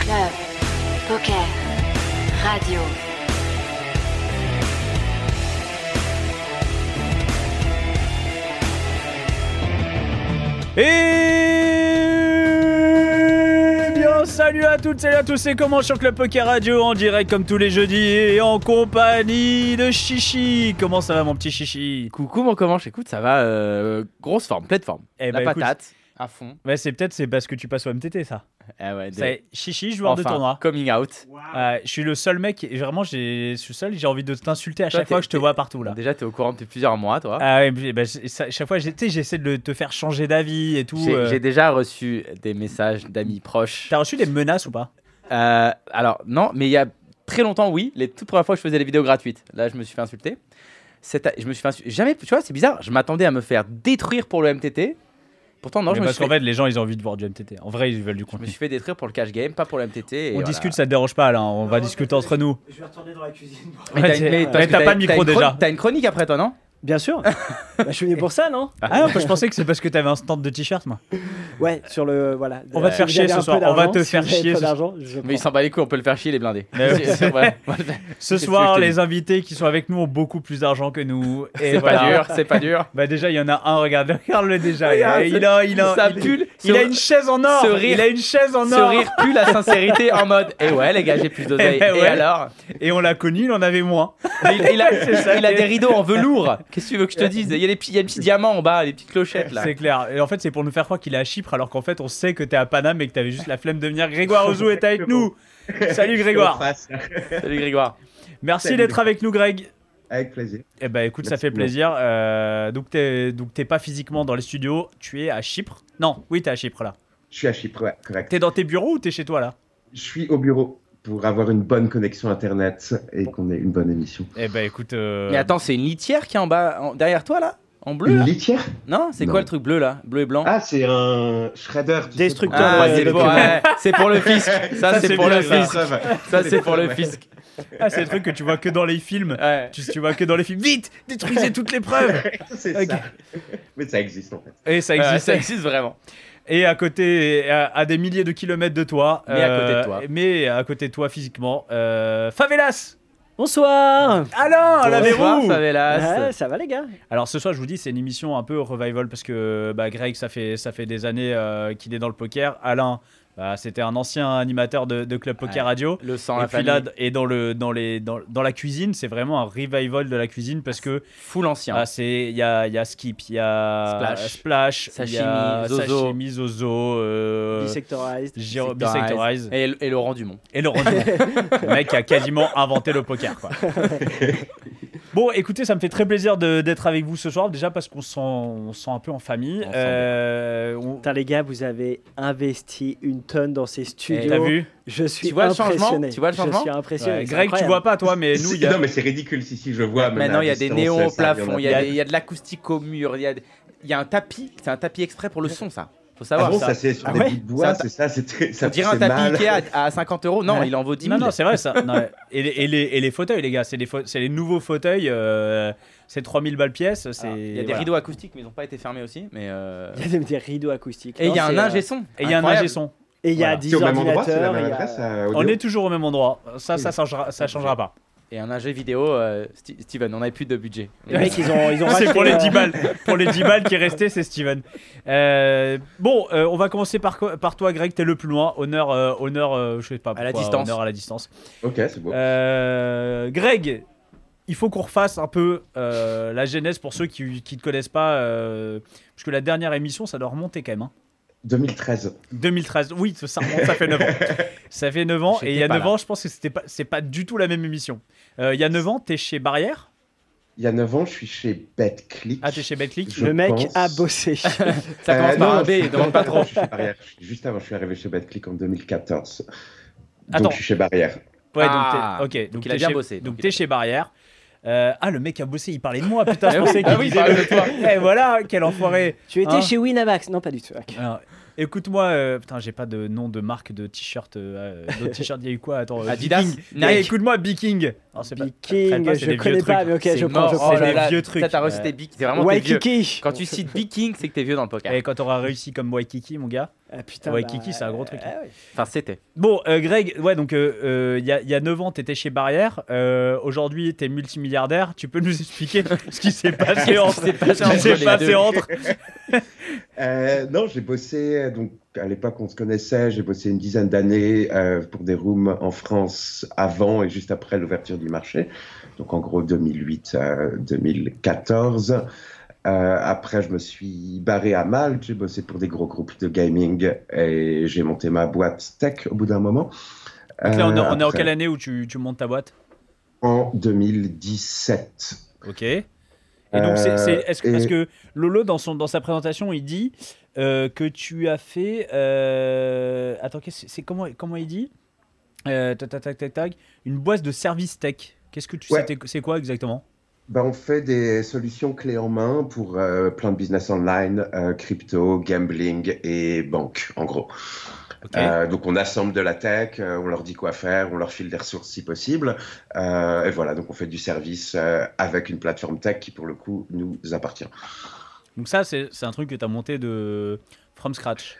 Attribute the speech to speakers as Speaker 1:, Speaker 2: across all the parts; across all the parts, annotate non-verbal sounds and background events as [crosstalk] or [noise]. Speaker 1: Club, poker, radio.
Speaker 2: Eh Et bien salut à toutes salut à tous, c'est comment sur Club Poker Radio en direct comme tous les jeudis et en compagnie de Chichi. Comment ça va mon petit Chichi
Speaker 3: Coucou mon comment écoute, ça va, euh, grosse forme, pleine forme.
Speaker 2: Eh
Speaker 3: la
Speaker 2: ben, écoute,
Speaker 3: patate, à fond.
Speaker 2: Ouais, c'est peut-être c'est parce que tu passes au MTT ça.
Speaker 3: Eh ouais, de-
Speaker 2: C'est Chichi joueur de
Speaker 3: enfin,
Speaker 2: tournoi.
Speaker 3: coming out.
Speaker 2: Ouais, Euh, je suis le seul mec, et vraiment j'ai- je suis seul, j'ai envie de t'insulter à
Speaker 3: Toi,
Speaker 2: chaque fois
Speaker 3: t'es-
Speaker 2: que je te
Speaker 3: t'es-
Speaker 2: vois partout là.
Speaker 3: Déjà, t'es au courant depuis plusieurs mois, toi.
Speaker 2: Ah ouais, mais, bah, c'est- ça- chaque fois j'ai- tu sais, j'essaie de le- te faire changer d'avis et tout.
Speaker 3: J'ai
Speaker 2: euh.
Speaker 3: j'ai déjà reçu des messages d'amis proches.
Speaker 2: T'as reçu des menaces ou pas
Speaker 3: Euh, alors, non, mais il y a très longtemps, oui, les toutes premières fois que je faisais des vidéos gratuites. Là, je me suis fait insulter. Cette- Je me suis fait insulter. Jamais, tu vois, c'est bizarre, je m'attendais à me faire détruire pour le MTT. Pourtant, non,
Speaker 2: Mais
Speaker 3: je me,
Speaker 2: Parce
Speaker 3: suis
Speaker 2: qu'en
Speaker 3: fait,
Speaker 2: fait les gens ils ont envie de voir du MTT. En vrai ils veulent du
Speaker 3: je me
Speaker 2: contenu.
Speaker 3: suis fait détruire pour le cash game, pas pour le MTT. et
Speaker 2: On
Speaker 3: voilà.
Speaker 2: discute, ça te dérange pas là, on va discuter entre nous.
Speaker 3: [laughs]
Speaker 4: Je vais retourner dans la cuisine. moi.
Speaker 3: Mais
Speaker 2: Ouais,
Speaker 3: t'as une-
Speaker 2: t'es-
Speaker 3: mais
Speaker 2: ouais.
Speaker 3: parce que
Speaker 2: t'as pas de
Speaker 3: une
Speaker 2: micro,
Speaker 3: chron-
Speaker 2: déjà.
Speaker 3: T'as une chronique après toi, non
Speaker 4: Bien sûr. Bah, je suis venu pour ça, non
Speaker 2: Ah, non, je pensais que c'est parce que t'avais un stand de t-shirt, moi.
Speaker 4: Ouais, sur le voilà.
Speaker 2: On va te
Speaker 4: Si
Speaker 2: faire
Speaker 4: vous
Speaker 2: chier
Speaker 4: avez
Speaker 2: ce
Speaker 4: un peu
Speaker 2: soir, on
Speaker 4: d'argent,
Speaker 2: va te
Speaker 4: si
Speaker 2: faire
Speaker 4: vous avez
Speaker 2: chier
Speaker 4: pas
Speaker 2: ce-
Speaker 4: d'argent,
Speaker 3: [laughs]
Speaker 4: je
Speaker 3: Mais il
Speaker 4: prends.
Speaker 3: s'en bat les couilles, on peut le faire chier, les blindés.
Speaker 2: Mais ouais.
Speaker 3: C'est- voilà. Voilà.
Speaker 2: Ce
Speaker 3: Qu'est-ce que
Speaker 2: soir,
Speaker 3: je te
Speaker 2: les invités qui sont avec nous ont beaucoup plus d'argent que
Speaker 3: [laughs]
Speaker 2: nous. [laughs] Et
Speaker 3: C'est
Speaker 2: voilà.
Speaker 3: pas dur, c'est pas dur.
Speaker 2: Bah déjà, il y en a un, regarde, [laughs] regarde-le déjà. Il
Speaker 3: Regarde,
Speaker 2: a, [laughs] il a, il a-
Speaker 3: ça
Speaker 2: il-
Speaker 3: pue. le-
Speaker 2: il
Speaker 3: ce-
Speaker 2: a une chaise en or.
Speaker 3: ce rire-
Speaker 2: il a une chaise en
Speaker 3: ce
Speaker 2: or.
Speaker 3: rire pue la sincérité en mode. Et ouais, les gars, j'ai plus d'oseille.
Speaker 2: [laughs] Eh
Speaker 3: Et
Speaker 2: ben ouais.
Speaker 3: alors
Speaker 2: Et on l'a connu, il en avait moins.
Speaker 3: Mais il, il a,
Speaker 2: [laughs] C'est ça,
Speaker 3: il a
Speaker 2: c'est-
Speaker 3: des rideaux en velours. Qu'est-ce que tu veux que je te dise Il y a des petits, il y a des petits diamants en bas, les petites clochettes là.
Speaker 2: C'est clair. Et en fait, c'est pour nous faire croire qu'il est à Chypre, alors qu'en fait, on sait que t'es à Paname et que t'avais juste la flemme de venir. Grégoire Ozou est avec nous. Salut Grégoire.
Speaker 3: Salut Grégoire.
Speaker 2: Merci
Speaker 5: Salut.
Speaker 2: d'être avec nous, Greg.
Speaker 5: Avec plaisir.
Speaker 2: Eh ben écoute, ça
Speaker 5: Merci
Speaker 2: fait
Speaker 5: beaucoup.
Speaker 2: plaisir. Euh, donc t'es donc t'es pas physiquement dans les studios, tu es à Chypre. Non, oui t'es à Chypre là.
Speaker 5: Je suis à Chypre, ouais, correct.
Speaker 2: T'es dans tes bureaux ou t'es chez toi là
Speaker 5: Je suis au bureau pour avoir une bonne connexion Internet et qu'on ait une bonne émission.
Speaker 2: Eh ben écoute. euh,
Speaker 3: Mais attends, c'est une litière qui est en bas, en- derrière toi là En bleu
Speaker 5: Une
Speaker 3: là
Speaker 5: litière
Speaker 3: Non C'est
Speaker 5: Non.
Speaker 3: quoi le truc bleu là Bleu et blanc
Speaker 5: Ah, c'est un shredder. tu sais,
Speaker 4: Destructeur,
Speaker 5: pour-
Speaker 3: Ah,
Speaker 4: euh,
Speaker 3: c'est
Speaker 4: le
Speaker 3: pour,
Speaker 4: document.
Speaker 3: ouais, c'est pour le
Speaker 4: [laughs]
Speaker 3: fisc. Ça,
Speaker 2: Ça,
Speaker 3: c'est
Speaker 2: c'est
Speaker 3: pour
Speaker 2: bien,
Speaker 3: le
Speaker 2: ça.
Speaker 3: fisc. Ça, c'est pour le
Speaker 5: Ouais.
Speaker 3: fisc.
Speaker 2: Ah c'est le truc que tu vois que dans les films.
Speaker 3: Ouais.
Speaker 2: Tu, tu vois que dans les films. Vite, détruisez toutes les preuves.
Speaker 5: c'est
Speaker 2: Ok.
Speaker 5: ça. Mais ça existe en
Speaker 2: [laughs]
Speaker 5: fait.
Speaker 2: Et ça
Speaker 3: Ouais,
Speaker 2: existe.
Speaker 3: Ça existe vraiment.
Speaker 2: Euh, Et à côté, à, à des milliers de kilomètres de toi. euh,
Speaker 3: Mais à côté de toi.
Speaker 2: Mais à côté de toi physiquement. Euh, Favelas.
Speaker 4: Bonsoir.
Speaker 2: Alain, la
Speaker 3: Bonsoir,
Speaker 2: verrou.
Speaker 3: Favelas.
Speaker 4: Ouais, ça va les gars
Speaker 2: Alors ce soir, je vous dis, c'est une émission un peu revival parce que bah, Greg, ça fait, ça fait des années euh, qu'il est dans le poker. Alain, bah, c'était un ancien animateur de, de Club Poker
Speaker 3: Ouais.
Speaker 2: Radio.
Speaker 3: Le sang,
Speaker 2: et
Speaker 3: la
Speaker 2: puis
Speaker 3: famille.
Speaker 2: là, et dans, le, dans, les, dans, dans la cuisine, c'est vraiment un revival de la cuisine parce que
Speaker 3: full ancien.
Speaker 2: ah, c'est il y a, il y a Skip, il y a
Speaker 3: Splash.
Speaker 2: Splash, il
Speaker 3: Sashimi,
Speaker 2: y a
Speaker 3: Zozo.
Speaker 2: Sashimi, Zozo, euh,
Speaker 4: Bisectorized.
Speaker 2: Giro-
Speaker 3: Sectorize.
Speaker 2: Bisectorize.
Speaker 3: Et, et Laurent Dumont.
Speaker 2: Et Laurent
Speaker 3: [laughs]
Speaker 2: Dumont. le mec a quasiment inventé le poker. Quoi. bon, écoutez, ça me fait très plaisir de- d'être avec vous ce soir, déjà parce qu'on se sent, on se sent un peu en famille.
Speaker 3: On
Speaker 2: Euh, on-
Speaker 4: Putain les gars, vous avez investi une tonne dans ces
Speaker 2: T'as
Speaker 4: studios.
Speaker 2: vu
Speaker 4: Je suis
Speaker 3: Tu vois le changement
Speaker 4: impressionné.
Speaker 3: Tu vois le
Speaker 4: Je
Speaker 3: changement
Speaker 4: suis impressionné.
Speaker 2: Ouais,
Speaker 4: c'est
Speaker 2: Greg, tu
Speaker 4: incroyable.
Speaker 2: vois pas, toi, mais nous, il y a...
Speaker 5: Non, mais c'est ridicule si, si, je vois. Ah, mais
Speaker 3: Maintenant,
Speaker 5: à
Speaker 3: il y a des
Speaker 5: distance,
Speaker 3: néons au
Speaker 5: ça,
Speaker 3: plafond, il y, a des- il y a de l'acoustique au mur, il y a, de- il y a un tapis, c'est un tapis exprès pour le son, ça. Faut
Speaker 5: Ah
Speaker 3: savoir.
Speaker 5: bon,
Speaker 3: ça.
Speaker 5: ça c'est sur
Speaker 3: Ah
Speaker 5: des
Speaker 3: ouais
Speaker 5: bouts de bois,
Speaker 3: Ça-
Speaker 5: c'est ça, c'était.
Speaker 3: On
Speaker 5: Ça
Speaker 3: dirait un
Speaker 5: poussait
Speaker 3: tapis
Speaker 5: mal.
Speaker 3: Ikea à, à 50 euros. Non,
Speaker 2: Ouais.
Speaker 3: il en vaut 10
Speaker 2: Non,
Speaker 3: 000.
Speaker 2: non, c'est vrai ça. Non, ouais. et, les, et les- et les fauteuils, les gars, c'est les, fa- c'est les nouveaux fauteuils, euh, c'est 3000 balles pièce. c'est-
Speaker 3: Ah, il y a des
Speaker 2: voilà.
Speaker 3: rideaux acoustiques, mais ils n'ont pas été fermés aussi. Mais
Speaker 2: [laughs]
Speaker 3: euh,
Speaker 4: Il y a des, des rideaux acoustiques.
Speaker 3: Et il y a
Speaker 4: Non,
Speaker 3: un
Speaker 4: c'est,
Speaker 3: ingé
Speaker 4: euh,
Speaker 3: son.
Speaker 2: Et il y a un
Speaker 3: Incroyable.
Speaker 2: ingé son.
Speaker 4: Et il y a
Speaker 2: Voilà.
Speaker 5: C'est
Speaker 4: 10
Speaker 5: au même endroit,
Speaker 4: ordinateurs.
Speaker 5: c'est la
Speaker 4: il
Speaker 5: même
Speaker 4: y a-
Speaker 5: adresse. euh à
Speaker 2: On
Speaker 5: Odéon
Speaker 2: est toujours au même endroit. Ça, ça changera, ça changera pas.
Speaker 3: et un ingé vidéo. euh, Sti- Steven, on n'avait plus de budget.
Speaker 2: [laughs]
Speaker 4: Les mecs, ils ont, ils ont
Speaker 2: Ah, C'est
Speaker 4: racheté,
Speaker 2: pour les
Speaker 4: euh,
Speaker 2: 10 balles. Pour les 10 balles qui restaient, c'est Steven. Euh, bon, euh, on va commencer par, quoi- par toi, Greg. T'es le plus loin. Honneur, euh, honneur euh, je sais pas.
Speaker 3: À la
Speaker 2: pourquoi,
Speaker 3: distance.
Speaker 2: Honneur à la distance.
Speaker 5: Ok, c'est beau.
Speaker 2: Euh, Greg, il faut qu'on refasse un peu euh, la genèse pour ceux qui ne te connaissent pas. euh, parce que la dernière émission, ça doit remonter quand même. hein.
Speaker 5: 2013.
Speaker 2: 2013. Oui, ça remonte, ça fait 9 ans. Ça fait 9 ans. Et il y
Speaker 3: J'étais
Speaker 2: a
Speaker 3: pas
Speaker 2: 9
Speaker 3: là.
Speaker 2: ans, je pense que c'était pas, c'est pas du tout la même émission. Euh, il y a 9 ans, t'es chez Barrière.
Speaker 5: Il y a 9 ans, je suis chez BetClick.
Speaker 2: Ah, t'es chez Betclic.
Speaker 5: [laughs] Je
Speaker 4: Le mec
Speaker 5: pense.
Speaker 4: a bossé.
Speaker 3: Ça commence par
Speaker 5: Euh, non,
Speaker 3: un B,
Speaker 5: je suis-
Speaker 3: il demande
Speaker 5: [laughs]
Speaker 3: pas trop.
Speaker 5: Je suis chez Barrière. Je suis- Juste avant, je suis arrivé chez BetClick en 2014.
Speaker 2: Attends.
Speaker 5: Donc, je suis chez Barrière.
Speaker 2: Ouais,
Speaker 3: Ah.
Speaker 2: donc t'es, ok, donc
Speaker 3: il a
Speaker 2: t'es
Speaker 3: bien
Speaker 2: chez-
Speaker 3: bossé, donc
Speaker 2: Donc
Speaker 3: il
Speaker 2: t'es
Speaker 3: a-
Speaker 2: chez Barrière. Euh, ah, le mec a bossé, il parlait de moi,
Speaker 3: [laughs]
Speaker 2: putain, je
Speaker 3: Ah oui,
Speaker 2: pensais qu'il
Speaker 3: ah oui, il
Speaker 2: disait-
Speaker 3: parlait de toi.
Speaker 2: [laughs] Eh voilà, quel
Speaker 3: [laughs]
Speaker 2: enfoiré.
Speaker 4: tu étais
Speaker 2: Hein
Speaker 4: chez Winamax Non, pas du tout. Ok.
Speaker 2: Alors, écoute-moi, euh, putain, j'ai pas de nom de marque de t-shirt. Euh, euh, d'autres t-shirts, il y a eu quoi Attends, euh,
Speaker 3: Adidas,
Speaker 2: Viking. Eh,
Speaker 3: Nike.
Speaker 2: écoute-moi, Biking. Non, c'est pas-
Speaker 4: Viking,
Speaker 2: pas, c'est des
Speaker 4: je connais
Speaker 2: vieux
Speaker 4: pas,
Speaker 2: trucs.
Speaker 4: mais ok, je prends,
Speaker 3: mort.
Speaker 4: je
Speaker 3: Oh
Speaker 4: prends.
Speaker 2: C'est
Speaker 3: là
Speaker 2: des
Speaker 3: là,
Speaker 2: vieux
Speaker 3: toi,
Speaker 2: trucs.
Speaker 3: T'as reçu
Speaker 2: Ouais.
Speaker 3: tes bics, t'es vraiment t'es vieux.
Speaker 4: Waikiki
Speaker 3: Quand tu cites Viking, c'est que t'es vieux dans le poker.
Speaker 2: Et Eh, quand t'auras réussi comme Waikiki, mon gars.
Speaker 4: Ah, putain,
Speaker 2: Waikiki, c'est un gros truc. hein.
Speaker 4: ah ouais.
Speaker 3: Enfin, c'était.
Speaker 2: Bon, euh, Greg, ouais, donc euh, euh, il y, a, il y a 9 ans, t'étais chez Barrière. Euh, Aujourd'hui, t'es multimilliardaire. Tu peux nous expliquer [laughs] ce qui s'est passé entre.
Speaker 3: s'est passé
Speaker 2: ce qui
Speaker 3: entre
Speaker 2: s'est
Speaker 3: les
Speaker 2: passé
Speaker 3: deux.
Speaker 2: entre.
Speaker 5: Euh, non, j'ai bossé, euh, donc à l'époque on se connaissait, j'ai bossé une dizaine d'années euh, pour des rooms en France avant et juste après l'ouverture du marché, donc en gros euh, 2008-2014. Euh, après, je me suis barré à Malte, j'ai bossé pour des gros groupes de gaming et j'ai monté ma boîte tech au bout d'un moment.
Speaker 2: Donc là, on, est-
Speaker 5: Euh,
Speaker 2: on est en
Speaker 5: après,
Speaker 2: quelle année où tu, tu montes ta boîte
Speaker 5: En 2017.
Speaker 2: Ok. Et donc, c'est- c'est- est-ce que,
Speaker 5: Euh,
Speaker 2: est-ce
Speaker 5: et-
Speaker 2: que Lolo, dans, son, dans sa présentation, il dit euh, que tu as fait. euh, attends, qu'est-ce- c'est comment, comment il dit Euh, tac, tac, tac, tac, tac, Une boîte de service tech. Qu'est-ce que tu
Speaker 5: Ouais.
Speaker 2: c'était- C'est quoi exactement
Speaker 5: Ben, on fait des solutions clés en main pour euh, plein de business online, euh, crypto, gambling et banque, en gros.
Speaker 2: Ok.
Speaker 5: Euh, donc on assemble de la tech, euh, on leur dit quoi faire, on leur file des ressources si possible. Euh, et voilà, donc on fait du service euh, avec une plateforme tech qui, pour le coup, nous appartient.
Speaker 2: Donc, ça, c'est c'est un truc que tu as monté de. From scratch.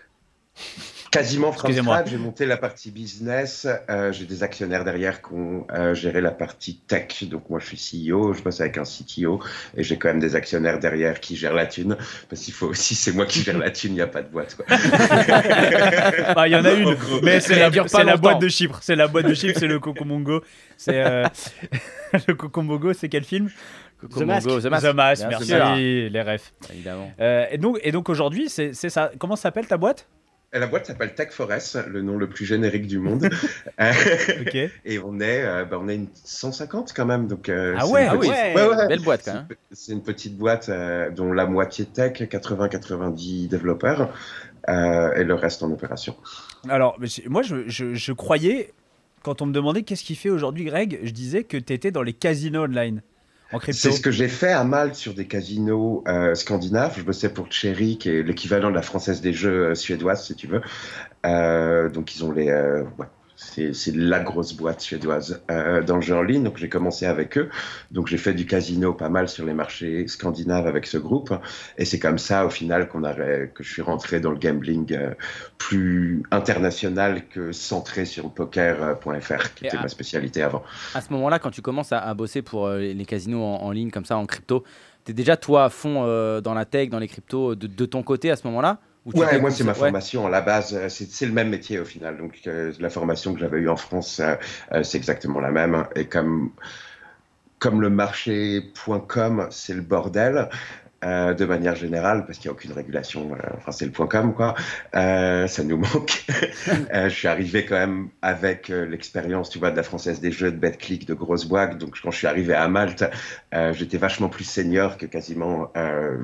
Speaker 5: Quasiment from
Speaker 2: Excusez-moi.
Speaker 5: scratch, j'ai monté la partie business, euh, j'ai des actionnaires derrière qui ont euh, géré la partie tech, donc moi je suis CEO, je bosse avec un CTO, et j'ai quand même des actionnaires derrière qui gèrent la thune, parce qu'il faut aussi, c'est moi qui gère la thune, il n'y a pas de boîte. Quoi.
Speaker 2: Bah, il y en
Speaker 3: [laughs]
Speaker 2: a une, mais c'est
Speaker 3: Elle
Speaker 2: la,
Speaker 3: dure pas
Speaker 2: c'est la
Speaker 3: longtemps.
Speaker 2: boîte de Chypre. C'est la boîte de Chypre, c'est le Cocobongo. C'est euh, [laughs] le Cocobongo, c'est quel film
Speaker 3: Coco
Speaker 4: Mask.
Speaker 3: Mongo, The Mask.
Speaker 2: The Mask,
Speaker 3: Bien
Speaker 2: merci,
Speaker 3: sûr.
Speaker 2: les refs.
Speaker 3: Évidemment.
Speaker 2: Euh, et donc, et donc aujourd'hui, c'est c'est ça. Comment s'appelle ta boîte
Speaker 5: Et euh, la boîte s'appelle Tech Forest, le nom le plus générique du monde, Euh,
Speaker 2: Ok.
Speaker 5: et on est, euh, bah, on est une 150 quand même, donc euh,
Speaker 2: Ah
Speaker 5: c'est
Speaker 2: ouais,
Speaker 5: une
Speaker 2: ah
Speaker 5: petite-
Speaker 4: ouais.
Speaker 5: ouais, ouais.
Speaker 3: Belle boîte,
Speaker 5: C'est
Speaker 3: quand même.
Speaker 5: une pe- C'est une petite boîte euh, dont la moitié tech, 80-90 développeurs, euh, et le reste en opération.
Speaker 2: Alors, mais c'est- moi, je, je- je croyais quand on me demandait qu'est-ce qu'il fait aujourd'hui, Greg, je disais que t'étais dans les casinos online en crypto.
Speaker 5: C'est ce que j'ai fait à Malte sur des casinos euh, scandinaves. Je bossais pour Cherry, qui est l'équivalent de la française des jeux euh, suédoise, si tu veux. Euh, donc ils ont les... euh, ouais. C'est c'est la grosse boîte suédoise euh, dans le jeu en ligne, donc j'ai commencé avec eux. Donc j'ai fait du casino pas mal sur les marchés scandinaves avec ce groupe, et c'est comme ça au final qu'on a, que je suis rentré dans le gambling euh, plus international que centré sur euh, poker.fr, qui
Speaker 3: Et
Speaker 5: était
Speaker 3: à-
Speaker 5: ma spécialité avant.
Speaker 3: À ce moment-là, quand tu commences à, à bosser pour euh, les les casinos en, en ligne, comme ça, en crypto, t'es déjà, toi, à fond euh, dans la tech, dans les cryptos, de, de ton côté à ce moment-là ou tu
Speaker 5: Ouais,
Speaker 3: t'es-
Speaker 5: moi c'est ma
Speaker 3: ouais.
Speaker 5: formation à la base, euh, c'est c'est le même métier au final. Donc euh, la formation que j'avais eue en France, euh, euh, c'est exactement la même. Et comme comme le marché.com, c'est le bordel. euh, de manière générale, parce qu'il n'y a aucune régulation, euh, enfin c'est le point .com quoi, euh, ça
Speaker 3: [laughs]
Speaker 5: nous manque. Euh, je suis arrivé quand même avec euh, l'expérience, tu vois, de la française des jeux, de BetClick, de grosses boîtes, donc quand je suis arrivé à Malte, euh, j'étais vachement plus senior que quasiment euh,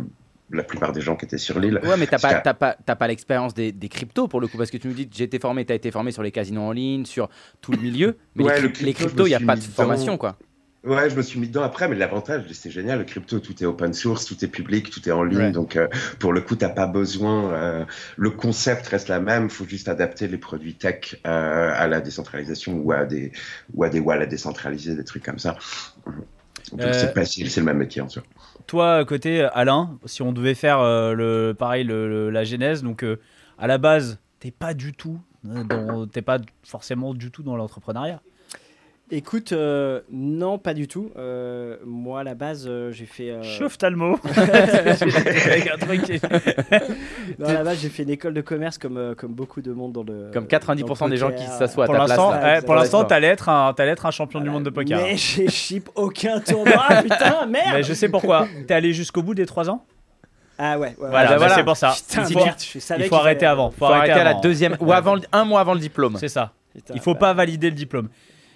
Speaker 5: la plupart des gens qui étaient sur l'île.
Speaker 3: Ouais, mais t'as pas,
Speaker 5: Parce que-
Speaker 3: t'as pas, t'as pas l'expérience des, des cryptos pour le coup, parce que tu nous dis j'ai été formé, t'as été formé sur les casinos en ligne, sur tout le milieu, mais
Speaker 5: Ouais,
Speaker 3: les,
Speaker 5: le
Speaker 3: cryp-
Speaker 5: crypto,
Speaker 3: les
Speaker 5: je me
Speaker 3: cryptos, il n'y a
Speaker 5: suis
Speaker 3: pas de
Speaker 5: mis dedans.
Speaker 3: formation quoi.
Speaker 5: Ouais, je me suis mis dedans après, mais l'avantage, c'est génial, le crypto, tout est open source, tout est public, tout est en ligne,
Speaker 3: Ouais.
Speaker 5: donc euh, pour le coup, t'as pas besoin, euh, le concept reste la même, faut juste adapter les produits tech euh, à la décentralisation ou à des ou à des wallets décentralisés, des trucs comme ça. Donc
Speaker 2: Euh,
Speaker 5: c'est facile, c'est le même métier en soi.
Speaker 2: Toi, à côté euh, Alain, si on devait faire euh, le pareil, le- le- la genèse, donc euh, à la base, t'es pas du tout, euh, dans- t'es pas forcément du tout dans l'entrepreneuriat.
Speaker 4: Écoute, euh, non, pas du tout. Euh, moi, à la base, euh, j'ai fait. euh,
Speaker 2: Chauffe
Speaker 4: [laughs]
Speaker 2: Talmo Avec un truc qui-
Speaker 4: non, à la base, j'ai fait une école de commerce comme, euh, comme beaucoup de monde dans le.
Speaker 3: Comme
Speaker 4: dans
Speaker 3: 90%
Speaker 4: le
Speaker 3: des gens qui
Speaker 4: poker.
Speaker 3: s'assoient à
Speaker 2: Pour
Speaker 3: ta place.
Speaker 2: l'instant,
Speaker 3: là.
Speaker 4: là,
Speaker 2: eh, pour
Speaker 4: ça
Speaker 2: l'instant,
Speaker 3: reste.
Speaker 2: t'allais être un, t'allais être un champion du monde de poker.
Speaker 4: Euh, Mais j'ai chip
Speaker 2: [laughs]
Speaker 4: aucun tournoi, putain, merde
Speaker 2: Mais je sais pourquoi. T'es allé jusqu'au bout des 3 ans
Speaker 4: Ah ouais, ouais, ouais.
Speaker 2: Voilà,
Speaker 3: bah voilà.
Speaker 2: c'est pour ça.
Speaker 4: Putain,
Speaker 2: il faut,
Speaker 4: merde, je
Speaker 2: il
Speaker 4: savais
Speaker 2: faut
Speaker 4: qu'il fallait-
Speaker 2: arrêter avant.
Speaker 3: Faut arrêter à la
Speaker 2: avant.
Speaker 3: deuxième ou avant le- un mois avant le diplôme.
Speaker 2: C'est ça.
Speaker 4: Putain,
Speaker 2: Il faut
Speaker 4: bah,
Speaker 2: pas valider le diplôme.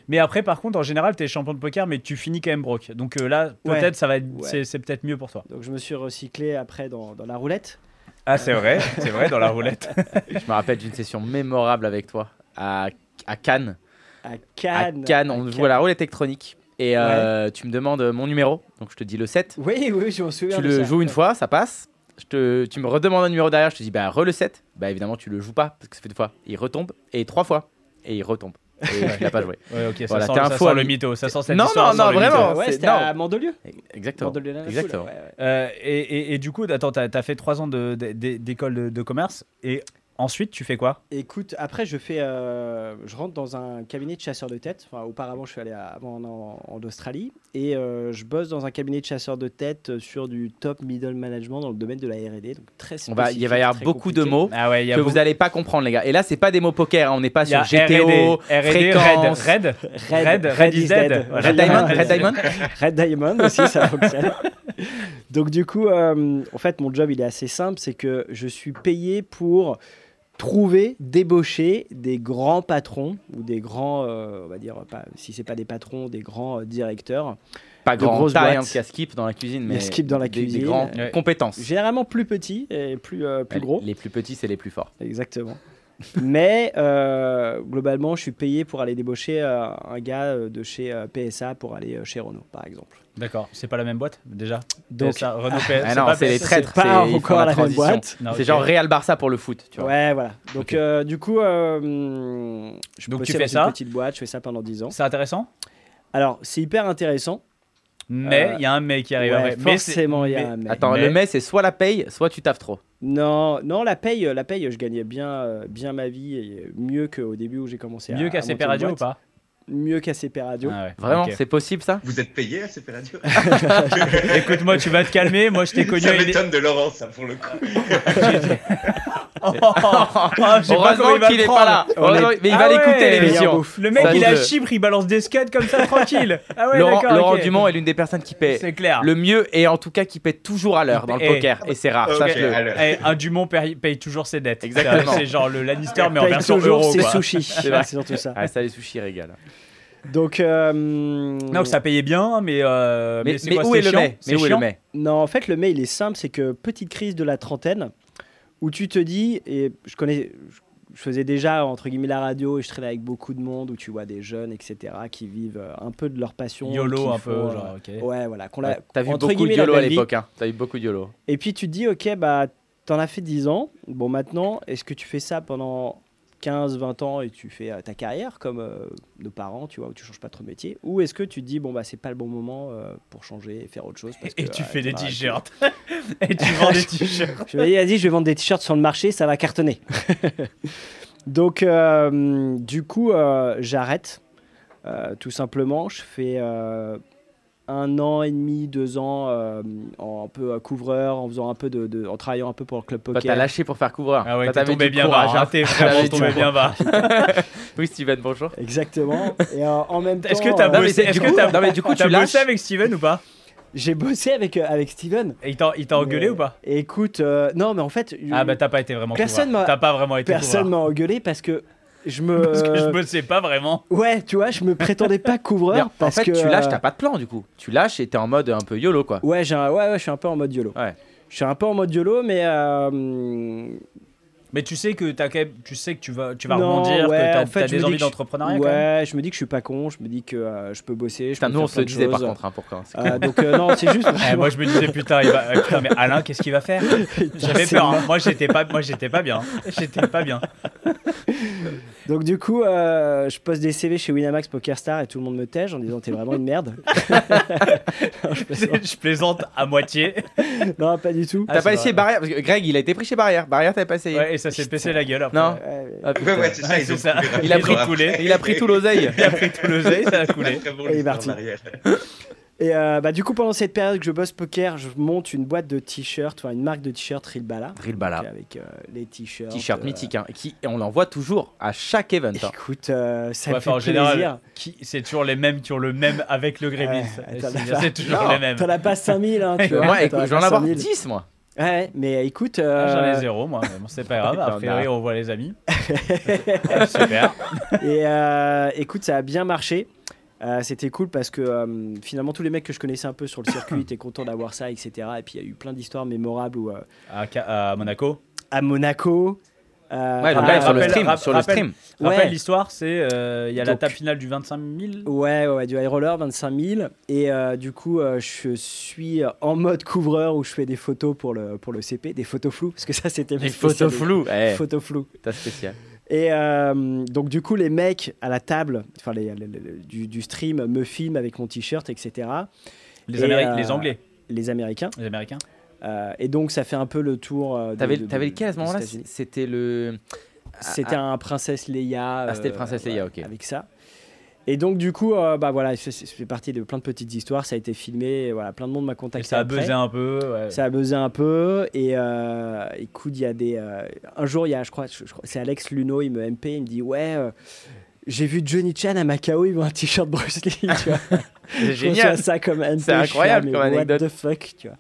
Speaker 2: Mais après, par contre, en général, t'es champion de poker, mais tu finis quand même broke. Donc euh, là,
Speaker 4: Ouais.
Speaker 2: peut-être, ça va être,
Speaker 4: Ouais.
Speaker 2: c'est, c'est peut-être mieux pour toi.
Speaker 4: Donc je me suis recyclé après dans, dans la roulette.
Speaker 2: Ah, c'est vrai, c'est vrai dans la roulette.
Speaker 3: [laughs] Je me rappelle d'une session mémorable avec toi à, à Cannes. À
Speaker 4: À Cannes.
Speaker 3: Cannes, on joue à la roulette électronique. Et euh, tu me demandes mon numéro, donc je te dis le 7.
Speaker 4: Oui, oui, je m'en souviens.
Speaker 3: Tu
Speaker 4: de
Speaker 3: le
Speaker 4: ça.
Speaker 3: joues une fois, ça passe. Je te, tu me redemandes un numéro derrière, je te dis bah re le 7. Bah évidemment, tu le joues pas parce que ça fait deux fois. Il retombe et trois fois et il retombe. Et tu l'as pas joué.
Speaker 2: [laughs] Ouais, ok, ça
Speaker 3: Voilà,
Speaker 2: sent,
Speaker 3: t'es un
Speaker 2: ça
Speaker 3: faux
Speaker 2: sent
Speaker 3: ami.
Speaker 2: le mytho. Ça sent cette
Speaker 3: Non,
Speaker 2: histoire, ça
Speaker 3: non,
Speaker 2: sent
Speaker 3: non,
Speaker 2: le mytho.
Speaker 3: vraiment.
Speaker 4: Ouais,
Speaker 3: C'est-
Speaker 4: c'était
Speaker 3: non.
Speaker 4: à Mandelieu.
Speaker 3: Exactement.
Speaker 4: Mandelieu la
Speaker 3: Exactement.
Speaker 2: Euh, et, et- et du coup, attends, t'as, t'as fait 3 ans de, de- de- d'école de, de commerce et ensuite, tu fais quoi
Speaker 4: Écoute, après je fais, euh, je rentre dans un cabinet de chasseurs de tête. Enfin, auparavant, je suis allé à- avant en, en- en Australie et euh, je bosse dans un cabinet de chasseurs de tête euh, sur du top middle management dans le domaine de la R&D, donc très
Speaker 3: On va, il va y avoir
Speaker 4: spécifique, très
Speaker 3: beaucoup de
Speaker 4: compliqué.
Speaker 3: mots
Speaker 2: Ah ouais, il y a
Speaker 3: que
Speaker 2: beaucoup-
Speaker 3: vous allez pas comprendre les gars. Et là, c'est pas des mots poker, hein, on n'est pas
Speaker 2: il y a
Speaker 3: sur GTO,
Speaker 2: R&D, R&D, Red,
Speaker 3: fréquence.
Speaker 2: Red,
Speaker 4: Red,
Speaker 2: Red, Red is dead. Voilà.
Speaker 3: Red Diamond, Red Diamond.
Speaker 4: Red Diamond aussi,
Speaker 3: [laughs]
Speaker 4: ça fonctionne. Donc du coup, euh, en fait, mon job, il est assez simple, c'est que je suis payé pour trouver, débaucher des grands patrons ou des grands, euh, on va dire, pas, si c'est pas des patrons, des grands euh, directeurs.
Speaker 3: Pas
Speaker 4: De
Speaker 3: grand
Speaker 4: grosses
Speaker 3: taille, hein,
Speaker 4: boîtes.
Speaker 3: parce qu'il y a Skip dans la cuisine,
Speaker 4: Il y a
Speaker 3: mais
Speaker 4: Skip dans la
Speaker 3: des- des
Speaker 4: cuisine.
Speaker 3: grandes
Speaker 2: Ouais.
Speaker 3: compétences.
Speaker 4: Généralement plus petits et plus, euh, plus
Speaker 3: Ouais,
Speaker 4: gros.
Speaker 3: Les plus petits, c'est les plus forts.
Speaker 4: Exactement. Mais euh, globalement, je suis payé pour aller débaucher euh, un gars euh, de chez euh, PSA pour aller euh, chez Renault, par exemple.
Speaker 2: D'accord, c'est pas la même boîte déjà
Speaker 4: Donc-
Speaker 2: ça, Renault PS,
Speaker 3: Ah non,
Speaker 2: pas
Speaker 3: c'est les
Speaker 2: PS,
Speaker 3: traîtres.
Speaker 4: Pas
Speaker 3: c'est- ils font
Speaker 4: encore la même
Speaker 3: transition.
Speaker 4: boîte.
Speaker 2: Non,
Speaker 3: C'est
Speaker 2: ok.
Speaker 3: genre Real Barça pour le foot, tu vois.
Speaker 4: Ouais, voilà. Donc,
Speaker 3: Ok.
Speaker 4: euh, du coup, euh, je
Speaker 2: Donc, tu
Speaker 4: bossais
Speaker 2: fais
Speaker 4: dans
Speaker 2: ça
Speaker 4: une petite boîte, je fais ça pendant 10 ans.
Speaker 2: C'est intéressant
Speaker 4: Alors, c'est hyper intéressant.
Speaker 2: Mais
Speaker 4: Euh,
Speaker 2: il y a un mec qui arrive
Speaker 4: Ouais,
Speaker 2: après. Mais c'est-
Speaker 4: forcément, il y a
Speaker 2: mais-
Speaker 4: un mec.
Speaker 3: Attends,
Speaker 2: Mais-
Speaker 3: le mai, c'est soit la paye, soit tu taffes trop.
Speaker 4: Non, non, la paye, euh, la paye, je gagnais bien, euh, bien ma vie, et mieux qu'au début où j'ai commencé. à-
Speaker 2: Mieux
Speaker 4: à
Speaker 2: qu'à
Speaker 4: monter
Speaker 2: CP
Speaker 4: une
Speaker 2: Radio ou
Speaker 4: boîte.
Speaker 2: pas
Speaker 4: Mieux qu'à CP Radio.
Speaker 2: Ah ouais,
Speaker 3: Vraiment,
Speaker 2: ok.
Speaker 3: c'est possible ça
Speaker 5: Vous êtes payé à CP Radio
Speaker 2: Écoute-moi, tu vas te calmer. Moi,
Speaker 3: [laughs]
Speaker 2: je t'ai Ah, connu.
Speaker 5: [laughs] Ça
Speaker 2: à une-
Speaker 5: m'étonne de Laurent, ça, pour le coup.
Speaker 2: [laughs] Oh, oh, oh, [laughs] je sais pas comment il
Speaker 3: Heureusement
Speaker 2: va
Speaker 3: qu'il
Speaker 2: le
Speaker 3: est
Speaker 2: prendre.
Speaker 3: pas là. Heureusement- Mais il va
Speaker 2: Ah
Speaker 3: l'écouter
Speaker 2: ouais.
Speaker 3: l'émission.
Speaker 2: Le mec,
Speaker 3: Ça,
Speaker 2: il est à
Speaker 3: je-
Speaker 2: Chypre, il balance des scuds comme
Speaker 3: [laughs]
Speaker 2: ça, tranquille. Ah ouais,
Speaker 3: Laurent,
Speaker 2: d'accord.
Speaker 3: Laurent
Speaker 2: ok.
Speaker 3: Dumont est l'une des personnes qui paie
Speaker 2: C'est clair.
Speaker 3: le mieux et en tout cas qui paie toujours à l'heure dans le
Speaker 2: Eh.
Speaker 3: poker. Et c'est rare,
Speaker 5: Ok,
Speaker 3: sache-le.
Speaker 5: alors.
Speaker 2: Eh, un Dumont paye, paye toujours ses dettes.
Speaker 3: Exactement.
Speaker 2: C'est- C'est genre le Lannister, mais en
Speaker 4: Paye
Speaker 2: version
Speaker 4: toujours
Speaker 2: euro.
Speaker 4: ses
Speaker 2: quoi. [laughs]
Speaker 4: sushis.
Speaker 3: vrai.
Speaker 4: C'est surtout ça.
Speaker 3: Ah, ça les sushis régale.
Speaker 4: Donc, euh,
Speaker 2: Non, ça payait bien, mais. euh,
Speaker 3: Mais,
Speaker 2: c'est
Speaker 3: mais
Speaker 2: quoi,
Speaker 3: où
Speaker 2: c'est
Speaker 3: est le
Speaker 2: chiant
Speaker 3: mai
Speaker 2: C'est
Speaker 3: Mais où est le
Speaker 2: chiant
Speaker 3: mai
Speaker 4: Non, en fait, le mail il est simple, c'est que petite crise de la trentaine, où tu te dis, et je connais, je- je faisais déjà entre guillemets la radio et je traînais avec beaucoup de monde, où tu vois des jeunes, etc., qui vivent euh, un peu de leur passion. qui
Speaker 2: YOLO un
Speaker 4: font,
Speaker 2: peu,
Speaker 4: euh,
Speaker 2: genre, ok.
Speaker 4: Ouais, voilà. qu'on
Speaker 3: Ouais,
Speaker 4: l'a-
Speaker 3: Ah, T'as vu
Speaker 4: entre
Speaker 3: beaucoup de
Speaker 4: guillemets, la
Speaker 3: YOLO à
Speaker 4: belle vie.
Speaker 3: l'époque. hein. T'as vu beaucoup de YOLO.
Speaker 4: Et puis tu te dis, ok, bah, t'en as fait 10 ans. Bon, maintenant, est-ce que tu fais ça pendant 15, 20 ans et tu fais euh, ta carrière comme euh, nos parents, tu vois, où tu changes pas trop de métier Ou est-ce que tu te dis, bon, bah, c'est pas le bon moment euh, pour changer et faire autre chose parce
Speaker 2: Et
Speaker 4: que,
Speaker 2: tu
Speaker 4: euh,
Speaker 2: fais des
Speaker 4: t'en as arrêté.
Speaker 2: t-shirts. [laughs] Et tu vends des t-shirts.
Speaker 4: Je me dis, vas-y, je vais vendre des t-shirts sur le marché, ça va cartonner. [laughs] Donc, euh, du coup, euh, j'arrête. Euh, tout simplement, je fais euh, un an et demi, deux ans, euh, en un peu euh, couvreur, en faisant un peu de, de- en travaillant un peu pour le club
Speaker 3: Toi, T'as
Speaker 4: poker.
Speaker 3: lâché pour faire couvreur.
Speaker 2: Ah ouais,
Speaker 3: Toi,
Speaker 2: t'es
Speaker 3: t'avais
Speaker 2: tombé
Speaker 3: du
Speaker 2: bien bas.
Speaker 3: courage,
Speaker 2: hein.
Speaker 3: hein.
Speaker 2: T'es
Speaker 3: T'avais
Speaker 2: vraiment
Speaker 3: du
Speaker 2: tombé
Speaker 3: courage.
Speaker 2: bien bas.
Speaker 3: Oui, Steven, bonjour.
Speaker 2: [laughs]
Speaker 4: Exactement. Et euh, en même temps,
Speaker 2: Est-ce que t'as
Speaker 4: euh,
Speaker 3: Non, mais
Speaker 2: bossé
Speaker 3: c'est-
Speaker 2: Est-ce
Speaker 3: du
Speaker 2: que
Speaker 3: coup-
Speaker 2: t'as
Speaker 3: non, mais du coup,
Speaker 2: t'as
Speaker 3: tu
Speaker 2: bossé
Speaker 3: lâches.
Speaker 2: avec Steven ou pas
Speaker 4: j'ai bossé avec euh, avec Steven.
Speaker 2: Et Il t'a il t'a engueulé
Speaker 4: Mais-
Speaker 2: ou pas
Speaker 4: Écoute, euh, non, mais en fait,
Speaker 2: Ah bah t'as pas été vraiment.
Speaker 4: Personne
Speaker 2: couvreur.
Speaker 4: m'a-
Speaker 2: T'as pas vraiment été. [laughs]
Speaker 4: personne
Speaker 2: couvreur.
Speaker 4: m'a engueulé parce que je me.
Speaker 2: [laughs] Parce que je bossais pas vraiment.
Speaker 4: Ouais, tu vois, je me
Speaker 2: [laughs]
Speaker 4: prétendais pas couvreur
Speaker 3: Mais en
Speaker 4: parce
Speaker 3: fait,
Speaker 4: que
Speaker 3: tu lâches,
Speaker 4: euh,
Speaker 3: t'as pas de plan du coup. Tu lâches et t'es en mode un peu YOLO quoi.
Speaker 4: Ouais, j'ai un- ouais, ouais, je suis un peu en mode YOLO.
Speaker 3: Ouais.
Speaker 4: Je suis un peu en mode YOLO, mais. euh,
Speaker 2: Mais tu sais que t'as quand même- tu sais que tu vas, tu vas
Speaker 4: Non,
Speaker 2: rebondir,
Speaker 4: ouais,
Speaker 2: que t'as
Speaker 4: en fait,
Speaker 2: t'as
Speaker 4: je
Speaker 2: des
Speaker 4: me dis
Speaker 2: envies
Speaker 4: que je-
Speaker 2: d'entrepreneuriat quand même.
Speaker 4: ouais, je me dis que je suis pas con, je me dis que euh, je peux bosser. Je
Speaker 3: Putain,
Speaker 4: peux
Speaker 3: nous on
Speaker 4: faire
Speaker 3: se
Speaker 4: plein
Speaker 3: le
Speaker 4: de
Speaker 3: disait par
Speaker 4: choses.
Speaker 3: contre hein, pour quand.
Speaker 4: Euh, donc, euh, non,
Speaker 2: [laughs]
Speaker 4: c'est juste.
Speaker 2: Eh, moi je me disais putain, il va... euh, putain mais Alain qu'est-ce qu'il va [laughs] faire J'avais
Speaker 4: C'est
Speaker 2: peur. hein. Moi j'étais pas, moi j'étais pas bien. J'étais pas bien.
Speaker 4: Donc, du coup, euh, je poste des CV chez Winamax Pokerstar et tout le monde me tège en disant t'es vraiment
Speaker 2: [laughs]
Speaker 4: une merde.
Speaker 2: [laughs] je plaisante à moitié.
Speaker 4: non, pas du tout.
Speaker 3: T'as
Speaker 2: Ah, c'est
Speaker 3: pas essayé
Speaker 2: vrai.
Speaker 3: Barrière Parce que Greg, il a été pris chez Barrière. Barrière, t'avais pas essayé.
Speaker 2: Ouais, et ça s'est pété la gueule après.
Speaker 3: Non.
Speaker 5: Ah,
Speaker 3: putain.
Speaker 5: ouais, [laughs] ouais, c'est ça,
Speaker 2: Ouais,
Speaker 5: ils
Speaker 2: c'est
Speaker 5: ont
Speaker 2: ça.
Speaker 5: coupé
Speaker 2: Il a
Speaker 5: rapidement
Speaker 2: pris
Speaker 5: après.
Speaker 2: tout les-
Speaker 3: Il a pris tout
Speaker 5: [laughs]
Speaker 3: l'oseille.
Speaker 2: Il a pris tout le jet,
Speaker 4: [laughs]
Speaker 2: ça a
Speaker 5: Pas
Speaker 2: coulé.
Speaker 5: très
Speaker 4: Et
Speaker 5: bon,
Speaker 4: il est
Speaker 5: l'histoire
Speaker 4: parti.
Speaker 5: d'Ariel.
Speaker 4: Et euh, bah, du coup, pendant cette période que je bosse poker, je monte une boîte de t-shirts, enfin une marque de t-shirts Rilbala.
Speaker 2: Ah.
Speaker 3: Rilbala.
Speaker 4: Avec euh, les t-shirts.
Speaker 3: T-shirt
Speaker 4: euh,
Speaker 3: mythique, hein, qui on l'en voit toujours à chaque event. hein.
Speaker 4: Écoute, euh, ça
Speaker 2: Ouais,
Speaker 4: me fait
Speaker 2: enfin, en général,
Speaker 4: plaisir.
Speaker 2: qui- c'est toujours les mêmes qui ont le même avec le Gremlins.
Speaker 4: Ouais,
Speaker 2: Et
Speaker 4: t'en as
Speaker 2: c'est-
Speaker 4: pas-
Speaker 2: c'est toujours
Speaker 3: Non,
Speaker 2: les mêmes.
Speaker 4: T'en
Speaker 3: [laughs]
Speaker 4: as pas 5000, hein, [laughs] tu vois.
Speaker 3: Moi, écoute,
Speaker 4: t'en as
Speaker 3: je vais en
Speaker 4: pas
Speaker 3: avoir
Speaker 4: 5000.
Speaker 3: 10 moi.
Speaker 4: Ouais, mais écoute.
Speaker 2: Ah, J'en ai
Speaker 4: euh,
Speaker 2: zéro, moi, mais bon, c'est pas grave. A
Speaker 3: T'en
Speaker 2: priori,
Speaker 3: as.
Speaker 2: on voit les
Speaker 4: [laughs]
Speaker 2: amis. Ah, Super.
Speaker 4: Et euh, écoute, ça a bien marché. Euh, c'était cool parce que euh, finalement tous les mecs que je connaissais un peu sur
Speaker 3: [coughs]
Speaker 4: le circuit étaient contents d'avoir ça, etc. Et puis il y a eu plein d'histoires mémorables où, euh,
Speaker 2: À, Ca- à Monaco.
Speaker 4: à Monaco. euh,
Speaker 3: Ouais, donc
Speaker 4: à-
Speaker 3: là, sur le
Speaker 2: rappelle-
Speaker 3: stream,
Speaker 2: rap-
Speaker 3: sur le
Speaker 2: rappelle-
Speaker 3: stream.
Speaker 4: Ouais.
Speaker 2: Rappelle l'histoire, c'est euh, il y a la
Speaker 4: Donc-
Speaker 2: table finale du 25 000.
Speaker 4: Ouais, ouais, ouais, du high roller, 25 000. Et euh, du coup, euh, je suis euh, en mode couvreur où je fais des photos pour le, pour le CP, des photos floues, parce que ça, c'était
Speaker 3: Les
Speaker 4: mes
Speaker 3: photos
Speaker 4: spécialités.
Speaker 3: floues. Eh,
Speaker 4: Photos floues.
Speaker 3: t'as spécial.
Speaker 4: Et euh, donc, du coup, les mecs à la table, enfin, les- les- les- du, du stream, me filment avec mon t-shirt, etc.
Speaker 2: Les,
Speaker 4: Et,
Speaker 2: Améri-
Speaker 4: euh,
Speaker 2: les Anglais,
Speaker 4: Les Américains.
Speaker 2: les Américains.
Speaker 4: Euh, et donc, ça fait un peu le tour. euh, de-
Speaker 3: T'avais
Speaker 4: de-
Speaker 3: t'avais lequel à ce
Speaker 4: des
Speaker 3: moment-là
Speaker 4: États-Unis.
Speaker 3: C'était le.
Speaker 4: C'était un Princesse Leia. euh,
Speaker 3: Ah, c'était le Princesse Leia, ok.
Speaker 4: Avec ça. Et donc, du coup, euh, bah voilà, c'est- c'est c'est parti de plein de petites histoires. Ça a été filmé, et voilà, plein de monde m'a
Speaker 2: Et
Speaker 4: contacté.
Speaker 2: ça a
Speaker 4: après.
Speaker 2: buzzé un peu. ouais.
Speaker 4: Ça a buzzé un peu. Et euh, écoute, il y a des. euh, un jour, il y a, je crois, je- je crois- c'est Alex Luno, il me MP, il me dit Ouais, euh, j'ai vu Johnny Chan à Macao, il vend un t-shirt Bruce Lee. tu vois.
Speaker 3: [laughs] C'est
Speaker 4: Je reçois ça comme
Speaker 3: C'est
Speaker 4: MP. je suis là,
Speaker 3: incroyable
Speaker 4: mais
Speaker 3: comme anecdote.
Speaker 4: What the fuck, tu vois.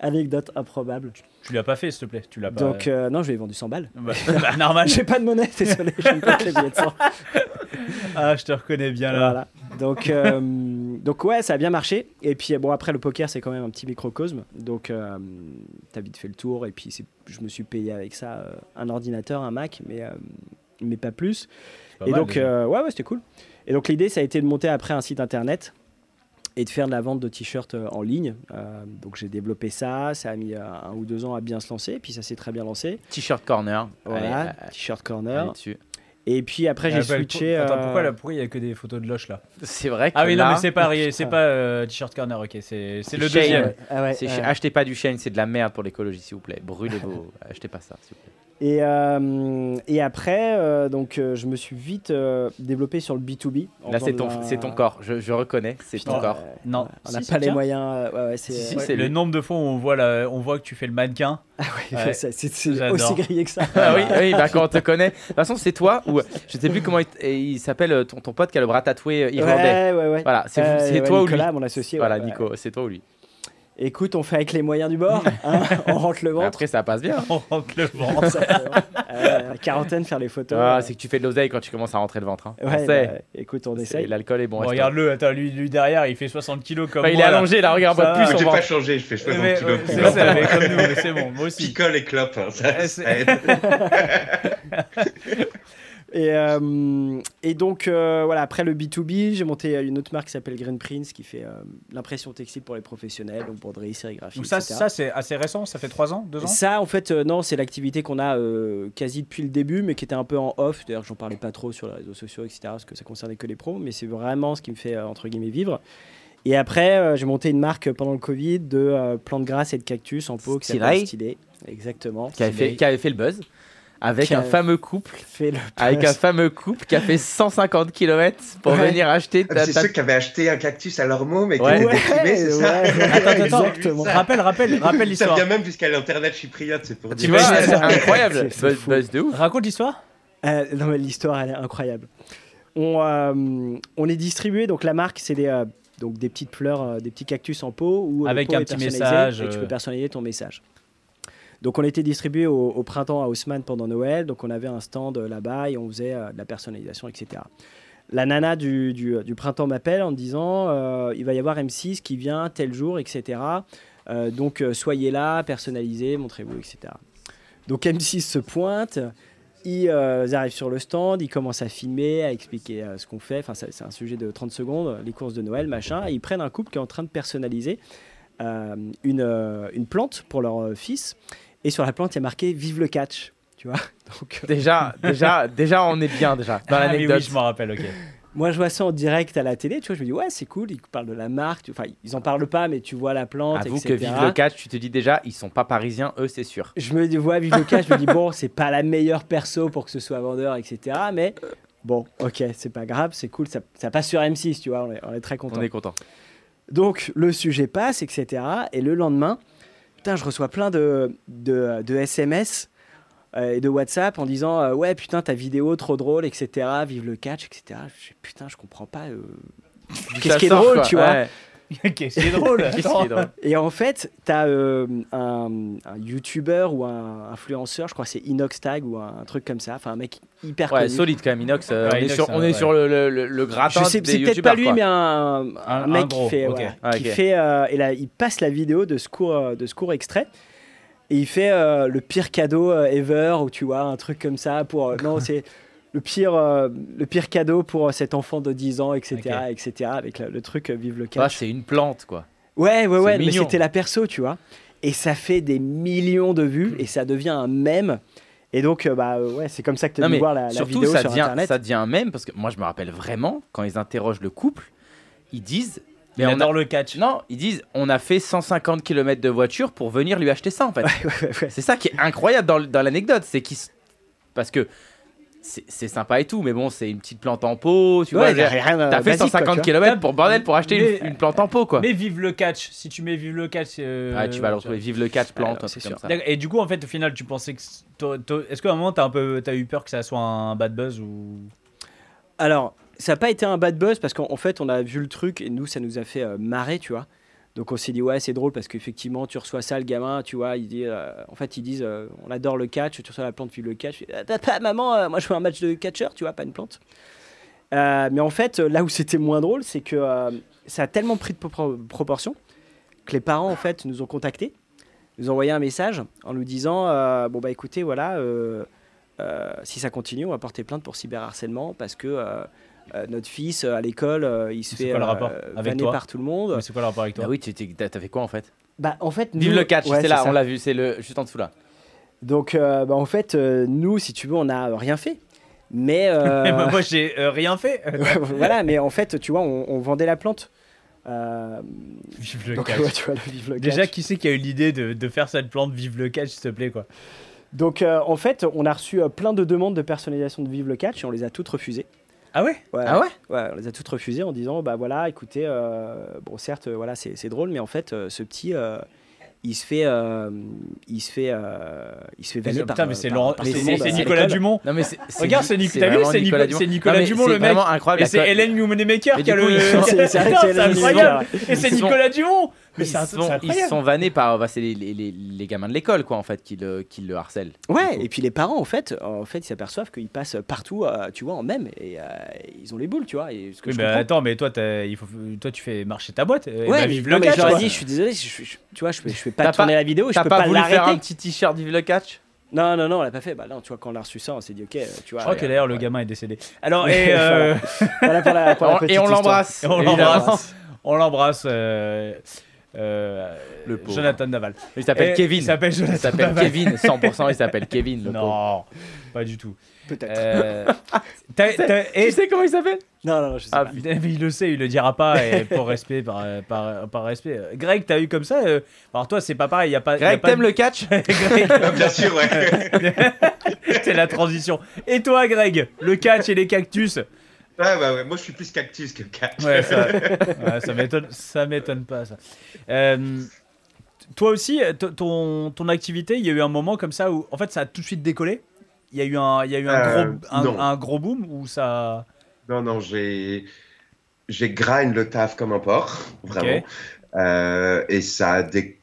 Speaker 4: Anecdote improbable.
Speaker 2: Tu l'as pas fait, s'il te plaît.
Speaker 3: Ah
Speaker 2: Tu l'as
Speaker 3: bah
Speaker 2: pas.
Speaker 4: Donc, euh, non, je l'ai vendu 100 balles.
Speaker 2: [laughs]
Speaker 4: Ah,
Speaker 2: Bah, bah,
Speaker 4: [laughs]
Speaker 2: normal.
Speaker 4: J'ai pas de monnaie, désolé, je ne peux pas les billets de 100.
Speaker 2: Ah, je te reconnais bien là.
Speaker 4: Voilà. Donc, euh, [laughs] donc ouais, ça a bien marché. Et puis euh, bon, après le poker, c'est quand même un petit microcosme. Donc, euh, t'as vite fait le tour. Et puis, c'est- je me suis payé avec ça euh, un ordinateur, un Mac, mais euh, mais pas plus.
Speaker 2: C'est pas
Speaker 4: et
Speaker 2: mal,
Speaker 4: donc,
Speaker 2: déjà.
Speaker 4: euh, ouais, ouais, c'était cool. Et donc, l'idée, ça a été de monter après un site internet et de faire de la vente de t-shirts euh, en ligne. Euh, donc, j'ai développé ça. Ça a mis euh, un ou deux ans à bien se lancer. Et puis, ça s'est très bien lancé.
Speaker 3: T-shirt corner.
Speaker 4: Voilà,
Speaker 3: Allez, euh,
Speaker 4: t-shirt
Speaker 3: allez
Speaker 4: corner.
Speaker 3: dessus.
Speaker 4: Et puis après, j'ai
Speaker 2: Ah, bah,
Speaker 4: switché.
Speaker 2: pour- Attends,
Speaker 4: euh,
Speaker 2: pourquoi là- pourquoi il y a que des photos de Loche là
Speaker 3: C'est vrai que.
Speaker 2: Ah oui, non,
Speaker 3: là,
Speaker 2: mais c'est pas,
Speaker 4: putain.
Speaker 2: c'est pas euh, T-shirt Corner, ok, c'est c'est le
Speaker 3: Shane.
Speaker 2: deuxième.
Speaker 4: Ah ouais,
Speaker 3: c'est-
Speaker 4: ouais.
Speaker 3: Achetez pas du chêne, c'est de la merde pour l'écologie, s'il vous plaît. Brûlez vos. Achetez pas ça, s'il vous plaît.
Speaker 4: Et, euh, et après, euh, donc, euh, je me suis vite euh, développé sur le B2B. en
Speaker 3: Là,
Speaker 4: faisant
Speaker 3: c'est
Speaker 4: de
Speaker 3: ton,
Speaker 4: la-
Speaker 3: c'est ton corps. Je, je reconnais, c'est ton
Speaker 2: Putain.
Speaker 3: corps. [laughs]
Speaker 4: Ouais,
Speaker 2: Non,
Speaker 4: on
Speaker 2: Si,
Speaker 4: n'a
Speaker 2: si,
Speaker 4: pas les
Speaker 2: tiens.
Speaker 4: moyens. euh, ouais, ouais, c'est
Speaker 3: Si, si,
Speaker 4: ouais,
Speaker 3: c'est
Speaker 2: Le
Speaker 3: lui.
Speaker 2: nombre de fois où on voit, la- on voit que tu fais le mannequin. [laughs]
Speaker 4: [laughs] ouais,
Speaker 2: ouais.
Speaker 4: c'est- c'est- c'est
Speaker 2: J'adore.
Speaker 4: aussi
Speaker 3: [laughs]
Speaker 4: grillé que ça.
Speaker 3: Ah oui, oui bah, quand on te connaît. De toute façon, c'est toi ou. Je sais plus comment il, et il s'appelle euh, ton, ton pote qui a le bras tatoué euh,
Speaker 4: ouais,
Speaker 3: irlandais.
Speaker 4: ouais, ouais.
Speaker 3: Voilà, c'est vous-
Speaker 4: Euh,
Speaker 3: c'est
Speaker 4: ouais,
Speaker 3: toi ou lui.
Speaker 4: Nicolas, mon associé. ouais,
Speaker 3: Voilà,
Speaker 4: ouais.
Speaker 3: Nico, c'est toi ou lui.
Speaker 4: Écoute, on fait avec les moyens du
Speaker 3: [laughs]
Speaker 4: bord. hein, on rentre le ventre.
Speaker 3: Après, ça passe bien. hein.
Speaker 2: On rentre le vent.
Speaker 4: Exactement. Euh, quarantaine, faire les photos.
Speaker 3: Ah,
Speaker 4: euh,
Speaker 3: c'est que tu fais de l'oseille quand tu commences à rentrer le ventre. Hein.
Speaker 4: ouais,
Speaker 3: on sait.
Speaker 4: bah, écoute, on
Speaker 3: C'est-
Speaker 4: essaye.
Speaker 3: L'alcool est bon.
Speaker 2: Bon,
Speaker 3: restons.
Speaker 2: Regarde-le, attends, lui, lui derrière, il fait 60 kilos comme
Speaker 3: Enfin, il est
Speaker 2: moi. là.
Speaker 3: allongé là, regarde, on
Speaker 2: Ça va.
Speaker 3: boit plus
Speaker 2: Sur
Speaker 5: J'ai
Speaker 3: on
Speaker 5: pas
Speaker 3: va.
Speaker 5: changé, je fais 60
Speaker 2: Mais,
Speaker 5: kilos.
Speaker 2: ouais,
Speaker 5: plus
Speaker 2: c'est
Speaker 5: grand.
Speaker 2: ça, mais
Speaker 5: [laughs]
Speaker 2: comme nous, mais c'est bon, moi aussi.
Speaker 5: Picole et clope, hein, ça,
Speaker 2: Ouais,
Speaker 5: ça
Speaker 2: c'est- eh,
Speaker 5: aide.
Speaker 4: Et, euh, et donc, euh, voilà, après le B2B, j'ai monté euh, une autre marque qui s'appelle Green Prince qui fait euh, l'impression textile pour les professionnels, donc broderie, sérigraphie.
Speaker 2: Donc ça,
Speaker 4: etc.
Speaker 2: ça c'est assez récent, ça fait 3 ans, 2 ans
Speaker 4: Ça, en fait, euh, non, c'est l'activité qu'on a euh, quasi depuis le début, mais qui était un peu en off. D'ailleurs, j'en parlais pas trop sur les réseaux sociaux, etc., parce que ça concernait que les pros, mais c'est vraiment ce qui me fait, euh, entre guillemets, vivre. Et après, euh, j'ai monté une marque pendant le Covid de euh, plantes grasses et de cactus en pot qui
Speaker 3: Stylé.
Speaker 4: s'appelle Stylé. Exactement.
Speaker 3: Qui avait, fait, qui avait fait le buzz avec
Speaker 4: Qui
Speaker 3: un
Speaker 4: a-
Speaker 3: fameux couple.
Speaker 4: Fait le
Speaker 3: Avec
Speaker 4: buzz.
Speaker 3: un fameux couple qui a fait 150 km pour
Speaker 4: Ouais.
Speaker 3: venir acheter
Speaker 5: Ah,
Speaker 3: ta.
Speaker 5: C'est
Speaker 3: ta-
Speaker 5: ceux qui avaient acheté un cactus à leur mot, mais qui
Speaker 3: Ouais.
Speaker 5: étaient
Speaker 4: Ouais,
Speaker 5: déprimés, c'est ça [laughs]
Speaker 4: ouais, ouais,
Speaker 2: Attends, attends,
Speaker 4: exactement.
Speaker 2: Rappelle, rappelle, rappelle
Speaker 5: Ça
Speaker 2: l'histoire.
Speaker 5: vient même jusqu'à l'internet chypriote, c'est pour
Speaker 3: Tu
Speaker 5: dire.
Speaker 3: vois,
Speaker 2: T'imagines-
Speaker 3: c'est incroyable.
Speaker 4: C'est- c'est
Speaker 3: Buzz,
Speaker 4: fou.
Speaker 3: buzz de ouf.
Speaker 2: Raconte l'histoire
Speaker 4: Euh, non, mais l'histoire, elle est incroyable. On, euh, on est distribué, donc la marque, c'est des, euh, donc des petites fleurs, euh, des petits cactus en pot. Où euh, le
Speaker 2: Avec
Speaker 4: pot
Speaker 2: un
Speaker 4: est
Speaker 2: petit
Speaker 4: personnalisé
Speaker 2: message,
Speaker 4: Et tu
Speaker 2: euh.
Speaker 4: peux personnaliser ton message. Donc on était distribué au, au printemps à Haussmann pendant Noël, donc on avait un stand euh, là-bas et on faisait euh, de la personnalisation, etc. La nana du, du- du printemps m'appelle en me disant euh, il va y avoir M6 qui vient tel jour, etc. Euh, donc euh, soyez là, personnalisez, montrez-vous, etc. Donc M6 se pointe, ils euh, arrivent sur le stand, ils commencent à filmer, à expliquer euh, ce qu'on fait. Enfin, ça- c'est un sujet de 30 secondes, les courses de Noël, machin. Et ils prennent un couple qui est en train de personnaliser euh, une, euh, une plante pour leur euh, fils. Et sur la plante, il y a marqué Vive le catch. Tu vois [laughs] Donc, euh, [laughs]
Speaker 3: Déjà, déjà, déjà, on est bien déjà dans
Speaker 2: Ah oui,
Speaker 3: l'anecdote.
Speaker 2: oui, je m'en rappelle, ok. [laughs]
Speaker 4: Moi, je vois ça en direct à la télé, tu vois, je me dis, ouais, c'est cool, ils parlent de la marque, tu- enfin, ils en parlent pas, mais tu vois la plante,
Speaker 3: Avoue
Speaker 4: etc.
Speaker 3: que Vive le catch, tu te dis déjà, ils sont pas parisiens, eux, c'est sûr.
Speaker 4: Je me dis, vois, vive le cas, je me dis, bon, c'est pas la meilleure perso pour que ce soit vendeur, etc. Mais bon, ok, c'est pas grave, c'est cool, ça, ça passe sur M6, tu vois, on est, on est très content.
Speaker 3: On est content.
Speaker 4: Donc, le sujet passe, etc. Et le lendemain, putain, je reçois plein de, de, de SMS euh, et de WhatsApp en disant euh, Ouais, putain, ta vidéo, trop drôle, etc. Vive le catch, etc. Je fais, Putain, je comprends pas. euh, Qu'est-ce qui est drôle, tu vois
Speaker 2: Qu'est-ce qui est drôle
Speaker 3: Qu'est-ce qui est drôle
Speaker 4: Et en fait, tu as un, un YouTuber ou un influenceur, je crois que c'est Inoxtag ou un, un truc comme ça, enfin un mec hyper
Speaker 3: Ouais,
Speaker 4: connu.
Speaker 3: solide quand même, Inox. euh,
Speaker 2: Ouais,
Speaker 3: on,
Speaker 2: Inox,
Speaker 3: est sur,
Speaker 2: hein,
Speaker 3: on est
Speaker 2: ouais.
Speaker 3: sur le, le, le, le
Speaker 4: Je
Speaker 3: gratin
Speaker 4: sais,
Speaker 3: des
Speaker 4: c'est peut-être pas
Speaker 3: youtubeurs,
Speaker 4: lui,
Speaker 3: quoi.
Speaker 4: mais un, un
Speaker 2: Un-
Speaker 4: mec
Speaker 2: un gros,
Speaker 4: qui fait,
Speaker 2: ok.
Speaker 4: voilà,
Speaker 3: Ah,
Speaker 4: qui
Speaker 3: ok.
Speaker 4: fait euh, et là, il passe la vidéo de ce cours, euh, de ce cours extrait. Et il fait euh, le pire cadeau euh, ever, ou tu vois, un truc comme ça pour. euh,
Speaker 3: [laughs]
Speaker 4: non, c'est le pire, euh, le pire cadeau pour euh, cet enfant de 10 ans, etc. etc. avec le, le truc euh, Vive le
Speaker 3: Ah,
Speaker 4: catch.
Speaker 3: c'est une plante, quoi.
Speaker 4: Ouais, ouais,
Speaker 3: C'est
Speaker 4: ouais, mais
Speaker 3: mignon.
Speaker 4: c'était la perso, tu vois. Et ça fait des millions de vues et ça devient un mème. Et donc, euh, bah euh, ouais, c'est comme ça que tu as
Speaker 3: Non,
Speaker 4: dû
Speaker 3: mais
Speaker 4: voir la, la
Speaker 3: surtout,
Speaker 4: vidéo
Speaker 3: ça,
Speaker 4: sur
Speaker 3: devient,
Speaker 4: Internet.
Speaker 3: ça devient un mème, parce que moi, je me rappelle vraiment, quand ils interrogent le couple, ils disent. Mais on a-
Speaker 2: adore le catch.
Speaker 3: Non, ils disent on a fait 150 km de voiture pour venir lui acheter ça en fait.
Speaker 4: Ouais, [laughs] ouais.
Speaker 3: C'est ça qui est incroyable dans, l- dans l'anecdote, c'est qu'ils s- parce que c'est c'est sympa et tout, mais bon, c'est une petite plante en pot, tu vois.
Speaker 4: Ouais,
Speaker 3: genre,
Speaker 4: rien, euh,
Speaker 3: T'as fait
Speaker 4: basique, quoi, tu
Speaker 3: 150
Speaker 4: vois.
Speaker 3: km pour bordel pour acheter une-
Speaker 2: Mais-
Speaker 3: une, plante en pot quoi.
Speaker 2: Mais vive le catch. Si tu mets vive le catch. euh,
Speaker 3: Ah, tu vas le retrouver, vive le catch plante,
Speaker 4: Alors,
Speaker 3: un
Speaker 4: c'est
Speaker 3: truc comme
Speaker 4: sûr.
Speaker 3: ça.
Speaker 2: D'accord. Et du coup, en fait, au final, tu pensais que. c'est- t'aurais- t'aurais- Est-ce qu'à un moment, t'as un peu, t'as eu peur que ça soit un bad buzz ou
Speaker 4: Alors, ça n'a pas été un bad buzz parce qu'en en fait, on a vu le truc et nous, ça nous a fait euh, marrer, tu vois. Donc, on s'est dit, ouais, c'est drôle parce qu'effectivement, tu reçois ça, le gamin, tu vois. Il dit, euh, en fait, ils disent, euh, on adore le catch, tu reçois la plante, puis le catch. Ah, Papa, maman, euh, moi, je fais un match de catcheur, tu vois, pas une plante. Euh, mais en fait, euh, là où c'était moins drôle, c'est que euh, ça a tellement pris de pro- proportion que les parents, en fait, nous ont contactés, nous ont envoyé un message en nous disant, euh, bon, bah écoutez, voilà. euh, euh, si ça continue, on va porter plainte pour cyberharcèlement parce que euh, euh, notre fils euh, à l'école, euh, il se
Speaker 2: C'est
Speaker 4: fait
Speaker 2: quoi le
Speaker 4: euh,
Speaker 2: rapport avec
Speaker 4: vanner
Speaker 2: toi
Speaker 4: par tout le monde.
Speaker 2: Mais c'est quoi le rapport avec toi
Speaker 3: Ah oui, tu- tu- t'as t'as fait quoi en fait
Speaker 4: Bah, en fait,
Speaker 3: Vive
Speaker 4: nous-
Speaker 3: le catch,
Speaker 4: ouais,
Speaker 3: c'est là,
Speaker 4: ça.
Speaker 3: on l'a vu, c'est le juste en dessous là.
Speaker 4: Donc, euh, bah, en fait, euh, nous, si tu veux, on n'a rien fait. Mais
Speaker 2: [laughs]
Speaker 4: euh,
Speaker 2: Mais
Speaker 4: [laughs]
Speaker 2: moi, moi, j'ai euh, rien fait. [laughs]
Speaker 4: voilà, mais en fait, tu vois, on, on vendait la plante. Euh,
Speaker 2: Vive le
Speaker 4: donc,
Speaker 2: catch.
Speaker 4: ouais, tu vois, le vive le
Speaker 2: Déjà,
Speaker 4: catch.
Speaker 2: qui c'est qui a eu l'idée de, de faire cette plante Vive le catch, s'il te plaît, quoi.
Speaker 4: Donc, euh, en fait, on a reçu euh, plein de demandes de personnalisation de Vive le catch et on les a toutes refusées.
Speaker 2: Ah ouais
Speaker 4: Ouais,
Speaker 3: Ah ouais
Speaker 4: Ouais, on les a toutes refusées en disant bah voilà, écoutez, euh, bon certes, euh, voilà, c'est c'est drôle, mais en fait, euh, ce petit, euh, il se fait, euh, il se fait, euh, il se fait vanner par.
Speaker 2: Putain, mais
Speaker 4: euh,
Speaker 2: c'est
Speaker 4: par-
Speaker 2: Laurent-
Speaker 4: par tout
Speaker 2: c'est
Speaker 4: le
Speaker 2: c'est-
Speaker 4: monde
Speaker 2: c'est
Speaker 4: à
Speaker 2: Nicolas
Speaker 4: l'école.
Speaker 2: Dumont.
Speaker 3: Non mais c'est c'est-
Speaker 2: Regarde, c'est Nic-
Speaker 3: c'est
Speaker 2: t'as vu,
Speaker 3: vraiment
Speaker 2: c'est Nicolas- c'est Nicolas
Speaker 3: Non, mais
Speaker 2: Dumont, le
Speaker 3: C'est vraiment
Speaker 2: mec.
Speaker 4: Ah,
Speaker 3: incroyable.
Speaker 2: Et
Speaker 3: la co-
Speaker 2: c'est Hélène Youmenemaker
Speaker 3: Mais
Speaker 2: qui a
Speaker 3: du coup,
Speaker 2: le.
Speaker 3: ils sont-
Speaker 2: [laughs]
Speaker 4: C'est- c'est vrai que
Speaker 2: Putain,
Speaker 4: c'est
Speaker 2: c'est
Speaker 4: Hélène Dumont,
Speaker 2: incroyable.
Speaker 4: ouais.
Speaker 2: Et c'est
Speaker 3: Ils sont-
Speaker 2: Nicolas Dumont. Mais
Speaker 3: Ils
Speaker 2: c'est un
Speaker 3: se
Speaker 2: truc
Speaker 3: font,
Speaker 2: c'est
Speaker 3: ils se
Speaker 2: incroyable.
Speaker 3: font vanner par bah, c'est les, les- les- les gamins de l'école quoi en fait qui le, qui le harcèlent. Du
Speaker 4: Ouais,
Speaker 3: coup.
Speaker 4: et puis les parents en fait, en fait, ils s'aperçoivent qu'ils passent partout, euh, tu vois, en même, et euh, ils ont les boules, tu vois. Et ce que
Speaker 2: Oui,
Speaker 4: je
Speaker 2: mais
Speaker 4: comprends.
Speaker 2: attends, mais toi, t'as- il faut, toi, tu fais marcher ta boîte. euh, et
Speaker 4: Ouais,
Speaker 2: bah,
Speaker 4: mais-
Speaker 2: vive
Speaker 4: non,
Speaker 2: le
Speaker 4: mais
Speaker 2: catch.
Speaker 4: je leur ai
Speaker 2: quoi.
Speaker 4: dit, je suis désolé, je, je- je- tu vois, je, peux- je peux
Speaker 3: T'as
Speaker 4: pas
Speaker 3: pas-
Speaker 4: tourner la vidéo, je
Speaker 3: T'as
Speaker 4: peux
Speaker 3: pas,
Speaker 4: pas,
Speaker 3: voulu faire un
Speaker 4: l'arrêter.
Speaker 3: petit t-shirt du le catch
Speaker 4: Non, non, non, on l'a pas fait. Bah non, tu vois, quand on a reçu ça, on s'est dit, ok, euh, tu vois.
Speaker 2: Je crois que d'ailleurs, le
Speaker 3: Ouais.
Speaker 2: gamin est décédé.
Speaker 4: [laughs]
Speaker 2: Alors, et, euh,
Speaker 4: voilà pour la- pour [laughs] la
Speaker 3: On-
Speaker 4: petite
Speaker 3: Et on
Speaker 4: histoire.
Speaker 3: l'embrasse.
Speaker 2: et on
Speaker 3: évidemment.
Speaker 2: l'embrasse. On l'embrasse. euh, euh,
Speaker 3: Le pauvre.
Speaker 2: Jonathan Naval.
Speaker 3: Il s'appelle
Speaker 2: Et-
Speaker 3: Kevin.
Speaker 2: Il s'appelle
Speaker 3: Il
Speaker 2: Jonathan
Speaker 3: s'appelle
Speaker 2: Naval.
Speaker 3: Kevin. 100% il s'appelle Kevin. Le pauvre.
Speaker 2: Non, pas du tout.
Speaker 4: Peut-être.
Speaker 2: [laughs] Euh, t'as- t'as- et-
Speaker 3: Tu sais comment il s'appelle
Speaker 4: Non, non, non, je sais
Speaker 3: Ah,
Speaker 4: pas.
Speaker 2: Putain, [laughs] mais il le sait, il le dira pas et pour respect, par, euh, par, par respect. Euh, Greg, t'as eu comme ça euh, Alors toi, c'est pas pareil, y a pas. y a
Speaker 3: Greg,
Speaker 2: pas de- [laughs]
Speaker 3: t'aimes le catch
Speaker 2: Greg,
Speaker 5: Ah, Bien sûr, ouais.
Speaker 2: [laughs]
Speaker 3: [laughs]
Speaker 2: c'est la transition. Et toi, Greg, le catch et les cactus
Speaker 5: Ouais, ouais, ouais. Moi, je suis plus cactus que catch.
Speaker 2: Ouais, ça, ouais, ça m'étonne, ça m'étonne pas ça. Euh, toi aussi, euh, ton- ton, ton activité, il y a eu un moment comme ça où, en fait, ça a tout de suite décollé. Il y a eu un, il y a eu un,
Speaker 5: Euh,
Speaker 2: gros, un,
Speaker 5: non.
Speaker 2: un gros boom où ça.
Speaker 5: Non, non, j'ai j'ai grind le taf comme un porc, vraiment. Euh, et ça a des...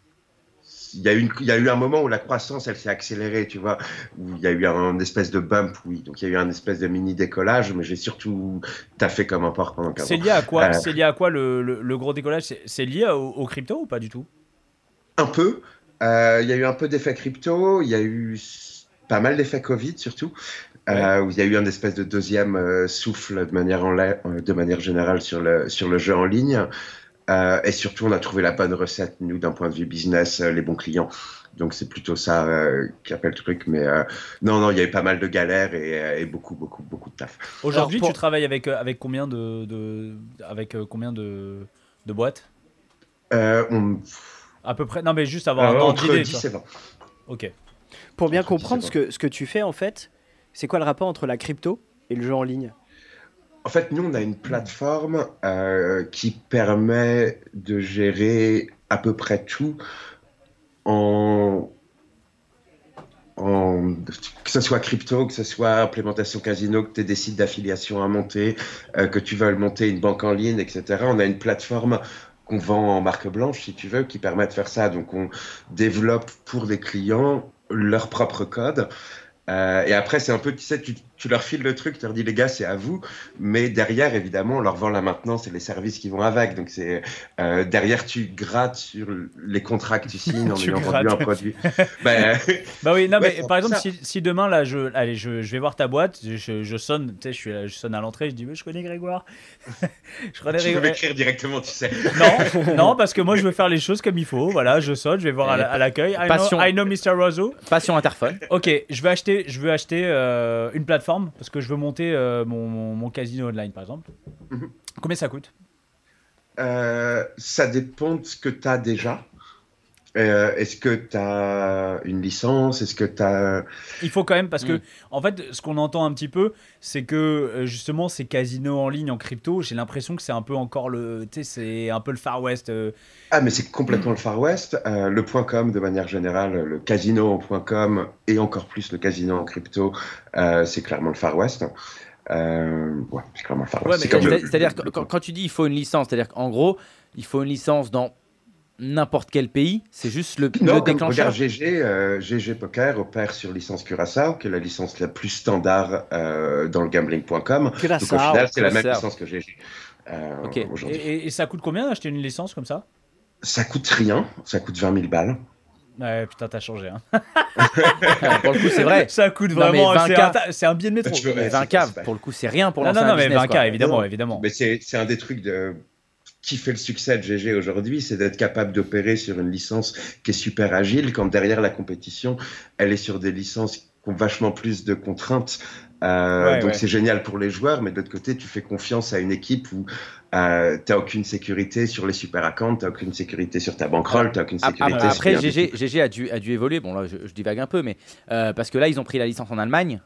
Speaker 5: Il y, a eu une- il y a eu un moment où la croissance, elle s'est accélérée, tu vois, où il y a eu un espèce de bump, oui. Donc il y a eu un espèce de mini décollage, mais j'ai surtout taffé comme un porc pendant 15
Speaker 2: C'est
Speaker 5: ans.
Speaker 2: lié à quoi
Speaker 5: Euh.
Speaker 2: C'est lié à quoi le, le- le gros décollage C'est- C'est lié au, au crypto ou pas du tout
Speaker 5: Un peu. Euh, Il y a eu un peu d'effet crypto, il y a eu s- pas mal d'effets Covid surtout, euh, où il y a eu un espèce de deuxième euh, souffle de manière, en la- euh, de manière générale sur le, sur le jeu en ligne. Euh, et surtout, on a trouvé la bonne recette, nous, d'un point de vue business, euh, les bons clients. Donc c'est plutôt ça euh, qui appelle le truc. Mais euh, non, non, il y avait pas mal de galères et, et beaucoup, beaucoup, beaucoup de taf.
Speaker 2: Aujourd'hui, pour... tu travailles avec, euh, avec combien de, de avec euh, combien de, de boîtes
Speaker 5: Euh, on...
Speaker 2: À peu près. Non, mais juste avoir un ordre d'idée.
Speaker 5: 10 Euh, et 20.
Speaker 2: Ok.
Speaker 4: Pour bien entre comprendre ce que, ce que tu fais en fait, c'est quoi le rapport entre la crypto et le jeu en ligne
Speaker 5: en fait, nous, on a une plateforme euh, qui permet de gérer à peu près tout en, en que ce soit crypto, que ce soit implémentation casino, que tu aies des sites d'affiliation à monter, euh, que tu veuilles monter une banque en ligne, etc. On a une plateforme qu'on vend en marque blanche, si tu veux, qui permet de faire ça. Donc, on développe pour les clients leur propre code. Euh, et après, c'est un peu, tu sais, tu, tu, leur files le truc, tu leur dis les gars, c'est à vous. Mais derrière, évidemment, on leur vend la maintenance et les services qui vont avec. Donc c'est euh, derrière, tu grattes sur les contrats que
Speaker 2: [laughs]
Speaker 5: tu signes en
Speaker 2: Tu
Speaker 5: ayant
Speaker 2: grattes.
Speaker 5: vendu un produit. ben,
Speaker 2: Bah oui, non,
Speaker 5: Ouais,
Speaker 2: mais par exemple,
Speaker 5: ça.
Speaker 2: si, si demain, là, je, allez, je, je vais voir ta boîte, je, je sonne, tu sais, je, suis là, je sonne à l'entrée, je dis, mais je connais Grégoire. [laughs] je connais
Speaker 5: tu peux
Speaker 2: Grégoire.
Speaker 5: m'écrire directement, tu sais.
Speaker 2: Non, non, parce que moi, je veux faire les choses comme il faut. Voilà, je sonne, je vais voir à la- à l'accueil. I know,
Speaker 3: Eh, Passion.
Speaker 2: I know Mr. Roseau.
Speaker 3: Passion interphone.
Speaker 2: Ok, je vais acheter, je veux acheter euh, une plateforme parce que je veux monter euh, mon, mon- mon casino online, par exemple.
Speaker 5: Mhm.
Speaker 2: Combien ça coûte
Speaker 5: Euh, ça dépend de ce que tu as déjà. Euh, Est-ce que tu as une licence Est-ce que tu as.
Speaker 2: Il faut quand même, parce que,
Speaker 3: Mm.
Speaker 2: en fait, ce qu'on entend un petit peu, c'est que euh, justement, ces casinos en ligne, en crypto, j'ai l'impression que c'est un peu encore le. Tu sais, c'est un peu le Far West. euh.
Speaker 5: Ah, mais c'est complètement le Far West. Euh, le point .com, de manière générale, le casino en point .com et encore plus le casino en crypto, euh, c'est clairement le Far West. Euh, ouais, c'est clairement le Far West.
Speaker 3: Ouais,
Speaker 5: C'est
Speaker 3: mais
Speaker 5: comme le-
Speaker 3: c'est- c'est-à-dire
Speaker 5: le-
Speaker 3: que quand, quand tu dis il faut une licence, c'est-à-dire qu'en gros, il faut une licence dans n'importe quel pays, c'est juste le,
Speaker 5: Non,
Speaker 3: le
Speaker 5: comme- regarde,
Speaker 3: déclencheur.
Speaker 5: GG, euh, GG Poker opère sur licence Curaçao, qui est la licence la plus standard euh, dans le gambling.com.
Speaker 4: Que la
Speaker 5: Donc au final, c'est la même
Speaker 3: Curaçao.
Speaker 5: licence que GG. euh,
Speaker 3: Ok. Et-
Speaker 2: Et,
Speaker 5: aujourd'hui.
Speaker 2: et- et ça coûte combien d'acheter une licence comme ça
Speaker 5: Ça coûte rien, ça coûte 20 000 balles.
Speaker 2: Ouais, putain, t'as changé. hein.
Speaker 3: Ah, pour le coup, c'est
Speaker 5: [laughs]
Speaker 3: vrai.
Speaker 2: [laughs] Ça coûte
Speaker 3: Non, mais
Speaker 2: vraiment. c'est
Speaker 3: 20K.
Speaker 2: un- C'est un, billet de métro.
Speaker 5: Tu veux-
Speaker 3: Mais
Speaker 5: Ouais, c'est pas-
Speaker 3: 20K,
Speaker 5: c'est pas-
Speaker 3: pour le coup, c'est rien pour
Speaker 2: non,
Speaker 3: lancer
Speaker 2: non,
Speaker 3: un
Speaker 2: non, mais
Speaker 3: business.
Speaker 2: 20K,
Speaker 3: quoi.
Speaker 2: évidemment,
Speaker 5: Non,
Speaker 2: évidemment.
Speaker 5: Mais c'est c'est un des trucs de qui fait le succès de GG aujourd'hui, c'est d'être capable d'opérer sur une licence qui est super agile, quand derrière la compétition, elle est sur des licences qui ont vachement plus de contraintes. Euh,
Speaker 2: Ouais,
Speaker 5: donc
Speaker 2: ouais.
Speaker 5: c'est génial pour les joueurs, mais de l'autre côté, tu fais confiance à une équipe où euh, t'as aucune sécurité sur les super accounts, t'as aucune sécurité sur ta bankroll, t'as
Speaker 2: Ah,
Speaker 5: aucune
Speaker 3: Ap- ap-
Speaker 5: sécurité. sur
Speaker 3: Après,
Speaker 5: rien du
Speaker 3: GG, GG a, dû, a dû évoluer. Bon, là, je, je divague un peu, mais euh, parce que là, ils ont pris la licence en Allemagne.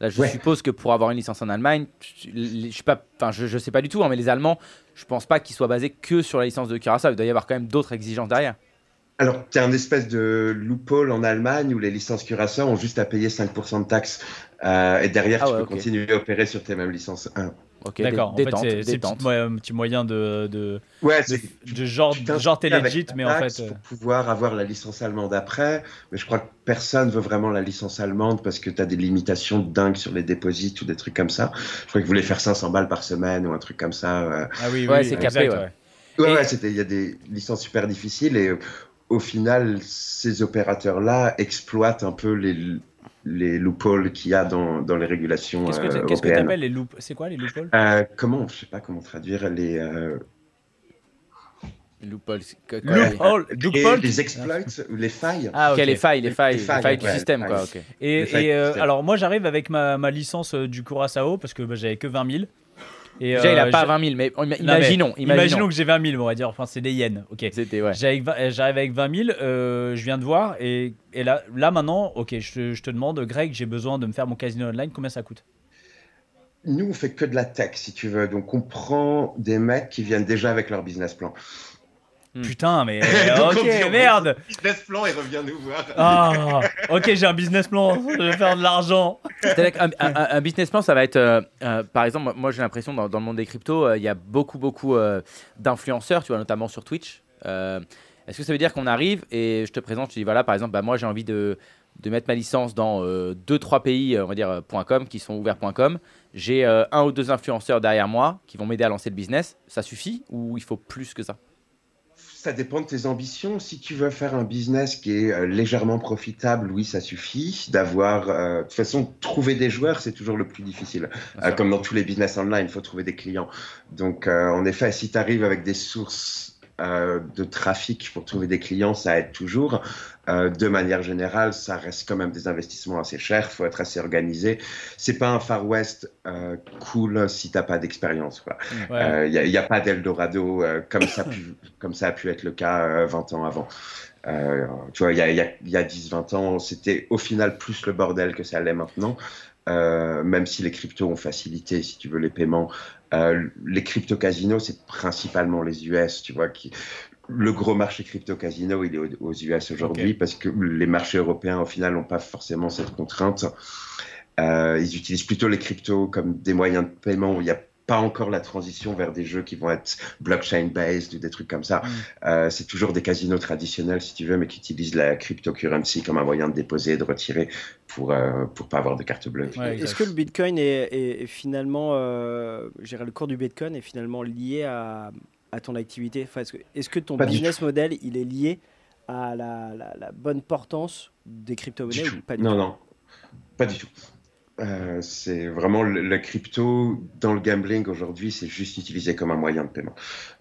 Speaker 3: Là, je
Speaker 5: Ouais.
Speaker 3: suppose que pour avoir une licence en Allemagne, je, je suis pas, enfin, je, je sais pas du tout, hein, mais les Allemands, je pense pas qu'ils soient basés que sur la licence de Curaçao. Il doit y avoir quand même d'autres exigences derrière.
Speaker 5: Alors, tu as un espèce de loophole en Allemagne où les licences Curaçao ont juste à payer 5% de taxes. Euh, et derrière,
Speaker 3: Ah
Speaker 5: tu
Speaker 3: ouais,
Speaker 5: peux
Speaker 3: ok.
Speaker 5: continuer à opérer sur tes mêmes licences. Ah.
Speaker 3: Ok,
Speaker 2: D'accord, en
Speaker 3: dé-
Speaker 2: fait,
Speaker 3: détente,
Speaker 2: c'est- c'est un
Speaker 3: détente.
Speaker 2: petit, moyen- un petit moyen de, de,
Speaker 5: Ouais,
Speaker 2: de,
Speaker 5: c'est.
Speaker 2: de genre,
Speaker 5: tu t'inscris
Speaker 2: genre t'es
Speaker 5: avec
Speaker 2: legit,
Speaker 5: ta
Speaker 2: mais en
Speaker 5: taxe
Speaker 2: fait. euh,
Speaker 5: Pour pouvoir avoir la licence allemande après, mais je crois que personne veut vraiment la licence allemande parce que tu as des limitations dingues sur les déposits ou des trucs comme ça. Je crois qu'ils voulaient faire 500 balles par semaine ou un truc comme ça. euh, ouais.
Speaker 2: Ah oui,
Speaker 3: Ouais,
Speaker 2: oui,
Speaker 3: c'est
Speaker 2: exact,
Speaker 3: capé, ouais.
Speaker 2: ouais.
Speaker 5: Ouais,
Speaker 2: Et-
Speaker 5: ouais, c'était, il y a des licences super difficiles et euh, au final, ces opérateurs-là exploitent un peu les, les loopholes qu'il y a dans, dans les régulations
Speaker 2: Qu'est-ce que
Speaker 5: euh,
Speaker 2: t'a- qu'est-ce que
Speaker 5: européennes.
Speaker 2: t'appelles les loop C'est quoi les loopholes
Speaker 5: Euh, comment, je sais pas comment traduire les, euh,
Speaker 3: Loophole, c'est- que-
Speaker 2: Loophole,
Speaker 5: les,
Speaker 2: loophole.
Speaker 5: les exploits ou les failles.
Speaker 2: Ah, ok.
Speaker 3: Quelles les failles, les failles, les
Speaker 5: failles,
Speaker 3: failles du
Speaker 5: ouais,
Speaker 3: système,
Speaker 5: les
Speaker 3: quoi.
Speaker 5: failles.
Speaker 3: ok.
Speaker 2: Et,
Speaker 5: Le fait
Speaker 2: et, euh,
Speaker 5: que c'était-
Speaker 2: alors, moi, j'arrive avec ma, ma licence euh, du Curaçao parce que bah, j'avais que 20 000. Et,
Speaker 3: Déjà, il
Speaker 2: euh,
Speaker 3: a pas
Speaker 2: j'ai-
Speaker 3: 20 000, mais on-
Speaker 2: Non, mais
Speaker 3: imaginons, imaginons.
Speaker 2: que j'ai 20 000, on va dire. Enfin, c'est des yens. Ok.
Speaker 3: C'était, ouais.
Speaker 2: J'arrive euh, j'arrive avec 20 000, euh, je viens de voir. Et, et là, là, maintenant, ok, je, je te demande, Greg, j'ai besoin de me faire mon casino online. Combien ça coûte
Speaker 5: Nous, on fait que de la tech, si tu veux. Donc, on prend des mecs qui viennent déjà avec leur business plan.
Speaker 3: Hmm.
Speaker 2: Putain,
Speaker 3: [laughs]
Speaker 2: mais. euh,
Speaker 5: Donc, on
Speaker 2: ok,
Speaker 5: dit, on-
Speaker 2: merde
Speaker 5: Business plan, il revient nous voir.
Speaker 2: Ah, Ok, j'ai un business plan, je vais faire de l'argent.
Speaker 3: C'est-à-dire qu'un- un, un- un business plan, ça va être, euh, euh, par exemple, moi- moi j'ai l'impression dans, dans le monde des cryptos, euh, il y a beaucoup, beaucoup euh, d'influenceurs, tu vois, notamment sur Twitch. Euh, Est-ce que ça veut dire qu'on arrive et je te présente, je te dis, voilà, par exemple, bah, moi j'ai envie de, de mettre ma licence dans 2-3 pays, euh, on va dire, euh, .com, qui sont ouverts .com. J'ai euh, un ou deux influenceurs derrière moi qui vont m'aider à lancer le business. Ça suffit ou il faut plus que ça
Speaker 5: Ça dépend de tes ambitions. Si tu veux faire un business qui est euh, légèrement profitable, oui, ça suffit. D'avoir, euh, de toute façon, trouver des joueurs, c'est toujours le plus difficile. Euh, comme dans tous les business online, il faut trouver des clients. Donc, euh, en effet, si tu arrives avec des sources euh, de trafic pour trouver des clients, ça aide toujours. Euh, de manière générale, ça reste quand même des investissements assez chers. Faut être assez organisé. C'est pas un Far West euh, cool si t'as pas d'expérience.
Speaker 3: Hmm.
Speaker 5: Il
Speaker 3: Euh,
Speaker 5: ouais. n'y Euh, a, a, pas d'Eldorado euh, comme ça, pu, comme ça a pu être le cas 20 ans avant. Euh, tu vois, il y a, y a, y a 10-20 ans, c'était au final plus le bordel que ça l'est maintenant. Euh, même si les cryptos ont facilité, si tu veux, les paiements, euh, les crypto casinos, c'est principalement les US, tu vois, qui le gros marché crypto casino, il est aux US aujourd'hui okay. parce que les marchés européens, au final, n'ont pas forcément cette contrainte. Euh, ils utilisent plutôt les cryptos comme des moyens de paiement où il n'y a pas encore la transition vers des jeux qui vont être blockchain-based ou des trucs comme ça. Mmh. Euh, c'est toujours des casinos traditionnels, si tu veux, mais qui utilisent la cryptocurrency comme un moyen de déposer et de retirer pour euh, pour pas avoir de carte bleue.
Speaker 4: Ouais, Est-ce que le Bitcoin est, est finalement, euh, le cours du Bitcoin est finalement lié à, à ton activité enfin, Est-ce que, est que, ton pas business model, il est lié à la, la, la bonne portance des crypto-monnaies ou
Speaker 5: pas du Non, tout non, pas du tout. Euh, c'est vraiment le, la crypto dans le gambling aujourd'hui, c'est juste utilisé comme un moyen de paiement.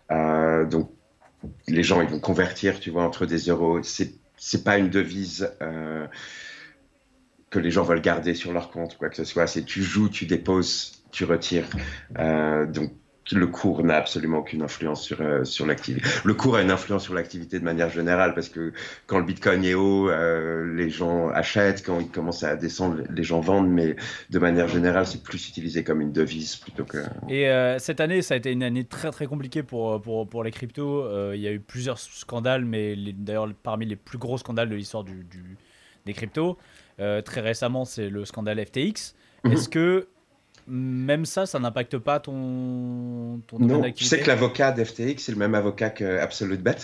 Speaker 5: Euh, donc les gens ils vont convertir, tu vois, entre des euros. C'est c'est pas une devise euh, que les gens veulent garder sur leur compte quoi que ce soit. C'est tu joues, tu déposes, tu retires. Euh, donc le cours n'a absolument aucune influence sur, euh, sur l'activité. Le cours a une influence sur l'activité de manière générale parce que quand le Bitcoin est haut, euh, les gens achètent, quand il commence à descendre, les gens vendent, mais de manière générale, c'est plus utilisé comme une devise plutôt que...
Speaker 2: Et euh, cette année, ça a été une année très très compliquée pour, euh, pour, pour les cryptos. Euh, il y a eu plusieurs scandales, mais d'ailleurs parmi les plus gros scandales de l'histoire du, du, des cryptos. euh, très récemment, c'est le scandale FTX.
Speaker 5: Mhm.
Speaker 2: Est-ce que même ça, ça n'impacte pas ton, ton
Speaker 5: non, Tu sais que l'avocat d'FTX, c'est le même avocat que Absolute Bet.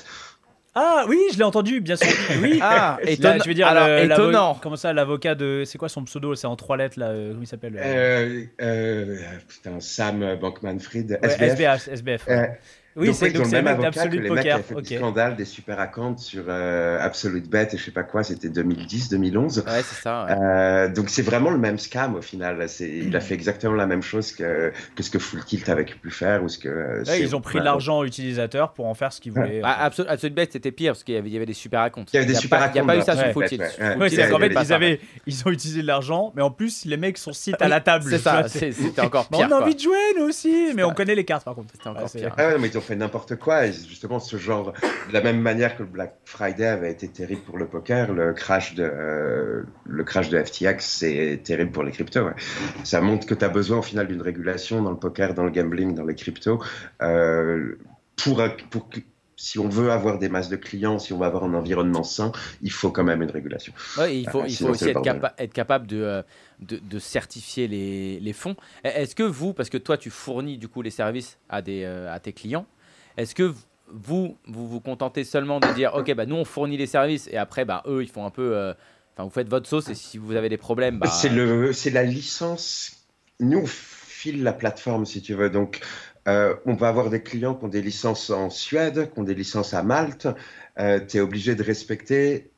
Speaker 2: Ah oui, je l'ai entendu, bien
Speaker 5: [laughs]
Speaker 2: sûr. Oui.
Speaker 3: [laughs] ah,
Speaker 2: étonnant. je veux dire,
Speaker 3: Alors, étonnant.
Speaker 2: Comment ça, l'avocat de. C'est quoi son pseudo C'est en trois lettres, là. Euh, comment il s'appelle
Speaker 5: euh, euh, Putain, Sam Bankman-Fried.
Speaker 2: Ouais, SBF. SBF.
Speaker 5: Euh, Ouais. Oui, c'est le même avocat Absolute que les Poker. mecs qui okay. scandale des super accounts sur euh, Absolute Bet et je sais pas quoi, c'était 2010, 2011.
Speaker 3: Ouais, c'est ça. Ouais.
Speaker 5: Euh, donc c'est vraiment le même scam au final. Mmh. Il a fait exactement la même chose que, que ce que Full Tilt avait pu faire ou ce que. Euh,
Speaker 2: ouais, ils ont pris l'argent utilisateur pour en faire ce qu'ils voulaient.
Speaker 3: Ah, Absolute, Absolute Bet c'était pire parce qu'il y, y avait, des super accounts.
Speaker 5: Il y avait des
Speaker 3: y
Speaker 5: super
Speaker 3: pas,
Speaker 5: accounts. Il
Speaker 3: n'y a pas eu ça sur Full Tilt.
Speaker 2: Ouais, c'est qu'en fait ils avaient, [laughs] ils ont utilisé de l'argent, mais en plus les mecs sont site à la table.
Speaker 3: C'est ça. C'était encore pire.
Speaker 2: On a envie de jouer nous aussi, mais on connaît les cartes par contre.
Speaker 3: C'était encore pire
Speaker 5: Ah fait n'importe quoi. Et justement, ce genre, de la même manière que le Black Friday avait été terrible pour le poker, le crash de, euh, le crash de FTX, c'est terrible pour les cryptos. Ouais. Ça montre que tu as besoin au final d'une régulation dans le poker, dans le gambling, dans les cryptos, euh, pour, pour, si on veut avoir des masses de clients, si on veut avoir un environnement sain, il faut quand même une régulation.
Speaker 3: Ouais, il faut, euh, il faut aussi être, capa être, capable de, euh, de, de certifier les, les fonds. E, Est-ce que vous, parce que toi tu fournis du coup les services à, des, euh, à tes clients, est-ce que vous, vous vous contentez seulement de dire ok bah nous on fournit les services et après bah eux ils font un peu, enfin euh, vous faites votre sauce et si vous avez des problèmes, bah,
Speaker 5: c'est le c'est la licence. Nous on file la plateforme si tu veux donc. Euh, on va avoir des clients qui ont des licences en Suède, qui ont des licences à Malte. Euh, tu es obligé de respecter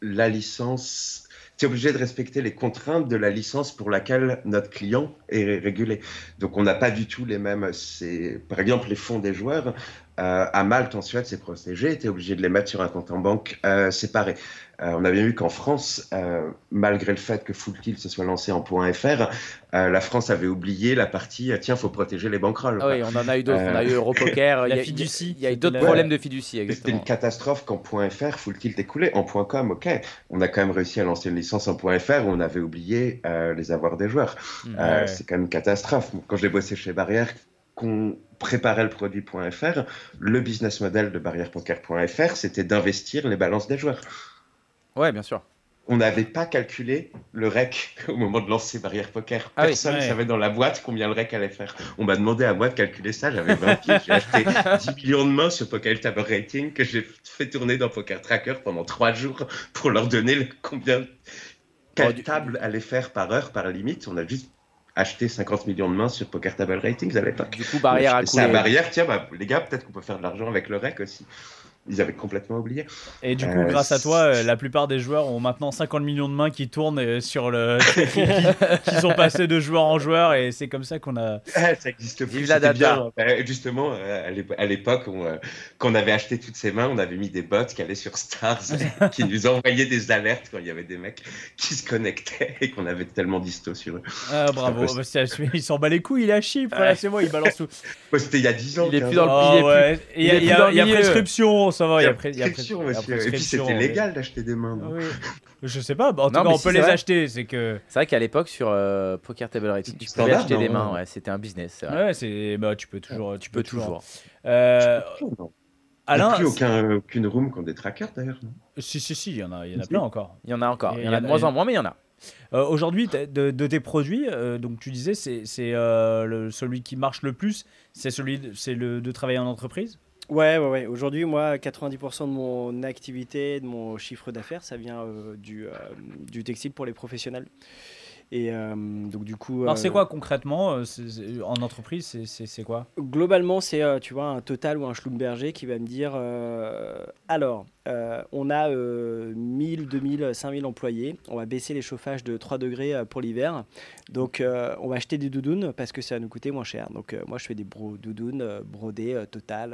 Speaker 5: la licence. Tu es obligé de respecter les contraintes de la licence pour laquelle notre client est régulé. Donc, on n'a pas du tout les mêmes. Par exemple, les fonds des joueurs, euh, à Malte, en Suède, c'est protégé. Tu es obligé de les mettre sur un compte en banque euh, séparé. Euh, on a bien vu qu'en France, euh, malgré le fait que Full Tilt se soit lancé en point .fr, euh, la France avait oublié la partie euh, tiens, faut protéger les bankrolls.
Speaker 3: Ah oui, on en a eu d'autres. Euh... On a eu [laughs] Europoker, il y a, fiducie, il y a eu d'autres problèmes de fiducie.
Speaker 5: C'était une catastrophe qu'en point .fr, full tilt est coulé. En point .com, ok, on a quand même réussi à lancer une licence en point .fr où on avait oublié euh, les avoirs des joueurs.
Speaker 3: Mm. Ah
Speaker 5: Ouais. Euh, C'est quand même une catastrophe. Quand j'ai bossé chez Barrière, qu'on préparait le produit.fr, le business model de barrièrepoker.fr, c'était d'investir les balances des joueurs.
Speaker 3: Ouais, bien sûr
Speaker 5: on n'avait pas calculé le rec [laughs] au moment de lancer Barrière Poker. Personne ne ah oui, ouais. savait dans la boîte combien le rec allait faire. On m'a demandé à moi de calculer ça. J'avais 20 piges. J'ai [laughs] acheté 10 millions de mains sur Poker Tower Rating que j'ai fait tourner dans Poker Tracker pendant 3 jours pour leur donner le combien. Quelle oh, table allait faire par heure, par limite. On a juste acheté 50 millions de mains sur Poker Table Ratings à l'époque.
Speaker 3: Du coup, barrière à
Speaker 5: C'est à barrière. Tiens, bah, les gars, peut-être qu'on peut faire de l'argent avec le rec aussi. Ils avaient complètement oublié.
Speaker 2: Et du coup, grâce à toi, euh, la plupart des joueurs ont maintenant 50 millions de mains qui tournent euh, sur le. [laughs] qui, qui sont passés de joueur en joueur et c'est comme ça qu'on a.
Speaker 5: Ah, ça existe plus.
Speaker 3: Vive la
Speaker 5: c'était
Speaker 3: data.
Speaker 5: bien. Euh, Justement, euh, à l'ép- à l'époque, on, euh, quand on avait acheté toutes ces mains, on avait mis des bots qui allaient sur Stars, [laughs] qui nous envoyaient des alertes quand il y avait des mecs qui se connectaient et qu'on avait tellement d'histo sur eux.
Speaker 2: Ah, bravo,
Speaker 5: C'est
Speaker 2: bah, c'est- il s'en bat les couilles, il est à Chypre, voilà, c'est moi, il balance
Speaker 3: [laughs]
Speaker 2: tout.
Speaker 5: Bah, C'était il y a 10 ans.
Speaker 3: Il est plus
Speaker 5: 15
Speaker 3: dans
Speaker 5: ans.
Speaker 3: le- il est
Speaker 2: Ah ouais, et Il y a-
Speaker 3: il est
Speaker 2: il y a
Speaker 3: euh. plus dans le
Speaker 2: il y a
Speaker 3: milieu.
Speaker 2: prescription, ça va, il y a pré- il y a
Speaker 5: prescription,
Speaker 2: pré- il y a
Speaker 5: monsieur. Et puis
Speaker 2: prescription,
Speaker 5: c'était
Speaker 2: mais-
Speaker 5: légal d'acheter des mains. donc.
Speaker 2: Oui. Je sais pas, bah, en tout
Speaker 3: Non,
Speaker 2: cas,
Speaker 3: mais
Speaker 2: on
Speaker 3: si,
Speaker 2: peut
Speaker 3: c'est
Speaker 2: les
Speaker 3: vrai.
Speaker 2: acheter, c'est que.
Speaker 3: C'est vrai qu'à l'époque, sur euh, Poker Table Rating, tu pouvais
Speaker 5: Standard,
Speaker 3: acheter
Speaker 5: non,
Speaker 3: des mains,
Speaker 5: ouais.
Speaker 3: ouais, c'était un business. c'est vrai.
Speaker 2: Ouais, c'est bah tu peux toujours, tu
Speaker 3: Tu peux
Speaker 2: peux
Speaker 3: toujours.
Speaker 2: Euh,
Speaker 5: Il n'y a
Speaker 2: Alain,
Speaker 5: plus aucun, aucune room qui ont des trackers d'ailleurs. non
Speaker 2: si si si, il y en a, il y en a plein encore.
Speaker 3: Il y en a encore.
Speaker 2: Et
Speaker 3: Il y en a de
Speaker 2: il y
Speaker 3: moins
Speaker 2: a-
Speaker 3: en moins, mais il y en a.
Speaker 2: Euh, Aujourd'hui, t'as- de, de tes produits, euh, donc tu disais, c'est c'est, euh, le- celui qui marche le plus, c'est celui, de- c'est le de travailler en entreprise.
Speaker 4: Ouais, ouais, ouais. Aujourd'hui, moi, 90% de mon activité, de mon chiffre d'affaires, ça vient euh, du, euh, du textile pour les professionnels. Et euh, donc, du coup.
Speaker 2: Alors
Speaker 4: euh,
Speaker 2: c'est quoi concrètement euh, c'est- c'est- en entreprise, c'est- c'est c'est quoi
Speaker 4: Globalement, c'est euh, tu vois un Total ou un Schlumberger qui va me dire euh, alors euh, on a euh, 1000, 2000, 5000 employés, on va baisser les chauffages de 3 degrés euh, pour l'hiver, donc euh, on va acheter des doudounes parce que ça va nous coûter moins cher. Donc euh, moi je fais des bro doudounes euh, brodées euh, Total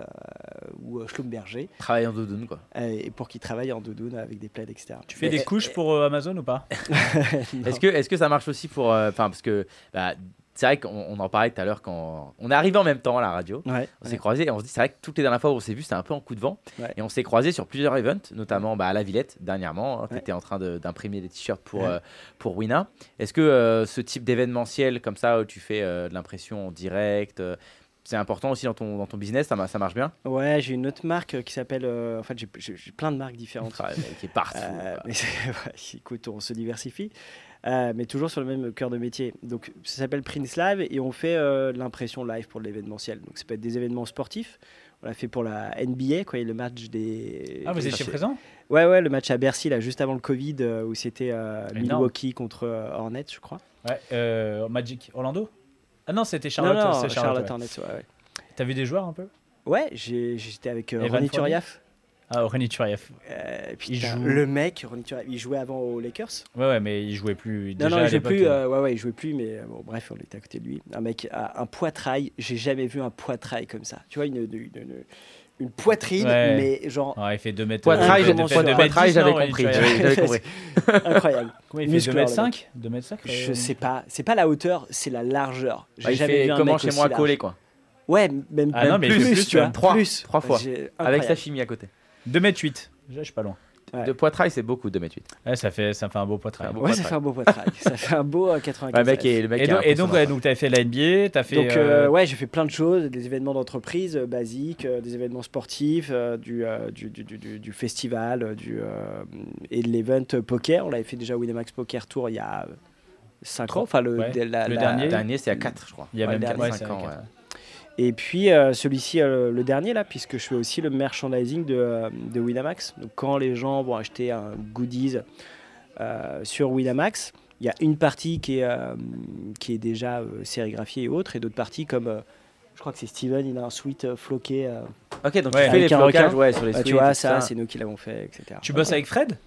Speaker 4: euh, ou euh, Schlumberger
Speaker 3: Travailler en doudoune, quoi.
Speaker 4: euh, et pour qu'ils travaillent en doudoune avec des plaids etc.
Speaker 2: Tu fais des
Speaker 4: eh,
Speaker 2: couches pour euh, Amazon ou pas
Speaker 4: [laughs] Non.
Speaker 3: Est-ce que, est que ça marche aussi pour. euh, Enfin, parce que. bah, c'est vrai qu'on on en parlait tout à l'heure quand. On est arrivé en même temps à la radio.
Speaker 4: Ouais.
Speaker 3: On s'est croisés et on se dit, c'est vrai que toutes les dernières fois où on s'est vu, c'était un peu en coup de vent.
Speaker 4: Ouais.
Speaker 3: Et on s'est croisés sur plusieurs events, notamment bah, à la Villette dernièrement. tu étais en train de- d'imprimer des t-shirts pour,
Speaker 4: Ouais.
Speaker 3: euh, pour Wina. Est-ce que euh, ce type d'événementiel comme ça, où tu fais euh, de l'impression en direct, euh, c'est important aussi dans ton, dans ton business Ça, ma- ça marche bien
Speaker 4: Ouais, j'ai une autre marque euh, qui s'appelle. euh, en fait, j'ai- j'ai j'ai plein de marques
Speaker 3: On
Speaker 4: différentes.
Speaker 3: travaille qui est partout.
Speaker 2: Ah,
Speaker 4: Euh,
Speaker 3: quoi.
Speaker 4: mais [laughs] c'est- ouais, écoute, on se diversifie, Euh, mais toujours sur le même cœur de métier. Donc, ça s'appelle Prince Live et on fait euh, de l'impression live pour de l'événementiel. Donc, ça peut être des événements sportifs. On l'a fait pour la NBA, quoi, et le match des.
Speaker 2: Ah, vous
Speaker 4: des-
Speaker 2: étiez présent
Speaker 4: Ouais, ouais, le match à Bercy, là, juste avant le Covid, euh, où c'était euh,
Speaker 2: Énorme.
Speaker 4: Milwaukee contre euh, Hornets, je crois.
Speaker 2: Ouais, euh, Magic, Orlando. Ah non, c'était Charlotte.
Speaker 4: non, non,
Speaker 2: c'est Charlotte.
Speaker 4: Charlotte Hornets, ouais. ouais.
Speaker 2: ouais. T'as vu des joueurs un peu
Speaker 4: Ouais, j'ai- j'étais avec euh,
Speaker 2: Evan
Speaker 4: Ronny
Speaker 2: Fournier.
Speaker 4: Turiaf.
Speaker 2: Ah, René Turiaf.
Speaker 4: Euh,
Speaker 2: Il
Speaker 4: putain,
Speaker 2: joue-
Speaker 4: Le mec, Ronny Turiaf, il jouait avant aux Lakers.
Speaker 2: Ouais, ouais, mais il jouait plus.
Speaker 4: Non,
Speaker 2: déjà
Speaker 4: non, il
Speaker 2: à
Speaker 4: jouait
Speaker 2: l'époque. hein.
Speaker 4: plus.
Speaker 3: hein.
Speaker 4: euh, ouais, ouais, il jouait plus, mais euh, bon, bref, on était à côté de lui. Un mec a un poitrail. J'ai jamais vu un poitrail comme ça. Tu vois, une, une, une- une poitrine,
Speaker 2: Ouais.
Speaker 4: mais genre
Speaker 2: Ouais, il fait 2 mètres.
Speaker 3: Poitrail,
Speaker 4: euh,
Speaker 3: j'ai-
Speaker 4: comment
Speaker 3: poitrail,
Speaker 4: ça
Speaker 3: poitrail, j'avais compris.
Speaker 2: Combien
Speaker 3: J'avais
Speaker 4: [laughs]
Speaker 3: j'avais compris. [laughs] Euh,
Speaker 4: incroyable.
Speaker 2: il fait
Speaker 4: Muscleur,
Speaker 2: 2
Speaker 4: le
Speaker 2: mètres
Speaker 4: mec.
Speaker 2: 5 2 mètres euh, 5
Speaker 4: Je sais pas. C'est pas la hauteur, c'est la largeur. J'ai
Speaker 3: Bah, il
Speaker 4: jamais
Speaker 3: fait
Speaker 4: vu un
Speaker 3: comment
Speaker 4: mec
Speaker 3: chez
Speaker 4: aussi
Speaker 3: moi
Speaker 4: large.
Speaker 3: collé, quoi.
Speaker 4: Ouais, même,
Speaker 2: Ah non,
Speaker 4: même
Speaker 2: mais
Speaker 4: plus,
Speaker 2: il fait plus,
Speaker 4: tu vois.
Speaker 3: même trois,
Speaker 4: plus.
Speaker 3: trois fois.
Speaker 4: J'ai-
Speaker 3: Avec sa
Speaker 4: incroyable.
Speaker 3: chimie à côté.
Speaker 2: 2 mètres 8. Déjà, je suis pas loin.
Speaker 4: Ouais.
Speaker 3: De poitrail, c'est beaucoup, 2 mètres 8.
Speaker 2: Ouais, ça fait, ça fait un beau poitrail.
Speaker 3: Un beau
Speaker 4: Ouais, ça fait un beau poitrail. ça fait un beau euh, 95.
Speaker 3: le mec est, le mec
Speaker 2: Et
Speaker 3: est
Speaker 2: donc, et donc,
Speaker 3: impressionnant.
Speaker 2: ouais, donc t'as fait la NBA, t'as fait.
Speaker 4: Donc
Speaker 2: euh,
Speaker 4: euh, ouais, j'ai fait plein de choses, des événements d'entreprise euh, basiques, euh, des événements sportifs, euh, du, euh, du, du, du- du- du festival euh, du, euh, et de l'event euh, poker. On l'avait fait déjà au Winamax Poker Tour il y a 5 ans, enfin le,
Speaker 2: Ouais,
Speaker 4: de- la-
Speaker 2: le
Speaker 4: la-
Speaker 3: Le
Speaker 2: dernier.
Speaker 3: Bah, dernier, c'est à 4, je crois.
Speaker 2: Il y a même
Speaker 4: quatre,
Speaker 3: quatre,
Speaker 2: ouais,
Speaker 3: cinq
Speaker 2: c'est
Speaker 3: ans,
Speaker 2: à
Speaker 3: ouais.
Speaker 2: quatre.
Speaker 4: Et puis euh, celui-ci, euh, le dernier là, puisque je fais aussi le merchandising de, euh, de Winamax. Donc quand les gens vont acheter un goodies euh, sur Winamax, il y a une partie qui est, euh, qui est déjà euh, sérigraphiée et autre, et d'autres parties comme, euh, je crois que c'est Steven, il a un sweat euh, floqué. euh,
Speaker 3: Ok, donc
Speaker 2: Ouais.
Speaker 3: tu fais les
Speaker 4: Avec un
Speaker 3: flocages
Speaker 4: requin.
Speaker 3: ouais, sur les
Speaker 4: Bah,
Speaker 3: suites
Speaker 4: tu
Speaker 3: et
Speaker 4: vois,
Speaker 3: tout
Speaker 4: ça, c'est nous qui l'avons fait, etc.
Speaker 2: Tu bosses avec Fred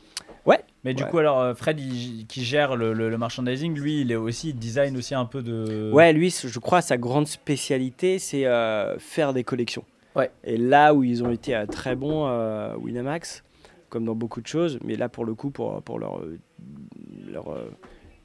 Speaker 4: Ouais.
Speaker 2: Mais du
Speaker 4: Ouais.
Speaker 2: coup, alors, euh, Fred, il- qui gère le, le- le merchandising, lui, il est aussi il design aussi un peu de.
Speaker 4: Ouais, lui, c- je crois, sa grande spécialité, c'est euh, faire des collections.
Speaker 3: Ouais.
Speaker 4: Et là où ils ont été euh, très bons, euh, Winamax, comme dans beaucoup de choses, mais là, pour le coup, pour, pour leur, euh, leur, euh,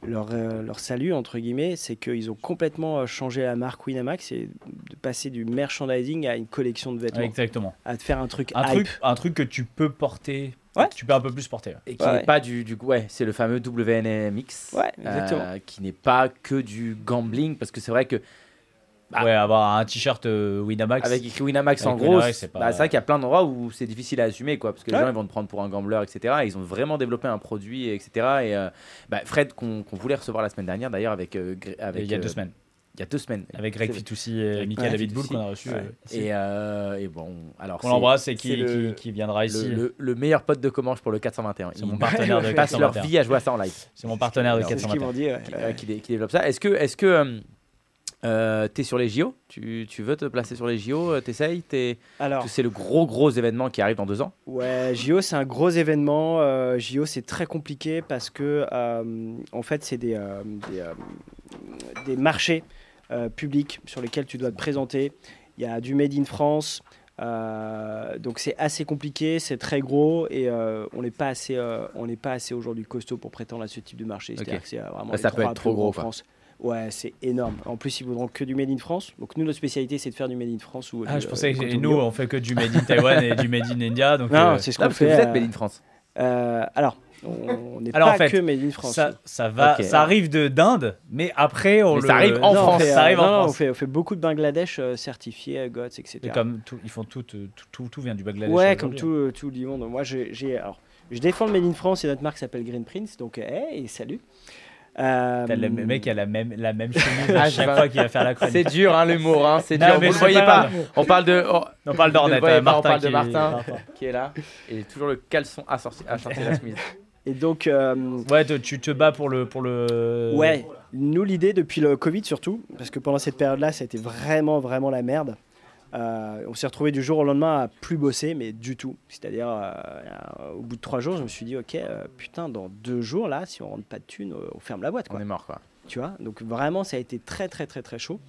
Speaker 4: leur, euh, leur salut, entre guillemets, c'est qu'ils ont complètement euh, changé la marque Winamax et de passer du merchandising à une collection de vêtements,
Speaker 2: Ouais, exactement.
Speaker 4: à te faire un truc
Speaker 2: Un
Speaker 4: hype.
Speaker 2: truc, un truc que tu peux porter.
Speaker 4: Ouais.
Speaker 2: Tu peux un peu plus porter. ouais.
Speaker 3: Et qui
Speaker 4: Ouais,
Speaker 3: n'est
Speaker 4: ouais.
Speaker 3: pas du, du ouais, c'est le fameux WNMX.
Speaker 4: Ouais, exactement.
Speaker 3: euh, qui n'est pas que du gambling, parce que c'est vrai que Ah.
Speaker 4: Bah.
Speaker 2: Ouais, avoir un t-shirt euh, Winamax.
Speaker 3: avec écrit Winamax en
Speaker 2: Avec
Speaker 3: gros,
Speaker 2: Winamax,
Speaker 3: c'est
Speaker 2: c'est pas-
Speaker 3: bah, c'est vrai qu'il y a plein d'endroits où c'est difficile à assumer, quoi, parce que les
Speaker 4: Ouais.
Speaker 3: gens ils vont te prendre pour un gambler, etc. Et ils ont vraiment développé un produit, etc. Et euh, bah, Fred qu'on qu'on voulait recevoir la semaine dernière, d'ailleurs avec, euh, Gré- avec
Speaker 2: il y a
Speaker 3: euh,
Speaker 2: deux semaines.
Speaker 3: il y a deux semaines,
Speaker 2: Avec Greg
Speaker 3: C'est-
Speaker 2: Fitoussi et
Speaker 3: Avec
Speaker 2: Mika
Speaker 3: Greg
Speaker 2: David Bull
Speaker 3: Fitoussi.
Speaker 2: qu'on a reçu.
Speaker 4: Ouais.
Speaker 2: euh, ici.
Speaker 3: Et, euh, et bon, alors
Speaker 2: Qu'on
Speaker 3: c'est-
Speaker 2: l'embrasse et
Speaker 3: c'est
Speaker 2: qui,
Speaker 3: le-
Speaker 2: qui- qui viendra
Speaker 3: le,
Speaker 2: ici.
Speaker 3: le- le meilleur pote de Comanche pour le 421.
Speaker 2: C'est
Speaker 3: Ils
Speaker 2: mon partenaire
Speaker 3: [laughs]
Speaker 2: de
Speaker 3: ils passent leur
Speaker 2: 421.
Speaker 3: vie à jouer à ça en live.
Speaker 2: C'est mon partenaire de
Speaker 3: C'est ce
Speaker 4: C'est ce qu'ils
Speaker 2: 421.
Speaker 3: euh,
Speaker 4: m'ont dit. ouais.
Speaker 3: qui, qui dé- qui développe ça. Est-ce que, est-ce que euh, Euh, t'es sur les JO tu, tu, veux te placer sur les JO T'essayes es... Alors... C'est le gros, gros événement qui arrive dans deux ans
Speaker 4: Ouais, JO, c'est un gros événement. Euh, JO, c'est très compliqué parce que, euh, en fait, c'est des, des, euh, des, marchés euh, publics sur lesquels tu dois te présenter. Il y a du Made in France. euh, donc c'est assez compliqué, c'est très gros et euh, on n'est pas assez, on n'est pas assez aujourd'hui costaud pour prétendre à ce type de marché. Okay. C'est euh, vraiment
Speaker 3: ça peut être trop gros en
Speaker 4: France. Ouais, c'est énorme. En plus, ils voudront que du Made in France. Donc, nous, notre spécialité, c'est de faire du Made in France. Ou,
Speaker 2: ah, je pensais euh, que nous, on fait que du Made in Taïwan et du Made in India. Donc,
Speaker 4: non, euh... c'est ce qu'on fait.
Speaker 3: Vous êtes Made in France.
Speaker 4: Euh, alors, on n'est pas en fait, que Made in France.
Speaker 2: Ça, ça va, okay. ça arrive de d'Inde, mais après, on mais le...
Speaker 3: ça arrive en
Speaker 4: non,
Speaker 3: France.
Speaker 4: On fait, euh,
Speaker 3: ça arrive
Speaker 4: non,
Speaker 3: en France.
Speaker 4: On fait, on fait beaucoup de Bangladesh euh, certifiés, GOTS, etc.
Speaker 2: Et comme tout, ils font tout, euh, tout, tout, tout vient du Bangladesh. euh, hein.
Speaker 4: Ouais, comme tout, euh, tout le monde. Moi, j'ai, alors, je défends le Made in France et notre marque s'appelle Green Prince. Donc, hey, salut.
Speaker 2: Euh... Le mec a la même, la même chemise
Speaker 3: [laughs]
Speaker 2: à
Speaker 3: Ah,
Speaker 2: chaque fois qu'il va faire la chronique.
Speaker 3: C'est dur, hein, l'humour. Hein, c'est dur. Vous ne voyez pas. On parle de. Oh,
Speaker 2: on parle d'Ornette. Euh,
Speaker 3: on parle de Martin est... qui est là. Et toujours le caleçon à sortir à la chemise.
Speaker 4: Et donc. Euh...
Speaker 2: Ouais, te, tu te bats pour le. Pour le...
Speaker 4: Ouais. Nous, l'idée, depuis le Covid surtout, parce que pendant cette période-là, ça a été vraiment, vraiment la merde. Euh, on s'est retrouvé du jour au lendemain à plus bosser, mais du tout. C'est-à-dire, euh, euh, au bout de trois jours, je me suis dit, ok, euh, putain, dans deux jours, là, si on rentre pas de thunes, euh, on ferme la boîte. Quoi.
Speaker 3: [laughs] On est mort, quoi.
Speaker 4: Tu vois Donc vraiment, ça a été très, très, très, très chaud.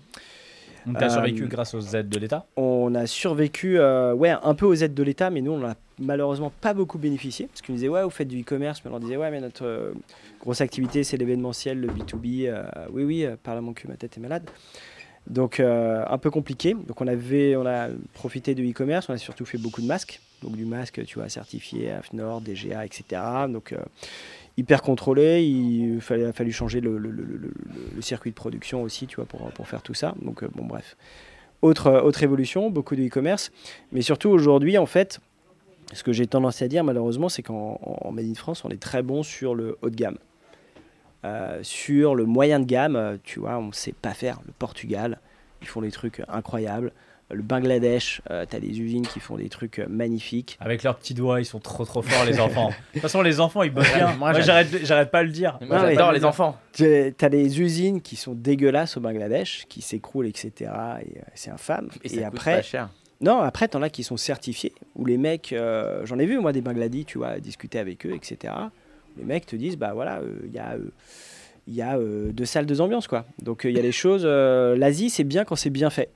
Speaker 2: Donc
Speaker 3: euh,
Speaker 2: t'as survécu grâce aux aides de l'État
Speaker 4: On a survécu, euh, ouais, un peu aux aides de l'État, mais nous, on n'a malheureusement pas beaucoup bénéficié. Parce qu'ils nous disaient, ouais, vous faites du e-commerce, mais on leur disait, ouais, mais notre euh, grosse activité, c'est l'événementiel, le B2B. euh, oui, oui, parle à mon cul, ma tête est malade. Donc euh, un peu compliqué. Donc on avait, on a profité de e-commerce, on a surtout fait beaucoup de masques. Donc du masque, tu vois, certifié AFNOR, DGA, etc. Donc euh, hyper contrôlé. Il fallait, a fallu changer le, le, le, le, circuit de production aussi, tu vois, pour, pour faire tout ça. Donc euh, bon, bref. Autre, euh, autre évolution, beaucoup de e-commerce. Mais surtout aujourd'hui, en fait, ce que j'ai tendance à dire malheureusement, c'est qu'en en Made in France, on est très bon sur le haut de gamme. Euh, sur le moyen de gamme, euh, tu vois, on ne sait pas faire. Le Portugal, ils font des trucs euh, incroyables. Le Bangladesh, euh, tu as des usines qui font des trucs euh, magnifiques.
Speaker 2: Avec leurs petits doigts, ils sont trop trop forts, les
Speaker 3: [laughs]
Speaker 2: enfants. De toute façon, les enfants, ils bossent bien. Moi, j'arrête pas à le dire.
Speaker 3: Moi, j'adore les enfants.
Speaker 4: Tu as des usines qui sont dégueulasses au Bangladesh, qui s'écroulent, etc. Et, euh, c'est infâme.
Speaker 3: Et, ça et coûte après. Pas cher.
Speaker 4: Non, après, t'en as qui sont certifiés, où les mecs, euh, j'en ai vu, moi, des Bangladis, tu vois, discuter avec eux, etc les mecs te disent bah voilà il euh, y a il euh, y a euh, deux salles deux ambiances quoi donc euh, il y a les choses euh, l'Asie c'est bien quand c'est bien fait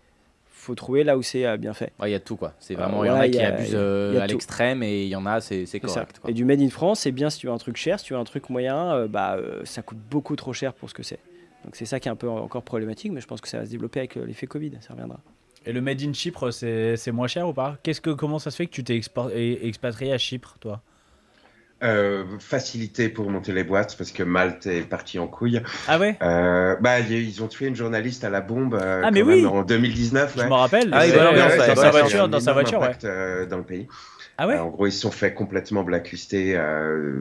Speaker 4: faut trouver là où c'est euh, bien fait
Speaker 3: il ouais, y a tout quoi c'est vraiment Ah, il voilà, y en a, y a qui a, abusent a, à l'extrême et il y en a c'est correct quoi.
Speaker 4: et du made in France c'est bien si tu veux un truc cher si tu veux un truc moyen bah ça coûte beaucoup trop cher pour ce que c'est donc c'est ça qui est un peu encore problématique mais je pense que ça va se développer avec euh, l'effet Covid ça reviendra
Speaker 2: et le made in Chypre c'est moins cher ou pas qu'est-ce que comment ça se fait que tu t'es expatrié à Chypre toi
Speaker 5: euh, facilité pour monter les boîtes parce que Malte est parti en couille.
Speaker 2: Ah ouais
Speaker 5: euh, Bah ils ont tué une journaliste à la bombe euh, ah, mais oui. en 2019. Ouais.
Speaker 2: Je m'en rappelle. Ah, dans, ouais, sa voiture, dans sa voiture,
Speaker 5: impact, ouais. dans le pays.
Speaker 2: Ah ouais.
Speaker 5: en gros ils se sont fait complètement blacklister. euh,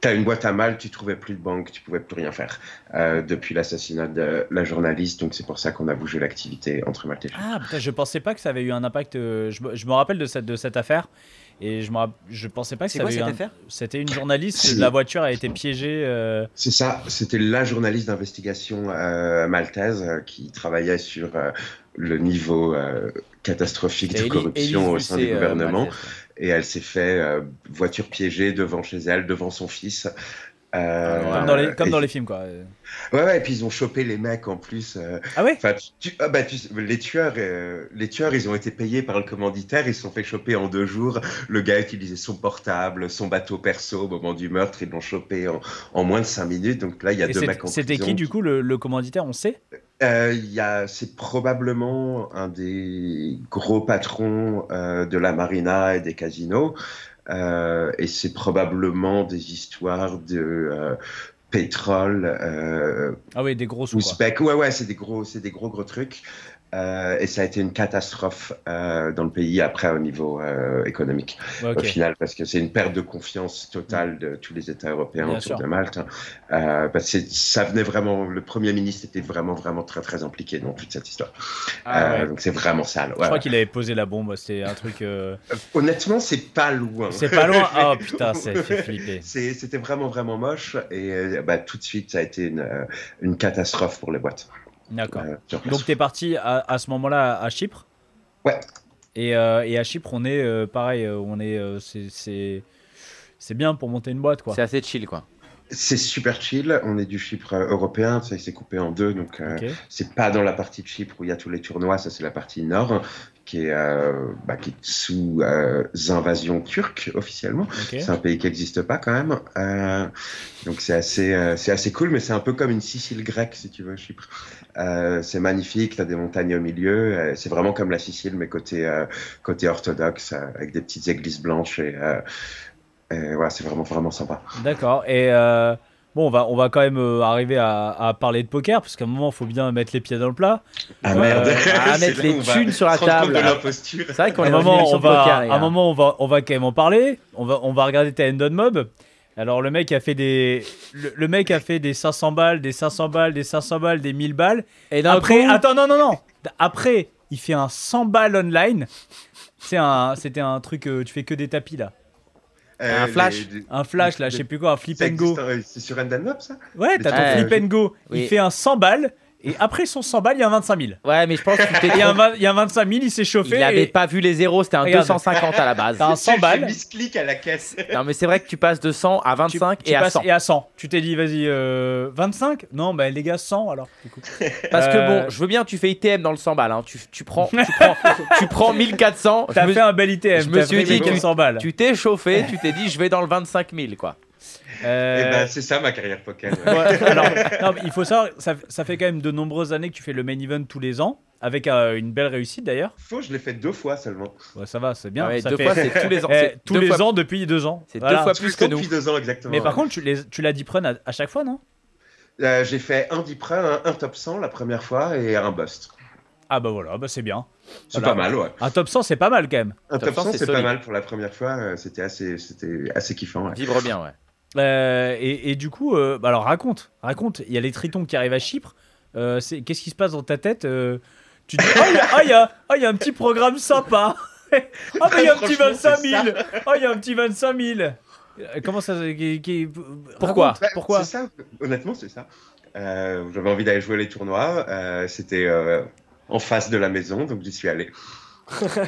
Speaker 5: T'as une boîte à mal, tu trouvais plus de banque, tu pouvais plus rien faire euh, depuis l'assassinat de la journaliste. Donc c'est pour ça qu'on a bougé l'activité entre Malte et
Speaker 2: Ah putain, je pensais pas que ça avait eu un impact. Euh, je, je, me rappelle de cette, de cette affaire et je, me, je pensais pas que ça
Speaker 3: quoi,
Speaker 2: avait eu
Speaker 3: cette
Speaker 2: un...
Speaker 3: affaire
Speaker 2: C'était une journaliste, la voiture a été piégée. Euh...
Speaker 5: C'est ça, c'était la journaliste d'investigation euh, maltaise qui travaillait sur euh, le niveau euh, catastrophique de Eli, corruption Eli, au sein du gouvernement. Euh, Maltais, et elle s'est fait euh, voiture piégée devant chez elle, devant son fils. Ah Euh,
Speaker 2: comme, dans les, comme et, dans les, films, quoi.
Speaker 5: Ouais, ouais, et puis ils ont chopé les mecs en plus. euh,
Speaker 2: ah ouais
Speaker 5: tu, tu, ah bah, tu, les, tueurs, euh, les tueurs, ils ont été payés par le commanditaire, ils se sont fait choper en deux jours. Le gars utilisait son portable, son bateau perso au moment du meurtre, ils l'ont chopé en, en, moins de cinq minutes. Donc là, il y a et deux mecs en
Speaker 2: C'était qui, du coup, le, le commanditaire, on sait
Speaker 5: euh, c'est probablement un des gros patrons euh, de la marina et des casinos. Euh, et c'est probablement des histoires de euh, pétrole.
Speaker 2: ah oui, des gros sous.
Speaker 5: Ouzbek. Ouais, ouais, c'est des gros, c'est des gros gros trucs. Euh, et ça a été une catastrophe euh, dans le pays après au niveau euh, économique okay. au final parce que c'est une perte de confiance totale de tous les États européens Bien autour sûr. de Malte. Bah, ça venait vraiment, le Premier ministre était vraiment vraiment très très impliqué dans toute cette histoire. Ah, ouais. Donc c'est vraiment sale. Ouais.
Speaker 2: Je crois qu'il avait posé la bombe, c'était un truc. euh,
Speaker 5: [laughs] Honnêtement, c'est pas loin.
Speaker 2: C'est pas loin. oh putain, ça fait flipper.
Speaker 5: euh, C'était vraiment vraiment moche et bah, tout de suite ça a été une, une euh, catastrophe pour les boîtes.
Speaker 2: D'accord. Donc tu es parti à, à ce moment-là à Chypre
Speaker 5: Ouais.
Speaker 2: Et, euh, et, à Chypre, on est euh, pareil, on est, euh, c'est, c'est bien pour monter une boîte, quoi.
Speaker 3: C'est assez chill, quoi.
Speaker 5: C'est super chill. On est du Chypre euh, européen, ça c'est coupé en deux, donc okay. c'est pas dans la partie de Chypre où il y a tous les tournois, ça c'est la partie nord qui est, bah, qui est sous euh, invasion turque officiellement. Okay. C'est un pays qui n'existe pas quand même, Euh, donc c'est assez, euh, c'est assez cool, mais c'est un peu comme une Sicile grecque si tu veux, Chypre. Euh, c'est magnifique, tu as des montagnes au milieu. Euh, c'est vraiment comme la Sicile, mais côté, euh, côté orthodoxe, euh, avec des petites églises blanches. Et, euh, et ouais, c'est vraiment, vraiment sympa.
Speaker 2: D'accord. Et euh, bon, on va, on va quand même euh, arriver à, à parler de poker, parce qu'à un moment, il faut bien mettre les pieds dans le plat.
Speaker 5: Ah [laughs] merde.
Speaker 3: euh, à mettre les thunes sur la table.
Speaker 5: C'est
Speaker 3: vrai qu'on est moment,
Speaker 2: on va, poker, À un moment, on va, on va quand même en parler. On va, on va regarder ta Endon Mob. Alors le mec a fait des le, le, mec a fait des 500 balles, des 500 balles, des 500 balles, des 1000 balles. Et après coup... attends non non non. Après, il fait un 100 balles online. C'est un c'était un truc euh, tu fais que des tapis là.
Speaker 3: Euh, un flash
Speaker 2: les... Un flash là, je sais plus quoi, un flip and go.
Speaker 5: C'est sur Endemop ça
Speaker 2: Ouais, t'as ton euh, flip and go. Oui. Il fait un 100 balles. Et après son 100 balles, il y a un 25 000.
Speaker 3: Ouais, mais je pense qu'il
Speaker 2: il, y a un, il y a un 25 000, il s'est chauffé.
Speaker 3: Il n'avait et... pas vu les zéros, c'était un Regarde. 250 à la base.
Speaker 5: [laughs]
Speaker 2: T'as un 100 balles.
Speaker 5: clic à la caisse.
Speaker 3: Non, mais c'est vrai que tu passes de 100 à 25 tu, tu et à 100.
Speaker 2: Et à 100. Tu t'es dit, vas-y, euh, 25 Non, bah les gars, 100 alors. Du coup.
Speaker 3: Parce que bon, je veux bien, tu fais ITM dans le 100 balles. Hein. Tu, tu, prends, tu, [laughs] prends, tu prends 1400.
Speaker 2: T'as fait me, un bel ITM.
Speaker 3: Je me suis dit,
Speaker 2: tu, 100 balles.
Speaker 3: tu t'es chauffé, tu t'es dit, je vais dans le 25 000, quoi.
Speaker 5: Euh... Eh ben, c'est ça ma carrière poker.
Speaker 2: Ouais.
Speaker 5: [laughs]
Speaker 2: ouais, alors, non, il faut savoir, ça, ça, fait quand même de nombreuses années que tu fais le main event tous les ans, avec euh, une belle réussite d'ailleurs.
Speaker 5: Faux, je l'ai fait deux fois seulement.
Speaker 2: Ouais, ça va, c'est bien.
Speaker 3: Ouais,
Speaker 2: ça
Speaker 3: deux
Speaker 2: fait...
Speaker 3: fois, c'est tous les [laughs] ans.
Speaker 2: Eh, tous les fois... ans depuis deux ans.
Speaker 3: C'est voilà. deux fois plus, plus que nous.
Speaker 5: Depuis deux ans, exactement.
Speaker 2: Mais par contre, tu, les, tu l'as dit prune à, à, chaque fois, non
Speaker 5: euh, J'ai fait un deep run, un, un, top 100 la première fois et un bust.
Speaker 2: Ah bah voilà, bah c'est bien.
Speaker 5: C'est
Speaker 2: voilà.
Speaker 5: pas mal, ouais.
Speaker 2: Un top 100, c'est pas mal quand même.
Speaker 5: Un top, top 100, 100 c'est pas mal pour la première fois. euh, C'était assez, c'était assez kiffant.
Speaker 3: [laughs] Vibre bien, ouais.
Speaker 2: Euh, et, et, du coup, euh, bah alors raconte, raconte. Il y a les tritons qui arrivent à Chypre. Euh, Qu'est-ce qu qui se passe dans ta tête euh, Tu te dis, oh, il y, a, oh, y a un petit programme sympa. [laughs] oh, mais il y a un petit 25 000. Oh, il y a un petit 25 000. Comment ça qui, qui... Pourquoi
Speaker 5: bah,
Speaker 2: Pourquoi
Speaker 5: ça, Honnêtement, c'est ça. Euh, J'avais envie d'aller jouer les tournois. euh, C'était en face de la maison, donc j'y suis allé.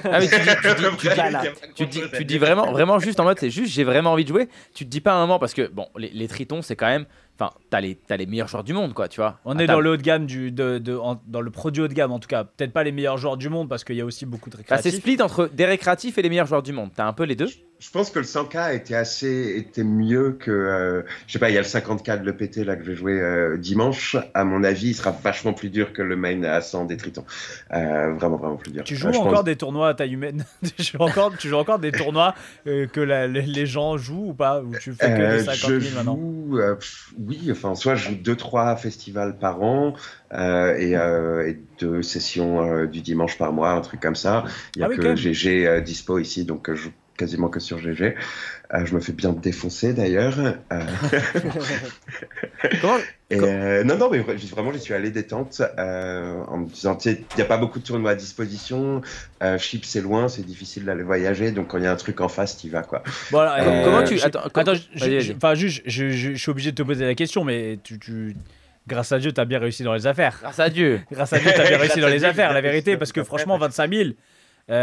Speaker 3: ah mais tu dis, tu dis, tu dis, tu dis, tu dis vraiment, vraiment juste en mode, c'est juste, j'ai vraiment envie de jouer. Tu te dis pas à un moment parce que bon, les, les tritons, c'est quand même, enfin, t'as les, as les meilleurs joueurs du monde, quoi, tu vois. Ah,
Speaker 2: On est dans le haut de gamme du, de, de en, dans le produit haut de gamme en tout cas. Peut-être pas les meilleurs joueurs du monde parce qu'il y a aussi beaucoup de récréatifs.
Speaker 3: Bah, c'est split entre des récréatifs et les meilleurs joueurs du monde. T'as un peu les deux.
Speaker 5: Je pense que le 100K était assez, était mieux que, euh, je sais pas, il y a le 50K de l'EPT là que je vais jouer euh, dimanche. À mon avis, il sera vachement plus dur que le main à 100 des Tritons. Euh, vraiment, vraiment plus dur.
Speaker 2: Tu joues encore pense... des tournois à taille humaine [laughs] tu, joues encore, tu joues encore des tournois euh, que la, les, les, gens jouent ou pas Ou tu fais que des 50
Speaker 5: Euh, je
Speaker 2: 000
Speaker 5: joue, euh, pff, oui, enfin, soit je joue 2-3 festivals par an. Euh, et, euh, et, deux sessions euh, du dimanche par mois, un truc comme ça. Il n'y a ah oui, que GG dispo ici, donc euh, je joue quasiment que sur GG. je me fais bien défoncer d'ailleurs. Euh, [laughs] euh, non, non, mais vraiment, j'y suis allé détente euh, en me disant, tu sais, il n'y a pas beaucoup de tournois à disposition. Chip, c'est loin, c'est difficile d'aller voyager, donc quand il y a un truc en face, tu vas quoi.
Speaker 2: Voilà, bon, comment tu. Attends, attends enfin, juste, je, je, je, suis obligé de te poser la question, mais tu... tu grâce à Dieu, t'as bien réussi dans les affaires.
Speaker 3: Grâce à Dieu.
Speaker 2: [laughs] grâce à Dieu, t'as bien réussi dans les affaires, la vérité, parce [laughs] que franchement, 25 000,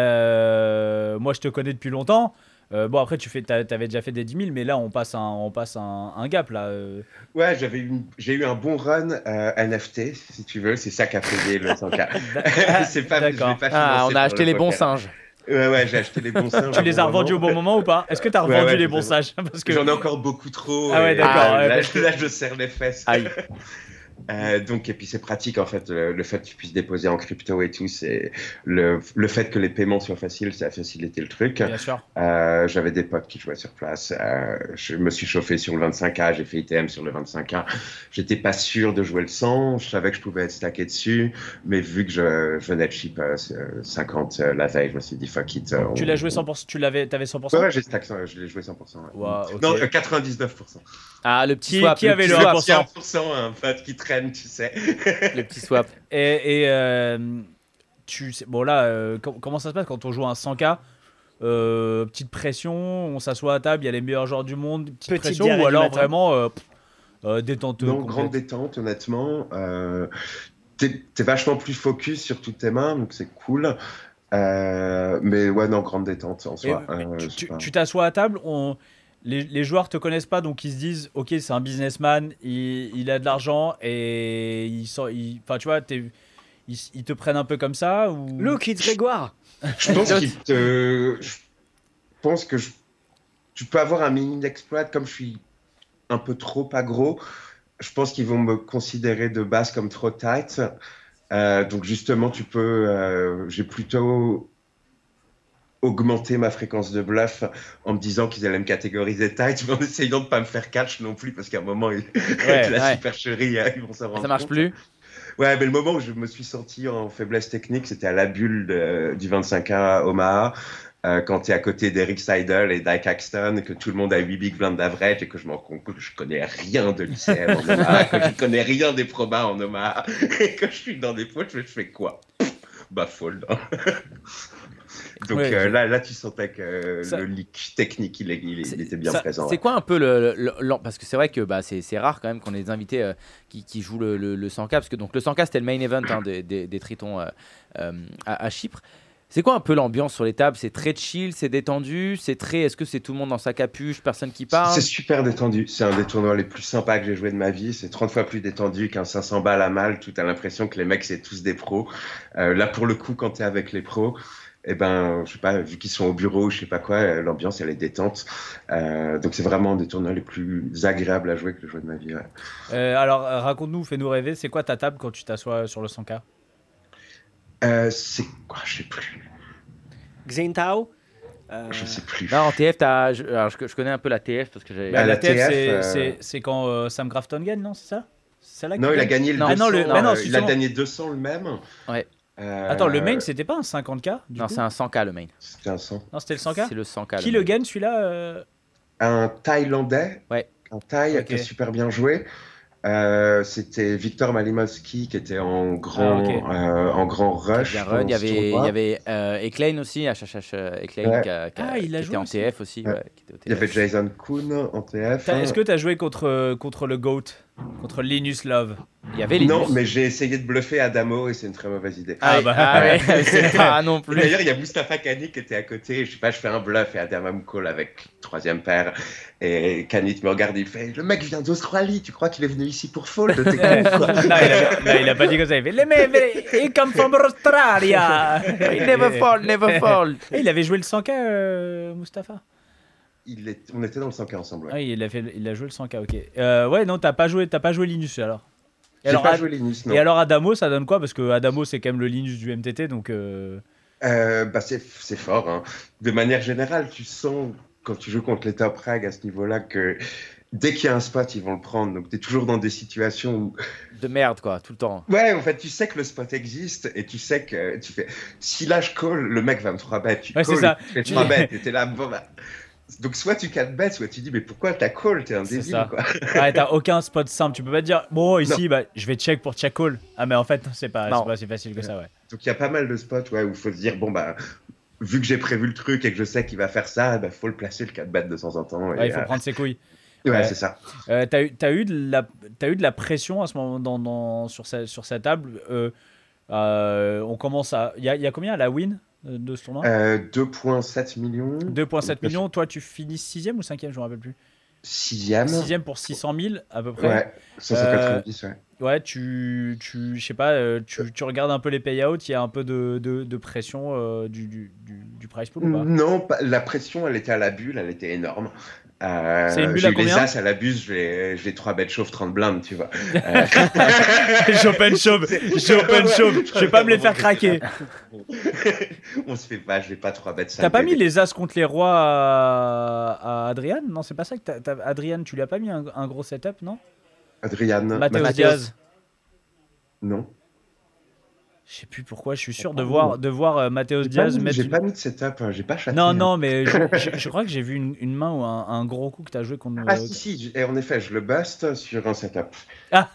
Speaker 2: euh, moi, je te connais depuis longtemps. Euh, bon, après, tu fais, avais déjà fait des 10 000, mais là, on passe un, on passe un, un gap, là. Euh,
Speaker 5: Ouais, j'avais eu, j'ai eu un bon run euh, NFT, si tu veux. C'est ça qui a payé le 100K. [laughs]
Speaker 3: C'est pas, pas ah, on a acheté le les bons singes.
Speaker 5: Ouais, ouais, j'ai acheté les bons
Speaker 2: [laughs]
Speaker 5: singes.
Speaker 2: tu les as revendus au Ah, bon moment ou pas Est-ce que tu as revendu ouais, ouais, les bons singes
Speaker 5: Parce que j'en ai encore beaucoup trop.
Speaker 2: Ah ouais, d'accord.
Speaker 5: Ah,
Speaker 2: ouais,
Speaker 5: là, là, je serre les fesses. Aïe. [laughs] Euh, donc, et puis c'est pratique en fait, le, le, fait que tu puisses déposer en crypto et tout, c'est le, le, fait que les paiements soient faciles, ça a facilité le truc.
Speaker 2: Bien sûr.
Speaker 5: Euh, J'avais des potes qui jouaient sur place, euh, je me suis chauffé sur le 25K, j'ai fait ITM sur le 25K. J'étais pas sûr de jouer le 100, je savais que je pouvais être stacké dessus, mais vu que je, je venais de chip 50 euh, la veille, je me suis dit fuck it. euh,
Speaker 2: On, tu l'as joué 100%, tu l'avais, t'avais 100%
Speaker 5: Ouais, ouais j'ai stack, je l'ai joué 100%. Ouais.
Speaker 2: Wow, okay.
Speaker 5: Non, euh, 99%.
Speaker 3: Ah, le petit swap,
Speaker 2: qui, qui
Speaker 3: le
Speaker 2: avait
Speaker 3: petit
Speaker 2: le 1%,
Speaker 5: swap. 1% un pote qui traîne, tu sais.
Speaker 3: le petit [laughs] swap.
Speaker 2: Et, et euh, tu sais, bon là, euh, comment ça se passe quand on joue un 100K euh, Petite pression, on s'assoit à table, il y a les meilleurs joueurs du monde, petite, petite pression, ou alors vraiment euh, détente. euh,
Speaker 5: Non, complète. grande détente, honnêtement Euh, t'es es vachement plus focus sur toutes tes mains, donc c'est cool. Euh, mais ouais, non, grande détente en soi.
Speaker 2: Euh, tu t'assois à table, on... les, les, joueurs te connaissent pas, donc ils se disent, ok, c'est un businessman, il, il a de l'argent et il sort, il... enfin tu vois, ils, ils, te prennent un peu comme ça ou.
Speaker 4: Look, it's Grégoire.
Speaker 5: Je pense qu'il te, je pense que je... tu peux avoir un mini exploit comme je suis un peu trop agro. Je pense qu'ils vont me considérer de base comme trop tight. Euh, donc justement, tu peux. Euh, J'ai plutôt augmenté ma fréquence de bluff en me disant qu'ils allaient me catégoriser tight, [laughs] mais en essayant de pas me faire catch non plus, parce qu'à un moment, ils... ouais, [laughs] la ouais. supercherie, euh, ils vont s'en rendre
Speaker 3: Ça marche
Speaker 5: compte.
Speaker 3: plus.
Speaker 5: Ouais, mais le moment où je me suis sorti en faiblesse technique, c'était à la bulle de, du 25 a à Omaha. Euh, quand tu es à côté d'Eric Seidel et Dyke Axton, que tout le monde a 8 big blinds d'average et que je m'en conclue que je connais rien de l'ICM en Omaha, que je connais rien des probas en Omaha, [laughs] et que je suis dans des potes, je fais quoi Bah, fold. Hein. [laughs] Donc ouais, euh, là, là, tu sentais que euh, ça, le leak technique, il, il, il était bien
Speaker 3: ça,
Speaker 5: présent.
Speaker 3: C'est ouais. quoi un peu le, le, le parce que c'est vrai que bah, c'est rare quand même qu'on ait des invités euh, qui, qui, jouent le, le 100K parce que donc le 100K c'était le main event hein, des, des, des, Tritons à, à, Chypre. C'est quoi un peu l'ambiance sur les tables C'est très chill, c'est détendu, c'est très. Est-ce que c'est tout le monde dans sa capuche, personne qui parle
Speaker 5: C'est super détendu. C'est un des tournois les plus sympas que j'ai joué de ma vie. C'est 30 fois plus détendu qu'un 500 balles à mal. Tout à l'impression que les mecs c'est tous des pros. Euh, là pour le coup, quand t'es avec les pros, eh ben, je sais pas, vu qu'ils sont au bureau, je sais pas quoi, l'ambiance elle est détente. Euh, donc c'est vraiment un des tournois les plus agréables à jouer que le jeu de ma vie. Ouais.
Speaker 2: Euh, alors raconte-nous, fais-nous rêver, c'est quoi ta table quand tu t'assois sur le
Speaker 5: Bah,
Speaker 2: 100K
Speaker 5: euh, C'est quoi, je sais plus.
Speaker 4: Xentao Euh,
Speaker 5: Je sais plus.
Speaker 3: Non, en TF, as... Je, alors, je, je, connais un peu la TF parce que j'ai.
Speaker 2: Bah, la, la,
Speaker 5: euh,
Speaker 2: TF, c'est quand euh, Sam Grafton gagne, non C'est ça,
Speaker 5: ça là non, il a gagné le non, 200. Non, le... Bah, non, il a gagné 200 le même.
Speaker 3: Ouais.
Speaker 2: Euh... Attends, le main, c'était pas un 50K du
Speaker 3: Non, c'est un 100K le main.
Speaker 5: C'était un 100.
Speaker 2: Non, c'était le 100K
Speaker 3: C'est le 100K.
Speaker 2: Qui le, gagne celui-là euh...
Speaker 5: Un Thaïlandais.
Speaker 3: Ouais.
Speaker 5: Un Thaï okay. qui a super bien joué. Euh, c'était Victor Malimovski qui était en grand, ah, okay. en grand rush.
Speaker 3: il y avait, il y avait Eclain aussi, HHH Eclain ouais. euh, qui, a, qui, a,
Speaker 2: ah, il a
Speaker 3: qui était en
Speaker 2: aussi.
Speaker 3: TF aussi. Ouais. Ouais, qui était
Speaker 5: TF. Il y avait Jason Kuhn en TF.
Speaker 2: Est-ce que tu as joué contre, euh, contre le GOAT Contre Linus
Speaker 5: [laughs]
Speaker 2: Love
Speaker 3: il y avait Linus.
Speaker 5: Non, mais j'ai essayé de bluffer Adamo et c'est une très mauvaise idée.
Speaker 3: Ah, bah,
Speaker 2: [laughs]
Speaker 3: ah ouais, c'est pas non plus.
Speaker 5: D'ailleurs, il y a Mustafa Kani qui était à côté. Je sais pas, je fais un bluff et Adamo me colle avec troisième paire. Et Kani me regarde, il fait Le mec vient d'Australie, tu crois qu'il est venu ici
Speaker 3: [laughs]
Speaker 5: pour fold T'es con
Speaker 2: quoi. non, il a, non, il a pas dit comme ça. Il fait Le mec, il come from
Speaker 5: [laughs]
Speaker 2: Australia.
Speaker 3: [laughs] Il never
Speaker 2: [laughs]
Speaker 3: fold, never fold.
Speaker 2: Et Eh, il avait joué le 100K, euh, Mustafa
Speaker 5: il est... On était dans le 100K ensemble. Ouais.
Speaker 2: Ah, il, a fait... il a joué le 100K, ok. Euh, ouais, non, t'as pas, joué... As pas joué Linus alors
Speaker 5: et alors, pas joué Linus, non.
Speaker 2: et alors Adamo, ça donne quoi Parce que Adamo, c'est quand même le Linus du MTT, donc. Euh...
Speaker 5: Euh, bah c'est fort. Hein. De manière générale, tu sens quand tu joues contre les top rag à ce niveau-là que dès qu'il y a un spot, ils vont le prendre. Donc tu es toujours dans des situations où...
Speaker 3: De merde, quoi, tout le temps.
Speaker 2: [laughs]
Speaker 5: Ouais, en fait, tu sais que le spot existe et tu sais que tu fais... Si là, je call, le mec va me 3 bêtes. Tu
Speaker 2: ouais, c'est ça.
Speaker 5: Tu fais 3 bêtes et t'es là, bon bah... Donc soit tu 4 bêtes, soit tu dis mais pourquoi t'as call, t'es un débile ça. quoi.
Speaker 2: ouais, t'as aucun spot simple, tu peux pas te dire bon ici bah, je vais check pour check call. Ah mais en fait c'est pas, pas si facile que ça ouais.
Speaker 5: Donc il y a pas mal de spots ouais, où faut se dire bon bah vu que j'ai prévu le truc et que je sais qu'il va faire ça, bah faut le placer le 4 bêtes de temps en temps.
Speaker 2: Et, ouais, il faut euh... prendre ses couilles.
Speaker 5: Ouais, ouais. c'est ça.
Speaker 2: Euh, t'as eu, as eu, de la, as eu de la pression à ce moment dans, dans sur, sa, sur sa table. Euh, on commence à. Il y a, y a combien à la win de ce tournoi
Speaker 5: euh, 2,7 millions.
Speaker 2: 2,7 millions. Toi, tu finis 6 ou 5 je ne me rappelle plus.
Speaker 5: 6
Speaker 2: 6 pour 600 000 à peu près.
Speaker 5: Ah, Ouais, 190, euh, ouais.
Speaker 2: Ouais, tu, tu, je sais pas, euh, tu, tu, regardes un peu les payouts, il y a un peu de, de, de pression euh, du, du, du, price pool ou pas
Speaker 5: Non, la pression, elle était à la bulle, elle était énorme.
Speaker 2: Euh, c'est une bulle à
Speaker 5: combien
Speaker 2: les
Speaker 5: as à la buse, j'ai 3 bêtes chauves, 30 blindes, tu vois. [laughs]
Speaker 2: Euh... [laughs] j'open chauve, [laughs] j'open chauve, je vais pas me les faire craquer.
Speaker 5: On se fait pas, je vais pas 3 bêtes.
Speaker 2: T'as pas mis les as contre les rois à, à Adrian Non, c'est pas ça que t'as. Adrian, tu lui as pas mis un, un gros setup, non
Speaker 5: Adrian.
Speaker 2: Mathéo Diaz.
Speaker 5: Non.
Speaker 2: Je sais plus pourquoi, je suis sûr de voir, de voir euh, Mathéos Diaz
Speaker 5: mettre. J'ai pas mis de setup, hein, j'ai pas châté.
Speaker 2: Non, non, mais je, [laughs] je, je crois que j'ai vu une, une, main ou un, un gros coup que tu as joué contre. euh,
Speaker 5: Ah, si,
Speaker 2: [laughs]
Speaker 5: si, et en effet, je le bust sur un setup.
Speaker 2: Ah,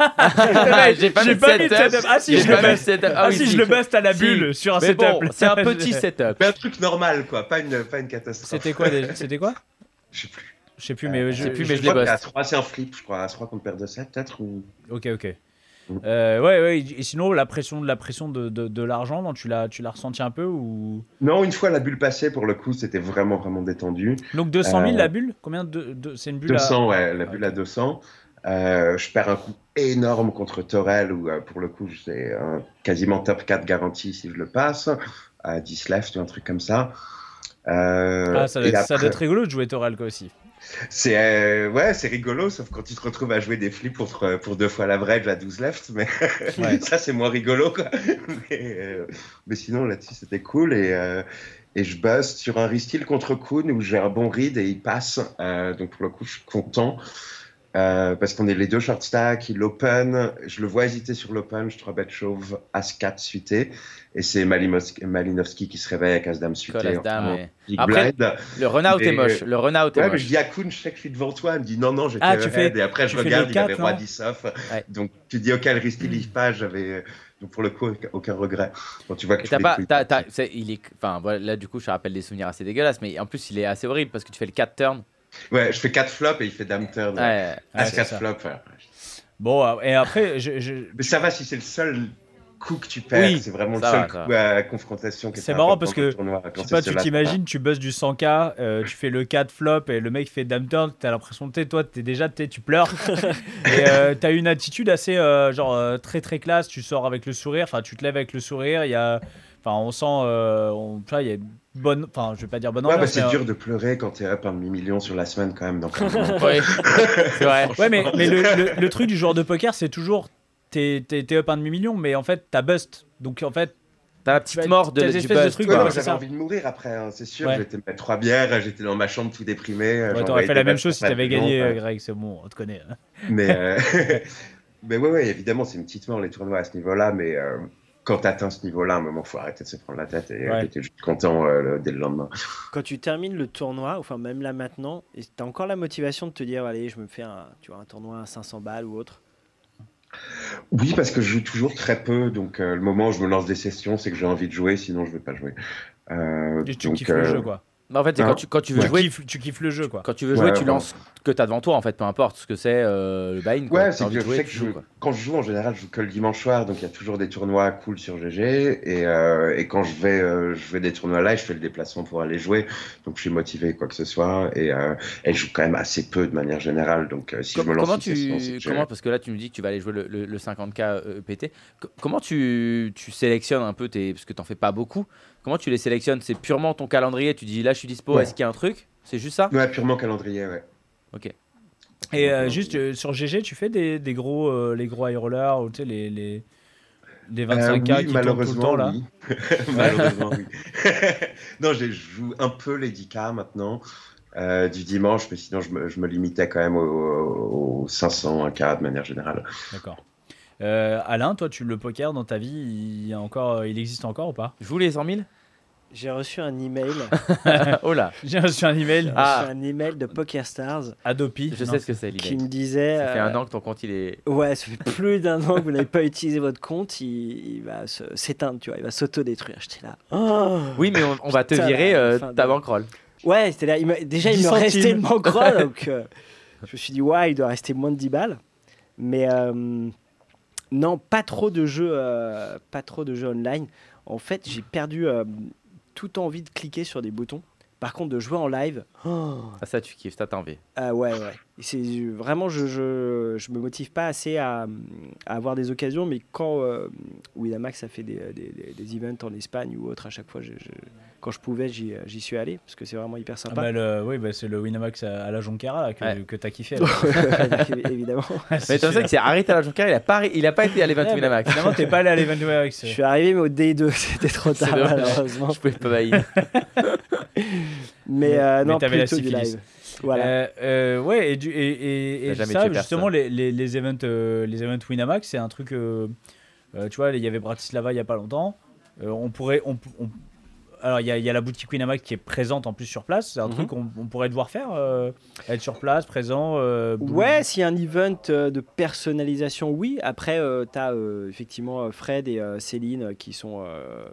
Speaker 3: j'ai pas, mis, pas setup. mis de setup.
Speaker 2: Ah, si, je le, bust. Ah, oui, si, je le bust à la bulle si. sur un
Speaker 3: mais
Speaker 2: setup.
Speaker 3: Bon,
Speaker 2: [laughs]
Speaker 3: c'est un petit setup.
Speaker 5: Mais un truc normal, quoi, pas une, pas une catastrophe.
Speaker 2: C'était quoi déjà C'était quoi
Speaker 5: [laughs] Je sais plus.
Speaker 2: Je sais plus, mais, euh,
Speaker 3: je, plus, mais je,
Speaker 5: je
Speaker 3: les bosse.
Speaker 5: À 3, c'est un flip, je crois. À 3 contre paire de 7, peut-être. Ou...
Speaker 2: Ok, ok. Euh, ouais, ouais. Et sinon, la pression de la pression de, de, de l'argent, non, tu l'as, tu l'as ressenti un peu ou
Speaker 5: Non, une fois la bulle passée, pour le coup, c'était vraiment vraiment détendu.
Speaker 2: Donc 200 000 la bulle Combien de, de- c'est une bulle à- Ah,
Speaker 5: 200, ouais, la bulle à 200. Euh, je perds un coup énorme contre Torel, où euh, pour le coup, j'ai un quasiment top 4 garanti si je le passe, à 10 left ou un truc comme ça. Euh,
Speaker 2: Ah, ça doit,
Speaker 5: et
Speaker 2: être, ça doit
Speaker 5: après-
Speaker 2: être rigolo de jouer Torel quoi aussi.
Speaker 5: c'est euh, ouais, c'est rigolo, sauf quand tu te retrouves à jouer des flips pour, euh, pour deux fois l'average à 12 left, mais [laughs]
Speaker 2: Ouais.
Speaker 5: ça c'est moins rigolo. Quoi. [laughs] Mais, euh, mais sinon là-dessus c'était cool et, euh, et je bosse sur un restyle contre Kuhn où j'ai un bon read et il passe, Euh, donc pour le coup je suis content. euh, parce qu'on est les deux short stack, il open, je le vois hésiter sur l'open, je 3 bet chauve, as 4 suité, et c'est Malimos- Malinowski qui se réveille avec as dame
Speaker 3: Colle, as,
Speaker 5: suité.
Speaker 3: dame,
Speaker 5: en
Speaker 3: et-
Speaker 5: big
Speaker 3: Après,
Speaker 5: blind.
Speaker 3: Le run-out
Speaker 5: Mais-
Speaker 3: est moche. Le run-out est
Speaker 5: Ouais, mais
Speaker 3: moche.
Speaker 5: je dis à Kuhn, je sais que je suis devant toi. Elle me dit non, non, j'étais
Speaker 2: Ah, tu
Speaker 5: raide.
Speaker 2: fais-
Speaker 5: Et après, je
Speaker 2: tu fais
Speaker 5: regarde,
Speaker 2: le
Speaker 5: il avait
Speaker 2: quatre, hein.
Speaker 5: roi
Speaker 2: non
Speaker 5: 10 off.
Speaker 3: Ouais.
Speaker 5: Donc, tu dis, ok, le risque, il livre pas. J'avais. Donc, pour le coup, aucun regret. Quand tu vois que
Speaker 3: Et
Speaker 5: je
Speaker 3: t'as
Speaker 5: fais
Speaker 3: pas,
Speaker 5: des couilles.
Speaker 3: t'as- t'as- c'est- il est, enfin voilà, là du coup je te rappelle des souvenirs assez dégueulasses, mais en plus il est assez horrible parce que tu fais le 4 turn.
Speaker 5: Ouais, je fais 4 flops et il fait dame turn. Ouais.
Speaker 3: Ouais.
Speaker 5: Ah,
Speaker 2: Ouais, c'est
Speaker 5: 4
Speaker 2: ça.
Speaker 5: flops. ouais.
Speaker 2: Bon, euh, et après, je, je-
Speaker 5: Mais ça va si c'est le seul coup que tu perds.
Speaker 3: Oui,
Speaker 5: c'est vraiment le
Speaker 3: ça
Speaker 5: seul
Speaker 3: va, ça
Speaker 5: coup à confrontation. qui
Speaker 2: C'est
Speaker 5: était
Speaker 2: marrant
Speaker 5: important
Speaker 2: parce
Speaker 5: dans le
Speaker 2: que,
Speaker 5: tournoi, quand
Speaker 2: je sais
Speaker 5: c'est
Speaker 2: pas, tu
Speaker 5: cela.
Speaker 2: t'imagines, tu bosses du 100K, euh, tu fais le 4 flop et le mec fait dame turn, t'as l'impression, tu sais, toi, t'es déjà, t'es- tu pleures. et euh, t'as une attitude assez, euh, genre, euh, très très classe, tu sors avec le sourire, enfin, tu te lèves avec le sourire, il y a. Enfin, on sent. euh, on- tu vois, il y a une bonne. Enfin, je vais pas dire bonne
Speaker 5: Ouais, bah,
Speaker 2: ambiance,
Speaker 5: c'est
Speaker 2: mais, euh,
Speaker 5: dur de pleurer quand t'es up un demi-million sur la semaine quand
Speaker 2: [laughs]
Speaker 5: même. Donc,
Speaker 3: [laughs] Ouais. c'est vrai.
Speaker 2: euh, Ouais, mais, mais le, le- le truc du joueur de poker, c'est toujours. T'es t'es- t'es up un demi-million, mais en fait, t'as bust. Donc, en fait,
Speaker 3: T'as la petite
Speaker 2: Ouais,
Speaker 3: mort de,
Speaker 2: t'as
Speaker 3: du
Speaker 2: des espèces de
Speaker 3: buzz,
Speaker 2: trucs,
Speaker 3: quoi.
Speaker 5: Ouais,
Speaker 2: voilà,
Speaker 5: non,
Speaker 2: bah, c'est ça.
Speaker 5: j'avais envie de mourir après, hein, c'est sûr.
Speaker 2: Ouais.
Speaker 5: J'étais mettre trois bières, j'étais dans ma chambre tout déprimé. euh,
Speaker 2: ouais,
Speaker 5: j'envoyais
Speaker 2: t'aurais fait
Speaker 5: des
Speaker 2: la même
Speaker 5: balles
Speaker 2: chose si
Speaker 5: sur
Speaker 2: t'avais
Speaker 5: papillon,
Speaker 2: gagné,
Speaker 5: enfin.
Speaker 2: euh, Greg, c'est bon, on te connaît. hein.
Speaker 5: Mais, euh, [laughs] mais ouais, ouais, évidemment, c'est une petite mort les tournois à ce niveau-là, mais euh, quand t'atteins ce niveau-là, à un moment, faut arrêter de se prendre la tête et
Speaker 2: Ouais.
Speaker 5: euh, t'es juste content euh, le- dès le lendemain.
Speaker 4: Quand tu termines le tournoi, enfin même là maintenant, et t'as encore la motivation de te dire allez, je me fais un, tu vois, un tournoi à 500 balles ou autre.
Speaker 5: Oui, parce que je joue toujours très peu, donc euh, le moment où je me lance des sessions, c'est que j'ai envie de jouer, sinon je veux pas jouer. Euh,
Speaker 2: Tu, tu
Speaker 5: donc,
Speaker 2: kiffes
Speaker 5: euh,
Speaker 2: le jeu, quoi.
Speaker 3: Mais en fait, c'est quand
Speaker 5: Hein
Speaker 3: tu, quand tu veux
Speaker 2: Tu,
Speaker 3: jouer,
Speaker 2: kiffes, tu kiffes le jeu, quoi.
Speaker 3: quand tu veux jouer,
Speaker 5: Ouais,
Speaker 3: tu
Speaker 5: voilà.
Speaker 3: lances ce que t'as devant toi en fait, peu importe ce que c'est euh, le buy-in. quoi.
Speaker 5: Ouais,
Speaker 3: T'as
Speaker 5: c'est
Speaker 3: envie
Speaker 5: que
Speaker 3: de
Speaker 5: je
Speaker 3: jouer,
Speaker 5: sais que
Speaker 3: tu
Speaker 5: je,
Speaker 3: joues, quoi.
Speaker 5: quand je joue, en général, je joue que le dimanche soir, donc il y a toujours des tournois cool sur GG. Et, euh, et quand je vais, euh, je vais des tournois live, je fais le déplacement pour aller jouer. Donc je suis motivé, quoi que ce soit. Et, euh, et je joue quand même assez peu de manière générale. Donc euh, si
Speaker 3: Com-
Speaker 5: je me lance
Speaker 3: comment
Speaker 5: une session, c'est
Speaker 3: tu
Speaker 5: que j'ai-
Speaker 3: comment parce que là tu nous dis que tu vas aller jouer le, le- euh, le 50k EPT comment tu, tu sélectionnes un peu tes parce que t'en fais pas beaucoup comment tu les sélectionnes c'est purement ton calendrier tu dis là je suis dispo
Speaker 5: Ouais.
Speaker 3: est-ce qu'il y a un truc c'est juste ça
Speaker 5: Ouais, purement calendrier, ouais. Euh,
Speaker 3: Ok.
Speaker 2: Et euh, juste euh, sur GG, tu fais des, des gros, euh, les gros high rollers ou tu sais, les, les, les 25K
Speaker 5: Euh, oui,
Speaker 2: qui tournent tout le
Speaker 5: malheureusement,
Speaker 2: temps là.
Speaker 5: oui. [laughs] malheureusement, oui. [laughs] non, je joue un peu les 10K maintenant. euh, du dimanche, mais sinon je me, je me limitais quand même aux, aux 500 1K de manière générale.
Speaker 2: D'accord. Euh, Alain, toi, tu le poker dans ta vie, il, y a encore, euh, il existe encore ou pas [laughs]
Speaker 3: je joue les 100 000
Speaker 4: J'ai reçu un
Speaker 3: [laughs]
Speaker 4: email,
Speaker 3: oh là
Speaker 2: J'ai reçu un email
Speaker 4: j'ai
Speaker 3: Ah.
Speaker 4: reçu un email de PokerStars
Speaker 2: Adopi.
Speaker 3: je
Speaker 2: non.
Speaker 3: sais ce que c'est
Speaker 4: qui
Speaker 3: l'idée
Speaker 4: me disait
Speaker 3: ça fait
Speaker 4: euh,
Speaker 3: un an que ton compte il est
Speaker 4: Ouais, ça fait
Speaker 3: [laughs]
Speaker 4: plus d'un an que vous n'avez pas utilisé votre compte, il, il va se- s'éteindre, tu vois, il va s'autodétruire. J'étais là. Oh
Speaker 3: oui mais on, on va te
Speaker 4: Putain,
Speaker 3: virer
Speaker 4: la
Speaker 3: euh,
Speaker 4: fin de-
Speaker 3: ta bankroll
Speaker 4: Ouais, c'était là, il me- déjà il
Speaker 2: 10
Speaker 4: me
Speaker 2: centimes.
Speaker 4: restait le bankroll, donc euh, je me suis dit, ouais, il doit rester moins de 10 balles. Mais euh, non, pas trop de jeux, euh, pas trop de jeux online. En fait, j'ai perdu euh, toute envie de cliquer sur des boutons. Par contre, de jouer en live, oh,
Speaker 3: ah, ça tu kiffes ça t'as envie
Speaker 4: ah ouais, ouais. C'est vraiment, je, je, je me motive pas assez à, à avoir des occasions, mais quand euh, Winamax a fait des, des, des- des events en Espagne ou autre, à chaque fois, je- je- quand je pouvais, j'y j'y suis allé parce que c'est vraiment hyper
Speaker 2: Ah
Speaker 4: sympa.
Speaker 2: bah, le- oui, bah, c'est le Winamax à, à la Joncara là, que,
Speaker 3: Ouais.
Speaker 2: que t'as [laughs]
Speaker 4: [laughs]
Speaker 2: kiffé. là.
Speaker 4: Ouais, évidemment.
Speaker 3: mais tu sais que c'est arrêté à la Jonker il a pas il a pas été à l'event
Speaker 2: Ouais, Eh,
Speaker 3: Winamax
Speaker 2: bah, Finalement, t'es pas allé à l'event de Winamax.
Speaker 3: [laughs]
Speaker 4: Je suis arrivé, mais au D2, [laughs] c'était trop
Speaker 3: C'est
Speaker 4: tard,
Speaker 3: dommage. [laughs]
Speaker 4: malheureusement.
Speaker 3: je pouvais pas bailler
Speaker 2: [laughs]
Speaker 4: Mais, euh,
Speaker 2: Mais
Speaker 4: non,
Speaker 2: t'avais la
Speaker 4: plutôt du
Speaker 2: syphilis.
Speaker 4: live. Voilà.
Speaker 2: Euh, euh, ouais, et, du, et, et, et
Speaker 3: T'as jamais
Speaker 2: ça,
Speaker 3: tué
Speaker 2: justement, les, les, les events, euh, les events Winamax, c'est un truc. euh, euh, tu vois, il y avait Bratislava il y a pas longtemps. Euh, on pourrait. On, on- alors, il y, a- il y a la boutique Winamax qui est présente en plus sur place. C'est un
Speaker 4: Mhm.
Speaker 2: truc qu'on on pourrait devoir faire. euh, être sur place, présent. euh, boule-
Speaker 4: Ouais, s'il y a un event euh, de personnalisation, oui. Après, tu as effectivement euh, Fred et euh, Céline euh, qui sont, euh,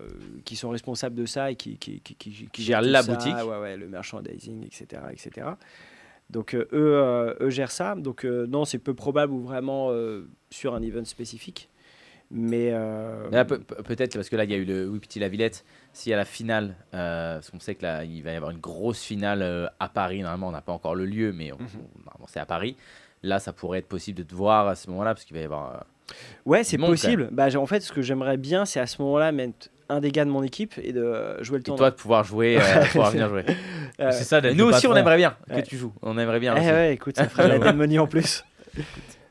Speaker 4: qui sont responsables de ça et qui, qui, qui, qui- qui
Speaker 3: Gèrent
Speaker 4: tout
Speaker 3: la
Speaker 4: ça,
Speaker 3: boutique.
Speaker 4: ouais, ouais, le merchandising, etc. etc. Donc euh, eux, euh, eux gèrent ça. Donc euh, non, c'est peu probable ou vraiment euh, sur un event spécifique. Mais euh,
Speaker 3: Là, Ah, pe- pe- peut-être parce que là, il y a eu le Wipiti La Villette. S'il y a la finale, euh, parce qu'on sait que là, il va y avoir une grosse finale euh, à Paris. Normalement, on n'a pas encore le lieu, mais
Speaker 2: Mhm.
Speaker 3: on, on- normalement, c'est à Paris. Là, ça pourrait être possible de te voir à ce moment-là, parce qu'il va y avoir. euh,
Speaker 4: ouais, c'est
Speaker 3: du monde,
Speaker 4: possible. Bah, j'ai- en fait, ce que j'aimerais bien, c'est à ce moment-là mettre un des gars de mon équipe et de jouer le
Speaker 3: et
Speaker 4: tournoi.
Speaker 3: toi, de pouvoir jouer, euh,
Speaker 2: [laughs]
Speaker 3: pouvoir venir jouer.
Speaker 4: Euh,
Speaker 2: C'est ça, Ah, d'être
Speaker 3: Nous
Speaker 2: le
Speaker 3: aussi, on
Speaker 2: patron.
Speaker 3: aimerait bien
Speaker 4: Ouais.
Speaker 3: que tu joues. On aimerait bien.
Speaker 4: eh
Speaker 3: aussi.
Speaker 4: ouais, écoute, ça ferait de la démonie en plus.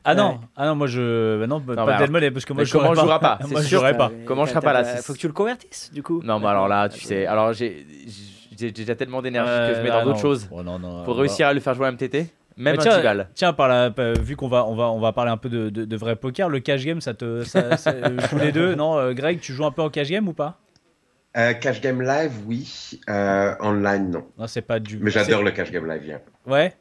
Speaker 2: Ah non,
Speaker 4: Ouais.
Speaker 2: ah non, moi je. bah non, bah,
Speaker 3: Non,
Speaker 2: pas
Speaker 3: bah,
Speaker 2: Delmonet, parce que moi
Speaker 3: mais
Speaker 2: je
Speaker 3: comment
Speaker 2: jouerais
Speaker 3: on jouera pas, c'est
Speaker 2: Moi je
Speaker 3: sûr.
Speaker 2: jouerais
Speaker 4: Ah,
Speaker 2: pas.
Speaker 4: mais
Speaker 3: Comment je
Speaker 4: t'as-
Speaker 3: serai pas là,
Speaker 4: t'as-
Speaker 3: c'est-
Speaker 4: Faut que tu le convertisses, du coup. Ah,
Speaker 3: Non, mais alors là, tu sais, alors j'ai j'ai déjà tellement d'énergie que je mets
Speaker 2: Euh,
Speaker 3: dans
Speaker 2: ah,
Speaker 3: d'autres
Speaker 2: non.
Speaker 3: choses
Speaker 2: Bon, non, non,
Speaker 3: pour
Speaker 2: on va-
Speaker 3: réussir à le faire jouer à MTT, même
Speaker 2: Mais
Speaker 3: un
Speaker 2: tiens,
Speaker 3: petit bal.
Speaker 2: Tiens, par la, pa- vu qu'on va, on va, on va parler un peu de, de, de vrai poker, le cash game, ça te.
Speaker 3: [laughs]
Speaker 2: Ça, ça- euh, tous les deux, non euh, Greg, tu joues un peu en cash game ou pas
Speaker 5: Euh, cash game live, oui. Euh, online, non.
Speaker 2: Non, c'est pas du.
Speaker 5: Mais j'adore
Speaker 2: c'est-
Speaker 5: le cash game live. yeah.
Speaker 2: Ouais.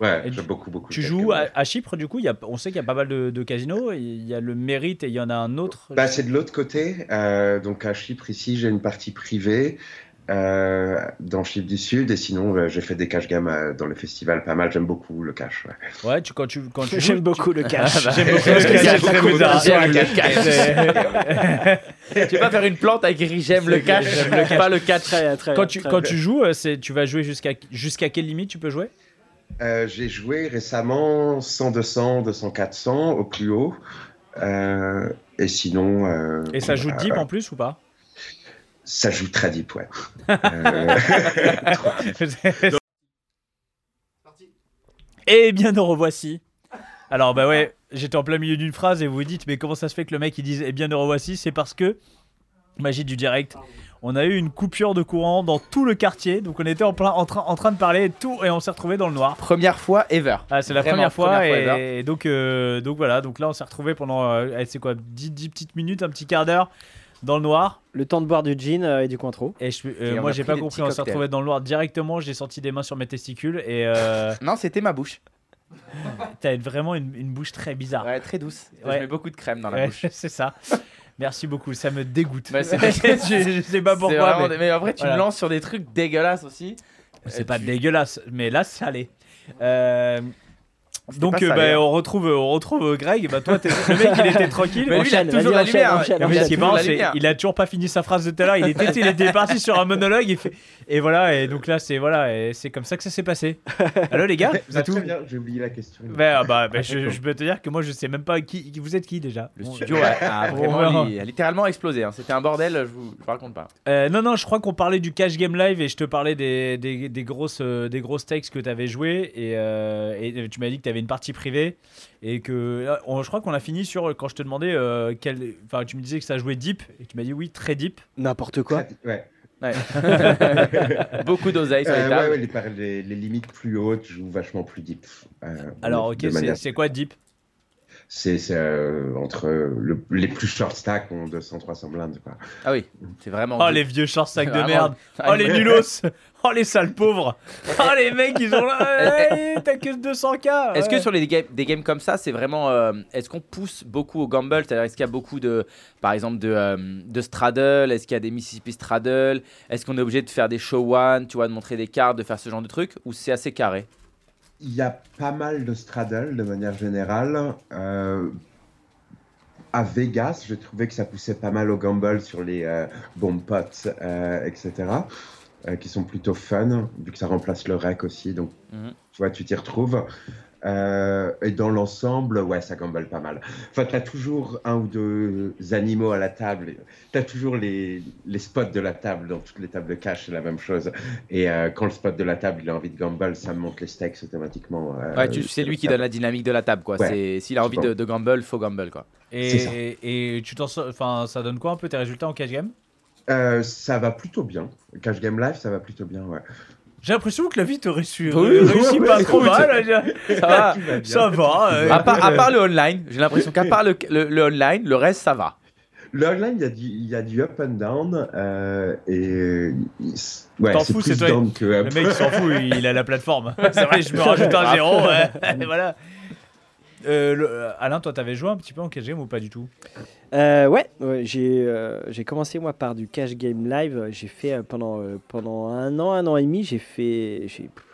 Speaker 2: Et
Speaker 5: Ouais, j'aime
Speaker 2: tu-
Speaker 5: beaucoup, beaucoup.
Speaker 2: Tu
Speaker 5: le cash
Speaker 2: joues
Speaker 5: game
Speaker 2: à,
Speaker 5: live.
Speaker 2: à Chypre, du coup, il y a, on sait qu'il y a pas mal de, de casinos, et il y a le mérite et il y en a un autre.
Speaker 5: Bah, c'est de l'autre côté. Euh, donc à Chypre, ici, j'ai une partie privée euh, dans Chypre du Sud. Et sinon, euh, j'ai fait des cash games euh, dans le festival pas mal. J'aime beaucoup le cash. ouais.
Speaker 2: Ouais, tu, quand tu. Quand tu
Speaker 4: [laughs] J'aime
Speaker 2: joues,
Speaker 4: beaucoup le cash.
Speaker 2: J'aime beaucoup
Speaker 5: Parce
Speaker 2: le
Speaker 5: que
Speaker 2: cash,
Speaker 5: j'aime
Speaker 2: c'est très
Speaker 5: beaucoup le
Speaker 2: bizarre.
Speaker 5: cash.
Speaker 3: J'aime
Speaker 5: le
Speaker 3: le Tu vas faire une plante avec écrit j'aime le cash, pas le catch.
Speaker 4: Très, très,
Speaker 2: Quand tu,
Speaker 4: très-
Speaker 2: quand tu joues, euh, c'est- tu vas jouer jusqu'à jusqu'à quelle limite tu peux jouer
Speaker 5: Euh, j'ai joué récemment 100, 200, 200, 400 au plus haut. Euh, et sinon. euh,
Speaker 2: Et ça joue deep en plus ou pas
Speaker 5: Ça joue très
Speaker 2: [laughs]
Speaker 5: deep, ouais. Euh,
Speaker 2: Eh bien, nous revoici. Alors, bah ouais, j'étais en plein milieu d'une phrase et vous vous dites, mais comment ça se fait que le mec il dise, eh bien, nous revoici C'est parce que, magie du direct, on a eu une coupure de courant dans tout le quartier. Donc, on était en, plein, en, train, en train de parler et tout, et on s'est retrouvé dans le noir.
Speaker 3: Première fois ever.
Speaker 2: Ah, c'est la
Speaker 3: Vraiment,
Speaker 2: première fois,
Speaker 3: première fois
Speaker 2: et, donc, euh, donc voilà, donc là on s'est retrouvé pendant, euh, eh, c'est quoi, 10, petites minutes, un petit quart d'heure dans le noir.
Speaker 4: Le temps de boire du gin euh, et du cointreau.
Speaker 2: Et je, euh,
Speaker 3: Et on
Speaker 2: moi
Speaker 3: a
Speaker 2: j'ai
Speaker 3: pris
Speaker 2: pas
Speaker 3: des
Speaker 2: compris,
Speaker 3: petits
Speaker 2: on s'est
Speaker 3: cocktails.
Speaker 2: retrouvé dans le noir directement, j'ai senti des mains sur mes testicules et euh,
Speaker 3: Non, c'était ma bouche.
Speaker 2: t'as vraiment une, une bouche très bizarre.
Speaker 3: Ouais, très douce.
Speaker 2: Ah. Ouais.
Speaker 3: Je mets beaucoup de crème dans la
Speaker 2: Ouais,
Speaker 3: bouche.
Speaker 2: [laughs] c'est ça. Merci beaucoup, ça me dégoûte. [laughs]
Speaker 3: Bah, c'est-
Speaker 2: je, je sais pas
Speaker 3: C'est
Speaker 2: pourquoi,
Speaker 3: vraiment
Speaker 2: mais
Speaker 3: des- mais en vrai, tu
Speaker 2: voilà.
Speaker 3: me lances sur des trucs dégueulasses aussi.
Speaker 2: c'est pas
Speaker 3: tu-
Speaker 2: dégueulasse, mais là ça allait. Euh, donc
Speaker 3: pas hein. ça,
Speaker 2: euh, bah,
Speaker 3: hier.
Speaker 2: on retrouve on retrouve euh, Greg, et bah toi t'es- le mec il était tranquille.
Speaker 3: [laughs] Mais lui, il a
Speaker 4: Enchaîne,
Speaker 3: toujours
Speaker 4: vas-y,
Speaker 3: la
Speaker 4: enchaîne,
Speaker 3: lumière. hein.
Speaker 4: enchaîne,
Speaker 2: Non, mais
Speaker 4: enchaîne.
Speaker 2: ce qui est marrant,
Speaker 3: la
Speaker 2: c'est
Speaker 3: lumière.
Speaker 2: il a toujours pas fini sa phrase de tout à l'heure. Il était, il était parti sur un monologue et, fait- et voilà. Et donc là, c'est voilà, et c'est comme ça que ça s'est passé. Allô
Speaker 3: [laughs]
Speaker 2: les gars, vous
Speaker 5: bah,
Speaker 2: êtes où
Speaker 5: très bien, J'ai oublié la question.
Speaker 2: Bah, ah, bah, bah, je, je peux te dire que moi, je sais même pas qui, qui- vous êtes qui déjà.
Speaker 3: Le
Speaker 2: Bon,
Speaker 3: studio a, a
Speaker 2: On
Speaker 3: vraiment
Speaker 2: verra.
Speaker 3: li- a littéralement explosé. hein. C'était un bordel, je vous, je vous raconte pas.
Speaker 2: Euh, non, non, je crois qu'on parlait du cash game live et je te parlais des, des, des grosses euh, des grosses textes que t'avais joué et, euh, et tu m'as dit que t'avais une partie privée et que là, on- je crois qu'on a fini sur quand je te demandais euh, quel, enfin tu me disais que ça jouait deep et tu m'as dit oui très deep.
Speaker 4: N'importe quoi.
Speaker 5: Ouais.
Speaker 3: Beaucoup d'oseille sur les
Speaker 5: Euh,
Speaker 3: tables.
Speaker 5: ouais, ouais, les, par- les- les limites plus hautes, je joue vachement plus deep. Euh,
Speaker 2: Alors
Speaker 5: de
Speaker 2: ok, c'est
Speaker 5: manière-
Speaker 2: c'est quoi deep
Speaker 5: C'est c'est, euh, entre le- les plus short stacks ont 200, 300 blindes. Quoi.
Speaker 3: Ah oui, c'est vraiment.
Speaker 2: Oh les vieux shorts sacs de
Speaker 3: Vraiment.
Speaker 2: merde.
Speaker 3: Ah,
Speaker 2: Oh
Speaker 3: une-
Speaker 2: les nulos. Oh les sales pauvres. Oh les mecs ils ont
Speaker 3: [laughs]
Speaker 2: là. Hey, T'as que 200k. ouais.
Speaker 3: Est-ce que sur les ga- des games comme ça, c'est vraiment. euh, est-ce qu'on pousse beaucoup au gamble C'est-à-dire, est-ce qu'il y a beaucoup de. Par exemple, de, euh, de straddle Est-ce qu'il y a des Mississippi straddle Est-ce qu'on est obligé de faire des show one, tu vois, de montrer des cartes, de faire ce genre de trucs Ou c'est assez carré
Speaker 5: Il y a pas mal de straddle de manière générale. Euh, à Vegas, je trouvais que ça poussait pas mal au gamble sur les euh, bomb pots, euh, etc., euh, qui sont plutôt fun, vu que ça remplace le rec aussi. Donc,
Speaker 3: Mhm.
Speaker 5: tu vois, tu t'y retrouves. Euh, et dans l'ensemble, ouais, ça gamble pas mal. Enfin, t'as toujours un ou deux animaux à la table. T'as toujours les, les spots de la table. Dans toutes les tables de cash, c'est la même chose. Et euh, quand le spot de la table, il a envie de gamble, ça monte les stakes automatiquement. euh,
Speaker 3: Ouais, tu- c'est lui qui donne la dynamique de la table, quoi.
Speaker 5: Ouais.
Speaker 3: C'est- S'il a envie de, de gamble, faut gamble, quoi.
Speaker 5: C'est ça.
Speaker 2: Et, et, et tu t'en sors- enfin ça donne quoi un peu tes résultats en cash game
Speaker 5: Euh, ça va plutôt bien. Cash Game Live, ça va plutôt bien, ouais.
Speaker 2: J'ai l'impression que la vie te réussit, euh,
Speaker 3: Oui,
Speaker 2: réussit
Speaker 5: oui,
Speaker 2: pas
Speaker 5: oui,
Speaker 2: trop
Speaker 5: écoute.
Speaker 2: mal. je- [laughs]
Speaker 3: Ça va
Speaker 5: Tout va bien.
Speaker 2: Ça va. euh.
Speaker 3: [laughs] à part, à part le online, j'ai l'impression qu'à part le, le- le online, le reste, ça va.
Speaker 5: Le online, il y a du- il y, a du up and down. euh, et. Ouais,
Speaker 2: T'en
Speaker 5: c'est
Speaker 2: fous,
Speaker 5: plus
Speaker 2: c'est toi.
Speaker 5: down que
Speaker 2: Le
Speaker 5: up.
Speaker 2: mec il s'en fout, il a la plateforme. [laughs] Ah, C'est vrai, je me rajoute un zéro. ouais. [laughs] voilà. Euh, le- Alain, toi, t'avais joué un petit peu en cash game ou pas du tout
Speaker 4: Euh, ouais, ouais, j'ai euh, j'ai commencé moi par du cash game live. J'ai fait euh, pendant, euh, pendant un an, un an et demi, j'ai fait. j'ai- pff,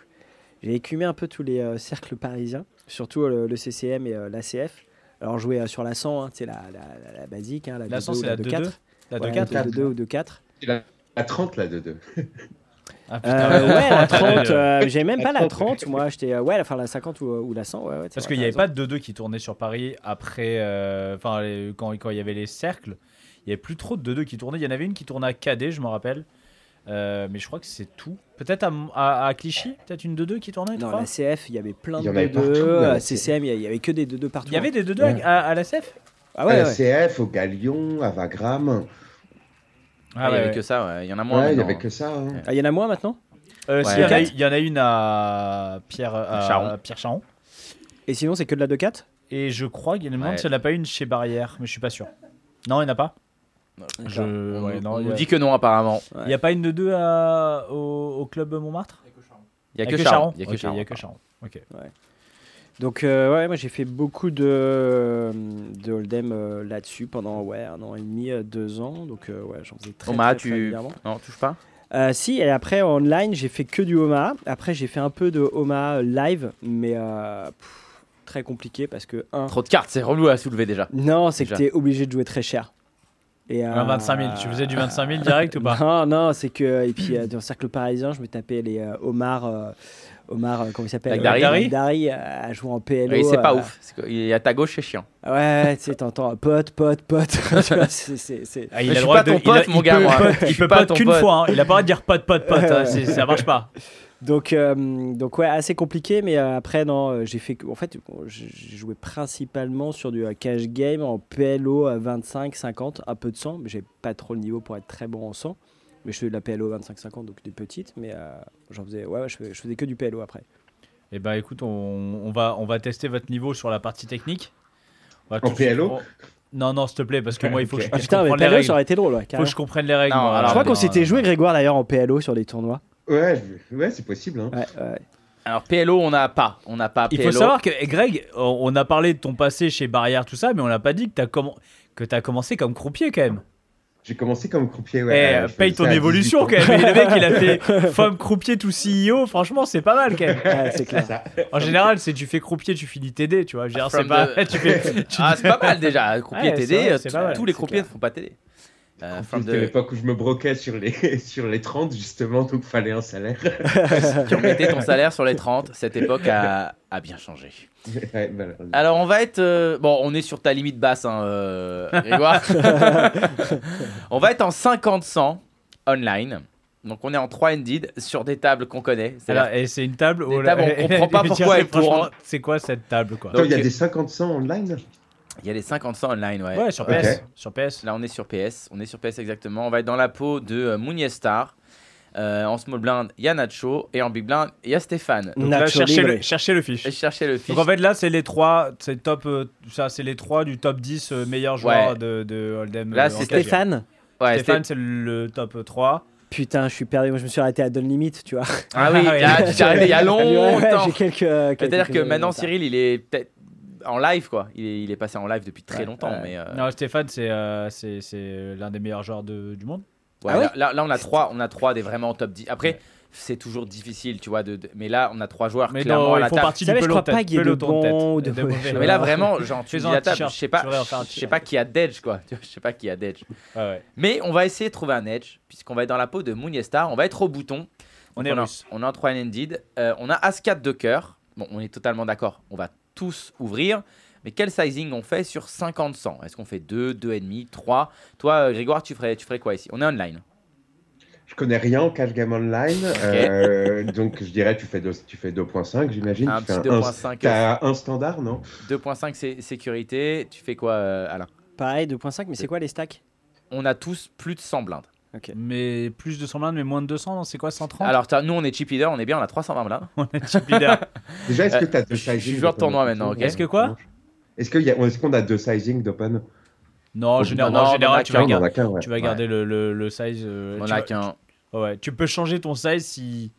Speaker 4: J'ai écumé un peu tous les euh, cercles parisiens, surtout euh, le, le CCM et l'ACF. Alors, jouer sur la 100, hein, c'est la, la, la, la, basique, hein, la,
Speaker 2: la
Speaker 4: 100, c'est
Speaker 2: la
Speaker 4: 2-4.
Speaker 2: La
Speaker 4: 2-4 ou 2-4.
Speaker 5: La 30, la 2-2.
Speaker 4: Ah,
Speaker 2: [laughs]
Speaker 4: euh, ouais, la 30, euh, j'avais même pas la 30, moi j'étais, euh, ouais, enfin la 50 ou, ou la 100, ouais, ouais,
Speaker 2: Parce qu'il n'y avait pas de 2-2 qui tournait sur Paris après, euh, enfin quand, quand il y avait les cercles, il n'y avait plus trop de 2-2 qui tournaient. Il y en avait une qui tournait à Cadet, je m'en rappelle, Euh, mais je crois que c'est tout. Peut-être à, à, à, Clichy, peut-être une 2-2 qui tournait
Speaker 4: Non, la CF, il y avait plein de euh, 2-2, CCM, il y avait que des 2-2 partout.
Speaker 2: Il y avait des 2-2 ouais. à, à, la CF
Speaker 5: ah ouais, À la CF, au Galion, à Wagram.
Speaker 3: Ah, ah, il n'y ouais, avait ouais. que ça, ouais. il y en a moins.
Speaker 5: il y avait que ça. Hein.
Speaker 4: Ah, il y en a moins maintenant
Speaker 2: euh, si, il, y, y en a une à Pierre, à Charon. Pierre Charon.
Speaker 4: Et sinon, c'est que de la 2-4
Speaker 2: Et je crois qu'il y en a si elle n'a pas une chez Barrière, mais je suis pas sûr. Non, il n'y en a pas.
Speaker 3: Je... On, non, on a... dit que non, apparemment.
Speaker 2: Il n'y a pas une de deux à... au... au, club Montmartre
Speaker 3: Il n'y a que Charon.
Speaker 2: Il n'y a que Charon. Okay, Charon. Okay.
Speaker 4: Donc, euh, ouais, moi j'ai fait beaucoup de, de Hold'em euh, là-dessus pendant ouais, un an et demi, euh, deux ans. Donc, ouais, j'en faisais très,
Speaker 3: Omaha,
Speaker 4: très, très
Speaker 3: tu... Non, touche pas
Speaker 4: Si, et après en online, j'ai fait que du Omaha. Après, j'ai fait un peu de Omaha euh, live, mais euh, pff, très compliqué parce que. Un...
Speaker 3: Trop de cartes, c'est relou à soulever déjà.
Speaker 4: Non, c'est que t'es obligé de jouer très cher.
Speaker 2: Et, euh, 25 000, tu faisais du 25 000 direct ou pas
Speaker 4: [laughs] Non, non, c'est que. Et puis, euh, dans le cercle parisien, je me tapais les euh, Omar. Omar, euh, comment il s'appelle
Speaker 3: Dari.
Speaker 4: Dari à jouer en PLO.
Speaker 3: Oui, c'est pas ouf. Il est à ta gauche, c'est chiant.
Speaker 4: euh, Ouais, tu sais, t'entends pote, pote, pote. [laughs] tu vois, c est, c est, c est...
Speaker 3: Ah, il a je suis pas ton de... pote,
Speaker 2: il a,
Speaker 3: mon gars.
Speaker 2: Peut,
Speaker 3: moi.
Speaker 2: Pote, il peut pas qu'une fois. Hein. Il a pas à dire pote, pote, pote. hein, ça marche pas.
Speaker 4: Donc, euh, donc ouais, assez compliqué, mais euh, après, non, j'ai fait. En fait, j'ai joué principalement sur du euh, cash game en PLO à 25, 50, euh, un peu de 100, mais j'ai pas trop le niveau pour être très bon en 100. Mais je faisais de la PLO 25-50, donc des petites, mais euh, j'en faisais, ouais, je faisais, je, faisais, que du PLO après.
Speaker 2: [laughs] Eh ben écoute, on, on, va, on va tester votre niveau sur la partie technique.
Speaker 5: On va en PLO
Speaker 2: on... Non, non, s'il te plaît, parce que moi, il faut okay. que je
Speaker 4: ah, putain, mais
Speaker 2: PLO, les règles.
Speaker 4: ça aurait été drôle. Ouais,
Speaker 2: faut que je comprenne hein. les règles. Non, moi,
Speaker 4: alors, je crois qu'on s'était joué, Grégoire, d'ailleurs, en PLO sur les tournois.
Speaker 5: Ouais, ouais c'est possible. Hein.
Speaker 4: Ouais, ouais.
Speaker 3: Alors PLO, on n'a pas, on n'a pas. PLO.
Speaker 2: Il faut savoir que Greg, on a parlé de ton passé chez Barrière, tout ça, mais on n'a pas dit que tu as, comm... as commencé comme croupier quand même.
Speaker 5: J'ai commencé comme croupier. Ouais, euh,
Speaker 2: eh, paye ton évolution quand même. le mec, il a
Speaker 3: [laughs]
Speaker 2: fait femme croupier tout CEO. Franchement, c'est pas mal quand même.
Speaker 4: Ouais, c'est
Speaker 5: [laughs]
Speaker 4: clair.
Speaker 2: En général, c'est tu fais croupier, tu finis TD. Tu vois, ah, c'est pas, [laughs]
Speaker 3: the... [laughs] tu fais, tu... Ah, pas mal déjà. Croupier ouais, TD, vrai, tous les croupiers ne font pas TD.
Speaker 5: Euh, de... l'époque où je me broquais sur les, [laughs] sur les 30, justement, donc fallait un salaire.
Speaker 2: [laughs]
Speaker 3: tu remettais [laughs] ton salaire sur les 30, cette époque a, a bien changé.
Speaker 5: Ouais, voilà.
Speaker 2: Ah,
Speaker 3: Alors, on va être. Euh... bon, on est sur ta limite basse, hein, euh... [laughs] Grégoire. on va être en 50-100 online. Donc on est en 3 ended sur des tables qu'on connaît.
Speaker 2: Alors, et c'est une table où
Speaker 3: des tables, on
Speaker 2: [laughs]
Speaker 3: comprend pas pourquoi elle tourne.
Speaker 2: C'est quoi cette table quoi
Speaker 5: Il y a des 50-100 online
Speaker 3: il y a les 50 online, ouais.
Speaker 2: Ouais, sur PS. Okay. Sur PS.
Speaker 3: Là, on est sur PS. On est sur PS exactement. On va être dans la peau de euh, Mouniestar. Euh, en small blind, il y a Nacho. Et en big blind, il y a Stéphane.
Speaker 2: Donc Nacho là, cherchez le, cherchez le fiche.
Speaker 3: Cherchez le fiche.
Speaker 2: Donc en fait, là, c'est les trois. C'est top. Euh, ça, c'est les trois du top 10 meilleurs joueurs ouais. de, de Hold'em. euh,
Speaker 4: Là, c'est Stéphane.
Speaker 2: Ouais, Stéphane, c'est le top 3.
Speaker 4: Putain, je suis perdu. Moi, je me suis arrêté à Don Limit, tu vois.
Speaker 3: Ah
Speaker 4: Ah,
Speaker 2: [laughs]
Speaker 3: oui, là, tu t'es arrêté
Speaker 4: [laughs]
Speaker 3: il y a longtemps.
Speaker 4: j'ai quelques. quelques
Speaker 3: C'est-à-dire que maintenant, Cyril, il est peut-être en live quoi. Il est, il est, passé en live depuis très ouais, longtemps. Ouais. Mais, euh...
Speaker 2: Non, Stéphane, c'est euh, c'est l'un des meilleurs joueurs de, du monde.
Speaker 3: Ouais, ah là, là, là, on a trois, on a trois des vraiment top 10. Après, c'est toujours difficile, tu vois. De, de, mais là, on a trois joueurs
Speaker 2: mais
Speaker 3: Ah, clairement non, à la
Speaker 2: font
Speaker 3: table.
Speaker 2: Partie du savez,
Speaker 4: je crois
Speaker 2: tête,
Speaker 4: pas qu'il y ait de
Speaker 2: [laughs]
Speaker 4: bons ou de,
Speaker 3: de Mais là, vraiment, genre, tu dis la table, je sais pas, je sais pas qui a d'edge quoi. [laughs] Je sais pas qui a d'edge. Mais on va essayer de trouver un edge puisqu'on va être dans la peau de Mouniestar. On va être au bouton.
Speaker 2: On est russe.
Speaker 3: On est en 3 ended. Euh, on a As4 de cœur. Bon, on est totalement d'accord. On va tous ouvrir. Mais quel sizing on fait sur 50-100 Est-ce qu'on fait 2, 2,5, 3 Toi, euh, Grégoire, tu ferais, tu ferais quoi ici On est online.
Speaker 5: Je connais rien en cash game online. Okay. Euh, donc, je dirais, tu fais, deux, tu fais 2.5, j'imagine.
Speaker 3: Un
Speaker 5: tu
Speaker 3: petit 2.5.
Speaker 5: T'as un standard, non
Speaker 3: 2.5, c'est sécurité. Tu fais quoi, euh, Alain
Speaker 4: Pareil, 2.5, mais c'est quoi les stacks
Speaker 3: On a tous plus de 100 blindes.
Speaker 2: Okay. Mais plus de 100 blindes, mais moins de 200, c'est quoi 130 [laughs]
Speaker 3: Alors nous on est chip leader, on est bien, on a 320 blindes.
Speaker 2: on est chip
Speaker 3: [laughs]
Speaker 2: leader.
Speaker 5: Déjà, est-ce que tu as deux
Speaker 3: sizing Euh, Je suis
Speaker 5: sizing
Speaker 3: joueur de tournoi maintenant, ok
Speaker 2: Est-ce que quoi
Speaker 5: Est-ce qu'on a... Est qu a deux sizing d'open
Speaker 2: Non, généralement, en général, tu, vas garder, ouais. tu vas garder ouais. le, le, le, size. Euh,
Speaker 3: on
Speaker 2: tu
Speaker 3: a qu'un.
Speaker 2: Ouais, tu peux changer ton size si.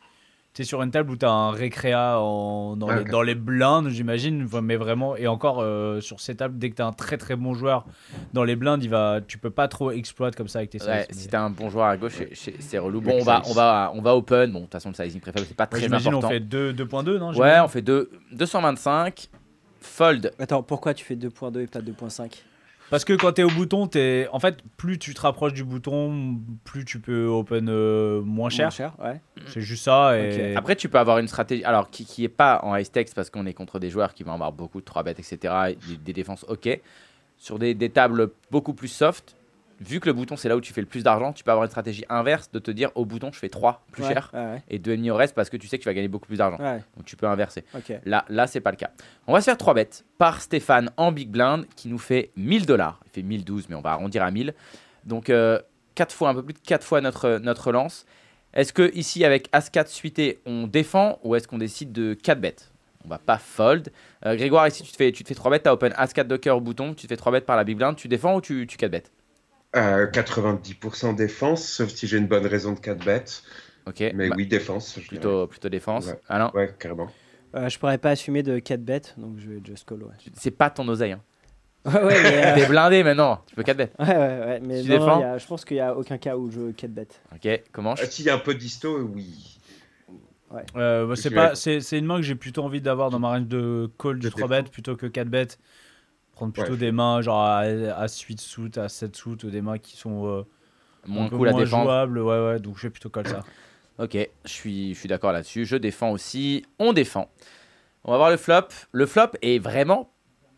Speaker 2: T'es sur une table où t'as un récréa en, dans, les,
Speaker 5: Ok.
Speaker 2: dans les blindes, j'imagine, mais vraiment, et encore euh, sur ces tables, dès que t'as un très très bon joueur dans les blindes, il va, tu peux pas trop exploiter comme ça avec tes
Speaker 3: Ouais,
Speaker 2: services.
Speaker 3: si
Speaker 2: Mais-
Speaker 3: t'as un bon joueur à gauche, c'est- c'est c'est relou. Bon,
Speaker 5: Ouais,
Speaker 3: on va,
Speaker 5: ça,
Speaker 3: on va, on va open. Bon, de toute façon, le sizing préfable, c'est pas
Speaker 2: Ouais,
Speaker 3: très
Speaker 2: j'imagine, on
Speaker 3: important.
Speaker 2: fait deux- 2.2, non
Speaker 3: Ouais,
Speaker 2: j'imagine
Speaker 3: on fait deux- 225. Fold.
Speaker 4: Attends, pourquoi tu fais 2.2 et pas 2.5
Speaker 2: Parce que quand t'es au bouton, t'es. En fait, plus tu te rapproches du bouton, plus tu peux open euh, moins cher.
Speaker 4: Moins cher, ouais.
Speaker 2: C'est juste ça. Et...
Speaker 3: Après, tu peux avoir une stratégie. Alors, qui, qui est pas en high stakes parce qu'on est contre des joueurs qui vont avoir beaucoup de 3 bêtes, etc. et Des, des défenses, ok. Sur des, des tables beaucoup plus soft, vu que le bouton c'est là où tu fais le plus d'argent, tu peux avoir une stratégie inverse de te dire au bouton je fais 3 plus
Speaker 4: Ouais,
Speaker 3: cher
Speaker 4: Ouais,
Speaker 3: et 2,5 au reste parce que tu sais que tu vas gagner beaucoup plus d'argent.
Speaker 4: ouais, ouais,
Speaker 3: Donc tu peux inverser.
Speaker 4: ok.
Speaker 3: Là, là c'est pas le cas. On va se faire 3 bêtes par Stéphane en big blind qui nous fait 1000 dollars. Il fait 1012, mais on va arrondir à 1000. Donc 4 fois, un peu plus de 4 fois notre, notre lance. Est-ce que ici, avec As-4 suité, on défend ou est-ce qu'on décide de 4 bêtes On va pas fold. Euh, Grégoire, ici, tu te fais, tu te fais 3 bêtes. T'as open As-4 de cœur au bouton. Tu te fais 3 bêtes par la big blind. Tu défends ou tu, tu 4 bêtes
Speaker 5: Euh, 90% défense, sauf si j'ai une bonne raison de 4 bêtes.
Speaker 3: Ok.
Speaker 5: Mais
Speaker 3: bah,
Speaker 5: oui, défense. je dirais.
Speaker 3: Plutôt, plutôt défense. Ah
Speaker 5: Ouais.
Speaker 3: Alain,
Speaker 5: Ouais, carrément.
Speaker 4: Euh, je pourrais pas assumer de 4 bêtes, donc je vais just call, ouais.
Speaker 3: c'est pas ton oseille. Hein.
Speaker 4: [laughs] ouais, ouais, mais, euh,
Speaker 3: T'es blindé maintenant. Tu peux 4 bêtes.
Speaker 4: ouais, ouais, ouais, mais
Speaker 3: Tu
Speaker 4: non, non,
Speaker 3: défends
Speaker 4: il y a- je pense qu'il y a aucun cas où je 4 bêtes.
Speaker 3: Ok, comment
Speaker 5: Euh, S'il y a un peu d'histo, oui.
Speaker 2: Euh, bah, c'est
Speaker 5: Je
Speaker 2: pas,
Speaker 5: vais-
Speaker 2: c'est, c'est une main que j'ai plutôt envie d'avoir dans ma range de call de
Speaker 5: Je
Speaker 2: 3
Speaker 5: défends.
Speaker 2: bêtes plutôt que 4 bêtes. Prendre plutôt
Speaker 5: Ouais.
Speaker 2: des mains genre à, à 8 suit, à 7 suit, ou des mains qui sont euh, un
Speaker 3: Moins
Speaker 2: peu
Speaker 3: cool à
Speaker 2: moins
Speaker 3: défendre.
Speaker 2: jouables. Ouais, ouais, donc je vais plutôt call ça.
Speaker 3: Ok, je suis, je suis d'accord là-dessus. Je défends aussi. On défend. On va voir le flop. Le flop est vraiment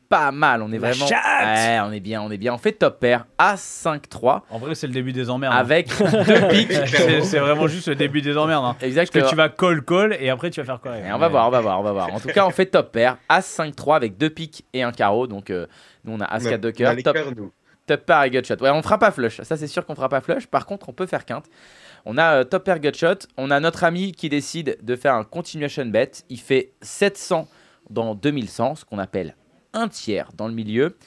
Speaker 3: pas mal. On est
Speaker 4: La
Speaker 3: vraiment.
Speaker 4: chatte
Speaker 3: Ouais, on est bien, on est bien. On fait top pair à 5-3
Speaker 2: En vrai, c'est le début des emmerdes. hein. [laughs]
Speaker 3: avec deux piques.
Speaker 2: c'est, c'est vraiment juste le début des emmerdes. hein. Parce
Speaker 3: Exactement.
Speaker 2: que tu vas call, call, et après tu vas faire quoi
Speaker 3: Et on va voir, on va voir, on va voir. En tout cas, on fait top pair à 5-3 avec deux piques et un carreau. Donc, euh, nous, on a
Speaker 5: On a-
Speaker 3: As-4 de
Speaker 5: on a
Speaker 3: cœur,
Speaker 5: les
Speaker 3: top,
Speaker 5: cœurs, nous.
Speaker 3: top pair et gutshot. Ouais, on fera pas flush. Ça, c'est sûr qu'on fera pas flush. Par contre, on peut faire quinte. On a euh, top pair gutshot. On a notre ami qui décide de faire un continuation bet. Il fait 700 dans 2100, ce qu'on appelle un tiers dans le milieu.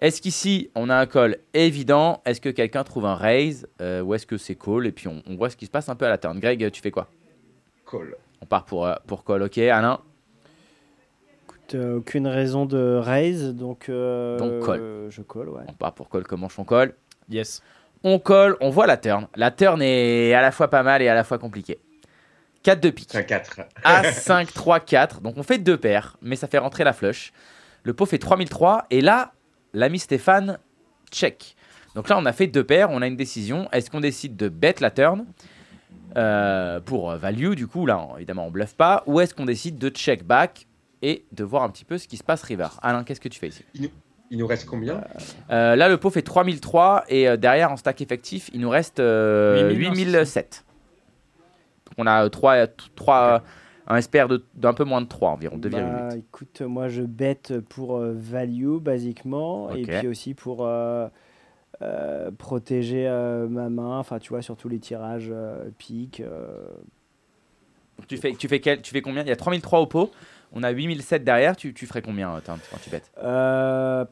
Speaker 3: Est-ce qu'ici, on a un call évident Est-ce que quelqu'un trouve un raise Euh, Ou est-ce que c'est call Et puis, on, on voit ce qui se passe un peu à la turn. Greg, tu fais quoi
Speaker 5: Call.
Speaker 3: On part pour, euh, pour call. Ok, Alain
Speaker 4: Écoute, euh, aucune raison de raise, donc, euh,
Speaker 3: Donc call.
Speaker 4: euh, je call, ouais.
Speaker 3: On part pour call. Comment on colle
Speaker 2: Yes.
Speaker 3: On colle, on voit la turn. La turn est à la fois pas mal et à la fois compliquée. 4 de pique.
Speaker 5: C'est un 4.
Speaker 3: A 5, 3, 4. Donc on fait deux paires, mais ça fait rentrer la flush. Le pot fait 3003. Et là, l'ami Stéphane check. Donc là, on a fait deux paires, on a une décision. Est-ce qu'on décide de bet la turn euh, pour euh, value Du coup, là, on- évidemment, on bluffe pas. Ou est-ce qu'on décide de check back et de voir un petit peu ce qui se passe river Alain, qu'est-ce que tu fais ici
Speaker 5: Il nous reste combien
Speaker 3: Euh, Là, le pot fait 3003 et euh, derrière, en stack effectif, il nous reste euh,
Speaker 2: 8000,
Speaker 3: 8007. Donc on a euh, 3, 3, euh, un SPR de- d'un peu moins de 3 environ, 2,8.
Speaker 4: Bah, écoute, moi je bête pour euh, value, basiquement, et
Speaker 3: Ok.
Speaker 4: puis aussi pour euh, euh, protéger euh, ma main, enfin tu vois, sur tous les tirages euh, pique. euh,
Speaker 3: Tu fais, tu, fais quel- tu fais combien Il y a 3003 au pot. On a 8007 derrière. Tu, tu ferais combien euh, Tim, quand tu bêtes
Speaker 4: Euh...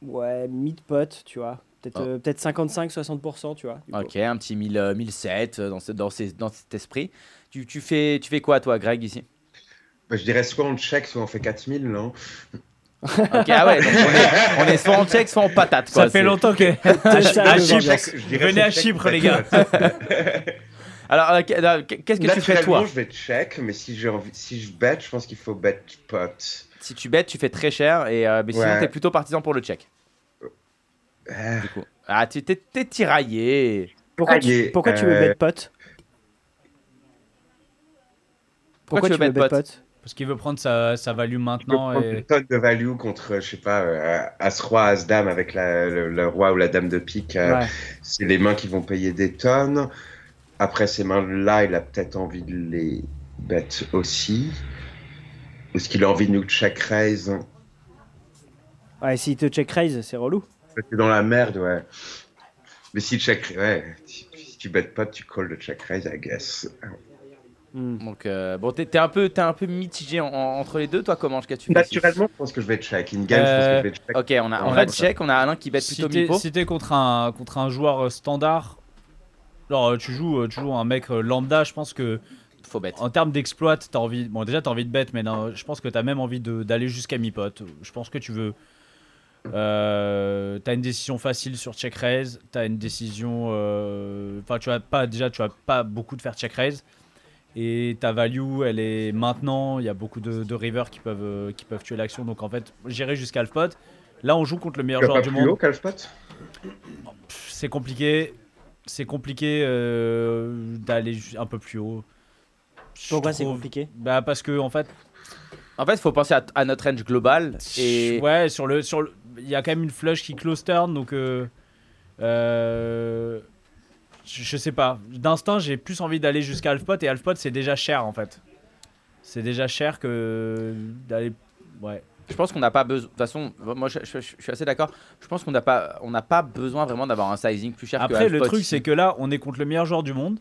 Speaker 4: Ouais, mid-pot, tu vois. Peut-être
Speaker 3: Ah.
Speaker 4: euh, peut-être 55-60%, tu vois. du coup.
Speaker 3: Ok, un petit 1000, euh, 1007 euh, dans, ce- dans, ces- dans cet esprit. Tu, tu fais, tu fais quoi, toi, Greg, ici
Speaker 5: Bah, Je dirais soit on check, soit on fait 4000, non
Speaker 3: Ok, ah ouais, donc on, est, on est soit en check, soit en patate. Quoi.
Speaker 2: Ça fait
Speaker 3: C'est-
Speaker 2: longtemps
Speaker 3: [laughs]
Speaker 2: que.
Speaker 4: Ah, je
Speaker 2: Ah,
Speaker 4: savais,
Speaker 2: Chypre.
Speaker 4: Jean-Jacques.
Speaker 5: Je dirais
Speaker 2: Venez à
Speaker 5: check,
Speaker 2: Chypre,
Speaker 5: check,
Speaker 2: les gars.
Speaker 3: Alors, euh, qu'est- euh, Bah, qu'est-ce que tu fais,
Speaker 5: Naturellement,
Speaker 3: toi
Speaker 5: je vais check, mais si, j'ai envie, si je bet, je pense qu'il faut bet pot.
Speaker 3: Si tu bêtes, tu fais très cher. Et, euh, mais sinon,
Speaker 5: Ouais.
Speaker 3: t'es plutôt partisan pour le check.
Speaker 5: Euh,
Speaker 3: Du coup. Ah, tu- t'es t'es tiraillé.
Speaker 4: Pourquoi, tu,
Speaker 5: Allez,
Speaker 4: pourquoi tu veux
Speaker 5: euh,
Speaker 4: bet pot
Speaker 3: Pourquoi tu veux bet pot
Speaker 2: Parce qu'il veut prendre sa, sa value
Speaker 5: je peux
Speaker 2: maintenant.
Speaker 5: prendre
Speaker 2: Et...
Speaker 5: une tonne de value contre, je sais pas, euh, As-Roi, As-Dame avec la, le, le roi ou la dame de pique. euh,
Speaker 4: Ouais.
Speaker 5: C'est les mains qui vont payer des tonnes. Après, ces mains-là, il a peut-être envie de les bêtes aussi. Est-ce qu'il a envie de nous check raise hein?
Speaker 4: Ouais, s'il te check raise, c'est relou.
Speaker 5: T'es dans la merde, ouais. Mais si check, ouais, si, si tu bêtes pas, tu call le check raise, I guess.
Speaker 4: Hmm.
Speaker 3: Donc, euh, bon, t'es t'es un, peu- t'es un peu mitigé en- en- entre les deux, toi, comment Qu'est-ce que
Speaker 5: Bah,
Speaker 3: tu fais ici
Speaker 5: Naturellement, je pense que je vais check. In
Speaker 2: Euh,
Speaker 5: game, je pense que je vais check.
Speaker 3: Ok, on a, on
Speaker 5: Ouais.
Speaker 3: a check, on a Alain qui bet
Speaker 2: Si
Speaker 3: Bah, plutôt
Speaker 2: t'es
Speaker 3: mi-pot.
Speaker 2: si t'es contre un, contre un joueur euh, standard, Alors, tu joues, tu joues un mec euh, lambda, je pense que.
Speaker 3: Faut bête.
Speaker 2: En termes d'exploit, t'as envie. Bon, déjà, t'as envie de bête, mais non, je pense que t'as même envie de- d'aller jusqu'à mi-pote. Je pense que tu veux. euh, t'as une décision facile sur check raise. T'as une décision. euh, Enfin, tu as pas. Déjà, tu as pas beaucoup de faire check raise. Et ta value, elle est maintenant. Il y a beaucoup de, de rivers qui peuvent, euh, qui peuvent tuer l'action. Donc, en fait, gérer jusqu'à le pot. Là, on joue contre le meilleur
Speaker 5: Tu vas
Speaker 2: joueur
Speaker 5: pas
Speaker 2: du
Speaker 5: plus
Speaker 2: monde.
Speaker 5: haut, Calfpot
Speaker 2: Pff, C'est compliqué. C'est compliqué euh, d'aller ju- un peu plus haut. Je
Speaker 4: Pourquoi c'est
Speaker 2: trouve-
Speaker 4: compliqué
Speaker 2: Bah parce que en fait,
Speaker 3: En fait, faut penser à, à notre range global et
Speaker 2: ouais sur le sur le- il y a quand même une flush qui close turn donc euh, euh, je je sais pas. D'instinct, j'ai plus envie d'aller jusqu'à Halfpot et Halfpot c'est déjà cher en fait. C'est déjà cher que d'aller ouais.
Speaker 3: je pense qu'on n'a pas besoin. De toute façon, moi, je, je- je suis assez d'accord. Je pense qu'on n'a pas, on n'a pas besoin vraiment d'avoir un sizing plus cher. que
Speaker 2: Après, le
Speaker 3: HotPot.
Speaker 2: truc, c'est que là, on est contre le meilleur joueur du monde.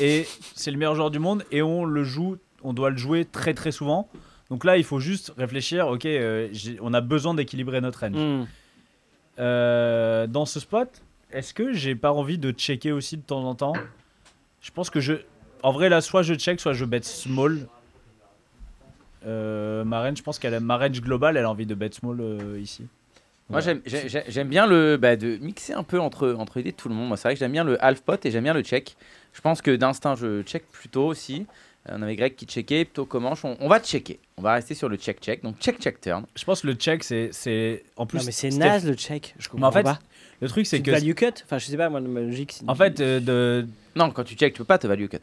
Speaker 2: Et c'est le meilleur joueur du monde. Et on le joue, on doit le jouer très très souvent. Donc là, il faut juste réfléchir. Ok, euh, j'ai- on a besoin d'équilibrer notre range.
Speaker 4: Hmm.
Speaker 2: Euh, dans ce spot, est-ce que j'ai pas envie de checker aussi de temps en temps Je pense que je. En vrai, là, soit je check, soit je bet small. Euh, ma range, je pense qu'elle a ma range globale, elle a envie de bet small euh, ici.
Speaker 3: Moi,
Speaker 2: Voilà.
Speaker 3: j'aime- j'ai- j'ai- j'aime bien le bah, de mixer un peu entre entre les idées de tout le monde. Moi, c'est vrai que j'aime bien le half pot et j'aime bien le check. Je pense que d'instinct, je check plutôt aussi. Euh, On avait Greg qui checkait, plutôt Comanche. On, on va checker. On va rester sur le check check. Donc check check turn.
Speaker 2: Je pense que le check, c'est- c'est. En plus,
Speaker 4: Non, mais c'est
Speaker 2: Steph-
Speaker 4: naze le check. Je
Speaker 2: Mais
Speaker 4: comprends
Speaker 2: en fait,
Speaker 4: pas.
Speaker 2: le truc, c'est
Speaker 4: Tu
Speaker 2: que.
Speaker 4: value cut Enfin, je sais pas, moi, ma logique. c'est-
Speaker 2: En fait, euh, de,
Speaker 3: Non, quand tu check, tu peux pas te value cut.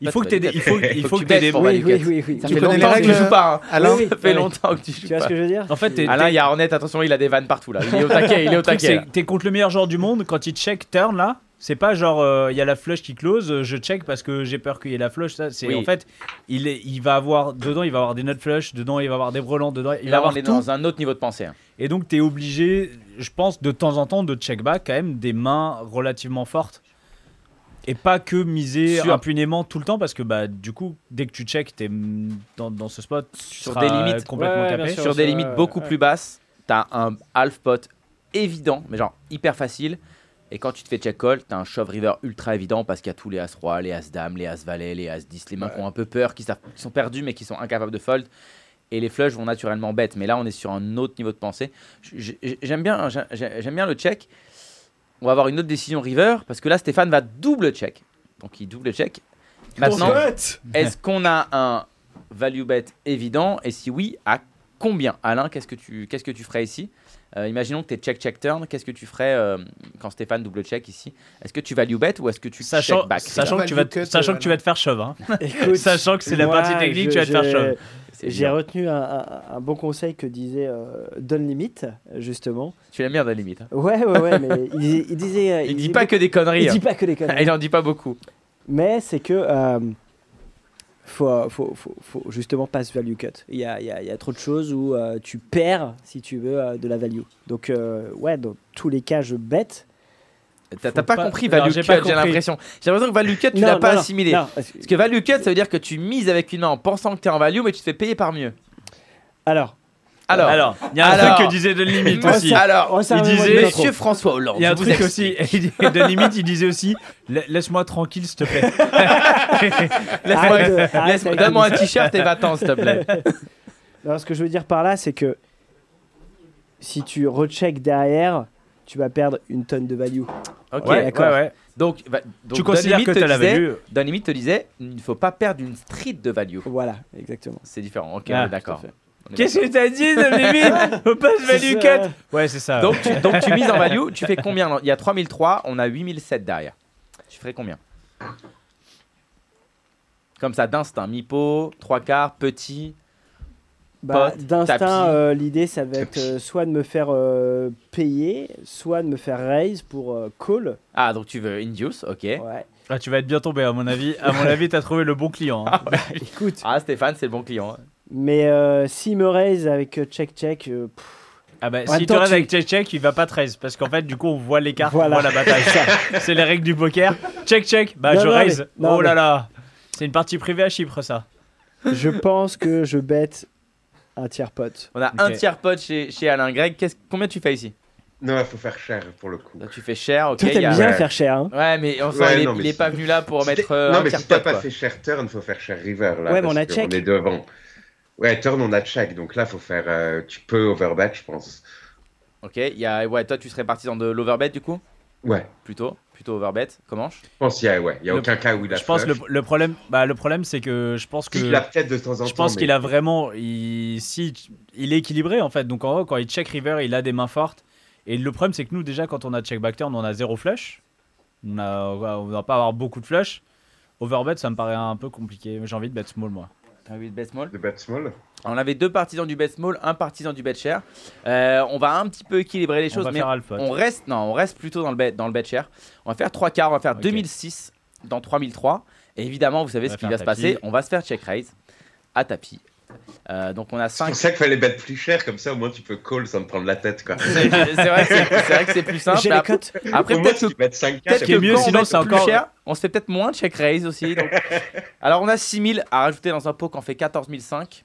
Speaker 2: il faut que t'aies des, il
Speaker 3: [laughs]
Speaker 2: faut, il
Speaker 3: Faut
Speaker 2: faut
Speaker 3: que
Speaker 2: que
Speaker 3: tu
Speaker 2: t'aies des-
Speaker 3: baisses pour
Speaker 4: oui,
Speaker 3: value
Speaker 4: oui,
Speaker 3: cut.
Speaker 4: oui, oui.
Speaker 3: Ça
Speaker 4: Tu
Speaker 3: fait
Speaker 4: connais
Speaker 3: longtemps
Speaker 4: les
Speaker 3: que tu
Speaker 4: règles. euh,
Speaker 3: joues pas. hein.
Speaker 4: Alain.
Speaker 3: ça
Speaker 4: Oui,
Speaker 3: fait
Speaker 4: oui.
Speaker 3: longtemps que tu joues
Speaker 4: Tu vois
Speaker 3: pas.
Speaker 4: ce que je veux dire
Speaker 2: En fait, t'es,
Speaker 3: Alain,
Speaker 2: t'es-
Speaker 3: il y a Hornet, attention, il a des vannes partout là. Il est au taquet, il est au
Speaker 2: le truc,
Speaker 3: taquet. là.
Speaker 2: c'est que t'es contre le meilleur joueur du monde quand il check turn là. C'est pas genre euh, il y a la flush qui close, euh, je check parce que j'ai peur qu'il y ait la flush. Ça, c'est
Speaker 3: Oui.
Speaker 2: en fait, il est, il va avoir dedans, il va avoir des notes flush, dedans il va avoir des brelans, dedans il va
Speaker 3: Là,
Speaker 2: avoir
Speaker 3: on est
Speaker 2: tout.
Speaker 3: dans un autre niveau de pensée. hein.
Speaker 2: Et donc t'es obligé, je pense, de temps en temps de check back quand même des mains relativement fortes et pas que miser
Speaker 3: Sûr.
Speaker 2: impunément tout le temps parce que bah du coup dès que tu check t'es mm, dans, dans ce spot tu
Speaker 3: Sur
Speaker 2: seras
Speaker 3: des limites.
Speaker 2: complètement
Speaker 4: Ouais, ouais,
Speaker 2: capé.
Speaker 4: bien sûr.
Speaker 3: Sur des
Speaker 4: ça,
Speaker 3: limites
Speaker 4: ouais,
Speaker 3: beaucoup
Speaker 4: ouais.
Speaker 3: plus basses, t'as un half pot évident, mais genre hyper facile. Et quand tu te fais check call, t'as un shove river ultra évident parce qu'il y a tous les as roi, les as dame, les as valet, les as 10, les mains qui ont un peu peur, qui, savent- qui sont perdus mais qui sont incapables de fold. Et les flushs vont naturellement bête. Mais là, on est sur un autre niveau de pensée. J- j- J'aime bien, j'ai- j'ai- j'aime bien le check. On va avoir une autre décision river parce que là, Stéphane va double check. Donc il double check. Maintenant, est-ce qu'on a un value bet évident Et si oui, à combien Alain, qu'est-ce que tu, qu'est-ce que tu ferais ici Euh, Imaginons que tu es check-check-turn. Qu'est-ce que tu ferais euh, quand Stéphane double-check ici Est-ce que tu value bet ou est-ce que tu
Speaker 2: Sachant,
Speaker 3: check-back
Speaker 2: sachant, que tu vas,
Speaker 6: Value
Speaker 2: te-
Speaker 6: cut,
Speaker 2: sachant
Speaker 6: euh,
Speaker 2: que tu vas te faire shove. Hein.
Speaker 4: [laughs] Écoute,
Speaker 2: Sachant que c'est la
Speaker 4: moi,
Speaker 2: partie technique,
Speaker 4: je-
Speaker 2: tu vas te faire
Speaker 4: j'ai-
Speaker 2: shove.
Speaker 3: C'est
Speaker 4: J'ai
Speaker 3: évident.
Speaker 4: retenu un, un- un bon conseil que disait euh, Don Limit, justement.
Speaker 3: Tu l'aimes bien dans la limite. hein.
Speaker 4: Ouais, ouais, ouais, mais il, dis- il disait.
Speaker 3: [laughs]
Speaker 4: euh,
Speaker 3: Il, dit
Speaker 4: disait
Speaker 3: pas que des
Speaker 4: beaucoup-
Speaker 3: conneries.
Speaker 4: Il
Speaker 3: hein.
Speaker 4: dit pas que
Speaker 3: [laughs]
Speaker 4: les conneries.
Speaker 3: Il en dit pas beaucoup.
Speaker 4: Mais c'est que euh, faut, euh, faut, faut, faut justement pas se value cut. Il y a, il y a- il y a trop de choses où euh, tu perds, si tu veux, euh, de la value. Donc, euh, ouais, dans tous les cas, je bête.
Speaker 3: T'as
Speaker 2: Faut
Speaker 3: t'as pas,
Speaker 2: pas-
Speaker 3: compris
Speaker 2: Alors,
Speaker 3: value
Speaker 2: j'ai
Speaker 3: cut,
Speaker 2: pas
Speaker 3: j'ai
Speaker 2: compris.
Speaker 3: l'impression. J'ai l'impression que value cut, tu
Speaker 4: Non,
Speaker 3: l'as
Speaker 4: non,
Speaker 3: pas
Speaker 4: non,
Speaker 3: assimilé.
Speaker 4: non, parce que-
Speaker 3: Parce que value cut, ça veut dire que tu mises avec une main en pensant que t'es en value, mais tu te fais payer par mieux.
Speaker 4: Alors,
Speaker 3: Alors,
Speaker 2: Alors, il y a un
Speaker 3: Alors.
Speaker 2: truc que disait de limite
Speaker 3: Monsieur-
Speaker 2: aussi.
Speaker 3: alors,
Speaker 4: on s'arrête
Speaker 2: disait-
Speaker 4: dans l'intro.
Speaker 3: Monsieur François Hollande,
Speaker 2: Il y a un
Speaker 3: je vous
Speaker 2: truc
Speaker 3: explique.
Speaker 2: aussi, [laughs] de limite, il disait aussi la- Laisse-moi tranquille, s'il te plaît.
Speaker 3: Laisse-moi-
Speaker 4: Arrête de- arrête
Speaker 3: laisse-
Speaker 4: avec
Speaker 3: Donne-moi un t-shirt et va-t'en, s'il te plaît.
Speaker 4: Non, ce que je veux dire par là, c'est que si tu recheck derrière, tu vas perdre une tonne de value.
Speaker 3: Ok,
Speaker 4: Ouais, d'accord.
Speaker 3: Donc, va- donc
Speaker 2: Tu
Speaker 3: Don
Speaker 2: considères
Speaker 3: Limit
Speaker 2: que
Speaker 3: te
Speaker 2: t'as la
Speaker 3: disait-
Speaker 2: value
Speaker 3: Don Limit te disait il ne faut pas perdre une street de value.
Speaker 4: Voilà, exactement.
Speaker 3: C'est différent, ok,
Speaker 2: Oh. Ah,
Speaker 3: on est d'accord.
Speaker 4: tout à fait.
Speaker 3: On est
Speaker 2: Qu'est-ce que t'as dit, de limite [laughs] Faut pas se value
Speaker 4: C'est ça.
Speaker 2: cut Ouais, c'est ça.
Speaker 3: d'accord. donc, tu, donc tu mises
Speaker 2: [laughs]
Speaker 3: en value, tu fais combien là Il y a 3003, on a 8007 derrière. Tu ferais combien Comme ça, d'instinct, mi-pot, trois quarts, petit.
Speaker 4: Bah,
Speaker 3: Pote,
Speaker 4: D'instinct,
Speaker 3: tapis.
Speaker 4: euh, l'idée, ça va être
Speaker 5: Tapis.
Speaker 4: euh, soit de me faire euh, payer, soit de me faire raise pour euh, call.
Speaker 3: Ah, donc tu veux induce, ok.
Speaker 4: Ouais.
Speaker 2: Ah, tu vas être bien tombé, à mon avis. À mon avis, t'as trouvé le bon client. hein.
Speaker 4: Écoute,
Speaker 3: Ah, Stéphane, c'est le bon client. hein.
Speaker 4: mais euh, s'il me raise avec euh, check check, euh, pff,
Speaker 2: Ah, bah,
Speaker 4: En
Speaker 2: si
Speaker 4: même
Speaker 2: tu
Speaker 4: temps,
Speaker 2: restes
Speaker 4: tu-
Speaker 2: avec check check, il va pas 13. Parce qu'en fait, du coup, on voit l'écart,
Speaker 4: Voilà.
Speaker 2: on voit la bataille. c'est les règles du poker. Check check, bah
Speaker 4: Non,
Speaker 2: je
Speaker 4: non, mais-
Speaker 2: raise.
Speaker 4: non,
Speaker 2: oh là
Speaker 4: mais-
Speaker 2: là C'est une partie privée à Chypre, ça.
Speaker 3: [laughs]
Speaker 4: je pense que je bête un tiers pote.
Speaker 3: On a un
Speaker 2: Ok.
Speaker 3: tiers pote chez, chez Alain Greg. Qu'est-ce- Combien tu fais ici
Speaker 5: Non, il faut faire cher pour le coup.
Speaker 2: Bah,
Speaker 3: Là, tu fais cher, ok. il
Speaker 4: Toi,
Speaker 3: y
Speaker 4: t'aimes
Speaker 3: a-
Speaker 4: bien
Speaker 5: Ouais.
Speaker 4: faire cher. hein.
Speaker 3: Ouais, mais on sent
Speaker 5: Ouais,
Speaker 3: il est,
Speaker 5: non, mais
Speaker 3: il est
Speaker 5: si-
Speaker 3: pas venu là pour
Speaker 5: Si t'es-
Speaker 3: mettre. euh,
Speaker 5: non,
Speaker 3: un
Speaker 5: mais
Speaker 3: tiers
Speaker 5: si t'as
Speaker 3: pot,
Speaker 5: pas
Speaker 3: quoi.
Speaker 5: fait cher turn, faut faire cher river. Là,
Speaker 4: Ouais, mais on
Speaker 5: parce
Speaker 4: a
Speaker 5: que
Speaker 4: check.
Speaker 5: est devant. Ouais, turn, on a check. Donc là, faut faire. euh, tu peux overbet, je pense.
Speaker 3: Ok, il y a, ouais, toi tu serais parti dans de l'overbet du coup
Speaker 5: Ouais,
Speaker 3: Plutôt Plutôt overbet Comment
Speaker 5: je pense qu'il y a, ouais. Il y a
Speaker 2: Le-
Speaker 5: aucun cas où il a
Speaker 2: Je pense le,
Speaker 5: flush.
Speaker 2: le problème, bah, le problème c'est que je pense que
Speaker 5: Il l'a peut-être de temps en temps.
Speaker 2: je pense
Speaker 5: mais-
Speaker 2: qu'il a vraiment, il, si il est équilibré en fait. Donc en gros, quand il check river, il a des mains fortes. Et le problème c'est que nous déjà quand on a check back turn, on a zéro flush. On a, on va pas avoir beaucoup de flush. Overbet, ça me paraît un peu compliqué. J'ai envie de bet small moi.
Speaker 3: T'as envie de bet small
Speaker 5: De bet small
Speaker 3: On avait deux partisans du bet small, un partisan du bet share. Euh, on va un petit peu équilibrer les
Speaker 2: on
Speaker 3: choses,
Speaker 2: va
Speaker 3: mais
Speaker 2: faire alpha.
Speaker 3: on reste, non, on reste plutôt dans le bet, dans le bet share. On va faire trois quarts, on va faire
Speaker 2: Ok.
Speaker 3: 2006 dans 3003. Et évidemment, vous savez
Speaker 2: On va
Speaker 3: ce qui
Speaker 2: faire
Speaker 3: va se
Speaker 2: tapis.
Speaker 3: passer. On va se faire check raise à tapis. Euh, donc on a
Speaker 5: C'est
Speaker 3: 5
Speaker 5: [laughs] pour ça qu'il fallait bet plus cher, comme ça au moins tu peux call sans te prendre la tête.
Speaker 2: [laughs]
Speaker 5: quoi.
Speaker 3: C'est c'est vrai, que c'est- c'est vrai que c'est plus simple.
Speaker 4: J'ai
Speaker 3: mais
Speaker 4: les
Speaker 3: après,
Speaker 4: cotes.
Speaker 3: après,
Speaker 5: Au moins,
Speaker 3: peut-être
Speaker 5: si
Speaker 3: que
Speaker 5: tu bets 5
Speaker 3: Peut-être
Speaker 2: C'est
Speaker 3: que
Speaker 2: mieux,
Speaker 3: quand
Speaker 2: sinon,
Speaker 3: on met
Speaker 2: c'est
Speaker 3: plus
Speaker 2: encore-
Speaker 3: cher, on se fait peut-être moins de check raise aussi. donc. Alors on a 6000 à rajouter dans un pot qu'on fait 14005.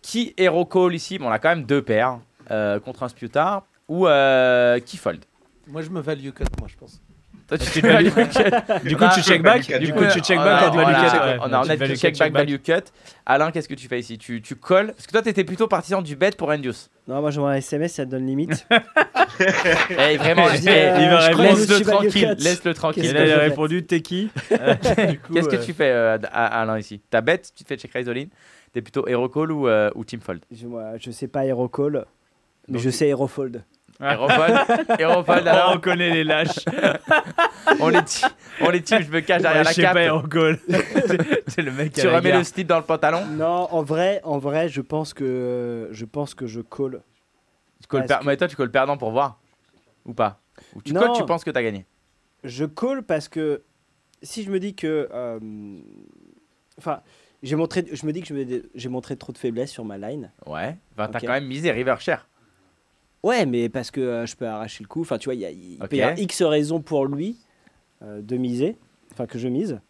Speaker 3: Qui hero call ici Bon, on a quand même deux paires euh, contre un sputar ou euh, qui fold.
Speaker 6: Moi, je me value cut, moi, je pense.
Speaker 3: Toi, tu
Speaker 2: value Du coup,
Speaker 3: Bah,
Speaker 2: tu check back.
Speaker 5: value
Speaker 2: Du
Speaker 5: cut.
Speaker 2: coup, tu check back. quand
Speaker 3: on a-
Speaker 2: tu value
Speaker 3: on a-
Speaker 2: cut, ouais.
Speaker 3: Ah, On a, on a
Speaker 2: Tu
Speaker 3: du
Speaker 2: value cut,
Speaker 3: check back, value cut. Alain, qu'est-ce que tu fais ici tu, tu colles Parce que toi, t'étais plutôt partisan du bet pour Endius.
Speaker 4: Non, moi, j'envoie un SMS, ça te
Speaker 3: [laughs]
Speaker 4: donne limite.
Speaker 3: Eh, vraiment,
Speaker 2: Je
Speaker 3: eh,
Speaker 2: dis, euh, il va
Speaker 4: je
Speaker 2: répondre,
Speaker 4: crois que
Speaker 3: laisse-le
Speaker 4: tu vas value
Speaker 3: tranquille.
Speaker 4: cut.
Speaker 3: Laisse-le
Speaker 2: Et
Speaker 3: tranquille.
Speaker 2: là, il a
Speaker 4: Qu'est-ce que-
Speaker 2: répondu T'es [laughs]
Speaker 3: [laughs]
Speaker 2: qui
Speaker 3: Qu'est-ce que tu fais, euh, à- à Alain, ici Ta bête, tu te fais check raise all-in T'es plutôt hero call ou, euh, ou team fold
Speaker 4: Je, moi, je sais pas Hero Call, mais
Speaker 3: Donc
Speaker 4: je
Speaker 3: tu-
Speaker 4: sais Hero Fold.
Speaker 2: Ah. Oh,
Speaker 3: Hero
Speaker 2: [laughs]
Speaker 3: fold Hero fold,
Speaker 2: Là, euh, on
Speaker 3: alors
Speaker 2: connaît les
Speaker 3: [laughs]
Speaker 2: lâches.
Speaker 3: on les, ti- on les team, je me cache derrière
Speaker 2: Ouais,
Speaker 3: la
Speaker 2: Je sais pas,
Speaker 3: cape.
Speaker 2: on colle. C'est- [laughs] C'est le mec
Speaker 3: Tu
Speaker 2: à la
Speaker 3: remets
Speaker 2: gare.
Speaker 3: le slip dans le pantalon
Speaker 4: Non, en vrai, en vrai, je pense que je pense que je call.
Speaker 3: tu colles
Speaker 4: Parce
Speaker 3: per- Mais toi, tu colles perdant pour voir Ou pas Ou tu
Speaker 4: Non.
Speaker 3: colles, tu penses que t'as gagné
Speaker 4: Je call parce que si je me dis que, euh, enfin, j'ai montré, je me dis que je me- j'ai montré trop de faiblesse sur ma line.
Speaker 3: Ouais. Enfin, t'as
Speaker 4: Ok.
Speaker 3: quand même misé river cher.
Speaker 4: Ouais, mais parce que euh, je peux arracher le coup. Enfin, tu vois, il y a- il
Speaker 3: Ok.
Speaker 4: peut y avoir X raisons pour lui euh, de miser, enfin que je mise.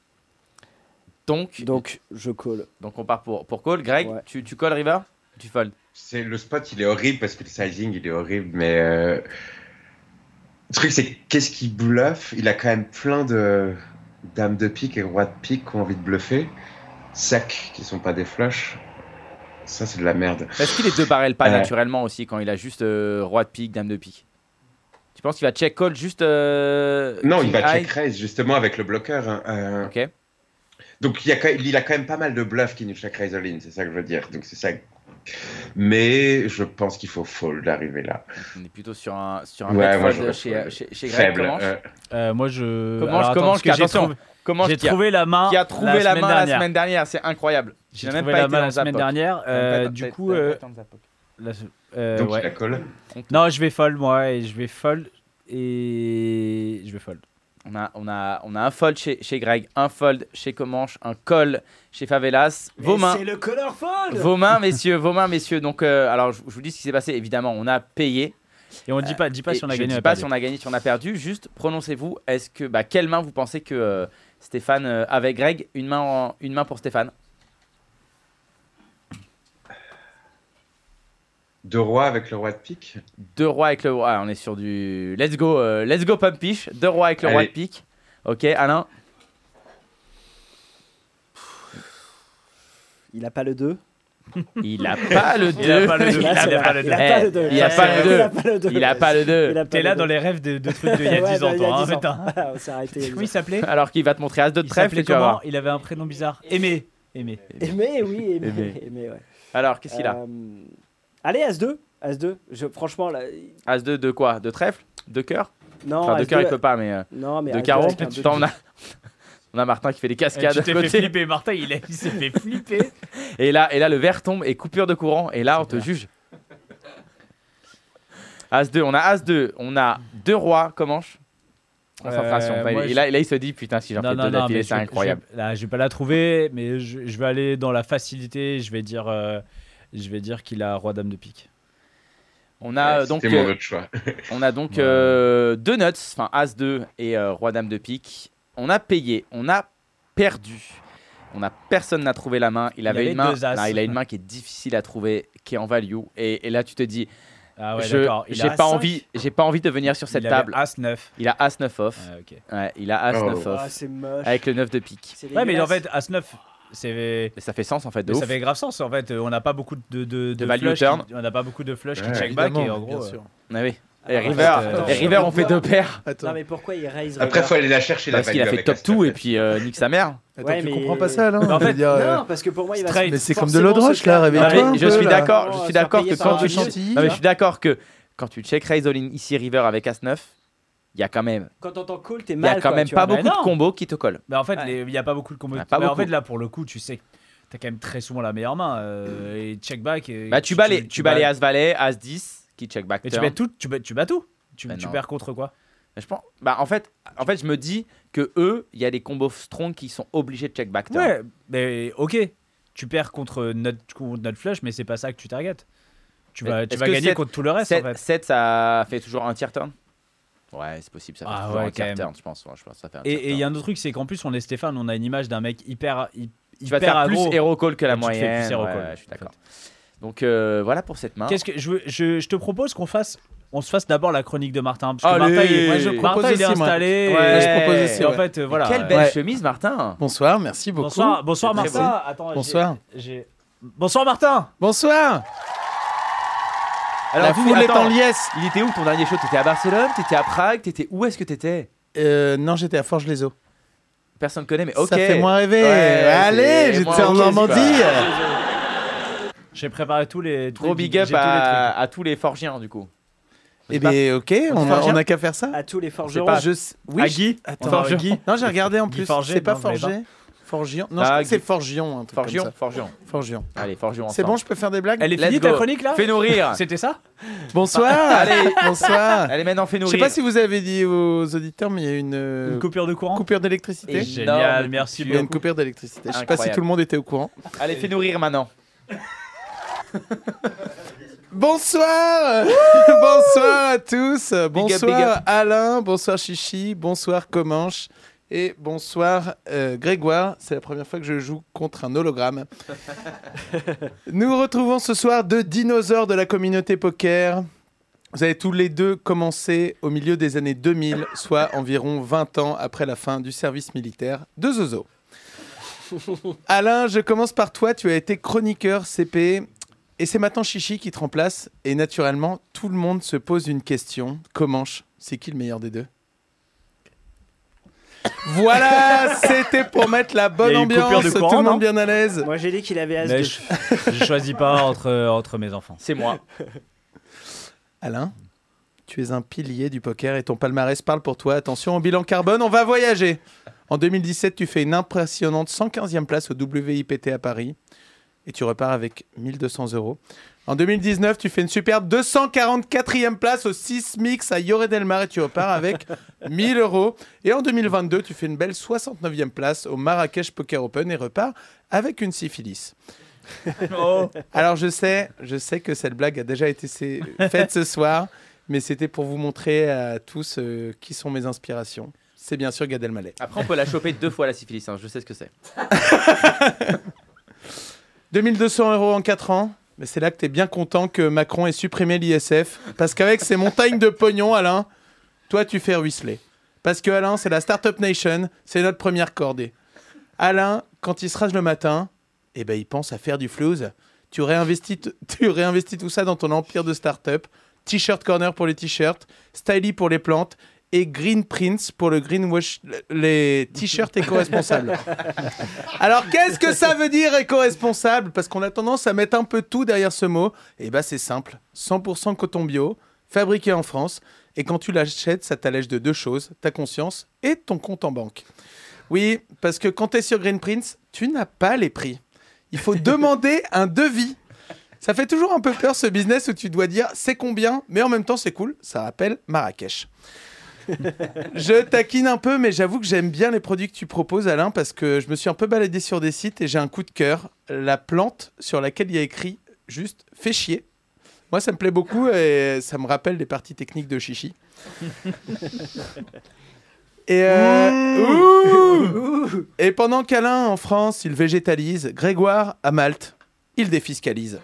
Speaker 3: Donc, donc,
Speaker 4: Donc, je call.
Speaker 3: on part pour, pour call. Greg,
Speaker 4: Ouais.
Speaker 3: tu, tu colles river ou Tu fold
Speaker 5: C'est le spot, il est horrible parce que le sizing, il est horrible, mais euh, le truc c'est qu'est-ce qui bluffe Il a quand même plein de dames de pique et rois de pique qui ont envie de bluffer, sacs qui sont pas des flushs. Ça c'est de la merde.
Speaker 3: Parce qu'il est deux barrels pas
Speaker 5: Ouais.
Speaker 3: naturellement aussi quand il a juste euh, roi de pique, dame de pique. Tu penses qu'il va check call juste euh,
Speaker 5: Non, il
Speaker 3: king
Speaker 5: va
Speaker 3: high
Speaker 5: check raise justement avec le bloqueur. hein, euh,
Speaker 3: Ok.
Speaker 5: Donc il, y a, quand- il a quand même pas mal de bluffs qui nous check raise all in, c'est ça que je veux dire. Donc c'est ça. Mais je pense qu'il faut fold d'arriver là.
Speaker 3: On est plutôt sur un sur un
Speaker 5: Ouais,
Speaker 3: bet
Speaker 5: moi,
Speaker 3: fold
Speaker 5: j'aurais
Speaker 3: chez,
Speaker 5: fait-
Speaker 3: chez, chez Greg.
Speaker 5: Faible.
Speaker 3: Comment
Speaker 5: euh,
Speaker 2: Euh, moi je.
Speaker 3: Comment je-
Speaker 2: Alors, attends,
Speaker 3: comment
Speaker 2: parce
Speaker 3: je-
Speaker 2: que j'ai
Speaker 3: attention,
Speaker 2: trouvé-
Speaker 3: comment
Speaker 2: J'ai
Speaker 3: qui a-
Speaker 2: trouvé la main.
Speaker 3: qui a trouvé la, main la
Speaker 2: dernière.
Speaker 3: semaine dernière C'est incroyable.
Speaker 2: J'ai
Speaker 3: n'a même
Speaker 2: trouvé
Speaker 3: pas
Speaker 2: la
Speaker 3: été
Speaker 2: main
Speaker 3: dans
Speaker 2: la
Speaker 3: Zapoc.
Speaker 2: semaine dernière. euh,
Speaker 3: T'as-
Speaker 2: du
Speaker 3: t'as-
Speaker 2: coup,
Speaker 3: t'as-
Speaker 2: euh,
Speaker 3: t'as- t'as-
Speaker 2: la se- euh,
Speaker 5: donc
Speaker 2: ouais.
Speaker 5: il la colle.
Speaker 2: non, je vais fold moi et je vais fold et je vais fold.
Speaker 3: On a, on, a, on a un fold chez, chez Greg, un fold chez Comanche, un call chez Favelas. Vos mains,
Speaker 4: C'est le color fold.
Speaker 3: vos mains, messieurs, vos mains, messieurs. Donc, euh, alors, je, je vous dis ce qui s'est passé. Évidemment, on a payé.
Speaker 2: Et on dit pas, dis pas
Speaker 3: Et
Speaker 2: si on a
Speaker 3: je
Speaker 2: gagné. ou
Speaker 3: dis pas
Speaker 2: perdu.
Speaker 3: si on a gagné, si on a perdu. Juste, prononcez-vous. Est-ce que, bah, quelle main vous pensez que euh, Stéphane euh, avait Greg Une main, en- une main pour Stéphane.
Speaker 5: Deux rois avec le roi de pique.
Speaker 3: Deux rois avec le roi. Ah, on est sur du. Let's go, euh, let's go pump piche. Deux rois avec le roi
Speaker 5: Allez.
Speaker 3: de pique. Ok, Alain.
Speaker 4: Il a pas le 2.
Speaker 2: [laughs]
Speaker 3: Il a pas le 2.
Speaker 2: Il a pas le deux.
Speaker 4: Il
Speaker 2: Il
Speaker 4: a
Speaker 2: a pas
Speaker 4: pas
Speaker 2: le
Speaker 4: le
Speaker 2: deux.
Speaker 4: deux. Il a pas le deux.
Speaker 3: Il a pas le deux. Il a pas le 2.
Speaker 4: Il a pas le deux. Il a pas
Speaker 2: T'es
Speaker 4: le
Speaker 2: là
Speaker 4: deux.
Speaker 2: dans les [laughs] rêves de, de trucs d'il y a
Speaker 4: Ouais,
Speaker 2: 10
Speaker 4: dans-
Speaker 2: ans,
Speaker 4: il y a
Speaker 2: toi. hein,
Speaker 4: 10 ans.
Speaker 2: putain.
Speaker 4: Voilà, on s'est arrêté. il y a
Speaker 2: Comment il
Speaker 4: dix ans.
Speaker 2: s'appelait
Speaker 3: [laughs] Alors qu'il va te montrer As de
Speaker 2: Il
Speaker 3: trèfle.
Speaker 2: s'appelait
Speaker 3: et tu vas
Speaker 2: comment
Speaker 3: voir.
Speaker 2: Il avait un prénom bizarre. Aimé. Aimé.
Speaker 4: Aimé, Eh, oui, aimé.
Speaker 3: Aimé.
Speaker 4: aimé, ouais.
Speaker 3: Alors, qu'est-ce qu'il a
Speaker 4: Euh, Allez, As-2. As-2. Je, franchement, là, il-
Speaker 3: As 2 de quoi De trèfle De cœur
Speaker 4: non,
Speaker 3: Enfin, de
Speaker 4: As-2,
Speaker 3: cœur, il peut pas, mais. euh,
Speaker 4: Non, mais
Speaker 3: de
Speaker 4: As-2
Speaker 3: carreau
Speaker 4: avec un deux
Speaker 3: Attends, on
Speaker 4: qui-
Speaker 3: a... [laughs] on a Martin qui fait des
Speaker 2: Eh,
Speaker 3: cascades
Speaker 2: Tu
Speaker 3: à
Speaker 2: t'es fait
Speaker 3: côté.
Speaker 2: flipper, Martin. Il, a- il s'est fait flipper.
Speaker 3: Et là, et là, le verre tombe et coupure de courant. Et là, on te
Speaker 2: clair.
Speaker 3: juge. As 2, on a As 2, on a deux rois, comment je- Concentration.
Speaker 2: Euh,
Speaker 3: Bah,
Speaker 2: moi,
Speaker 3: et
Speaker 2: je-
Speaker 3: là, et là, il se dit putain, si j'en fais deux d'affilée,
Speaker 2: mais
Speaker 3: c'est
Speaker 2: je-
Speaker 3: incroyable.
Speaker 2: Je, là, je vais pas la trouver, mais je, je vais aller dans la facilité. Je vais dire, euh, je vais dire qu'il a roi dame de pique.
Speaker 3: On a euh,
Speaker 5: Ouais,
Speaker 3: donc,
Speaker 5: C'était mon
Speaker 3: euh,
Speaker 5: autre choix.
Speaker 3: on a donc
Speaker 2: Ouais.
Speaker 3: euh, deux nuts, enfin As 2 et euh, roi dame de pique. On a payé, on a perdu. On a personne n'a trouvé la main. Il avait
Speaker 2: avait
Speaker 3: une main.
Speaker 2: deux as.
Speaker 3: non, il a une main qui est difficile à trouver, qui est en value. Et, et là, tu te dis,
Speaker 2: Ah ouais,
Speaker 3: Je-
Speaker 2: d'accord. Il
Speaker 3: j'ai
Speaker 2: a
Speaker 3: pas
Speaker 2: cinq.
Speaker 3: envie, j'ai pas envie de venir sur cette
Speaker 2: Il avait
Speaker 3: table.
Speaker 2: As 9.
Speaker 3: Il a as 9 off.
Speaker 2: Ah, ok.
Speaker 3: Ouais, il a as
Speaker 5: Oh.
Speaker 3: 9 off
Speaker 4: Ah, c'est moche.
Speaker 3: avec le 9 de pique.
Speaker 4: C'est
Speaker 2: Ouais, mais en
Speaker 4: dégueulasse.
Speaker 2: fait, As 9, c'est.
Speaker 3: Et ça fait sens en fait de
Speaker 2: Mais
Speaker 3: ouf.
Speaker 2: ça fait grave sens en fait, Euh, on n'a pas beaucoup de, de, de
Speaker 3: value
Speaker 2: flush
Speaker 3: turn.
Speaker 2: qui- on n'a pas beaucoup de flush
Speaker 5: Ouais,
Speaker 2: qui check back et en gros.
Speaker 7: bien
Speaker 2: euh,
Speaker 7: sûr.
Speaker 3: Ah oui. Et
Speaker 4: Ah,
Speaker 3: River,
Speaker 2: en fait, euh,
Speaker 3: et River on fait deux paires
Speaker 7: Attends,
Speaker 4: Non, mais pourquoi il raise
Speaker 5: Après,
Speaker 4: River
Speaker 5: faut aller la chercher la
Speaker 3: parce qu'il a
Speaker 5: value
Speaker 3: fait
Speaker 5: avec
Speaker 3: top
Speaker 5: la stat.
Speaker 3: 2 et puis euh, nique sa mère.
Speaker 7: attends
Speaker 4: Ouais,
Speaker 7: tu
Speaker 4: mais-
Speaker 7: comprends pas ça là
Speaker 2: Mais en
Speaker 7: Je veux
Speaker 2: fait,
Speaker 7: dire, euh,
Speaker 4: Non, parce que pour moi, il va
Speaker 2: straight.
Speaker 7: Mais c'est comme de
Speaker 4: forcément
Speaker 7: l'eau de
Speaker 4: se
Speaker 7: roche
Speaker 4: faire-
Speaker 7: là,
Speaker 3: Non, mais
Speaker 7: réveille-toi. un
Speaker 3: je
Speaker 7: peu,
Speaker 3: suis
Speaker 7: là.
Speaker 2: Oh,
Speaker 3: d'accord, je
Speaker 4: Vraiment,
Speaker 3: suis
Speaker 4: se
Speaker 3: d'accord
Speaker 4: faire
Speaker 3: que
Speaker 4: payer
Speaker 3: quand
Speaker 4: par
Speaker 3: tu
Speaker 4: un
Speaker 7: chantilly,
Speaker 3: non, mais je
Speaker 7: là.
Speaker 3: suis d'accord que quand tu check raise all in ici River avec as 9, il y a quand même
Speaker 4: Quand t'entends call, t'es
Speaker 3: il y
Speaker 4: mal.
Speaker 3: a quand
Speaker 4: quoi,
Speaker 3: même
Speaker 4: tu
Speaker 3: pas
Speaker 4: vois.
Speaker 2: Mais
Speaker 3: beaucoup de
Speaker 2: non.
Speaker 3: combos qui te collent.
Speaker 2: Mais en fait,
Speaker 4: Ouais.
Speaker 2: les- il n'y a pas beaucoup de combos.
Speaker 3: Ah, pas
Speaker 2: mais en
Speaker 3: beaucoup.
Speaker 2: fait, là pour le coup, tu sais que t'as quand même très souvent la meilleure main. euh, et check back. et-
Speaker 3: Bah tu bats les tu bats les as valet, as 10 qui check back
Speaker 2: Mais tu
Speaker 3: turn.
Speaker 2: bats tout, tu bats, tu bats tout. Tu,
Speaker 3: Mais
Speaker 2: tu
Speaker 3: Bah non.
Speaker 2: perds contre quoi
Speaker 3: Je pense bah en fait en fait je me dis que eux, il y a des combos strong qui sont obligés de check back turn.
Speaker 2: Ouais, mais ok. Tu perds contre notre, contre notre flush, mais c'est pas ça que tu targetes. Tu
Speaker 3: Mais
Speaker 2: vas, tu
Speaker 3: est-ce
Speaker 2: vas
Speaker 3: que
Speaker 2: gagner
Speaker 3: cette-
Speaker 2: contre tout le reste en
Speaker 3: 7,
Speaker 2: fait.
Speaker 3: ça fait toujours un tier turn Ouais, c'est possible, ça fait
Speaker 2: Ah
Speaker 3: toujours
Speaker 2: ouais,
Speaker 3: un tier
Speaker 2: quand
Speaker 3: turn, je pense. ouais, je pense que ça fait un tier
Speaker 2: Et et il y a
Speaker 3: turn.
Speaker 2: un autre truc, c'est qu'en plus, on est Stéphane, on a une image d'un mec hyper. hy-
Speaker 3: Tu vas te
Speaker 2: hyper
Speaker 3: faire
Speaker 2: aggro.
Speaker 3: plus hero call que la
Speaker 2: Et tu te fais plus
Speaker 3: moyenne.
Speaker 2: hero
Speaker 3: ouais,
Speaker 2: call,
Speaker 3: ouais, je suis
Speaker 2: en fait.
Speaker 3: d'accord. Donc euh, voilà pour cette main.
Speaker 2: Qu'est-ce que je, veux- je, je te propose qu'on fasse on se fasse d'abord la chronique de Martin parce que
Speaker 3: Allez
Speaker 2: Martin il,
Speaker 3: Moi, je
Speaker 2: Martin,
Speaker 7: propose
Speaker 2: il est
Speaker 7: aussi, moi.
Speaker 2: installé
Speaker 3: Ouais,
Speaker 2: et-
Speaker 3: je propose aussi,
Speaker 2: et en
Speaker 7: ouais.
Speaker 2: fait euh,
Speaker 3: Mais
Speaker 2: voilà
Speaker 3: Quelle belle
Speaker 7: Ouais.
Speaker 3: chemise, Martin
Speaker 7: Bonsoir, merci beaucoup.
Speaker 2: bonsoir bonsoir
Speaker 7: C'est très
Speaker 2: Martin Attends, j'ai-
Speaker 7: Bonsoir.
Speaker 2: j'ai- bonsoir Martin
Speaker 7: Bonsoir.
Speaker 3: Alors,
Speaker 7: la
Speaker 3: vous,
Speaker 7: foule est
Speaker 3: attends,
Speaker 7: en liesse.
Speaker 3: Il était où ton dernier show T'étais à Barcelone T'étais à Prague T'étais où est-ce que t'étais
Speaker 7: Euh, non, j'étais à Forge les Eaux.
Speaker 3: Personne connaît, mais ok.
Speaker 7: Ça fait moins rêver.
Speaker 3: Ouais, c'est
Speaker 7: Allez,
Speaker 3: moins
Speaker 7: j'étais en
Speaker 3: ok, c'est
Speaker 7: Normandie.
Speaker 2: j'ai préparé tous les tous
Speaker 3: Gros
Speaker 2: les-
Speaker 3: big
Speaker 2: j'ai
Speaker 3: up
Speaker 2: tous les
Speaker 3: à,
Speaker 2: trucs.
Speaker 3: à tous les forgiens du coup.
Speaker 7: Eh bien, ok,
Speaker 3: On
Speaker 7: on
Speaker 3: est
Speaker 7: a-
Speaker 3: forgé
Speaker 7: on a qu'à faire ça.
Speaker 4: À tous les
Speaker 3: sait
Speaker 4: forgerons.
Speaker 3: pas.
Speaker 7: Je sais- Oui,
Speaker 3: à
Speaker 7: je-
Speaker 3: Guy
Speaker 7: Attends,
Speaker 3: Forgeron.
Speaker 2: Guy.
Speaker 7: Non, j'ai regardé en
Speaker 2: Guy
Speaker 7: plus.
Speaker 2: Forget,
Speaker 7: C'est pas
Speaker 2: non, vous l'avez
Speaker 7: Forgé. Forgion. Non,
Speaker 3: Ah,
Speaker 7: je crois que
Speaker 3: Guy.
Speaker 7: c'est Forgion. Un truc
Speaker 3: Forgion
Speaker 7: Comme ça.
Speaker 3: Forgion.
Speaker 7: Forgion.
Speaker 3: Allez, forgion
Speaker 7: C'est bon, je peux faire des blagues
Speaker 2: elle est
Speaker 3: Let's
Speaker 2: finie
Speaker 3: go.
Speaker 2: ta chronique là
Speaker 3: Fais-nous rire
Speaker 7: [laughs]
Speaker 2: c'était ça
Speaker 7: Bonsoir. Allez, bonsoir.
Speaker 3: Allez, maintenant, fais-nous
Speaker 7: Je
Speaker 3: rire
Speaker 7: sais pas si vous avez dit aux auditeurs, mais il y a une, euh,
Speaker 2: une coupure de courant
Speaker 7: coupure d'électricité.
Speaker 3: Et-
Speaker 2: génial
Speaker 3: Énorme.
Speaker 2: merci
Speaker 7: Il y a une
Speaker 2: beaucoup
Speaker 7: coupure d'électricité. Je sais pas si
Speaker 3: Incroyable.
Speaker 7: tout le monde était au courant.
Speaker 3: Allez, fais-nous rire maintenant.
Speaker 7: [laughs] Bonsoir Bonsoir à tous Bonsoir
Speaker 3: big up.
Speaker 7: Alain, bonsoir Chichi, bonsoir Comanche et bonsoir euh, Grégoire. C'est la première fois que je joue contre un
Speaker 3: [laughs]
Speaker 7: hologramme. Nous retrouvons ce soir deux dinosaures de la communauté poker. Vous avez tous les deux commencé au milieu des années 2000, soit environ 20 ans après la fin du service militaire de
Speaker 2: [laughs]
Speaker 7: Zozo. Alain, je commence par toi. Tu as été chroniqueur CP et c'est maintenant Chichi qui te remplace. Et naturellement, tout le monde se pose une question. Comanche, c'est qui le meilleur des deux Voilà, c'était pour mettre la
Speaker 2: Il
Speaker 7: bonne
Speaker 2: y a eu une coupure
Speaker 7: ambiance,
Speaker 2: de
Speaker 7: tout
Speaker 2: courant,
Speaker 7: le
Speaker 2: non
Speaker 7: monde bien à l'aise.
Speaker 4: Moi, j'ai dit qu'il avait as
Speaker 2: Mais
Speaker 4: de
Speaker 2: je, je choisis pas entre entre mes
Speaker 3: [laughs]
Speaker 2: enfants
Speaker 3: C'est moi.
Speaker 7: Alain, tu es un pilier du poker et ton palmarès parle pour toi. Attention au bilan carbone, on va voyager. En 2017, tu fais une impressionnante 115e place au WIPT à Paris et tu repars avec 1200 euros. En 2019, tu fais une superbe 244e place au 6 Mix à Yoredelmar et tu repars avec 1000 euros. Et en 2022, tu fais une belle 69e place au Marrakech Poker Open et repars avec une syphilis. Alors je sais, je sais que cette blague a déjà été sé- faite ce soir, mais c'était pour vous montrer à tous euh, qui sont mes inspirations. C'est bien sûr Gad Elmaleh.
Speaker 3: Après, on peut la choper deux fois la syphilis, hein, je sais ce que c'est.
Speaker 7: 2200 euros en 4 ans. Mais c'est là que t'es bien content que Macron ait supprimé l'ISF. Parce qu'avec ces montagnes de pognon, Alain, toi, tu fais ruisseler. Parce que Alain, c'est la Startup Nation, c'est notre première cordée. Alain, quand il se rase le matin, eh ben, il pense à faire du flouze. Tu réinvestis, t- [laughs] tu réinvestis tout ça dans ton empire de startup. T-shirt corner pour les t-shirts, Styly pour les plantes et Green Prince pour le greenwash, les t-shirts éco-responsables. Alors qu'est-ce que ça veut dire éco-responsable Parce qu'on a tendance à mettre un peu tout derrière ce mot. Et bah c'est simple, 100% coton bio, fabriqué en France, et quand tu l'achètes, ça t'allège de deux choses, ta conscience et ton compte en banque. Oui, parce que quand tu es sur Green Prince, tu n'as pas les prix. Il faut demander un devis. Ça fait toujours un peu peur ce business où tu dois dire c'est combien, mais en même temps c'est cool, ça rappelle Marrakech. je taquine un peu, mais j'avoue que j'aime bien les produits que tu proposes, Alain, parce que je me suis un peu baladé sur des sites et j'ai un coup de cœur. La plante sur laquelle il y a écrit juste fais chier. Moi, ça me plaît beaucoup et ça me rappelle les parties techniques de Chichi. et, euh, ouh. et pendant qu'Alain, en France, il végétalise, Grégoire, à Malte, il défiscalise.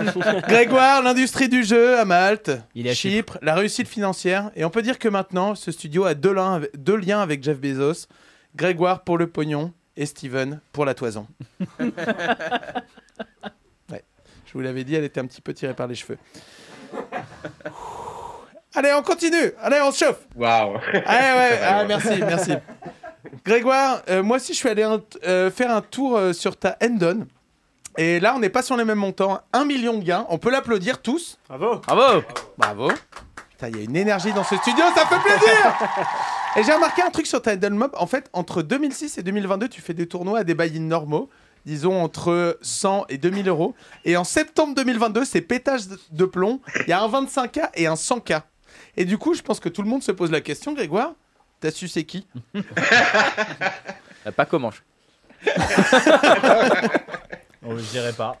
Speaker 7: [laughs] Grégoire, l'industrie du jeu à Malte,
Speaker 2: Il est à
Speaker 7: Chypre, la réussite financière. Et on peut dire que maintenant, ce studio a deux, liens avec- deux liens avec Jeff Bezos. Grégoire pour le pognon et Steven pour la
Speaker 2: [laughs]
Speaker 7: toison. Ouais. Je vous l'avais dit, elle était un petit peu tirée par les cheveux. Allez, on continue. Allez, on se chauffe.
Speaker 5: Waouh
Speaker 7: Ah ouais, ah, merci, merci. Grégoire, euh, moi aussi je suis allé un- euh, faire un tour euh, sur ta Endon. Et là, on n'est pas sur les mêmes montants. Un million de gains, on peut l'applaudir tous.
Speaker 4: Bravo.
Speaker 3: Bravo
Speaker 7: Bravo. Putain, Il y a une énergie dans ce studio, ça fait plaisir [laughs] Et j'ai remarqué un truc sur ta Endon Mob. En fait, entre 2006 et 2022, tu fais des tournois à des buy-in normaux. Disons entre 100 et 2000 euros. Et en septembre 2022, c'est pétage de- de plomb. Il y a un 25K et un 100K. Et du coup, je pense que tout le monde se pose la question, Grégoire. T'as su c'est qui
Speaker 3: Euh, Pas comment je-
Speaker 2: Oh, je dirais
Speaker 3: [laughs]
Speaker 2: pas.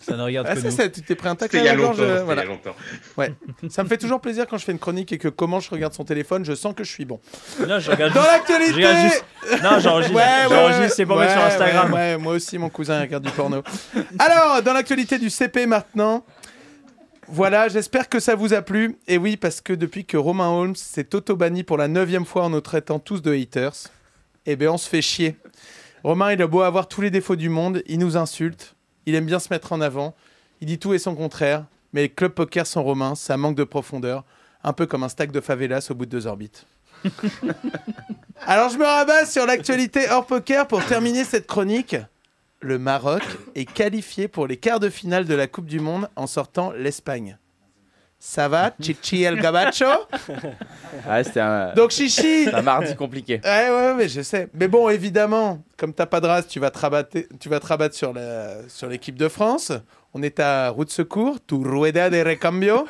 Speaker 2: ça ne regarde
Speaker 7: Ah,
Speaker 2: que
Speaker 7: ça,
Speaker 2: nous.
Speaker 7: ça, tu t'es pris un tacle
Speaker 5: C'était il y
Speaker 7: à
Speaker 5: a
Speaker 7: la gorge,
Speaker 5: longtemps. c'était il
Speaker 7: euh,
Speaker 5: y
Speaker 7: voilà.
Speaker 5: a longtemps.
Speaker 7: Ça me fait toujours plaisir quand je fais une chronique et que comment je regarde son téléphone, je sens que je
Speaker 5: [laughs]
Speaker 7: suis bon.
Speaker 2: Non, je
Speaker 3: [laughs]
Speaker 2: regarde
Speaker 7: Dans
Speaker 2: juste-
Speaker 7: l'actualité
Speaker 2: je regarde juste- Non, j'enregistre. J'enregistre, c'est pour mettre sur
Speaker 7: ouais,
Speaker 2: Instagram.
Speaker 7: ouais, ouais, moi aussi, mon cousin il regarde du porno. [laughs] Alors, dans l'actualité du CP maintenant, voilà, j'espère que ça vous a plu. Et oui, parce que depuis que Romain Holmes s'est auto-banni pour la neuvième fois en nous traitant tous de haters, eh ben on se fait chier. Romain, il a beau avoir tous les défauts du monde, il nous insulte, il aime bien se mettre en avant, il dit tout et son contraire, mais Club Poker sans Romain, ça manque de profondeur, un peu comme un stack de favelas au bout de deux orbites. Alors je me rabats sur l'actualité hors poker pour terminer cette chronique. Le Maroc est qualifié pour les quarts de finale de la Coupe du Monde en sortant l'Espagne. Ça va, Chichi El Gabacho
Speaker 3: Ouais, Ah, c'était un,
Speaker 7: Donc Chichi
Speaker 3: un mardi compliqué.
Speaker 7: Ouais, ouais, mais je sais. Mais bon, évidemment, comme t'as pas de race, tu vas te rabattre, tu vas te rabattre sur, la, sur l'équipe de France. On est à route de secours, tu rueda de recambio.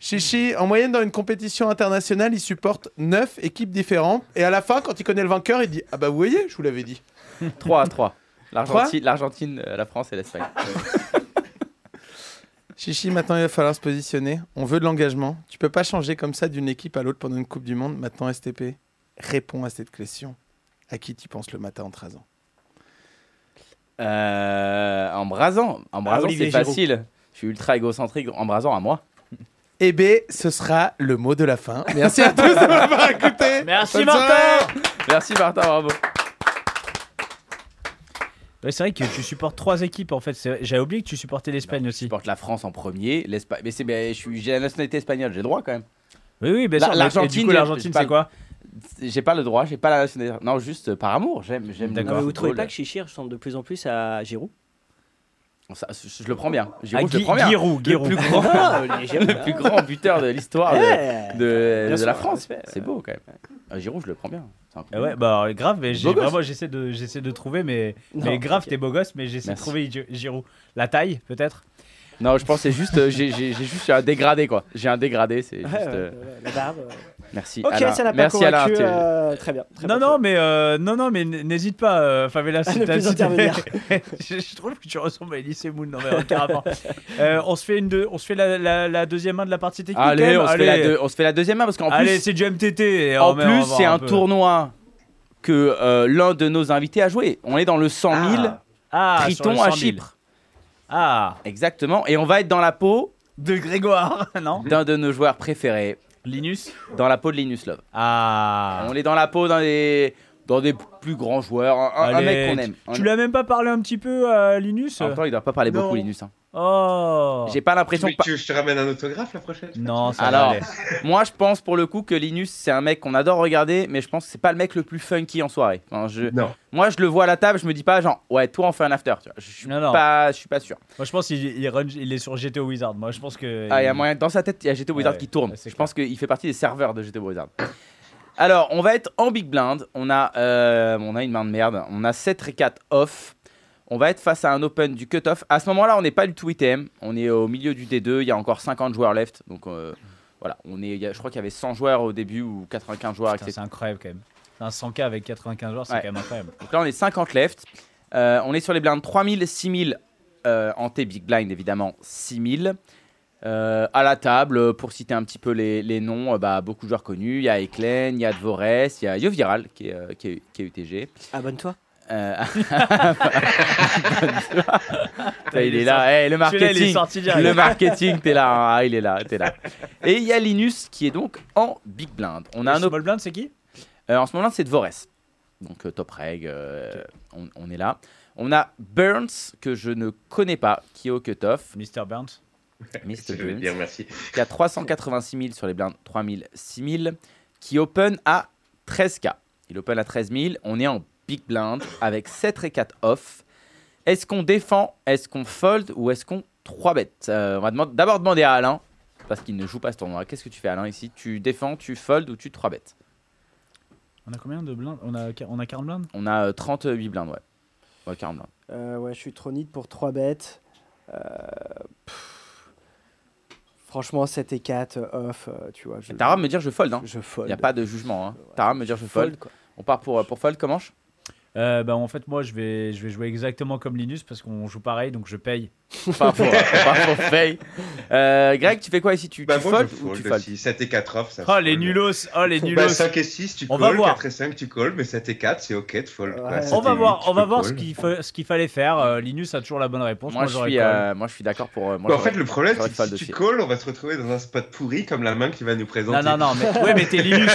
Speaker 7: Chichi, en moyenne, dans une compétition internationale, il supporte 9 équipes différentes. Et à la fin, quand il connaît le vainqueur, il dit Ah bah, vous voyez, je vous l'avais dit.
Speaker 3: 3 à 3. L'Argentine, l'Argentine, euh, la France et l'Espagne.
Speaker 7: Chichi, maintenant, il va falloir se positionner. On veut de l'engagement. Tu peux pas changer comme ça d'une équipe à l'autre pendant une Coupe du Monde. Maintenant, STP, réponds à cette question. À qui tu penses le matin en te rasant
Speaker 3: Euh, en brasant,
Speaker 4: Ah,
Speaker 3: en brasant
Speaker 2: Olivier
Speaker 3: c'est
Speaker 2: Giroud.
Speaker 3: facile. Je suis ultra égocentrique en brasant à moi.
Speaker 7: Eh bien, ce sera le mot de la fin. Merci à tous de m'avoir écouté.
Speaker 2: Merci,
Speaker 7: Bonne
Speaker 2: Martin.
Speaker 7: soirée.
Speaker 3: Merci Martin, bravo.
Speaker 2: Ouais, c'est vrai que tu supportes trois équipes en fait. C'est vrai- J'avais oublié que tu supportais l'Espagne
Speaker 3: Je
Speaker 2: aussi.
Speaker 3: porte la France en premier, l'Espagne. Mais c'est, mais je suis, j'ai la nationalité espagnole, j'ai le droit quand même.
Speaker 2: Oui, oui, bien
Speaker 3: La-
Speaker 2: sûr. mais- et
Speaker 3: l'Argentine,
Speaker 2: du coup, l'Argentine,
Speaker 3: j'ai pas-
Speaker 2: c'est quoi
Speaker 3: J'ai pas le droit, j'ai pas la nationalité. Non, juste euh, par amour, j'aime, j'aime.
Speaker 2: D'accord. Non,
Speaker 3: le
Speaker 4: Vous
Speaker 3: football.
Speaker 4: trouvez pas que Chichi ressemble de plus en plus
Speaker 3: [laughs]
Speaker 4: à Giroud
Speaker 3: Ça, je, je le prends bien. Giroud,
Speaker 2: Ah,
Speaker 3: je le
Speaker 2: Gui-
Speaker 3: prends bien.
Speaker 2: Giroud,
Speaker 3: Le
Speaker 2: Giroud.
Speaker 3: plus grand, le plus grand buteur de l'histoire de,
Speaker 4: Eh
Speaker 3: de,
Speaker 4: Bien
Speaker 3: de la
Speaker 4: sûr,
Speaker 3: France.
Speaker 4: respect. Eh
Speaker 3: C'est beau quand même. Ah, Giroud, je le prends bien. C'est
Speaker 2: Ah [laughs]
Speaker 3: incroyable.
Speaker 2: ouais, bah alors, grave, mais j'ai
Speaker 3: Beau gosse.
Speaker 2: vraiment j'essaie de j'essaie de trouver, mais
Speaker 4: Non,
Speaker 2: mais grave,
Speaker 4: ok.
Speaker 2: t'es beau gosse, mais j'essaie de
Speaker 3: Merci.
Speaker 2: trouver Gi- Giroud. La taille, peut-être.
Speaker 3: Non, je pense que c'est juste, euh, j'ai, j'ai- j'ai juste un dégradé quoi. J'ai un dégradé, c'est juste.
Speaker 4: Ouais, ouais,
Speaker 3: euh,
Speaker 4: ouais, la barbe, ouais.
Speaker 3: Merci.
Speaker 4: Ok,
Speaker 3: Alain.
Speaker 4: ça n'a pas
Speaker 3: Merci
Speaker 4: convaincu.
Speaker 3: Alain. t'es-
Speaker 4: euh, très bien. très
Speaker 2: Non,
Speaker 4: bien,
Speaker 2: non, mais euh, non, non, mais n- n'hésite pas, euh, Favela,
Speaker 3: Ah,
Speaker 2: si
Speaker 4: Ne
Speaker 2: t'as-
Speaker 4: plus
Speaker 2: si t'as-
Speaker 4: intervenir.
Speaker 2: [laughs] je, je trouve que tu ressembles à Elise Moon. Non, mais aucun
Speaker 3: [laughs]
Speaker 2: rapport. Euh, on se fait une, deux- on se fait la, la- la deuxième main de la partie technique. quand
Speaker 3: Allez,
Speaker 2: même.
Speaker 3: on se, fait la deux- on se fait la deuxième main parce qu'en
Speaker 2: Allez,
Speaker 3: plus,
Speaker 2: c'est du MTT. et
Speaker 3: En
Speaker 2: on met- on va
Speaker 3: plus,
Speaker 2: voir
Speaker 3: c'est un
Speaker 2: peu.
Speaker 3: tournoi que euh, l'un de nos invités a joué. On est dans le 100 000
Speaker 2: Ah, sur le
Speaker 3: Triton à
Speaker 2: 100 000.
Speaker 3: Chypre.
Speaker 2: Ah,
Speaker 3: Exactement. Et on va être dans la peau
Speaker 2: de
Speaker 3: [laughs]
Speaker 2: Grégoire, non
Speaker 3: d'un de nos joueurs préférés,
Speaker 2: Linus
Speaker 3: dans la peau de Linus Love.
Speaker 2: Ah.
Speaker 3: On est dans la peau d'un des, dans des plus grands joueurs, un, un- un
Speaker 2: Allez,
Speaker 3: mec qu'on aime.
Speaker 2: Tu
Speaker 3: Un-
Speaker 2: l'as même pas parlé un petit peu à Linus
Speaker 3: En même temps, il doit pas parler beaucoup, Linus. hein.
Speaker 2: Oh
Speaker 3: J'ai pas l'impression
Speaker 5: Tu,
Speaker 3: que. pa-
Speaker 5: tu veux que je te ramène un autographe la prochaine
Speaker 2: Non, ça va
Speaker 3: Alors,
Speaker 2: aller.
Speaker 3: [laughs] moi, je pense pour le coup que Linus, c'est un mec qu'on adore regarder, mais je pense que c'est pas le mec le plus funky en soirée. Enfin, je-
Speaker 5: Non.
Speaker 3: Moi, je le vois à la table, je me dis pas genre, ouais, toi, on fait un after. tu vois. Je suis
Speaker 2: Non, non.
Speaker 3: pas, je suis pas sûr.
Speaker 2: Moi, je pense qu'il il run- il est sur GTO Wizard. Moi, je pense que.
Speaker 3: Ah, il y a moyen. Dans sa tête, il y a GT Wizard
Speaker 2: Ouais,
Speaker 3: qui tourne.
Speaker 2: ouais,
Speaker 3: Je
Speaker 2: c'est
Speaker 3: pense qu'il fait partie des serveurs de GT Wizard. Alors, on va être en big blind. On a, euh, on a une main de merde. On a 7 4 off. On va être face à un open du cut-off. À ce moment-là, on n'est pas du tout ITM. On est au milieu du D2. Il y a encore 50 joueurs left. Donc euh, voilà, on est, il y a- je crois qu'il y avait 100 joueurs au début ou 95 joueurs,
Speaker 2: Putain,
Speaker 3: etc.
Speaker 2: C'est incroyable quand même. Un 100K avec 95 joueurs, c'est
Speaker 3: Ouais.
Speaker 2: quand même incroyable.
Speaker 3: Donc là, on est 50 left. Euh, on est sur les blindes 3000, 6000 euh, en T Big Blind, évidemment, 6000. Euh, à la table, euh, pour citer un petit peu les, les noms, euh, bah, beaucoup de joueurs connus. Il y a Eklen, il y a Dvorès, il y a Yoviral qui est, euh, qui est- qui est UTG.
Speaker 4: Abonne-toi.
Speaker 2: [laughs]
Speaker 3: Euh, Putain, il est là, Eh,
Speaker 2: Celui-là, il
Speaker 3: le
Speaker 2: est
Speaker 3: [laughs] marketing,
Speaker 2: sorti direct.
Speaker 3: le marketing, t'es là, hein. Ah, il est là, t'es là. Et il y a Linus qui est donc en big blind. On a un
Speaker 2: Et
Speaker 3: autre
Speaker 2: Small Blind, c'est qui
Speaker 3: euh, en ce moment-là, c'est Dvorès. Donc euh, Top Reg, euh, on, on est là. On a Burns, que je ne connais pas, qui est
Speaker 2: [laughs]
Speaker 3: au cutoff.
Speaker 2: Mr. Burns.
Speaker 3: Mr.
Speaker 5: Je veux dire
Speaker 3: Burns,
Speaker 5: merci.
Speaker 3: qui a 386 000 sur les blindes, 3000, 6000, qui open à 13K. Il open à 13 000. On est en big blind avec 7 et 4 off. Est-ce qu'on défend, est-ce qu'on fold ou est-ce qu'on 3 bêtes On va demand- d'abord demander à Alain, parce qu'il ne joue pas ce tournoi. Qu'est-ce que tu fais, Alain, ici Tu défends, tu fold ou tu 3 bêtes
Speaker 2: On a combien de blindes on a, on a 40 blindes
Speaker 3: On a euh, 38 blindes, ouais. Ouais, 40 blindes.
Speaker 4: Euh, ouais, je suis trop nid pour 3 bêtes. Euh, pff. franchement, 7 et 4 euh, off, euh, tu vois. Je,
Speaker 3: T'as rare de me dire je fold, hein.
Speaker 4: Je
Speaker 3: Il
Speaker 4: fold.
Speaker 3: n'y a pas de jugement, hein. T'as rare de me dire je fold.
Speaker 4: quoi.
Speaker 3: On part pour, euh, pour fold, comment je
Speaker 2: euh, bah, En fait, moi, je vais, je vais jouer exactement comme Linus parce qu'on joue pareil, donc je paye.
Speaker 3: [laughs] On part pour, on part [laughs] pour fade. Euh, Greg, tu fais quoi ici Tu,
Speaker 5: Bah,
Speaker 3: tu
Speaker 5: moi,
Speaker 3: folds
Speaker 5: je
Speaker 3: ou tu
Speaker 5: fold
Speaker 3: fold
Speaker 5: aussi. 7 et 4 off, ça
Speaker 2: Oh,
Speaker 5: se
Speaker 2: les
Speaker 5: fold.
Speaker 2: nulos Oh, les nulos
Speaker 5: Bah, 5 et 6, tu
Speaker 2: On va
Speaker 5: call,
Speaker 2: voir.
Speaker 5: 4 et 5, tu call, mais 7 et 4, c'est ok de fold. quoi.
Speaker 4: Ouais.
Speaker 5: 7
Speaker 2: On va
Speaker 5: et
Speaker 2: voir,
Speaker 5: 8,
Speaker 2: on va
Speaker 5: tu
Speaker 2: voir
Speaker 5: call.
Speaker 2: ce qu'il fa- ce qu'il fallait faire. Euh, Linus a toujours la bonne réponse.
Speaker 3: moi, je
Speaker 2: j'aurais
Speaker 3: suis,
Speaker 2: call.
Speaker 3: euh, moi, je suis d'accord pour. euh, moi,
Speaker 5: Bah, en
Speaker 3: j'aurais-
Speaker 5: fait, le problème,
Speaker 3: j'aurais
Speaker 5: c'est que
Speaker 3: fold
Speaker 5: si tu
Speaker 3: aussi.
Speaker 5: call, on va se retrouver dans un spot pourri comme la main qui va nous présenter.
Speaker 2: Non, non, non, mais, ouais, mais t'es
Speaker 3: [laughs]
Speaker 2: Linus.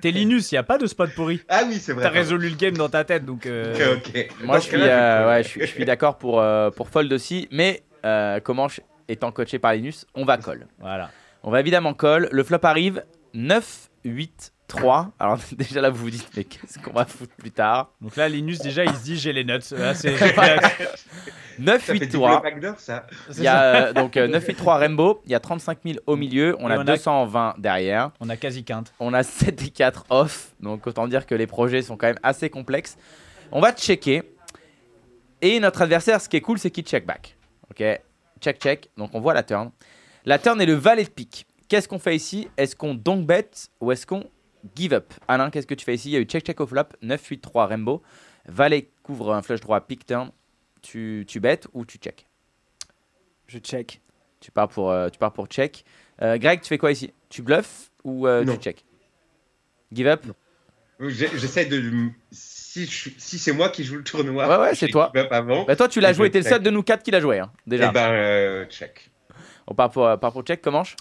Speaker 2: T'es Linus, il n'y a pas de spot pourri.
Speaker 5: Ah oui, c'est vrai.
Speaker 2: T'as résolu le game dans ta tête, donc.
Speaker 5: Ok,
Speaker 2: euh,
Speaker 5: ok.
Speaker 3: Moi,
Speaker 5: Dans
Speaker 3: je
Speaker 5: ce
Speaker 3: suis,
Speaker 5: cas-là,
Speaker 3: euh,
Speaker 5: je
Speaker 3: ouais,
Speaker 5: call.
Speaker 3: je suis, je suis d'accord pour, euh, pour fold aussi, mais euh, comment je- étant coaché par Linus, on va call.
Speaker 2: Voilà.
Speaker 3: On va évidemment call. Le flop arrive 9, 8, 3. Alors, [laughs] déjà là, vous vous dites, mais qu'est-ce qu'on va foutre plus tard
Speaker 2: Donc là, Linus, déjà, il se dit j'ai les nuts. Euh, Là,
Speaker 3: [laughs]
Speaker 2: c'est j'ai les nuts.
Speaker 3: 9,
Speaker 5: Ça fait
Speaker 3: 8,
Speaker 5: double
Speaker 3: 3.
Speaker 5: backdoor, ça.
Speaker 3: Il y a euh, donc 983 Rainbow, il y a 35 000 au milieu, on
Speaker 2: Et
Speaker 3: a
Speaker 2: on a-
Speaker 3: 220 derrière,
Speaker 2: On a quasi quinte.
Speaker 3: on a [laughs] 7 et 4 off, donc autant dire que les projets sont quand même assez complexes. On va checker, et notre adversaire, ce qui est cool, c'est qu'il check back. Ok, check, check, donc on voit la turn. La turn est le valet de pique. Qu'est-ce qu'on fait ici Est-ce qu'on donk bet ou est-ce qu'on give up Alain, qu'est-ce que tu fais ici Il y a eu check, check au flop, 9, 8, 3 Rainbow, valet couvre un flush droit, pique turn, tu, tu bet ou tu check
Speaker 4: Je check.
Speaker 3: tu pars pour, euh, tu pars pour check. Euh, Greg, tu fais quoi ici Tu bluffes ou euh,
Speaker 5: Non.
Speaker 3: tu check Give up
Speaker 5: J'ai- J'essaie de. Si, je suis- si c'est moi qui joue le tournoi.
Speaker 3: Ouais, ouais, c'est
Speaker 5: je
Speaker 3: toi.
Speaker 5: give up avant.
Speaker 3: bah, Toi, tu l'as
Speaker 5: Je
Speaker 3: joué, t'es le
Speaker 5: check.
Speaker 3: seul de nous quatre qui l'a joué, hein, déjà.
Speaker 5: Eh ben, euh, check.
Speaker 3: On part pour, euh, part pour check, comment je-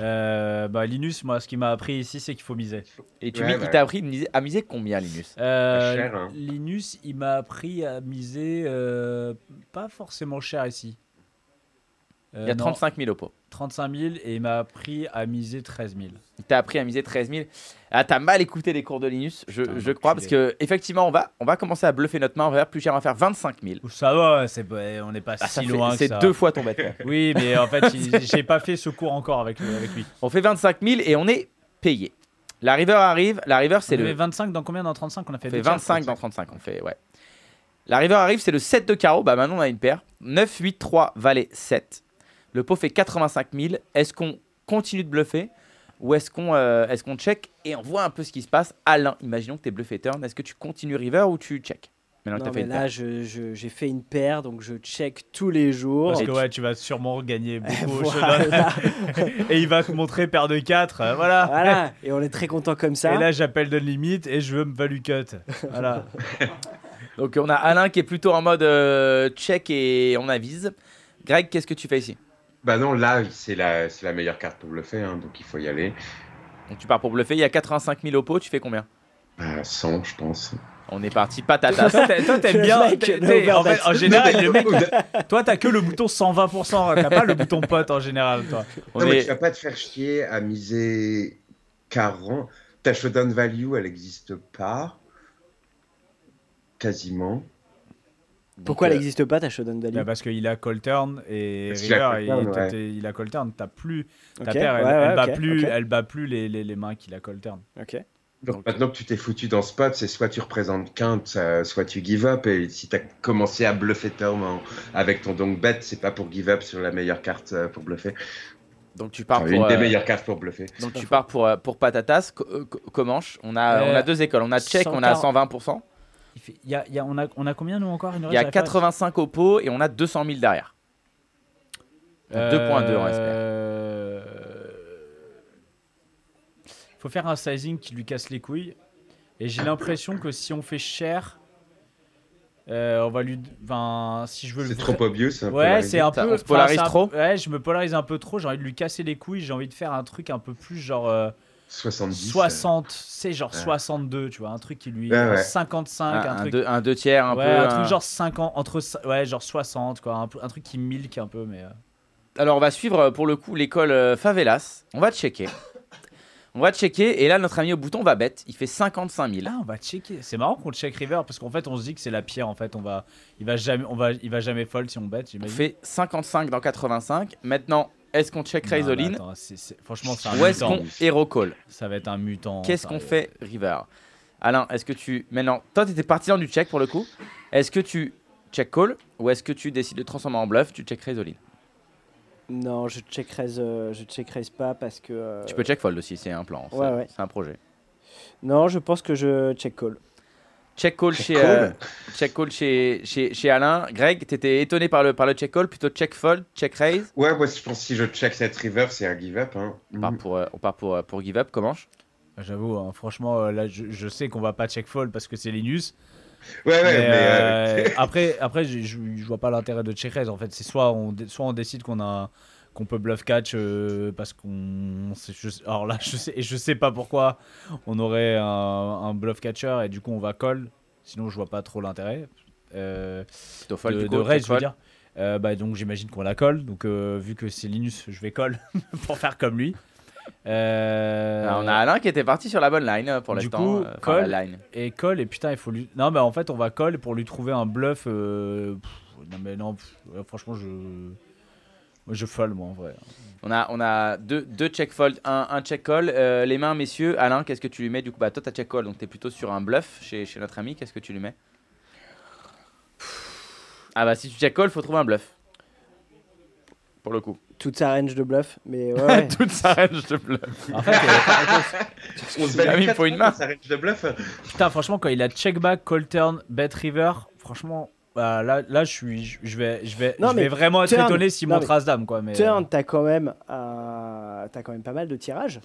Speaker 2: Euh, bah, Linus, moi, ce qui m'a appris ici, c'est qu'il faut miser.
Speaker 3: Et tu
Speaker 5: Ouais,
Speaker 3: mis-
Speaker 5: ouais.
Speaker 3: il t'a appris de miser- à miser combien, Linus
Speaker 2: Euh,
Speaker 5: Cher, hein.
Speaker 2: Linus, il m'a appris à miser euh, pas forcément cher ici. Euh,
Speaker 3: Il y a
Speaker 2: non,
Speaker 3: 35 000 au pot.
Speaker 2: 35 000 et il m'a appris à miser 13 000.
Speaker 3: Il t'a appris à miser 13 000. Ah, t'as mal écouté les cours de Linus, je,
Speaker 2: Putain,
Speaker 3: je crois, parce que effectivement, on va, on va commencer à bluffer notre main. On va faire plus cher, on va faire 25 000.
Speaker 2: Ça va, c'est pas- on n'est pas
Speaker 3: Ah, ça
Speaker 2: si
Speaker 3: fait-
Speaker 2: loin que
Speaker 3: c'est
Speaker 2: ça.
Speaker 3: deux fois ton bête. ouais.
Speaker 2: Oui, mais en
Speaker 3: [laughs]
Speaker 2: fait, il- j'ai pas fait ce cours encore avec, le- avec lui.
Speaker 3: on fait 25 000 et on est payé. La river arrive. La river, c'est
Speaker 2: On avait
Speaker 3: le,
Speaker 2: 25 dans combien dans 35 On a fait,
Speaker 3: On fait
Speaker 2: deux tiers.
Speaker 3: 25 dans 35, on fait, ouais. La river arrive, c'est le 7 de carreau. Bah maintenant, on a une paire. 9, 8, 3, valet, 7. Le pot fait 85 000. Est-ce qu'on continue de bluffer ou est-ce qu'on euh, est-ce qu'on check et on voit un peu ce qui se passe Alain, imaginons que t'es bluffé turn. Est-ce que tu continues river ou tu check Maintenant que
Speaker 4: Non,
Speaker 3: t'as fait
Speaker 4: mais
Speaker 3: une
Speaker 4: là,
Speaker 3: paire.
Speaker 4: je- je- j'ai fait une paire, donc je check tous les jours.
Speaker 2: Parce que
Speaker 4: [laughs]
Speaker 2: ouais, tu vas sûrement
Speaker 3: [laughs]
Speaker 2: gagner beaucoup au
Speaker 4: Voilà.
Speaker 2: showdown. et il va te montrer paire de 4. Voilà.
Speaker 4: [laughs]
Speaker 3: Ah,
Speaker 4: Voilà, et on est très content comme ça.
Speaker 2: Et là, j'appelle Don Limit et je veux me value cut.
Speaker 3: [laughs]
Speaker 2: Voilà.
Speaker 3: Donc on a Alain qui est plutôt en mode euh, check et on avise. Greg, qu'est-ce que tu fais ici
Speaker 5: Bah non, là, c'est la, c'est la meilleure carte pour le faire, hein, donc il faut y aller.
Speaker 3: Donc tu pars pour bluffer. Il y a 85 000 au pot. Tu fais combien
Speaker 5: Bah, 100, je pense.
Speaker 3: On est parti
Speaker 2: [laughs]
Speaker 3: patatas.
Speaker 2: toi,
Speaker 4: Le
Speaker 2: t'aimes bien.
Speaker 4: mec,
Speaker 2: t'es-
Speaker 4: le
Speaker 2: t'es- en, fait,
Speaker 4: overbet.
Speaker 2: en
Speaker 3: [laughs]
Speaker 2: général, le mec,
Speaker 5: [laughs]
Speaker 2: toi, t'as que le bouton 120%. T'as pas le bouton pote en général, toi.
Speaker 3: On
Speaker 5: non, mais
Speaker 3: est-
Speaker 5: tu vas pas te faire chier à miser 40. Ta showdown value, elle n'existe pas. Quasiment.
Speaker 4: Pourquoi
Speaker 3: Donc,
Speaker 2: euh,
Speaker 4: elle n'existe pas ta Shodan Value
Speaker 2: Bah, parce qu'il a call turn et
Speaker 5: Parce qu'il a
Speaker 2: River, il,
Speaker 5: call turn,
Speaker 2: t'as-
Speaker 5: ouais.
Speaker 2: t'es- il a call turn. T'as plus. Ta
Speaker 4: Ok,
Speaker 2: paire, elle,
Speaker 4: ouais,
Speaker 2: elle
Speaker 4: ouais,
Speaker 2: bat
Speaker 4: ok,
Speaker 2: plus,
Speaker 4: ok,
Speaker 2: elle bat plus les, les, les mains qu'il a call turn.
Speaker 4: ok.
Speaker 5: Donc,
Speaker 3: Donc,
Speaker 5: maintenant que tu t'es foutu dans ce spot, c'est soit tu représentes quinte, euh, soit tu give up. Et si tu as commencé à bluffer Tom en- avec ton donc bet, c'est pas pour give up sur la meilleure carte euh, pour bluffer.
Speaker 3: Donc tu pars
Speaker 5: Enfin,
Speaker 3: pour
Speaker 5: une des
Speaker 3: euh,
Speaker 5: meilleures cartes pour bluffer.
Speaker 3: Donc tu pars pour, euh, pour Patatas, co- euh, co- Comanche. On a,
Speaker 2: Euh,
Speaker 3: on a deux écoles. On a Tchèque, on a 120%.
Speaker 2: Il fait- il y a, il y a- on, a, on a combien, nous, encore
Speaker 3: Il y a 85 au pot et on a 200 000 derrière. Donc, 2.2 en respect.
Speaker 2: Euh, Faut faire un sizing qui lui casse les couilles. Et j'ai l'impression que si on fait cher, Euh, on va lui. Enfin, si je veux le
Speaker 5: C'est
Speaker 2: vrai-
Speaker 5: trop obvious. hein, un peu,
Speaker 2: Ouais,
Speaker 5: la
Speaker 2: c'est un
Speaker 3: Ça,
Speaker 2: peu.
Speaker 3: on se polarise
Speaker 2: enfin, c'est un-
Speaker 3: trop
Speaker 2: Ouais, je me polarise un peu trop. J'ai envie de lui casser les couilles. J'ai envie de faire un truc un peu plus genre euh,
Speaker 5: 70.
Speaker 2: 60. C'est genre
Speaker 5: euh. Ouais.
Speaker 2: 62, tu vois. Un truc qui lui.
Speaker 5: Ouais, ouais.
Speaker 2: 55,
Speaker 3: Un,
Speaker 2: Ah, un,
Speaker 3: un
Speaker 2: truc.
Speaker 3: deux, un deux tiers, un
Speaker 2: ouais,
Speaker 3: peu. euh,
Speaker 2: un truc
Speaker 3: un-
Speaker 2: genre 50, entre. cin- Ouais, genre 60, quoi. Un, peu- un truc qui milk un peu, mais. euh,
Speaker 3: Alors, on va suivre euh, pour le coup l'école euh, Favelas. On va checker. On va checker. Et là, notre ami au bouton va bête. Il fait 55 000.
Speaker 2: Là, on va checker. C'est marrant qu'on check River parce qu'en fait, on se dit que c'est la pierre. En fait, on va, il va jamais, on va, il va jamais fold si on bet.
Speaker 3: On
Speaker 2: J'imagine.
Speaker 3: fait 55 dans 85. Maintenant, est-ce qu'on check
Speaker 2: Non,
Speaker 3: raise all
Speaker 2: mais
Speaker 3: in
Speaker 2: attends, c'est- c'est- Franchement, c'est un
Speaker 3: Ou est-ce
Speaker 2: mutant.
Speaker 3: qu'on hero call
Speaker 2: Ça va être un mutant.
Speaker 3: Qu'est-ce qu'on
Speaker 2: sérieux.
Speaker 3: fait, River Alain, est-ce que tu. Maintenant, toi, t'étais partisan du check pour le coup. Est-ce que tu check call ou est-ce que tu décides de transformer en bluff Tu check raise all in
Speaker 4: Non, je check raise, euh, je check raise pas parce que. euh,
Speaker 3: Tu peux check fold aussi, c'est un plan. c'est-
Speaker 4: Ouais, ouais.
Speaker 3: C'est un projet.
Speaker 4: Non, je pense que je check call.
Speaker 3: Check call chez,
Speaker 5: call.
Speaker 3: euh, check call chez, chez, chez Alain. Greg, t'étais étonné par le, par le check call, plutôt check fold, check raise.
Speaker 5: euh. Ouais, ouais, je pense que si je check cette river, c'est un give up. Hein.
Speaker 3: On part pour, euh, on part pour, euh, pour give up, comment
Speaker 2: J'avoue, hein, franchement, euh, là, je, je sais qu'on va pas check fold parce que c'est Linus.
Speaker 5: Ouais, ouais, mais.
Speaker 2: mais,
Speaker 5: euh,
Speaker 2: euh, après, après, je, je, je vois pas l'intérêt de check raise. En fait, c'est soit on, dé- soit on décide qu'on a, qu'on peut bluff catch euh, parce qu'on, c'est- je- alors là, je sais, et je sais pas pourquoi on aurait un, un bluff catcher et du coup on va call. Sinon, je vois pas trop l'intérêt. Euh,
Speaker 3: Plutôt fold,
Speaker 2: de,
Speaker 3: du coup,
Speaker 2: de raise,
Speaker 3: check
Speaker 2: je veux
Speaker 3: fold.
Speaker 2: dire. Euh, bah, donc j'imagine qu'on la colle. Donc euh, vu que c'est Linus, je vais colle [laughs] pour faire comme lui. Euh,
Speaker 3: Alors, Ah, on a Alain qui était parti sur la bonne line euh, pour
Speaker 2: Du
Speaker 3: l'instant.
Speaker 2: coup,
Speaker 3: euh, enfin, la
Speaker 2: call.
Speaker 3: line.
Speaker 2: Et colle et putain il faut lui. Non mais en fait on va colle pour lui trouver un bluff. euh, pff, non mais non pff, euh, franchement je. Moi, je folle moi en vrai.
Speaker 3: On a, on a deux, deux check fold, un, un check call. Euh, les mains, messieurs, Alain, qu'est-ce que tu lui mets du coup Bah, toi, t'as check call, donc t'es plutôt sur un bluff chez, chez notre ami. Qu'est-ce que tu lui mets Ah, bah, si tu check call, faut trouver un bluff. Pour le coup. [laughs]
Speaker 4: Toute sa range de bluff, [laughs] mais ouais, ouais.
Speaker 3: Toute sa range de bluff.
Speaker 2: En fait, euh, [laughs]
Speaker 5: on se
Speaker 3: Ah
Speaker 5: bat
Speaker 3: oui,
Speaker 5: du
Speaker 3: il faut une
Speaker 5: quatre,
Speaker 3: main.
Speaker 5: Ça reste de bluff.
Speaker 2: putain franchement quand il a check back, call turn, bet river, franchement bah, là là je suis je je vais je vais
Speaker 4: Non,
Speaker 2: je
Speaker 4: mais
Speaker 2: vais vraiment être
Speaker 4: turn.
Speaker 2: étonné s'il
Speaker 4: Non,
Speaker 2: montre
Speaker 4: mais
Speaker 2: as dame quoi mais. euh,
Speaker 4: turn, t'as quand même, euh, t'as quand même pas mal de tirages.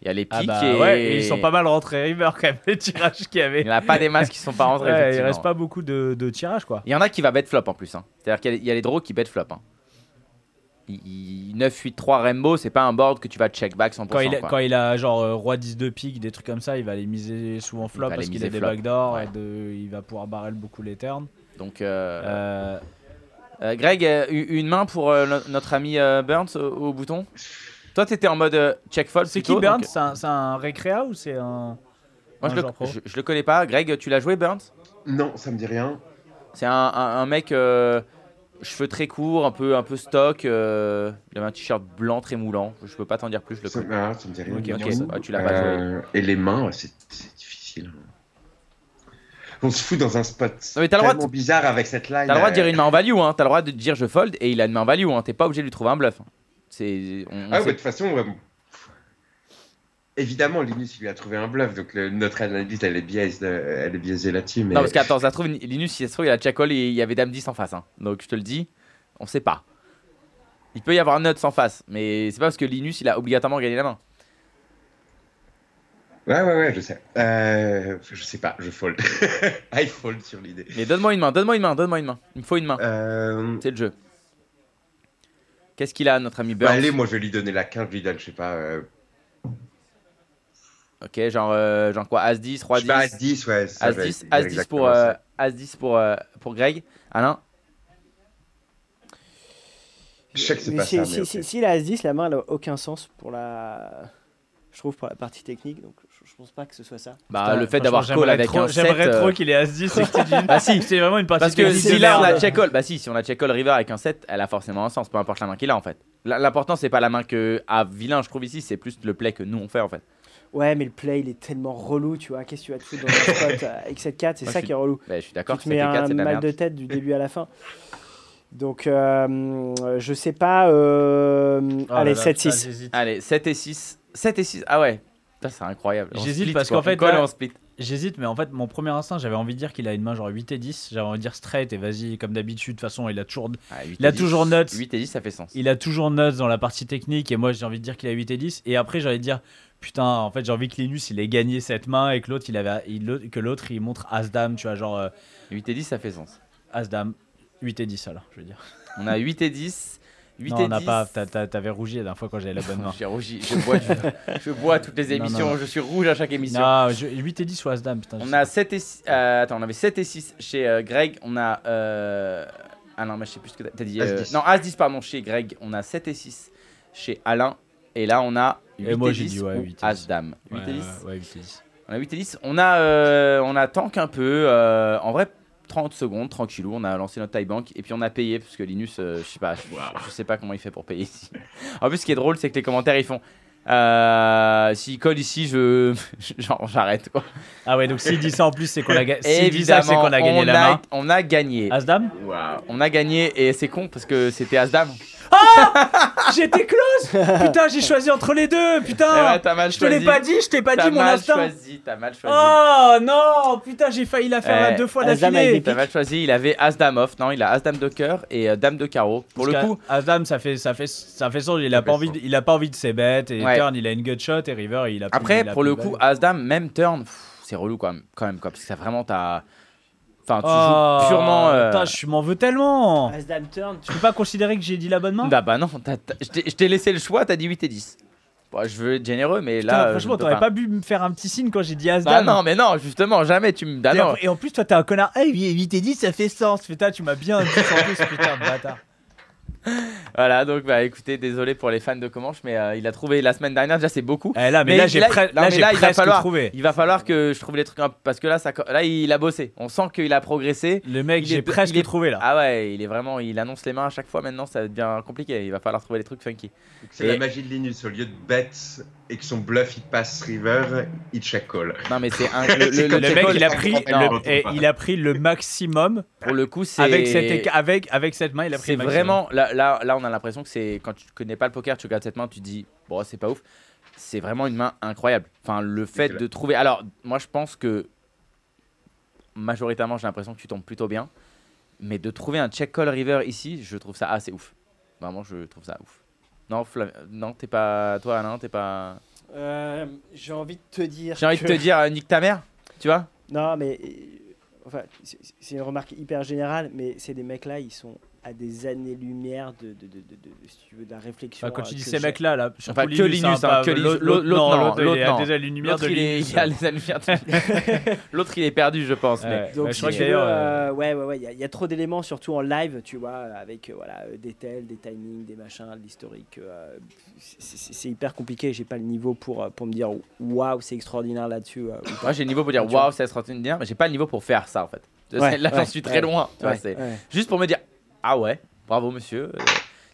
Speaker 3: Il y a les piques
Speaker 2: Ah bah
Speaker 3: et...
Speaker 2: ouais, et ils sont pas mal rentrés River quand même les tirages qu'il y avait.
Speaker 3: Il n'y en a pas des masses qui sont pas rentrés.
Speaker 2: Ouais, il
Speaker 3: effectivement.
Speaker 2: reste pas beaucoup de, de tirages quoi.
Speaker 3: Il y en a qui va bet flop en plus. hein. C'est-à-dire qu'il y a- il y a les draws qui bet flop. hein. Il- il- 9, 8, 3 Rainbow, c'est pas un board que tu vas check back 100%.
Speaker 2: Quand il, a,
Speaker 3: quoi.
Speaker 2: quand il a genre euh, roi 10 de pique, des trucs comme ça, il va les miser souvent flop
Speaker 3: va
Speaker 2: parce
Speaker 3: les
Speaker 2: qu'il a
Speaker 3: miser
Speaker 2: des
Speaker 3: flop,
Speaker 2: backdoors
Speaker 3: ouais.
Speaker 2: et de- il va pouvoir barrel beaucoup les turns.
Speaker 3: Donc, euh,
Speaker 2: Euh,
Speaker 3: euh, Greg, euh, u- une main pour euh, no- notre ami euh, Burns au, au bouton. Toi, t'étais en mode euh, check fold.
Speaker 2: c'est qui
Speaker 3: plutôt,
Speaker 2: Burns
Speaker 3: donc- euh,
Speaker 2: C'est un, c'est un récréa ou c'est un.
Speaker 3: Moi,
Speaker 2: un
Speaker 3: je
Speaker 2: joueur pro
Speaker 3: le, je, je le connais pas. Greg, tu l'as joué, Burns
Speaker 5: Non, ça me dit rien.
Speaker 3: C'est un, un- un mec, euh, cheveux très courts, un peu, un peu stock. euh, il avait un t-shirt blanc très moulant. Je peux pas t'en dire plus, je le
Speaker 5: Ça,
Speaker 3: connais.
Speaker 5: ah, ça me dit rien.
Speaker 2: Ok,
Speaker 5: du
Speaker 3: Ok,
Speaker 5: tout.
Speaker 2: bon,
Speaker 3: ouais, tu l'as pas joué.
Speaker 5: Euh, Et les mains, c'est c'est difficile. hein. On se fout dans un spot
Speaker 3: Non, Ah, mais t'as le droit de-
Speaker 5: tellement bizarre avec cette line.
Speaker 3: T'as le droit de
Speaker 5: euh,
Speaker 3: dire une main en value, hein. T'as le droit de dire je fold et il a une main en value, hein. T'es pas obligé de lui trouver un bluff. hein. C'est. on- on
Speaker 5: Ah ouais,
Speaker 3: sait-
Speaker 5: de toute façon, ouais, bon. évidemment, Linus il lui a trouvé un bluff, donc le- notre analyse elle est biaisée, euh, elle est biaisée là-dessus. Mais
Speaker 3: Non, parce qu'attends, ça se trouve, Linus, si ça se trouve, il a check call et il y avait Dame 10 en face. hein. Donc je te le dis, on sait pas. Il peut y avoir nuts en face, mais c'est pas parce que Linus, il a obligatoirement gagné la main.
Speaker 5: ouais, ouais, ouais, je sais. Euh, je sais pas, je fold. [laughs] I fold sur l'idée.
Speaker 3: Mais donne-moi une main, donne-moi une main, donne-moi une main. Il me faut une main.
Speaker 5: Euh,
Speaker 3: C'est le jeu. Qu'est-ce qu'il a, notre ami
Speaker 5: bah,
Speaker 3: Burns
Speaker 5: allez, moi je vais lui donner la 15, je lui donne, je sais pas, euh,
Speaker 3: Ok, genre, euh, genre quoi As 10, Roi
Speaker 5: je sais pas,
Speaker 3: 10
Speaker 5: As-10, ouais. ça,
Speaker 3: As
Speaker 5: j'allais
Speaker 3: 10,
Speaker 5: dire
Speaker 3: As 10
Speaker 5: exactement
Speaker 3: pour,
Speaker 5: ça.
Speaker 3: euh, As 10 pour, euh, pour Greg. Alain
Speaker 5: Je sais que c'est
Speaker 4: Mais
Speaker 5: pas
Speaker 4: si,
Speaker 5: ça,
Speaker 4: si,
Speaker 5: mais
Speaker 4: si-
Speaker 5: ok.
Speaker 4: si la S10, la main, elle a aucun sens pour la. Je trouve pour la partie technique, donc je, je pense pas que ce soit ça.
Speaker 3: Bah,
Speaker 2: Putain,
Speaker 3: le fait
Speaker 2: franchement,
Speaker 3: d'avoir
Speaker 2: j'aimerais
Speaker 3: call avec
Speaker 2: trop-
Speaker 3: un 7.
Speaker 2: J'aimerais
Speaker 3: euh,
Speaker 2: trop qu'il ait
Speaker 3: [laughs]
Speaker 2: As-10 et que tu dis-
Speaker 3: Bah si.
Speaker 2: Ah, c'est vraiment une partie
Speaker 3: Parce que
Speaker 2: technique de
Speaker 3: si là on
Speaker 2: merde.
Speaker 3: a check call, bah si, si on a check call river avec un 7, elle a forcément un sens, peu importe la main qu'il a en fait. L- L'important c'est pas la main que à vilain je trouve ici, c'est plus le play que nous on fait en fait.
Speaker 4: Ouais, mais le play, il est tellement relou, tu vois. Qu'est-ce que tu vas te foutre dans un spot euh, avec cette 4 C'est
Speaker 3: Moi,
Speaker 4: ça
Speaker 3: je
Speaker 4: qui est relou.
Speaker 3: Bah, je suis
Speaker 4: Tu
Speaker 3: d'accord,
Speaker 4: te
Speaker 3: que
Speaker 4: mets
Speaker 3: 4
Speaker 4: un
Speaker 3: c'est de la
Speaker 4: mal
Speaker 3: merde.
Speaker 4: de tête du début à la fin. Donc, euh, euh, je sais pas. euh,
Speaker 2: Oh là
Speaker 4: allez,
Speaker 2: là,
Speaker 4: 7-6.
Speaker 2: putain, j'hésite.
Speaker 3: Allez, 7 et 6, 7 et 6, ah ouais, Putain, c'est incroyable. On
Speaker 2: J'hésite
Speaker 3: split,
Speaker 2: parce
Speaker 3: quoi.
Speaker 2: qu'en fait,
Speaker 3: on colle
Speaker 2: là-
Speaker 3: et on split.
Speaker 2: J'hésite, mais en fait, mon premier instinct, j'avais envie de dire qu'il a une main genre 8 et 10. J'avais envie de dire straight et vas-y, comme d'habitude. De toute façon, il a toujours
Speaker 3: Ah, 8
Speaker 2: Il
Speaker 3: et
Speaker 2: a
Speaker 3: 10,
Speaker 2: toujours nuts.
Speaker 3: 8 et 10 ça fait sens.
Speaker 2: il a toujours notes dans la partie technique et moi j'ai envie de dire qu'il a 8 et 10 et après j'ai envie de dire putain, en fait, j'ai envie que Linus il ait gagné cette main et que l'autre il avait, il- l'autre- que l'autre il montre as dame, tu vois, genre euh,
Speaker 3: 8 et 10, ça fait sens.
Speaker 2: as dame, 8 et 10 alors, je veux dire.
Speaker 3: On a 8 et 10. 8
Speaker 2: non,
Speaker 3: et
Speaker 2: on n'a
Speaker 3: 10.
Speaker 2: pas, t'as- t'as- t'avais rougi la dernière fois quand j'avais la bonne
Speaker 3: [laughs]
Speaker 2: main.
Speaker 3: J'ai rougi, je bois, du- [laughs] je bois toutes les
Speaker 2: Non, non,
Speaker 3: émissions,
Speaker 2: non.
Speaker 3: je suis rouge à chaque émission.
Speaker 2: non, je- 8 et 10 ou as dame, putain. je
Speaker 3: On
Speaker 2: sais
Speaker 3: a 7 et 6, euh, attends, on avait 7 et 6 chez euh, Greg, on a euh, ah non, mais je sais plus ce que t'as- t'as dit. euh,
Speaker 5: As-10.
Speaker 3: non, As-10 pardon, chez Greg, on a 7 et 6 chez Alain et là on a 8
Speaker 2: Et moi,
Speaker 3: et
Speaker 2: j'ai
Speaker 3: 10
Speaker 2: dit, ouais,
Speaker 3: ou
Speaker 2: 8 et 10.
Speaker 3: As-Dame. 8
Speaker 2: pas.
Speaker 3: et
Speaker 2: Ouais,
Speaker 3: 10.
Speaker 2: ouais, ouais, 8 et 10.
Speaker 3: On a 8 et 10. On a, euh, on a tank un peu. euh, en vrai, 30 secondes, tranquillou. On a lancé notre tie bank et puis on a payé parce que Linus, euh, je sais pas, je, je sais pas comment il fait pour payer ici. En plus, ce qui est drôle, c'est que les commentaires ils font. Euh, S'il colle ici, je. [laughs] Genre, j'arrête quoi.
Speaker 2: Ah ouais, donc s'il dit ça en plus, c'est qu'on a, ga- s'il dit ça,
Speaker 3: Évidemment,
Speaker 2: c'est qu'on a gagné
Speaker 3: on
Speaker 2: la main. Ah.
Speaker 3: On a gagné.
Speaker 2: As-Dame
Speaker 3: [laughs]
Speaker 5: Waouh.
Speaker 3: On a gagné et c'est con parce que c'était As-Dame.
Speaker 2: J'étais close Putain, j'ai choisi entre les deux,
Speaker 3: Eh
Speaker 2: putain
Speaker 3: ouais, t'as mal
Speaker 2: Ah, Je te l'ai
Speaker 3: choisi.
Speaker 2: pas dit, je t'ai pas
Speaker 3: T'as
Speaker 2: dit mon
Speaker 3: mal
Speaker 2: instinct
Speaker 3: choisi, t'as Eh, mal choisi.
Speaker 2: Oh non Putain, j'ai failli la faire
Speaker 3: Ouais.
Speaker 2: là deux fois
Speaker 4: As-Dame avec
Speaker 2: d'affilée
Speaker 4: des
Speaker 3: T'as mal choisi, il avait As-Dame off. Non, il a As-Dame de cœur et euh, Dame de carreau. Pour le
Speaker 2: Parce
Speaker 3: coup,
Speaker 2: qu'à- As-Dame, ça fait, ça, fait, ça fait sens, il a,
Speaker 3: Ça fait
Speaker 2: pas envie,
Speaker 3: sens.
Speaker 2: de- il a pas envie de ses bêtes, et
Speaker 3: Ouais.
Speaker 2: Turn, il a une gutshot, et River, il a plus-
Speaker 3: Après,
Speaker 2: il a
Speaker 3: pour
Speaker 2: plus
Speaker 3: le
Speaker 2: de
Speaker 3: coup,
Speaker 2: balles.
Speaker 3: As-Dame, même turn, pff, c'est relou quoi, quand même, quoi, parce que ça vraiment t'as. Enfin, tu
Speaker 2: Oh,
Speaker 3: joues purement. euh,
Speaker 2: Putain, je m'en veux tellement
Speaker 4: As-Dame turn.
Speaker 2: Tu peux pas considérer que j'ai dit la bonne main
Speaker 3: Ah bah non, t'as- t'as- je t'ai- je t'ai laissé le choix, t'as dit 8 et 10. Bon, je veux être généreux, mais
Speaker 2: Putain,
Speaker 3: là. euh, je
Speaker 2: Franchement,
Speaker 3: ne peux
Speaker 2: t'aurais pas pu me faire un petit signe quand j'ai dit
Speaker 3: Bah
Speaker 2: As-Dame
Speaker 3: non, mais non, justement, jamais tu me. Ah
Speaker 2: Et
Speaker 3: non,
Speaker 2: en- Et en plus, toi, t'es un connard. Eh, 8 et 10, ça fait sens. Putain, tu m'as bien dit en plus, putain de bâtard.
Speaker 3: Voilà, donc bah écoutez, désolé pour les fans de Comanche, mais euh, il a trouvé la semaine dernière, déjà c'est beaucoup.
Speaker 2: Eh, là, mais, là, j'ai
Speaker 3: là,
Speaker 2: pre-
Speaker 3: non,
Speaker 2: là,
Speaker 3: mais
Speaker 2: j'ai
Speaker 3: là, il va
Speaker 2: presque
Speaker 3: falloir-
Speaker 2: trouvé.
Speaker 3: Il va falloir que je trouve les trucs un- parce que là, ça, co- là il a bossé. On sent qu'il a progressé.
Speaker 2: Le mec,
Speaker 3: Il est-
Speaker 2: j'ai presque
Speaker 3: il est-
Speaker 2: trouvé, là.
Speaker 3: Ah ouais, il est vraiment, il annonce les mains à chaque fois. Maintenant, ça devient compliqué. Il va falloir trouver des trucs funky.
Speaker 5: C'est la magie de Linus. Au lieu de bet et que son bluff il passe river, il check call.
Speaker 3: Non mais c'est un,
Speaker 5: C'est
Speaker 2: le
Speaker 5: comme
Speaker 3: check
Speaker 2: mec,
Speaker 3: call,
Speaker 2: il a
Speaker 3: c'est-
Speaker 2: pris,
Speaker 3: non,
Speaker 2: le, et il a pris le maximum
Speaker 3: pour le coup, c'est
Speaker 2: avec cette, éca- avec, avec cette main. Il a pris
Speaker 3: C'est
Speaker 2: le maximum.
Speaker 3: vraiment là, là, là, on a l'impression que c'est quand tu connais pas le poker, tu regardes cette main, tu te dis bon, c'est pas ouf. C'est vraiment une main incroyable. Enfin, le fait
Speaker 5: clair.
Speaker 3: de trouver. Alors, moi, je pense que majoritairement, j'ai l'impression que tu tombes plutôt bien, mais de trouver un check call river ici, je trouve ça assez ouf. Vraiment, je trouve ça ouf. Non, Flav- non, t'es pas toi, Alain, t'es pas.
Speaker 4: euh, J'ai envie de te dire.
Speaker 3: J'ai envie de
Speaker 4: que-
Speaker 3: te dire, euh, nique ta mère, tu vois.
Speaker 4: Non, mais euh, enfin, c'est c'est une remarque hyper générale, mais ces des mecs-là, ils sont à des années-lumière de, de, de, de, de- si tu veux, de la réflexion.
Speaker 2: Enfin, Bah, quand tu
Speaker 4: euh,
Speaker 2: dis
Speaker 4: que
Speaker 2: ces
Speaker 4: j'ai.
Speaker 2: mecs-là, là, surtout
Speaker 3: Enfin, que Linus, hein,
Speaker 2: pas-
Speaker 3: que Linus.
Speaker 2: l'autre-
Speaker 3: L'autre,
Speaker 2: l'autre,
Speaker 3: non,
Speaker 2: non, l'autre, il
Speaker 3: l'autre,
Speaker 2: a déjà la lumière
Speaker 3: L'autre,
Speaker 2: de
Speaker 3: il, est-
Speaker 2: Linus.
Speaker 3: il a les
Speaker 2: [laughs]
Speaker 3: allumières de- L'autre, il est perdu, je pense. mais-
Speaker 2: Ouais,
Speaker 4: Donc,
Speaker 2: bah,
Speaker 4: si
Speaker 2: je crois que
Speaker 4: tu veux,
Speaker 2: d'ailleurs, euh,
Speaker 4: euh, ouais, ouais, ouais, il y a- il y, a trop d'éléments, surtout en live, tu vois, avec euh, voilà, euh, des tels, des timings, des machins, de l'historique. euh, c'est- c'est c'est hyper compliqué, j'ai pas le niveau pour, euh, pour me dire waouh, c'est extraordinaire là-dessus. euh, ou pas.
Speaker 3: Moi j'ai le niveau
Speaker 2: Ah,
Speaker 3: pour dire
Speaker 4: Tu vois.
Speaker 3: waouh, ça se une mais j'ai pas le niveau pour faire ça en fait. Je
Speaker 4: Ouais,
Speaker 3: sais, là j'en
Speaker 4: ouais,
Speaker 3: suis
Speaker 4: ouais,
Speaker 3: très loin. tu vois,
Speaker 4: Ouais,
Speaker 3: c'est-
Speaker 4: ouais.
Speaker 3: Juste pour me dire ah ouais, bravo monsieur. Euh,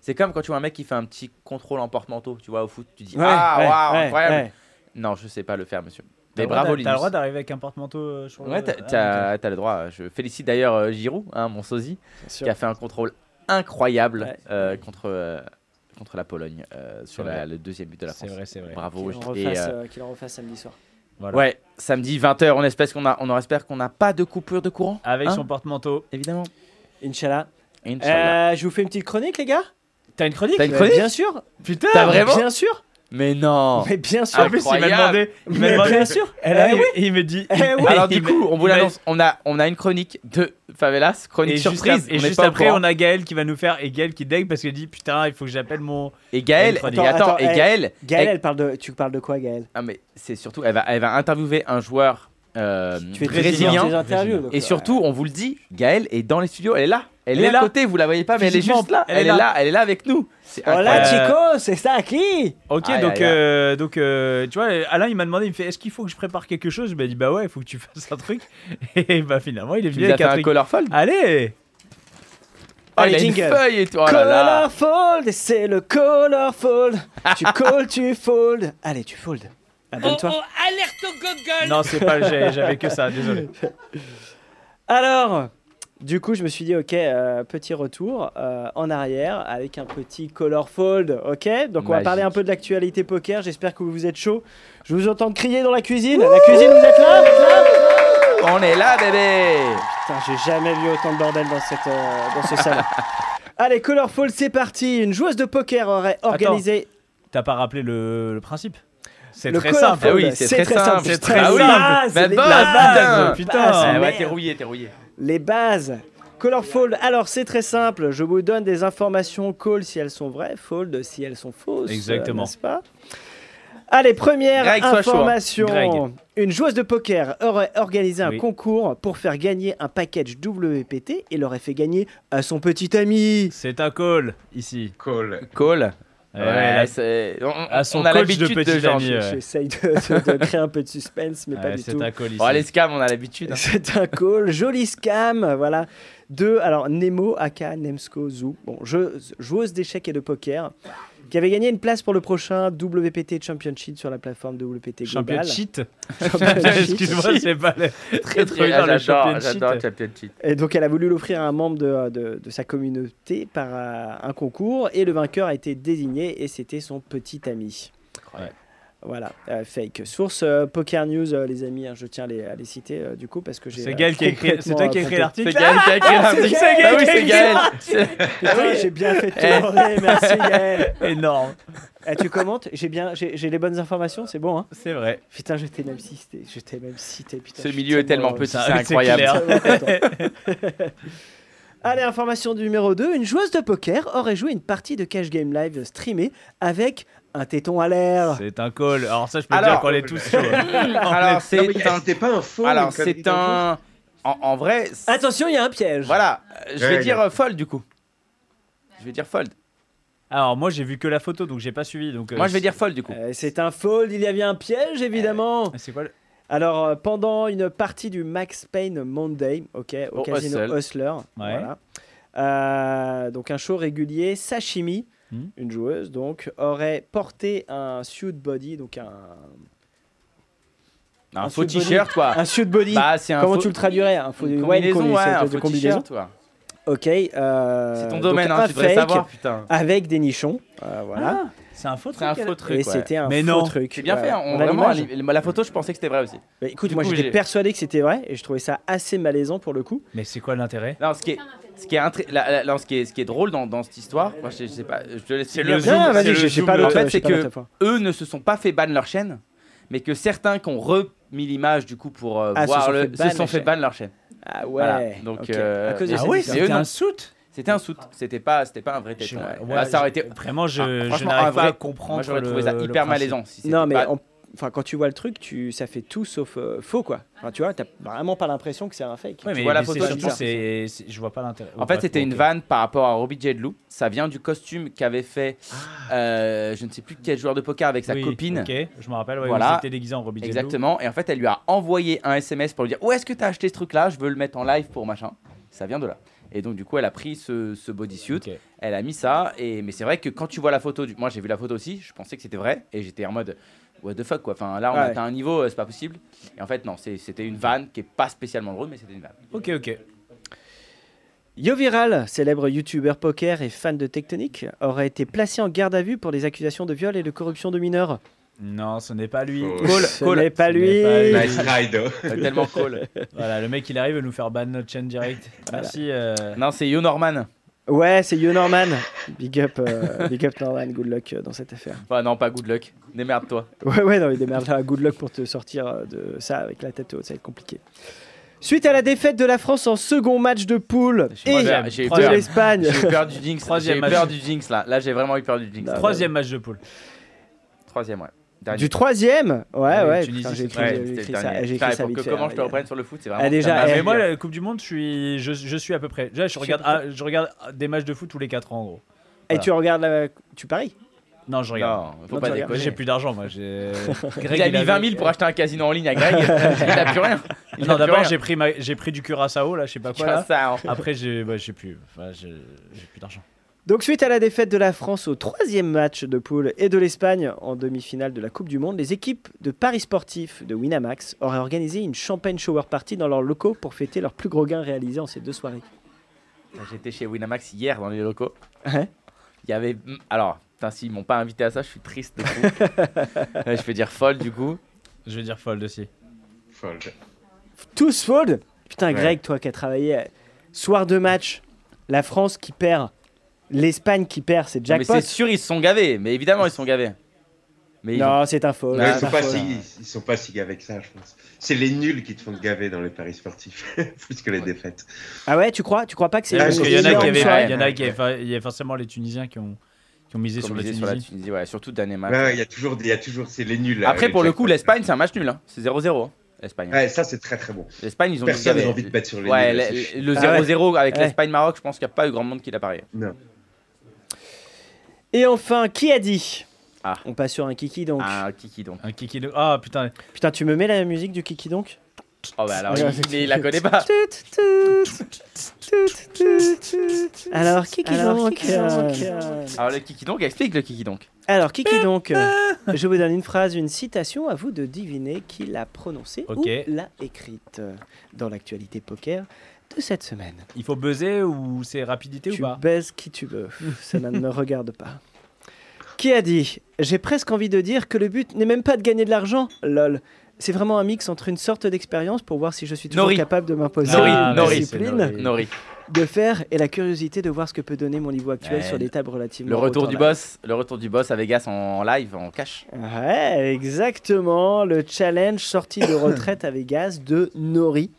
Speaker 3: C'est comme quand tu vois un mec qui fait un petit contrôle en porte-manteau, tu vois, au foot, tu dis
Speaker 4: Ouais,
Speaker 3: ah
Speaker 4: ouais,
Speaker 3: waouh,
Speaker 4: ouais,
Speaker 3: incroyable.
Speaker 4: ouais.
Speaker 3: Non, je sais pas le faire monsieur.
Speaker 2: t'as
Speaker 3: Mais
Speaker 2: le droit d'a-
Speaker 3: bravo
Speaker 2: T'as le
Speaker 3: Linus.
Speaker 2: droit d'arriver avec un porte-manteau euh, sur le-
Speaker 3: Ouais, t'as-
Speaker 2: Ah,
Speaker 3: t'as t'as le droit. Je félicite d'ailleurs euh, Giroud, hein, mon sosie,
Speaker 4: Bien sûr.
Speaker 3: qui a fait un contrôle incroyable
Speaker 4: Ouais.
Speaker 3: euh, contre, euh, contre la Pologne euh, sur
Speaker 2: C'est
Speaker 3: la-
Speaker 2: vrai.
Speaker 3: le deuxième but de la
Speaker 2: C'est
Speaker 3: France.
Speaker 2: vrai, c'est vrai.
Speaker 3: Bravo.
Speaker 4: Qu'il en,
Speaker 3: et,
Speaker 4: refasse,
Speaker 3: euh,
Speaker 4: euh, qu'il en refasse samedi soir.
Speaker 2: Voilà.
Speaker 3: Ouais, samedi 20h, on espère qu'on a, on espère qu'on n'a pas de coupure de courant.
Speaker 2: Avec
Speaker 3: hein,
Speaker 2: son porte-manteau.
Speaker 3: évidemment.
Speaker 4: Inch'Allah.
Speaker 3: Inch'Allah.
Speaker 4: Euh, je vous fais une petite chronique, les gars
Speaker 2: T'as une chronique
Speaker 3: T'as une
Speaker 4: Euh,
Speaker 3: chronique
Speaker 4: Bien sûr
Speaker 3: Putain, t'as vraiment
Speaker 4: Bien sûr
Speaker 3: Mais non
Speaker 4: Mais bien sûr
Speaker 2: En plus, il m'a
Speaker 3: Incroyable.
Speaker 2: demandé. Il m'a
Speaker 4: Mais
Speaker 2: demandé.
Speaker 4: bien sûr
Speaker 2: Et là,
Speaker 4: Eh
Speaker 2: il-
Speaker 4: oui.
Speaker 2: il me dit.
Speaker 4: Eh oui.
Speaker 3: Alors
Speaker 2: Il
Speaker 3: du
Speaker 2: m'a-
Speaker 3: coup, on vous
Speaker 2: il m'a-
Speaker 3: l'annonce, on a, on a une chronique de Favelas, chronique
Speaker 2: Et juste,
Speaker 3: surprise.
Speaker 2: ap- et
Speaker 3: on est
Speaker 2: juste
Speaker 3: pas au
Speaker 2: après,
Speaker 3: courant.
Speaker 2: on a Gaël qui va nous faire. Et Gaël qui deg parce qu'il dit Putain, il faut que j'appelle mon.
Speaker 3: Et Gaël,
Speaker 2: Une chronique.
Speaker 3: et attends,
Speaker 4: Attends,
Speaker 3: et
Speaker 4: eh,
Speaker 3: Gaël,
Speaker 4: Gaël,
Speaker 3: elle-
Speaker 4: elle parle de... tu parles de quoi, Gaël
Speaker 3: ah, mais c'est surtout, elle va, elle va interviewer un joueur euh,
Speaker 4: Tu fais tes-
Speaker 3: brésilien.
Speaker 4: tes interviews. donc,
Speaker 3: Et
Speaker 4: euh,
Speaker 3: surtout, on vous le dit, Gaël est dans les studios, elle est là. Elle, est, là à côté, vous la voyez pas, mais elle est
Speaker 2: Physiquement,
Speaker 3: juste là. Elle, est là. elle est là avec nous. C'est
Speaker 4: Hola,
Speaker 3: incroyable.
Speaker 4: Chico C'est ça, qui
Speaker 2: Ok,
Speaker 3: Aïe,
Speaker 2: donc,
Speaker 3: aïe, aïe.
Speaker 2: euh, donc euh, tu vois, Alain, il m'a demandé, il me fait, est-ce qu'il faut que je prépare quelque chose Je lui ai dit, bah ouais, il faut que tu [laughs] fasses un truc. Et bah finalement, il est
Speaker 3: Tu
Speaker 2: venu
Speaker 3: nous as
Speaker 2: avec
Speaker 3: fait
Speaker 2: un
Speaker 3: un
Speaker 2: truc.
Speaker 3: colorfold.
Speaker 2: Allez
Speaker 3: Ah, il
Speaker 4: Allez,
Speaker 3: a une
Speaker 4: jingle.
Speaker 3: feuille et tout. Oh là là.
Speaker 4: Colorfold C'est le colorfold
Speaker 3: [laughs]
Speaker 4: Tu call, tu fold Allez, tu fold Abonne-toi
Speaker 2: Non, c'est pas, j'ai- j'avais que ça, désolé.
Speaker 4: Alors, du coup, je me suis dit, ok, euh, petit retour euh, en arrière avec un petit color fold, ok Donc, on va
Speaker 3: Magique.
Speaker 4: parler un peu de l'actualité poker. J'espère que vous êtes chaud. Je vous entends crier dans la cuisine. la cuisine, vous êtes là, Vous êtes là
Speaker 3: On est là, bébé.
Speaker 4: Putain, j'ai jamais vu autant de bordel dans, cette, euh, dans
Speaker 3: [laughs]
Speaker 4: ce salon. Allez, color fold, c'est parti. Une joueuse de poker aurait organisé.
Speaker 2: T'as pas rappelé le, le principe C'est
Speaker 4: Le
Speaker 2: très
Speaker 4: color
Speaker 2: simple.
Speaker 4: code,
Speaker 3: Ah oui, c'est très simple.
Speaker 4: C'est
Speaker 3: C'est
Speaker 4: très
Speaker 3: très
Speaker 4: simple.
Speaker 3: simple.
Speaker 4: Ah oui,
Speaker 3: Mais
Speaker 4: c'est les-
Speaker 3: bon,
Speaker 4: la
Speaker 3: putain.
Speaker 4: base.
Speaker 2: Putain.
Speaker 3: Ah ouais,
Speaker 4: merde.
Speaker 3: t'es rouillé, t'es rouillé.
Speaker 4: Les bases. Colorful. Alors, c'est très simple. Je vous donne des informations call si elles sont vraies, fold si elles sont fausses.
Speaker 2: Exactement.
Speaker 4: euh, N'est-ce pas Allez, première
Speaker 3: Greg, sois chaud, hein.
Speaker 4: information.
Speaker 2: Greg.
Speaker 4: Une joueuse de poker aurait organisé un
Speaker 2: Oui.
Speaker 4: concours pour faire gagner un package WPT et l'aurait fait gagner à son petit ami.
Speaker 2: C'est un call ici.
Speaker 5: Cool.
Speaker 3: Cole.
Speaker 2: Euh, la-
Speaker 3: c'est- on,
Speaker 2: à son
Speaker 3: on a
Speaker 2: coach
Speaker 3: l'habitude
Speaker 2: de
Speaker 3: de,
Speaker 2: petit
Speaker 3: genre.
Speaker 2: ami, euh.
Speaker 4: J'essaye de, de- de créer un peu de suspense, mais pas
Speaker 2: Ouais,
Speaker 4: du
Speaker 2: C'est
Speaker 4: tout.
Speaker 2: un call ici.
Speaker 3: Bon, allez, scam, on a l'habitude. hein.
Speaker 4: C'est un call, joli scam, voilà. De, alors, Nemo, Aka, Nemsko, Zou, bon, jeu- joueuse d'échecs et de poker, qui avait gagné une place pour le prochain WPT Championship sur la plateforme WPT
Speaker 2: Champion
Speaker 4: Global.
Speaker 2: de
Speaker 3: [laughs]
Speaker 2: cheat.
Speaker 4: [laughs]
Speaker 2: [laughs]
Speaker 4: Championship.
Speaker 2: Excuse-moi, c'est pas le- très très
Speaker 3: Ah,
Speaker 2: dans le champion
Speaker 3: J'adore,
Speaker 2: de
Speaker 3: j'adore
Speaker 2: cheat.
Speaker 3: Champion Cheat.
Speaker 4: Et donc, elle a voulu l'offrir à un membre de, de- de sa communauté par euh, un concours, et le vainqueur a été désigné, et c'était son petit ami.
Speaker 3: Incroyable.
Speaker 4: Voilà, euh, fake. Source euh, Poker News, euh, les amis, hein, je tiens à les, à les citer euh, du coup, parce que j'ai.
Speaker 2: C'est
Speaker 4: euh,
Speaker 2: Gaël qui a écrit, c'est
Speaker 4: complètement,
Speaker 2: toi qui
Speaker 4: euh,
Speaker 2: a écrit
Speaker 4: planté.
Speaker 3: C'est
Speaker 2: l'article.
Speaker 3: Gaël qui a écrit un-
Speaker 4: c'est
Speaker 2: Gaël
Speaker 3: Bah oui,
Speaker 2: qui a
Speaker 3: c'est
Speaker 2: écrit l'article.
Speaker 3: Gaël.
Speaker 4: Putain, j'ai bien fait de te demander, merci Gaël.
Speaker 2: Énorme.
Speaker 4: Eh, tu commentes J'ai bien, j'ai j'ai les bonnes informations, c'est bon. Hein
Speaker 2: C'est vrai.
Speaker 4: putain, je t'ai même cité, je t'ai même cité. Putain,
Speaker 3: Ce
Speaker 4: je suis
Speaker 3: milieu est tellement petit,
Speaker 2: ça,
Speaker 3: c'est
Speaker 2: c'est
Speaker 3: incroyable.
Speaker 2: clair.
Speaker 4: [laughs] tellement content. Allez, information numéro 2. Une joueuse de poker aurait joué une partie de cash game live streamée avec un téton à l'air.
Speaker 2: C'est un call. Alors ça, je peux
Speaker 3: Ah. Alors-
Speaker 2: dire qu'on est tous chauds.
Speaker 3: Alors,
Speaker 5: Non, mais
Speaker 3: c'est un.
Speaker 5: C'était pas un faux.
Speaker 3: Alors,
Speaker 5: une connerie
Speaker 3: c'est
Speaker 5: d'un jour.
Speaker 3: un. En, en vrai, c'est-
Speaker 4: Attention, il y a un piège.
Speaker 3: voilà, euh, je vais
Speaker 5: Ouais,
Speaker 3: dire
Speaker 5: ouais.
Speaker 3: euh, fold du coup. Je vais dire fold.
Speaker 2: Alors moi, j'ai vu que la photo, donc j'ai pas suivi. Donc euh,
Speaker 3: Moi, je vais dire fold du coup.
Speaker 4: Euh, c'est un fold, il y avait un piège évidemment.
Speaker 2: C'est quoi le-
Speaker 4: Alors, euh, pendant une partie du Max Payne Monday, ok, au
Speaker 3: Au
Speaker 4: casino
Speaker 3: Hustle.
Speaker 4: Hustler, voilà. Euh, donc un show régulier, Sashimi,
Speaker 2: Hmm.
Speaker 4: une joueuse, donc aurait porté un suit body, donc un,
Speaker 3: Un,
Speaker 4: un
Speaker 3: faux
Speaker 4: sous-body.
Speaker 3: t-shirt quoi.
Speaker 4: un suit body.
Speaker 3: Bah, c'est un
Speaker 4: Comment
Speaker 3: faux-
Speaker 4: tu le traduirais Un faux
Speaker 3: Une
Speaker 4: ouais, une
Speaker 3: combinaison,
Speaker 4: combinaison,
Speaker 3: ouais, un
Speaker 4: de
Speaker 3: faux
Speaker 4: combinaison.
Speaker 3: t-shirt, toi.
Speaker 4: Ok. euh,
Speaker 3: C'est ton
Speaker 4: donc
Speaker 3: domaine,
Speaker 4: un
Speaker 3: hein, tu devrais
Speaker 4: fake
Speaker 3: savoir, putain.
Speaker 4: Avec des nichons, euh, voilà.
Speaker 2: C'est un faux
Speaker 3: C'est
Speaker 2: truc.
Speaker 3: un
Speaker 2: elle-
Speaker 3: faux
Speaker 4: Et
Speaker 3: truc. ouais.
Speaker 4: c'était un
Speaker 2: Mais
Speaker 4: faux
Speaker 2: non.
Speaker 4: truc.
Speaker 3: C'est bien
Speaker 4: ouais.
Speaker 3: fait, hein, on-
Speaker 4: On a
Speaker 3: vraiment,
Speaker 4: l'image
Speaker 3: la la photo, je pensais que c'était vrai aussi.
Speaker 4: Bah, écoute,
Speaker 3: Du
Speaker 4: moi
Speaker 3: coup,
Speaker 4: j'étais
Speaker 3: j'ai-
Speaker 4: persuadé que c'était vrai et je trouvais ça assez malaisant pour le coup.
Speaker 2: Mais c'est quoi l'intérêt
Speaker 3: Non, ce qui est, ce qui est, intré- la- la- non, ce qui est, ce qui est drôle dans, dans cette histoire, moi, je, je sais pas, je te laisse
Speaker 2: C'est
Speaker 3: finir,
Speaker 2: le
Speaker 3: mais-
Speaker 2: zoom,
Speaker 4: Non,
Speaker 2: c'est
Speaker 4: vas-y,
Speaker 2: le
Speaker 4: j'ai j'ai
Speaker 2: zoom.
Speaker 4: pas
Speaker 2: En
Speaker 4: le
Speaker 3: fait,
Speaker 4: temps, j'ai
Speaker 3: c'est
Speaker 4: pas le
Speaker 3: que-
Speaker 4: temps pour-
Speaker 3: eux ne se sont pas fait ban leur chaîne, mais que certains qui ont remis l'image du coup pour euh,
Speaker 4: Ah, se
Speaker 3: voir
Speaker 4: sont
Speaker 3: le,
Speaker 4: fait ban
Speaker 3: se sont
Speaker 4: la
Speaker 3: fait
Speaker 4: chaîne.
Speaker 3: ban leur chaîne.
Speaker 4: Ah ouais.
Speaker 3: Voilà, donc,
Speaker 4: ok.
Speaker 3: euh,
Speaker 4: à cause de
Speaker 3: mais-
Speaker 4: ça,
Speaker 2: Ah ouais,
Speaker 4: c'est
Speaker 3: c'est
Speaker 2: c'était
Speaker 3: eux, non.
Speaker 2: un soute.
Speaker 3: C'était un soute, c'était pas, c'était pas un vrai téton.
Speaker 2: Je-
Speaker 3: ouais. Bah, ça aurait été.
Speaker 2: Vraiment, je,
Speaker 3: Ah,
Speaker 2: je
Speaker 3: franchement, un
Speaker 2: n'arrive pas
Speaker 3: vrai-
Speaker 2: à comprendre.
Speaker 3: Moi, j'aurais
Speaker 2: le-
Speaker 3: trouvé ça
Speaker 2: le
Speaker 3: hyper
Speaker 2: principe.
Speaker 3: malaisant. Si c'était
Speaker 4: Non, mais
Speaker 3: pas-
Speaker 4: en- enfin, quand tu vois le truc, tu... ça fait tout sauf euh, faux, quoi. Enfin, tu vois, t'as vraiment pas l'impression que c'est un fake.
Speaker 2: Ouais, mais,
Speaker 3: vois la
Speaker 2: mais
Speaker 3: photo,
Speaker 2: c'est
Speaker 3: c'est
Speaker 2: surtout,
Speaker 3: bizarre.
Speaker 2: c'est- c'est- je vois pas l'intérêt.
Speaker 3: En fait, c'était une vanne par rapport à Robbie Jedlou. Ça vient du costume qu'avait fait, euh, je ne sais plus quel joueur de poker avec sa copine.
Speaker 2: Ah. Ok, je me rappelle. Ouais,
Speaker 3: Voilà.
Speaker 2: C'était déguisé en Robbie Jello.
Speaker 3: Exactement. Et en fait, elle lui a envoyé un SMS pour lui dire Où est-ce que t'as acheté ce truc-là Je veux le mettre en live pour machin. Ça vient de là. Et donc, du coup, elle a pris ce, ce bodysuit.
Speaker 2: Ok.
Speaker 3: Elle a mis ça. Et... Mais c'est vrai que quand tu vois la photo, du... moi j'ai vu la photo aussi, je pensais que c'était vrai. Et j'étais en mode What the fuck quoi. Enfin, là, on
Speaker 4: Ouais.
Speaker 3: atteint un niveau, euh, c'est pas possible. Et en fait, non, c'est- c'était une vanne qui est pas spécialement drôle, mais c'était une vanne.
Speaker 2: Ok, ok.
Speaker 4: Yo Viral, célèbre youtubeur poker et fan de Tectonic, aurait été placé en garde à vue pour des accusations de viol et de corruption de mineurs.
Speaker 2: Non, ce n'est pas lui.
Speaker 5: Oh.
Speaker 3: [laughs] Call,
Speaker 4: Ce
Speaker 3: call.
Speaker 4: n'est pas
Speaker 2: Ce
Speaker 4: lui.
Speaker 2: n'est pas lui.
Speaker 5: Nice ride. [laughs]
Speaker 3: Euh, Tellement cool.
Speaker 2: [laughs] Voilà, le mec, il arrive à nous faire ban notre chaîne
Speaker 3: [laughs]
Speaker 2: direct. Merci. euh,
Speaker 3: Non, c'est Yo Norman.
Speaker 4: Ouais, c'est Yo Norman. Big up, euh, big up Norman. Good luck euh, dans cette affaire.
Speaker 3: Enfin, non, pas good luck. Démerde-toi.
Speaker 4: Ouais, ouais, non, mais démerde là, good luck pour te sortir euh, de ça avec la tête haute, ça va être compliqué. Suite à la défaite de la France en second match de poule
Speaker 3: J'ai
Speaker 4: et
Speaker 3: eu
Speaker 4: de
Speaker 3: peur, j'ai eu
Speaker 2: troisième.
Speaker 3: peur.
Speaker 4: l'Espagne,
Speaker 3: J'ai eu peur du jinx.
Speaker 2: Troisième
Speaker 3: J'ai eu
Speaker 2: match.
Speaker 3: peur du jinx là. Là, j'ai vraiment eu peur du jinx.
Speaker 4: Non,
Speaker 3: Tro-
Speaker 2: Troisième match de poule.
Speaker 3: Ah, bah, Troisième, ouais. Dernier.
Speaker 4: [laughs] du troisième, ouais,
Speaker 2: Ouais,
Speaker 4: ouais,
Speaker 2: Tunisie,
Speaker 4: putain, j'ai
Speaker 2: c'est
Speaker 4: écrit,
Speaker 3: Ouais, Ah c'était
Speaker 4: j'ai écrit
Speaker 3: le
Speaker 4: ça,
Speaker 3: dernier.
Speaker 4: j'ai écrit
Speaker 3: Putain,
Speaker 4: ça
Speaker 3: pour
Speaker 4: vite
Speaker 3: que-
Speaker 4: fait,
Speaker 3: comment
Speaker 4: hein,
Speaker 3: je te
Speaker 4: les
Speaker 3: reprenne sur le foot, c'est vraiment.
Speaker 4: Ah, déjà,
Speaker 3: ça m'a-
Speaker 4: eh,
Speaker 2: mais
Speaker 4: oui,
Speaker 2: moi,
Speaker 4: oui.
Speaker 2: la Coupe du Monde, je suis, je, je suis à peu près. Là, je regarde, ah, je regarde des matchs de foot tous les 4 ans, en gros.
Speaker 4: gars. Et tu regardes, la- tu paries
Speaker 2: Non, je regarde.
Speaker 3: Non, faut
Speaker 4: Non,
Speaker 3: pas
Speaker 4: tu
Speaker 3: déconner.
Speaker 4: regardes.
Speaker 2: J'ai plus d'argent, moi.
Speaker 3: [laughs]
Speaker 2: J'ai
Speaker 3: il a mis 20 000
Speaker 2: [laughs]
Speaker 3: pour acheter un casino en ligne à [laughs] Greg. il a plus rien. Il a
Speaker 2: Non,
Speaker 3: plus
Speaker 2: d'abord,
Speaker 3: rien.
Speaker 2: j'ai pris, ma- j'ai pris du Curaçao, là, je sais pas quoi.
Speaker 3: [laughs]
Speaker 2: Là.
Speaker 3: Ça, hein.
Speaker 2: Après, j'ai ouais, j'ai plus, enfin, j'ai j'ai plus d'argent.
Speaker 4: Donc suite à la défaite de la France au troisième match de poule et de l'Espagne en demi-finale de la Coupe du Monde, les équipes de Paris Sportif de Winamax auraient organisé une champagne shower party dans leurs locaux pour fêter leur plus gros gain réalisé en ces deux soirées.
Speaker 3: J'étais chez Winamax hier dans les locaux.
Speaker 4: Ouais.
Speaker 3: Il y avait. hmm, Alors, putain, s'ils m'ont pas invité à ça, je suis triste. de [laughs] fou. Là, je peux dire folle du coup.
Speaker 2: Je vais dire fold aussi.
Speaker 5: Fold.
Speaker 4: Tous fold Putain
Speaker 5: Ouais.
Speaker 4: Greg, toi qui as travaillé euh, soir de match, la France qui perd, l'Espagne qui perd, c'est
Speaker 3: Non, Mais
Speaker 4: jackpot.
Speaker 3: c'est sûr, ils se sont gavés. Mais évidemment, ils se sont gavés. Mais ils
Speaker 4: Non, c'est un faux.
Speaker 3: Ouais,
Speaker 5: Ouais,
Speaker 4: c'est
Speaker 5: ils,
Speaker 4: un
Speaker 5: sont pas
Speaker 4: faux,
Speaker 5: si,
Speaker 4: là.
Speaker 5: ils sont pas si gavés que ça, je pense. C'est les nuls qui te font te gaver dans les paris sportifs, [laughs] plus que les défaites.
Speaker 4: Ah ouais, tu crois Tu crois pas que c'est
Speaker 5: Ah,
Speaker 4: une
Speaker 5: parce
Speaker 2: Parce qu'il y en a
Speaker 4: énorme
Speaker 2: qui avaient-
Speaker 4: soirée
Speaker 2: il y en a qui avaient- il y a forcément les Tunisiens qui ont, qui ont misé
Speaker 3: ont
Speaker 2: sur la
Speaker 3: misé
Speaker 2: Tunisie.
Speaker 3: sur la Tunisie, ouais, surtout dernier match.
Speaker 5: Ouais, ouais, il y a toujours, des- il y a toujours, c'est les nuls.
Speaker 3: Après,
Speaker 5: euh,
Speaker 3: pour
Speaker 5: les
Speaker 3: le coup,
Speaker 5: jackpots.
Speaker 3: l'Espagne, c'est un match nul. hein. C'est 0-0. hein, L'Espagne.
Speaker 5: Ouais, ça c'est très très bon.
Speaker 3: L'Espagne, ils ont dû
Speaker 5: Personne
Speaker 3: se
Speaker 5: n'a
Speaker 3: gaver.
Speaker 5: envie de battre sur les
Speaker 3: Ouais,
Speaker 5: nuls,
Speaker 3: le-
Speaker 5: c'est
Speaker 3: le
Speaker 4: Ah ouais.
Speaker 3: 0-0 avec
Speaker 4: Ouais.
Speaker 3: l'Espagne-Maroc, je pense qu'il n'y a pas eu grand monde qui l'a parié.
Speaker 5: Non.
Speaker 4: Et enfin, qui a dit
Speaker 3: Ah.
Speaker 4: On passe sur un kiki donc.
Speaker 3: Ah, Kiki donc.
Speaker 2: Un kiki de- Ah putain,
Speaker 4: Putain, tu me mets la musique du kiki donc
Speaker 3: Oh, bah alors,
Speaker 4: Ouais,
Speaker 3: il, il la
Speaker 2: [laughs]
Speaker 3: connaît pas.
Speaker 4: Tut, tut, tut, tut, tut. Alors, kiki donc euh,
Speaker 3: Alors, le Kiki donc, explique le Kiki donc.
Speaker 4: Alors, kiki donc euh, Je vous donne une phrase, une citation, à vous de deviner qui l'a prononcée
Speaker 2: Ok.
Speaker 4: ou l'a écrite euh, dans l'actualité poker de cette semaine.
Speaker 2: il faut buzzer ou c'est rapidité
Speaker 4: tu
Speaker 2: ou pas
Speaker 4: baises qui tu veux. Cela ne me regarde pas. Qui a dit J'ai presque envie de dire que le but n'est même pas de gagner de l'argent. Lol. C'est vraiment un mix entre une sorte d'expérience pour voir si je suis toujours
Speaker 3: Nori.
Speaker 4: capable de m'imposer
Speaker 3: Nori,
Speaker 4: une
Speaker 3: Nori,
Speaker 4: discipline
Speaker 2: c'est Nori.
Speaker 3: Nori.
Speaker 4: de faire et la curiosité de voir ce que peut donner mon niveau actuel
Speaker 3: Ouais,
Speaker 4: sur des tables relativement
Speaker 3: Le retour
Speaker 4: hautes en
Speaker 3: du
Speaker 4: live.
Speaker 3: boss, le retour du boss à Vegas en, en live, en cash.
Speaker 4: Ouais, exactement. Le challenge sorti [coughs] de retraite à Vegas de Nori.
Speaker 3: Qui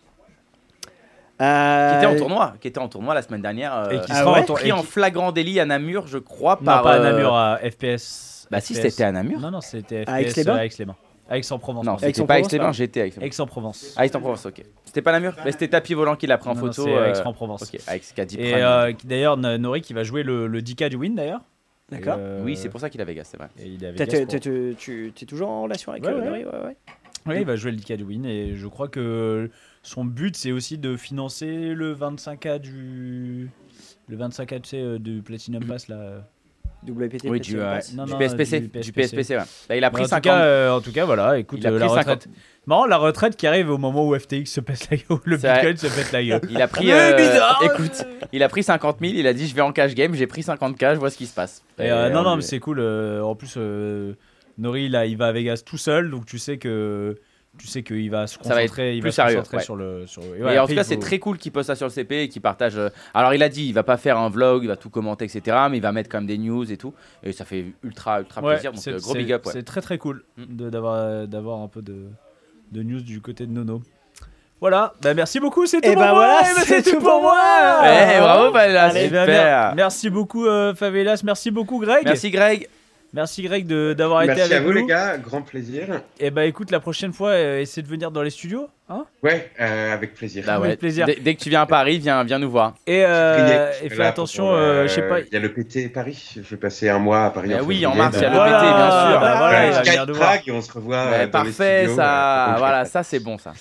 Speaker 4: Euh,
Speaker 3: était en tournoi, qui était en tournoi la semaine dernière. euh,
Speaker 2: Et qui
Speaker 4: Ah
Speaker 2: sera
Speaker 4: ouais
Speaker 2: en tour- et
Speaker 3: pris en
Speaker 2: qui-
Speaker 3: flagrant délit à Namur, je crois,
Speaker 2: Non,
Speaker 3: par.
Speaker 2: pas à
Speaker 3: euh,
Speaker 2: Namur, hein. à FPS.
Speaker 3: Bah si,
Speaker 2: FPS.
Speaker 3: c'était à Namur. Ah,
Speaker 2: Non, non, c'était FPS
Speaker 4: À Aix-les-Bains
Speaker 2: euh, à Aix-les-Bains. À Aix-en-Provence.
Speaker 3: Non,
Speaker 2: pardon.
Speaker 3: c'était pas
Speaker 4: Aix-en-Provence,
Speaker 2: hein.
Speaker 3: Aix-les-Bains,
Speaker 4: pardon.
Speaker 3: j'étais à Aix-les-Bains.
Speaker 2: Aix-en-Provence.
Speaker 3: Ah, Aix-en-Provence, ok. C'était pas Namur Mais c'était Tapi Volant qui l'a pris en
Speaker 2: Non, non,
Speaker 3: photo.
Speaker 2: c'est
Speaker 3: euh,
Speaker 2: Aix-en-Provence.
Speaker 3: Ok, Aix qui a dit
Speaker 2: Et
Speaker 3: Prime.
Speaker 2: euh, qui- d'ailleurs, Na- Nori qui va jouer le, le 10K du win d'ailleurs.
Speaker 4: D'accord.
Speaker 2: Et, euh,
Speaker 3: Oui, c'est pour ça qu'il a Vegas, c'est vrai.
Speaker 2: et il est à Vegas
Speaker 4: T'as- t'as-
Speaker 2: pour-
Speaker 4: t'as- Tu tu- t'es toujours en relation avec
Speaker 2: Ouais,
Speaker 4: euh,
Speaker 2: ouais.
Speaker 4: Nori ouais, ouais.
Speaker 2: Oui, il va jouer le 10K du win. Et je crois que son but, c'est aussi de financer le 25K du. Le 25K, tu sais, euh, du Platinum Pass là.
Speaker 4: WPT.
Speaker 3: Oui,
Speaker 4: PSL
Speaker 3: du, euh,
Speaker 4: Pass.
Speaker 2: Non,
Speaker 3: du
Speaker 2: non,
Speaker 3: PSPC.
Speaker 2: du
Speaker 3: Du
Speaker 2: PSPC.
Speaker 3: PSPC, ouais. Là, il a
Speaker 2: Mais
Speaker 3: pris
Speaker 2: en, tout
Speaker 3: 50.
Speaker 2: cas, euh, en tout cas, voilà, écoute,
Speaker 3: Il a
Speaker 2: euh,
Speaker 3: pris
Speaker 2: la
Speaker 3: 50.
Speaker 2: retraite. Marrant, la retraite qui arrive au moment où FTX se pète la gueule, le
Speaker 3: C'est vrai.
Speaker 2: Bitcoin se pète la gueule.
Speaker 3: Il a pris.
Speaker 2: Mais
Speaker 3: euh,
Speaker 2: bizarre,
Speaker 3: écoute, il a pris 50 000, il a dit je vais en cash game, j'ai pris 50K, je vois ce qui se passe.
Speaker 2: Et, euh,
Speaker 3: Et
Speaker 2: non,
Speaker 3: on
Speaker 2: non,
Speaker 3: lui-
Speaker 2: mais c'est cool. euh, en plus, euh, Nori, là, il va à Vegas tout seul, donc tu sais que tu sais qu'il va se
Speaker 3: Ça va être
Speaker 2: concentrer, il
Speaker 3: plus
Speaker 2: va se
Speaker 3: sérieux,
Speaker 2: concentrer
Speaker 3: ouais.
Speaker 2: sur le. Sur...
Speaker 3: Et en tout cas, c'est très cool qu'il poste ça sur le CP et qu'il partage. euh, Alors, il a dit, il va pas faire un vlog, il va tout commenter, etc. Mais il va mettre quand même des news et tout. Et ça fait ultra, ultra plaisir. Donc, euh, gros big up. ouais.
Speaker 2: C'est très très cool
Speaker 3: Mm.
Speaker 2: de- d'avoir euh, d'avoir un peu de, de news du côté de Nono. Voilà, bah, merci beaucoup, c'est tout,
Speaker 4: Eh
Speaker 2: pour
Speaker 4: ben
Speaker 2: moi,
Speaker 4: voilà,
Speaker 2: eh ben,
Speaker 4: c'est tout pour
Speaker 3: Eh,
Speaker 4: moi.
Speaker 3: bravo, Paella,
Speaker 2: Eh ben, mer-
Speaker 3: super.
Speaker 2: merci beaucoup euh, Favelas, merci beaucoup Greg, merci,
Speaker 3: Merci, Greg.
Speaker 2: Greg de- d'avoir été
Speaker 5: Merci
Speaker 2: avec
Speaker 5: à vous
Speaker 2: nous.
Speaker 5: les gars, grand plaisir.
Speaker 2: Et bah écoute, la prochaine fois, euh, essaie de venir dans les studios, hein
Speaker 5: Ouais, euh, avec plaisir.
Speaker 3: Bah
Speaker 2: Avec
Speaker 3: ouais.
Speaker 2: plaisir.
Speaker 3: Dès, dès que tu viens à Paris, viens, viens nous voir.
Speaker 2: Et, euh,
Speaker 5: Priez, je
Speaker 2: et
Speaker 5: serai
Speaker 2: fais
Speaker 5: là
Speaker 2: attention,
Speaker 5: pour,
Speaker 2: euh, je sais
Speaker 5: euh, [laughs]
Speaker 2: pas.
Speaker 5: Il y a le PT Paris. Je vais passer un mois à Paris.
Speaker 3: Eh
Speaker 5: en
Speaker 3: oui,
Speaker 5: février,
Speaker 3: en mars, il y a le
Speaker 5: donc,
Speaker 2: Voilà,
Speaker 3: PT, bien sûr.
Speaker 2: bah
Speaker 5: voilà,
Speaker 2: voilà, il va
Speaker 5: Skype
Speaker 2: venir nous voir.
Speaker 5: Prague, et on se revoit.
Speaker 3: Ouais,
Speaker 5: euh, dans les
Speaker 3: parfait,
Speaker 5: studios, euh,
Speaker 3: ça.
Speaker 5: pour le
Speaker 3: voilà,
Speaker 5: show.
Speaker 3: ça, c'est bon, ça.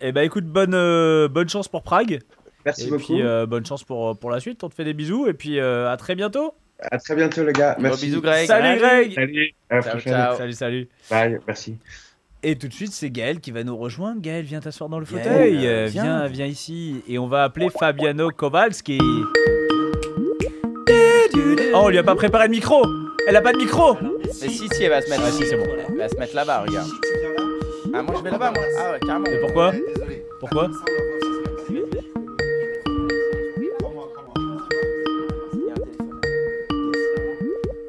Speaker 2: Et, et bah écoute, bonne, euh, bonne chance pour Prague.
Speaker 5: Merci
Speaker 2: et
Speaker 5: beaucoup.
Speaker 2: puis euh, bonne chance pour, pour la suite. On te fait des bisous et puis euh, à très bientôt.
Speaker 5: À très bientôt les gars.
Speaker 3: Gros
Speaker 5: Merci.
Speaker 3: bisous, Greg.
Speaker 2: Salut Greg
Speaker 5: Salut. À la
Speaker 3: Ciao,
Speaker 5: prochaine.
Speaker 3: ciao.
Speaker 2: Salut, salut.
Speaker 5: Bye. Merci.
Speaker 2: Et tout de suite, c'est Gaël qui va nous rejoindre. Gaël, viens t'asseoir dans le fauteuil.
Speaker 3: Gaël,
Speaker 2: Euh,
Speaker 3: viens.
Speaker 2: viens, viens ici. Et on va appeler Fabiano Kowalski. Oh, on lui a pas préparé de micro Elle a pas de micro
Speaker 3: Mais si, si, elle va se mettre.
Speaker 2: Ah, si, c'est bon.
Speaker 3: Elle va se mettre là-bas, regarde. Ah, moi, je vais là-bas, moi. Ah, ouais, carrément.
Speaker 2: Et pourquoi Pourquoi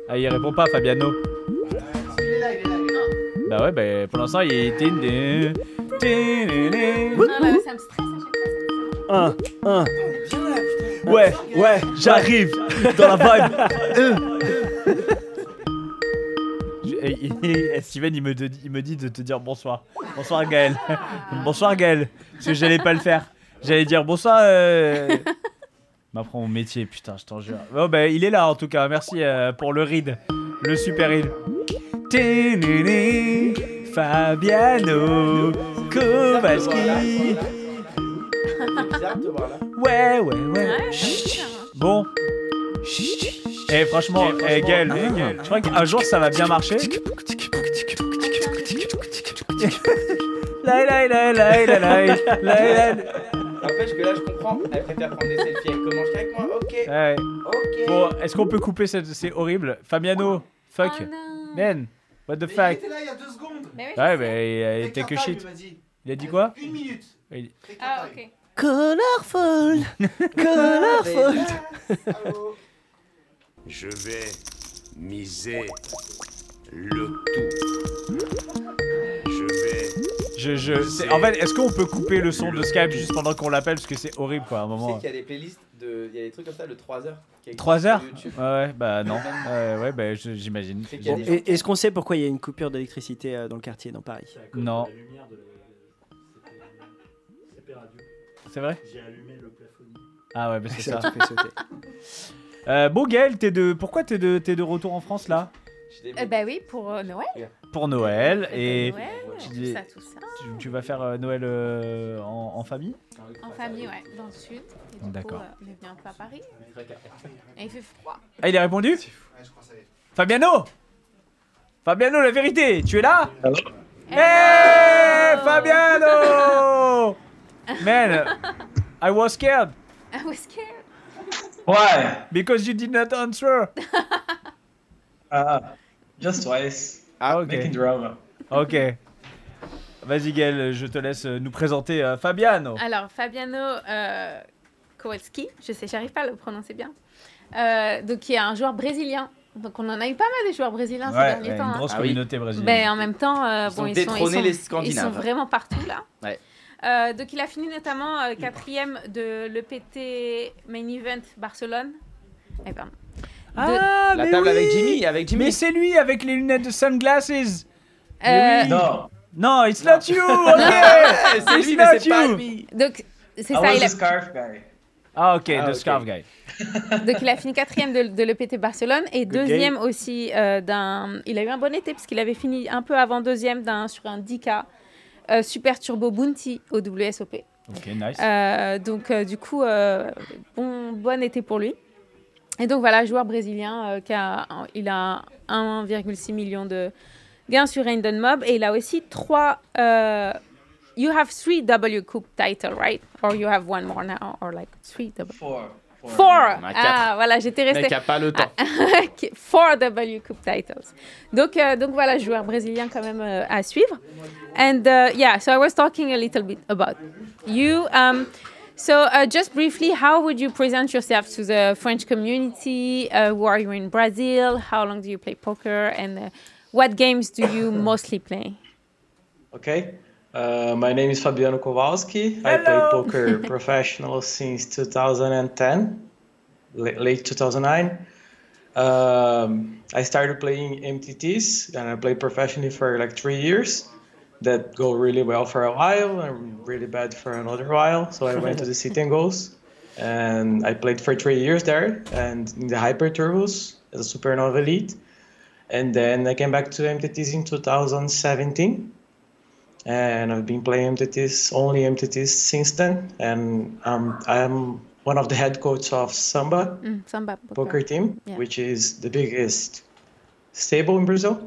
Speaker 2: Ah, il répond pas, Fabiano. Bah ouais, bah pour l'instant, il est.
Speaker 1: Non, là, Ah, ça me stresse à chaque fois.
Speaker 4: Un, un.
Speaker 2: Ouais, ouais, j'arrive dans la vibe. Et- et- et Steven, eh, il me, de- il me dit de te dire bonsoir. Bonsoir Gaël. Bonsoir Gaël. Parce que j'allais pas le faire. J'allais dire bonsoir. Euh... [laughs] M'apprends mon métier, putain, je t'en jure. Bon, bah, il est là en tout cas. Merci euh, pour le ride. Le super ride. Ténéné, Fabiano [laughs] Kowalski. Ouais, ouais, ouais.
Speaker 1: Ouais, ouais,
Speaker 2: Bon. Et franchement, eh, Gaël, eh, Gaël, je crois qu'un jour ça va bien marcher. Laï, laï, laï, laï, laï, laï, laï, laï.
Speaker 3: N'empêche que là, je comprends. Elle préfère prendre des selfies. Elle commence avec moi. Ok,
Speaker 2: Ouais.
Speaker 3: ok.
Speaker 2: Bon, est-ce qu'on peut couper cette. C'est horrible. Fabiano, fuck.
Speaker 1: Oh non.
Speaker 2: Man, what the fuck.
Speaker 8: là il y a deux secondes.
Speaker 1: Mais oui, je
Speaker 2: Ouais,
Speaker 1: sais.
Speaker 2: mais il take a shit. Il a dit quoi
Speaker 8: Une minute.
Speaker 2: Il-
Speaker 1: Ah, ok.
Speaker 4: Colorful. Colorful.
Speaker 7: Je vais miser le tout
Speaker 2: Je, je- c'est- En fait, est-ce qu'on peut couper le son de Skype juste pendant qu'on l'appelle Parce que c'est horrible quoi à un
Speaker 3: Tu sais
Speaker 2: moment.
Speaker 3: qu'il y a des playlists, de... il y a des trucs comme ça, le 3 heures. qui existe
Speaker 2: 3
Speaker 3: sur
Speaker 2: heures
Speaker 3: YouTube.
Speaker 2: Ouais, ouais,
Speaker 8: [laughs]
Speaker 2: bah non. Ouais, ouais, bah je- j'imagine.
Speaker 3: C'est qu'il y a
Speaker 4: Bon,
Speaker 3: des-
Speaker 4: et- Est-ce qu'on sait pourquoi il y a une coupure d'électricité euh, dans le quartier, dans Paris
Speaker 2: Non. C'est vrai
Speaker 8: J'ai allumé le plafonnier.
Speaker 2: Ah ouais, bah c'est ça.
Speaker 4: te fait sauter.
Speaker 2: Euh, bon, Gaël, t'es de... pourquoi t'es de... t'es de retour en France là
Speaker 3: j'ai des-
Speaker 1: Euh, bah oui, pour euh, Noël.
Speaker 2: Pour Noël.
Speaker 1: fête de
Speaker 2: Et
Speaker 1: Eh ben, Noël,
Speaker 2: tu
Speaker 1: tout
Speaker 2: dis-
Speaker 1: ça, tout ça.
Speaker 2: tu, tu vas faire euh, Noël euh, en, en famille
Speaker 1: En famille, ouais, dans le sud. Et du coup,
Speaker 2: D'accord.
Speaker 1: euh, on est venu un peu à Paris. Et il fait froid.
Speaker 2: Ah, il a répondu Fabiano Fabiano, la vérité, tu es là Eh,
Speaker 1: Eh
Speaker 2: Hey,
Speaker 1: Hello [laughs]
Speaker 2: Fabiano Man, I was scared
Speaker 1: I was scared.
Speaker 7: Why?
Speaker 2: because you did not answer.
Speaker 7: Uh, just twice.
Speaker 2: Ah,
Speaker 7: Making drama.
Speaker 2: Ok. Vas-y, Gaël, je te laisse euh, nous présenter euh, Fabiano.
Speaker 1: Alors, Fabiano euh, Kowalski, je sais, j'arrive pas à le prononcer bien. Euh, donc, qui est un joueur brésilien. Donc, on en a eu pas mal des joueurs brésiliens ces derniers
Speaker 2: ouais,
Speaker 1: temps.
Speaker 2: une
Speaker 1: hein.
Speaker 2: grosse
Speaker 3: Ah oui.
Speaker 2: communauté brésilienne.
Speaker 1: Mais en même temps, euh,
Speaker 3: Ils
Speaker 1: bon,
Speaker 3: ont
Speaker 1: ils, sont,
Speaker 3: détrôné
Speaker 1: ils sont-
Speaker 3: les
Speaker 1: ils
Speaker 3: Scandinaves.
Speaker 1: sont vraiment partout là.
Speaker 3: Ouais.
Speaker 1: Euh, donc il a fini notamment euh, quatrième de l'EPT Main Event Barcelone. Eh, pardon.
Speaker 2: Ah,
Speaker 3: La
Speaker 2: mais
Speaker 3: table
Speaker 2: oui
Speaker 3: avec Jimmy, avec
Speaker 2: Mais
Speaker 3: Jimmy.
Speaker 2: c'est lui avec les lunettes de sunglasses.
Speaker 1: Euh,
Speaker 7: No.
Speaker 2: Non, it's not
Speaker 3: [laughs]
Speaker 2: you. Ok,
Speaker 3: Ouais, c'est
Speaker 2: it's
Speaker 3: lui, mais
Speaker 2: not
Speaker 3: c'est pas
Speaker 2: you.
Speaker 3: lui.
Speaker 1: donc c'est
Speaker 7: I
Speaker 1: ça,
Speaker 7: was
Speaker 1: il
Speaker 7: the
Speaker 1: a,
Speaker 7: scarf guy.
Speaker 2: Ah, ok,
Speaker 3: Ah,
Speaker 2: the
Speaker 3: ok.
Speaker 2: scarf guy.
Speaker 1: donc il a fini quatrième de, de l'EPT Barcelone et
Speaker 4: game.
Speaker 1: deuxième aussi euh, d'un. Il a eu un bon été parce qu'il avait fini un peu avant deuxième d'un sur un 10K euh, Super Turbo Bounty au WSOP.
Speaker 2: Ok, nice.
Speaker 1: Euh, donc, euh, du coup, euh, bon, bon été pour lui. Et donc, voilà, joueur brésilien, euh, qui a, il a 1,6 million de gains sur Raindon Mob. Et il a aussi trois. euh, you have three W Coupe title, right? Or you have one more now, or like three W.
Speaker 7: Four. Four.
Speaker 1: Four!
Speaker 3: en a
Speaker 1: Ah,
Speaker 3: quatre.
Speaker 1: voilà, j'étais
Speaker 3: Le mec
Speaker 1: restée.
Speaker 3: a pas le
Speaker 1: Ah,
Speaker 3: temps.
Speaker 1: [laughs] Qui- Four W Coupe titles. Donc, euh, donc voilà, joueur brésilien quand même euh, à suivre. And uh, yeah, so I was talking a little bit about you. Um, so uh, just briefly, how would you present yourself to the French community? Uh, who are you in Brazil? How long do you play poker? And uh, what games do you mostly play?
Speaker 7: Okay. Uh, my name is Fabiano Kowalski. I play poker professional since 2010, la- late 2009. Um, I started playing MTTs and I played professionally for like three years. That go really well for a while and really bad for another while. So I went to the City and Goals and I played for three years there and in the Hyper Turbos as a Supernova Elite. And then I came back to MTTs in 2017 and I've been playing MTTs, only MTTs since then. And um, I'm one of the head coach of Samba
Speaker 1: Mm, samba
Speaker 7: poker team,
Speaker 1: Yeah.
Speaker 7: which is the biggest stable in Brazil.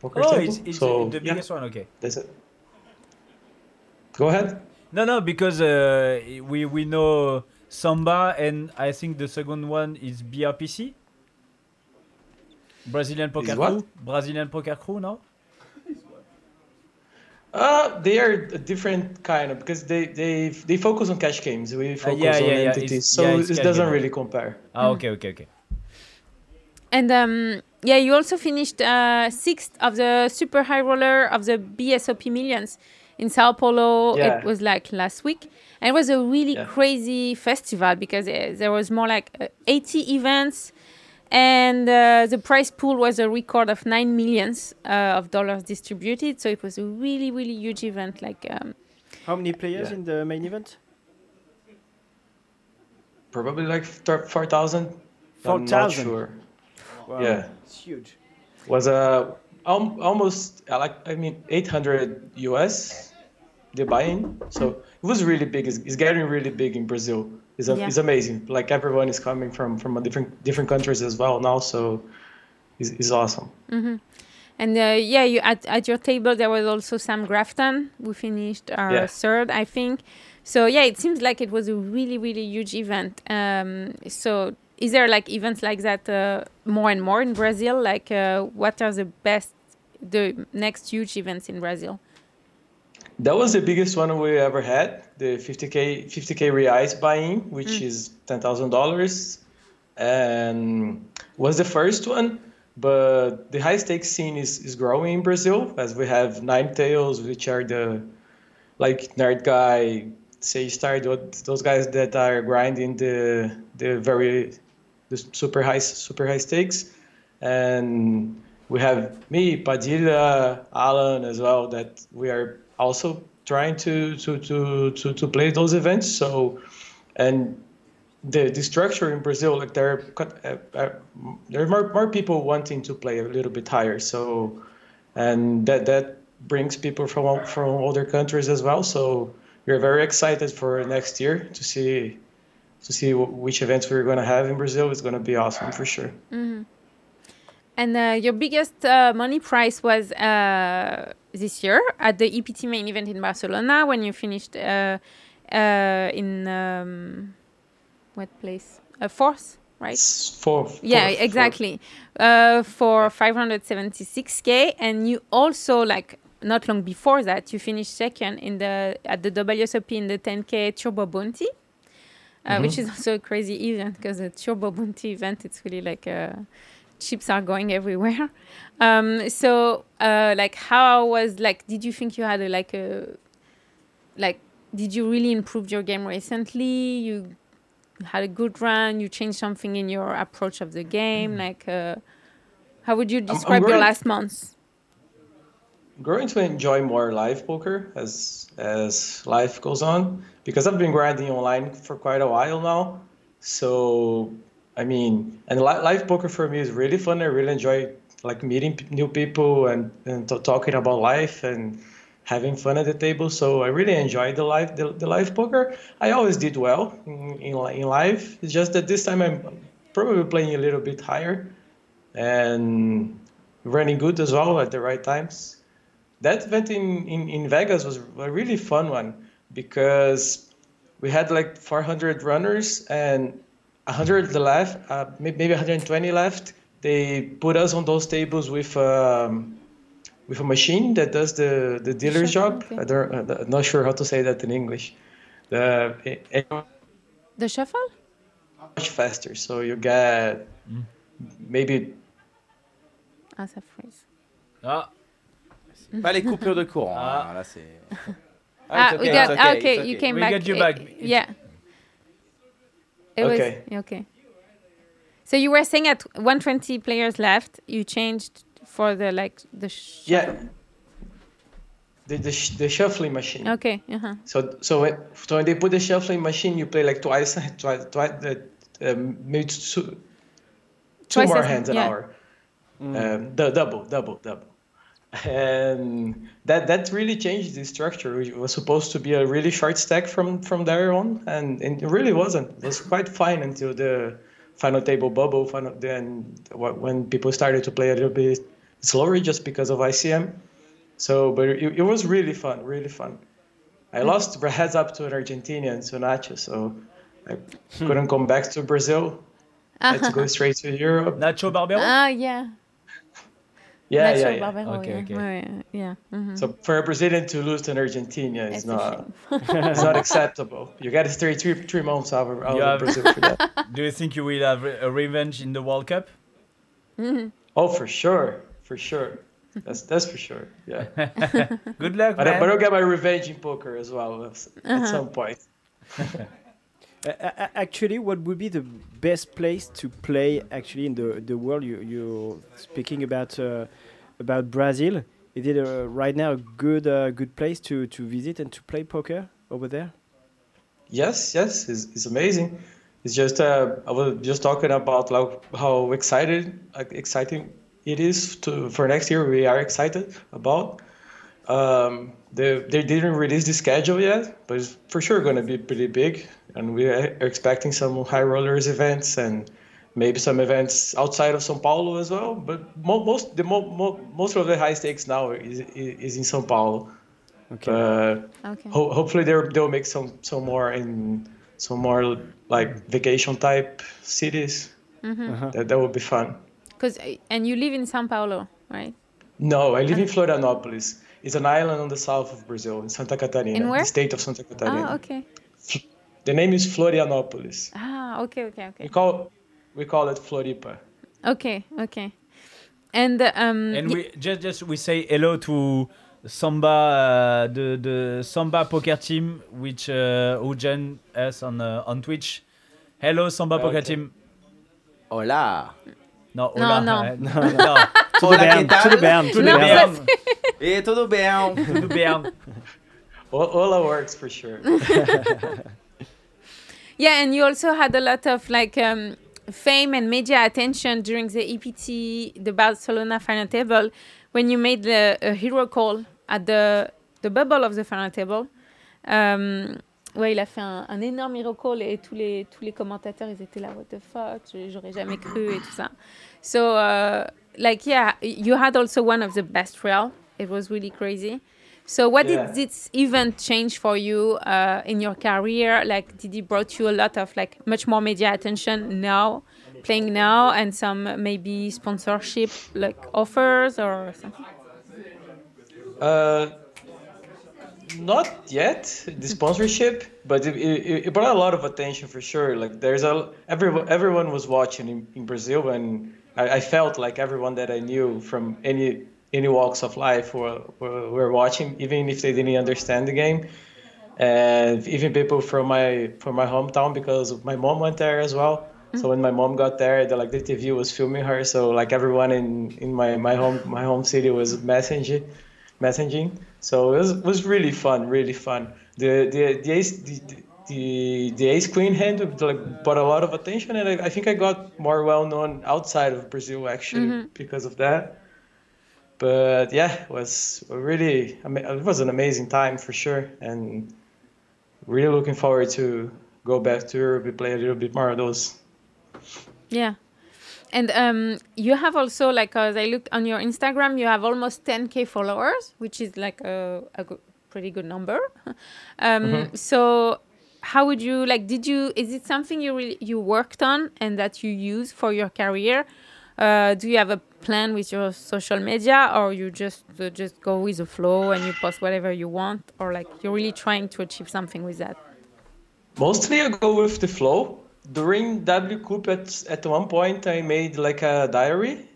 Speaker 7: Poker
Speaker 2: Oh,
Speaker 7: stable.
Speaker 2: it's, it's
Speaker 7: so,
Speaker 2: the
Speaker 7: yeah,
Speaker 2: biggest one, ok.
Speaker 7: that's it. Go ahead.
Speaker 2: No, no, because uh, we, we know Samba and I think the second one is BRPC. Brazilian Poker
Speaker 7: what?
Speaker 2: Crew. Brazilian Poker Crew, no?
Speaker 7: Uh, they are a different kind of because they they they focus on cash games. We focus
Speaker 2: Uh, yeah,
Speaker 7: on
Speaker 2: yeah, yeah,
Speaker 7: entities,
Speaker 2: it's-
Speaker 7: so
Speaker 2: yeah, it's
Speaker 7: it
Speaker 2: cash
Speaker 7: doesn't
Speaker 2: game.
Speaker 7: really compare.
Speaker 2: Ah, ok, ok, ok.
Speaker 1: And um, yeah, you also finished uh, sixth of the super high roller of the BSOP millions in Sao Paulo.
Speaker 7: Yeah.
Speaker 1: It was like last week. And it was a really
Speaker 7: Yeah.
Speaker 1: crazy festival because uh, there was more like uh, 80 events. And uh, the prize pool was a record of 9 millions uh, of dollars distributed. So it was a really, really huge event. Like, um,
Speaker 4: How many players
Speaker 7: Yeah.
Speaker 4: in the main event
Speaker 7: Probably like four thousand. I'm not
Speaker 4: 4,000?
Speaker 7: sure. Yeah.
Speaker 4: It's huge.
Speaker 7: was a um, almost uh, like I mean 800 US the buying. So it was really big. It's, it's getting really big in Brazil. It's, a,
Speaker 1: Yeah.
Speaker 7: it's amazing. Like everyone is coming from from a different different countries as well now. So it's, it's awesome.
Speaker 1: and uh, yeah, you at, at your table there was also Sam Grafton who finished our
Speaker 7: Yeah.
Speaker 1: third, I think. So yeah, it seems like it was a really really huge event. Um, so is there like events like that uh, more and more in Brazil? Like uh, what are the best the next huge events in Brazil?
Speaker 7: That was the biggest one we ever had. The 50k 50k reais buying, which is ten thousand dollars, and was the first one. But the high stakes scene is, is growing in Brazil as we have Nine Tails, which are the like Nerd Guy, Sage Star, tho- those guys that are grinding the the very the super high super high stakes, and we have me, Padilla, Alan as well that we are also trying to to to to, to play those events. So and the, the structure in Brazil, like there are, cut- uh, uh, there are more, more people wanting to play a little bit higher. So, and that that brings people from from other countries as well. So we're very excited for next year to see to see wh- which events we're going to have in Brazil. It's going to be awesome for sure.
Speaker 1: And uh, your biggest uh, money prize was uh, this year at the EPT main event in Barcelona when you finished uh, uh, in um, what place? Uh, fourth, right?
Speaker 7: It's for,
Speaker 1: yeah, exactly. Uh, for 576k, and you also like not long before that you finished second in the at the WSOP in the 10k Turbo Bounty, uh, which is also a crazy event because the Turbo Bounty event it's really like uh, chips are going everywhere. Um, so uh, like how was like did you think you had a, like a like did you really improve your game recently? You you had a good run, you changed something in your approach of the game. Like, uh, how would you describe your
Speaker 7: worried.
Speaker 1: last months?
Speaker 7: growing to enjoy more live poker as as life goes on because I've been grinding online for quite a while now. So I mean, and li- live poker for me is really fun. I really enjoy like meeting p- new people and and t- talking about life and having fun at the table. So I really enjoy the live the, the live poker. I always did well in, in li- in live. It's just that this time I'm probably playing a little bit higher and running good as well at the right times that event in, in, in Vegas was a really fun one because we had like 400 runners and 100 left, uh, may- maybe 120 left. They put us on those tables with um, with a machine that does the, the dealer's
Speaker 1: Shuffle,
Speaker 7: job.
Speaker 1: okay.
Speaker 7: I don't, I'm not sure how to say that in English. The, it- it-
Speaker 1: The shuffle?
Speaker 7: much faster, so you get maybe
Speaker 1: As a phrase.
Speaker 3: Ah. Pas les coupures de courant. hein, Là, c'est.
Speaker 1: Ah,
Speaker 3: it's
Speaker 1: we
Speaker 3: okay,
Speaker 1: got,
Speaker 3: it's
Speaker 1: ah,
Speaker 3: okay,
Speaker 1: okay,
Speaker 3: it's
Speaker 1: you
Speaker 3: okay.
Speaker 1: came
Speaker 2: We
Speaker 1: back.
Speaker 2: got you
Speaker 1: eh,
Speaker 2: back.
Speaker 1: eh, yeah. It was-
Speaker 7: Okay.
Speaker 1: okay. So you were saying at 120 players left, you changed for the like the. Sh-
Speaker 7: yeah. The, the, sh- the shuffling machine.
Speaker 1: Okay. Uh-huh.
Speaker 7: So so when, so when they put the shuffling machine, you play like twice, [laughs] twice, twice the um, maybe two, two
Speaker 1: Twice
Speaker 7: more
Speaker 1: as-
Speaker 7: hands an
Speaker 1: yeah.
Speaker 7: hour. Um, du- double, double, double. And that that really changed the structure. It was supposed to be a really short stack from from there on, and, and it really wasn't. It was quite fine until the final table bubble. Final, then wh- when people started to play a little bit slower, just because of ICM. So, but it, it was really fun, really fun. I
Speaker 1: Mm.
Speaker 7: lost heads up to an Argentinian, Sunacho, so I couldn't come back to Brazil. I had to go straight to Europe.
Speaker 2: Nacho Barbero
Speaker 1: Ah, Uh-huh. yeah.
Speaker 7: Yeah,
Speaker 1: Nacho
Speaker 7: yeah, yeah.
Speaker 1: Barbero,
Speaker 2: Okay,
Speaker 1: yeah.
Speaker 2: okay.
Speaker 1: Ouais, yeah. mhm.
Speaker 7: So for a Brazilian to lose to an Argentina
Speaker 1: It's
Speaker 7: is
Speaker 1: a
Speaker 7: not,
Speaker 1: shame.
Speaker 7: it's not acceptable. You got to stay three, three months out of, out
Speaker 2: You have-
Speaker 7: of Oh, Brazil for that.
Speaker 2: [laughs] Do you think you will have re- a revenge in the World Cup
Speaker 7: [laughs] Oh, for sure, for sure. That's that's for sure. Yeah, but,
Speaker 2: [laughs] Good luck,
Speaker 7: I, but uh,
Speaker 2: man.
Speaker 7: I'll get my revenge in poker as well at,
Speaker 1: Uh-huh.
Speaker 7: at some point.
Speaker 4: A- a- a- Actually, what would be the best place to play actually in the, the world? You, you're speaking about uh, about Brazil. Is it uh, right now a good uh, good place to, to visit and to play poker over there?
Speaker 7: Yes, yes, it's, it's amazing. It's just uh, I was just talking about like how excited like, exciting it is to for next year. We are excited about. Um, they they didn't release the schedule yet, but it's for sure going to be pretty big, and we are expecting some high rollers events and maybe some events outside of São Paulo as well. But mo- most the mo- mo- most of the high stakes now is is in São Paulo.
Speaker 4: Okay.
Speaker 7: Uh,
Speaker 1: Okay.
Speaker 7: Ho- hopefully they're, they'll make some some more in some more like vacation type cities.
Speaker 1: Mm-hmm.
Speaker 7: That, that would be fun.
Speaker 1: Cause, uh, and you live in São Paulo, right?
Speaker 7: No, I live in Florianópolis. It's an island on the south of Brazil, in Santa Catarina,
Speaker 1: In where?
Speaker 7: the state of Santa Catarina.
Speaker 1: Ah, okay.
Speaker 7: The name is Florianópolis.
Speaker 1: Ah, okay, okay,
Speaker 7: We
Speaker 1: okay.
Speaker 7: call we call it Floripa.
Speaker 1: Okay, okay. and um,
Speaker 2: And
Speaker 1: y-
Speaker 2: we just just we say hello to Samba, uh, the the Samba poker team, which uh, who join us on uh, on Twitch. Hello Samba poker
Speaker 7: Okay.
Speaker 2: team.
Speaker 3: Oh là
Speaker 2: No,
Speaker 1: No,
Speaker 2: hola.
Speaker 1: no.
Speaker 2: eh, [laughs]
Speaker 7: [laughs]
Speaker 2: no,
Speaker 4: Tout de Berne, tout de Berne, tout de
Speaker 1: Non,
Speaker 4: Berne.
Speaker 2: Berne,
Speaker 3: Et todo bien
Speaker 2: tout de Berne.
Speaker 7: O- Ola works for sure.
Speaker 1: yeah, and you also had a lot of like um, fame and media attention during the EPT, the Barcelona final table, when you made the a hero call at the the bubble of the final table. Um, Ouais, il a fait un, un énorme hero call et tous les, tous les commentateurs, ils étaient là, what the fuck, je- j'aurais jamais cru et tout ça. So, uh, like, yeah, you had also one of the best rail. It was really crazy. So, what
Speaker 7: Yeah.
Speaker 1: did this event change for you uh, in your career? Like, did it brought you a lot of like much more media attention now, playing now, and some maybe sponsorship like offers or something?
Speaker 7: Uh, not yet the sponsorship, but it, it, it brought a lot of attention for sure. Like there's a everyone everyone was watching in, in Brazil, and I, I felt like everyone that I knew from any any walks of life were, were were watching, even if they didn't understand the game, and even people from my from my hometown because my mom went there as well. So when my mom got there, the, like the TV was filming her. So like everyone in, in my, my home my home city was messaging messaging. So it was, was really fun, really fun. The the the ace the, the, the ace queen hand like brought a lot of attention, and I, I think I got more well known outside of Brazil actually because of that. But yeah, it was a really ama- it was an amazing time for sure, and really looking forward to go back to Europe and play a little bit more of those.
Speaker 1: Yeah. And um, you have also, like, as I looked on your Instagram, you have almost 10K followers, which is like a, a go- pretty good number. [laughs] um, So, how would you, like, did you, is it something you really, you worked on and that you use for your career? Uh, do you have a plan with your social media or you just uh, just go with the flow and you post whatever you want or like you're really trying to achieve something with that
Speaker 7: Mostly I go with the flow. During W Cup at, at one point I made like a diary.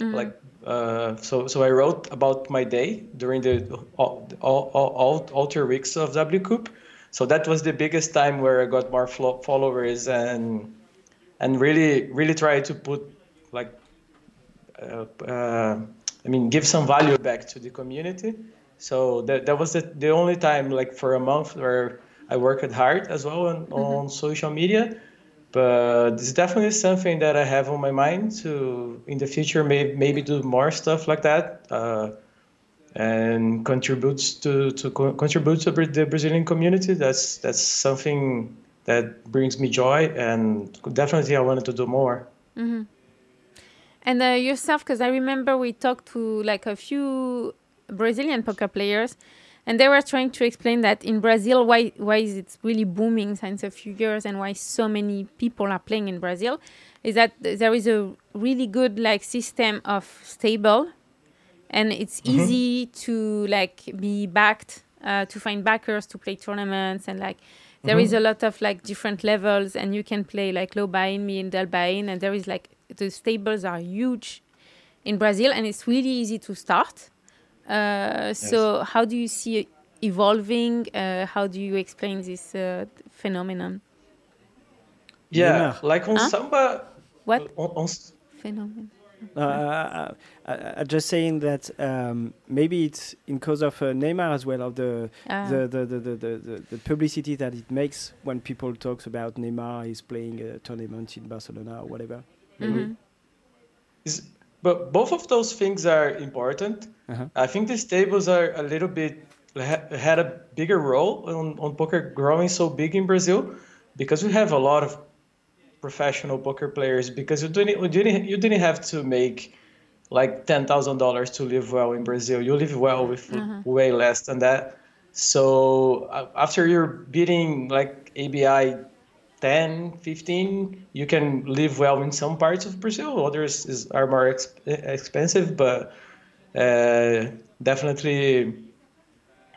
Speaker 7: Like uh, so so I wrote about my day during the uh, all all, all, all, all three weeks of W Cup. So that was the biggest time where I got more flo- followers and and really really try to put like uh, uh, I mean, give some value back to the community. So that, that was the, the only time, like for a month, where I worked hard as well on,
Speaker 1: Mm-hmm.
Speaker 7: on social media. But it's definitely something that I have on my mind to, in the future, may, maybe do more stuff like that uh, and contributes to, to co- contribute to Bra- the Brazilian community. That's, that's something that brings me joy, and definitely I wanted to do more.
Speaker 1: And uh, yourself, because I remember we talked to like a few Brazilian poker players, and they were trying to explain that in Brazil, why why is it really booming since a few years, and why so many people are playing in Brazil, is that th- there is a really good like system of stable, and it's easy to like be backed, uh, to find backers to play tournaments, and like. there is a lot of like different levels, and you can play like low buy-in, middle buy-in, and there is like the stables are huge in Brazil, and it's really easy to start. Uh, so, how do you see it evolving? Uh, how do you explain this uh, phenomenon?
Speaker 7: Yeah,
Speaker 4: Neymar.
Speaker 7: like on
Speaker 1: Huh?
Speaker 7: Samba.
Speaker 1: What
Speaker 7: On, on,
Speaker 1: phenomenon?
Speaker 4: No, I, I, I, I just saying that um, maybe it's in cause of uh, Neymar as well of the,
Speaker 1: Ah.
Speaker 4: the, the, the, the, the, the, the publicity that it makes when people talks about Neymar is playing a tournament in Barcelona or whatever.
Speaker 1: Mhm.
Speaker 7: Is- but both of those things are important.
Speaker 4: Uh-huh.
Speaker 7: I think the stables are a little bit ha- had a bigger role on, on poker growing so big in Brazil because we have a lot of professional poker players because you didn't you didn't you didn't have to make like ten thousand dollars to live well in Brazil. You live well with way less than that. So uh, after you're beating like ABI 10, 15, you can live well in some parts of Brazil. Others is, are more ex- expensive, but uh, definitely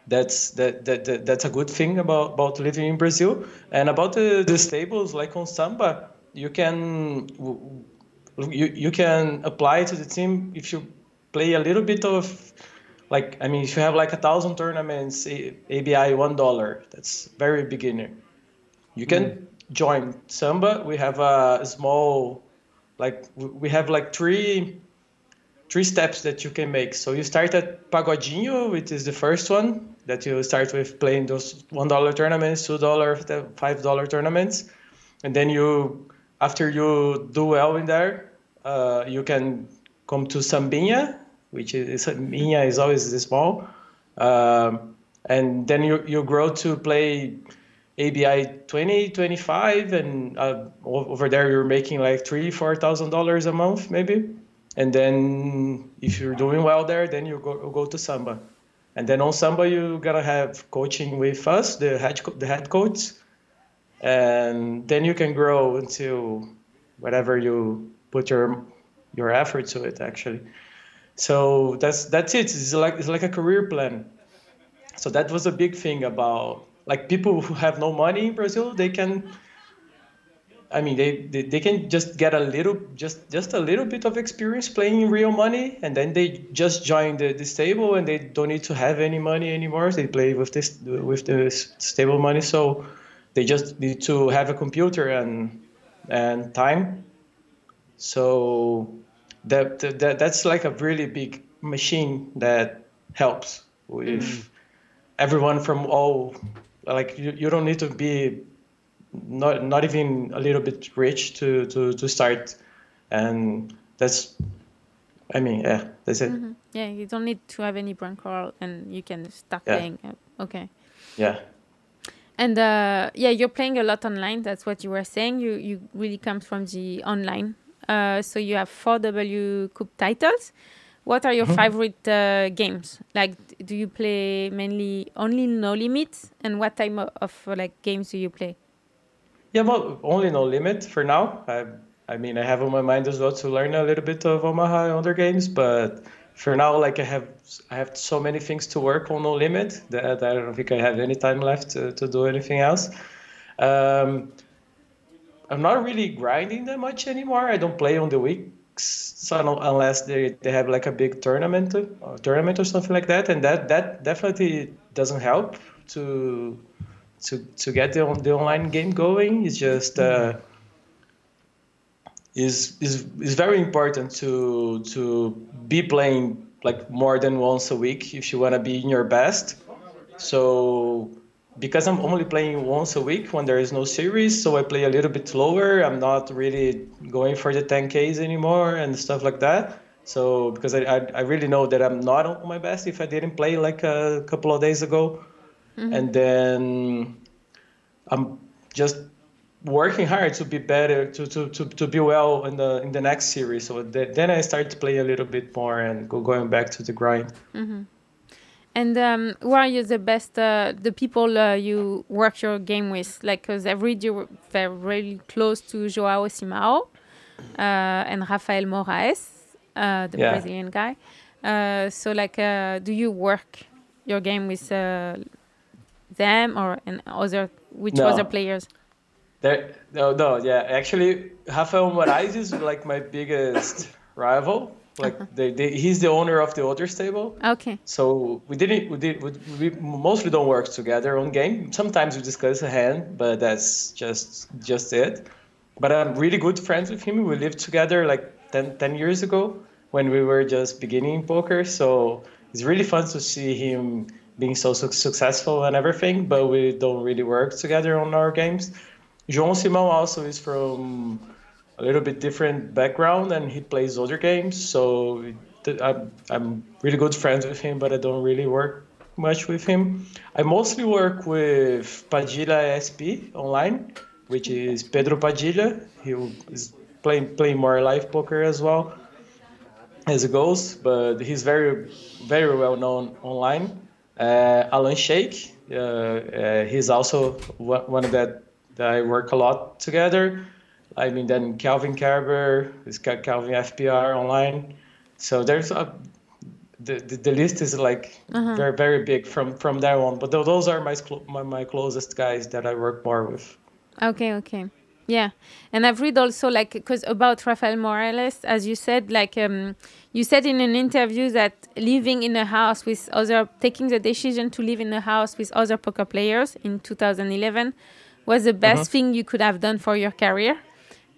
Speaker 7: that's that, that, that that's a good thing about, about living in Brazil. And about the, the stables like on Samba, you can w- Look, you you can apply to the team if you play a little bit of like I mean if you have like a thousand tournaments A- ABI one dollar that's very beginner. You can join Samba. We have a small like w- we have like three three steps that you can make. So you start at Pagodinho, which is the first one that you start with playing those one dollar tournaments, two dollar, five dollar tournaments, and then you after you do well in there, uh, you can come to Sambinha, which is Sambinha is always this small, um, and then you you grow to play. ABI 20, 25, and uh, o- over there you're making like three, four thousand dollars a month, maybe and then if you're doing well there then you go, go to samba and then on samba you're gonna have coaching with us the head, co- the head coach and then you can grow into whatever you put your your effort to it actually so that's that's it it's like it's like a career plan so that was a big thing about like people who have no money in brazil they can I mean, they, they, they can just get a little, just just a little bit of experience playing real money, and then they just join the, the stable, and they don't need to have any money anymore. They play with this with the s- stable money, so they just need to have a computer and and time. So that, that that's like a really big machine that helps with everyone from all. Like you, you don't need to be not not even a little bit rich to to to start and that's i mean yeah that's it
Speaker 1: Yeah, you don't need to have any brand call and you can start
Speaker 7: Yeah.
Speaker 1: playing. uh, Okay.
Speaker 7: yeah
Speaker 1: And uh, yeah, you're playing a lot online. That's what you were saying. You you really come from the online. Uh, so you have four W Cup titles. What are your favorite uh, games? Like, d- do you play mainly only No Limit? And what type of, of uh, like games do you play?
Speaker 7: yeah well only no limit for now i i mean i have on my mind as well to learn a little bit of omaha and other games but for now like i have i have so many things to work on no limit that i don't think i have any time left to, to do anything else um I'm not really grinding that much anymore. I don't play on the weeks, so I don't- unless they, they have like a big tournament, uh, tournament or something like that, and that that definitely doesn't help to to to get the on, the online game going. It's just uh, is is is very important to to be playing like more than once a week if you want to be in your best. So because I'm only playing once a week when there is no series, so I play a little bit lower. I'm not really going for the 10Ks anymore and stuff like that. So because I, I, I really know that I'm not on my best if I didn't play like a couple of days ago. And then I'm just working hard to be better, to, to, to, to be well in the in the next series. So th- then I start to play a little bit more and go going back to the grind.
Speaker 1: And um, who are you the best, uh, the people uh, you work your game with? Like, because I read you they're really close to Joao Simao uh, and Rafael Moraes, uh, the
Speaker 7: Yeah.
Speaker 1: Brazilian guy. Uh, so, like, uh, do you work your game with uh, them or and other which
Speaker 7: No.
Speaker 1: other players?
Speaker 7: There, no, no, yeah. Actually, Rafael Moraes is like my biggest rival. Like they, they, he's the owner of the other stable.
Speaker 1: Okay.
Speaker 7: So we didn't, we did, we, we mostly don't work together on game. Sometimes we discuss a hand, but that's just, just it. But I'm really good friends with him. We lived together like 10, 10 years ago when we were just beginning poker. So it's really fun to see him being so su- successful and everything. But we don't really work together on our games. João Simão also is from a little bit different background and he plays other games. So it- th- I'm, I'm really good friends with him, but I don't really work much with him. I mostly work with Padilha SP online, which is Pedro Padilha. He is playing, playing more live poker as well as it goes, but he's very, very well known online. Uh, Alan Sheikh, uh, uh, he's also one one that, that I work a lot together. I mean, then Calvin Kerber, is Cal- Calvin FPR online. So there's a, the, the, the list is like very, very big from, from there on. But tho- those are my, clo- my, my closest guys that I work more with.
Speaker 1: Okay, okay. Yeah, and I've read also like because about Rafael Morales, as you said, like um, you said in an interview that living in a house with other, taking the decision to live in a house with other poker players in 2011 was the best thing you could have done for your career.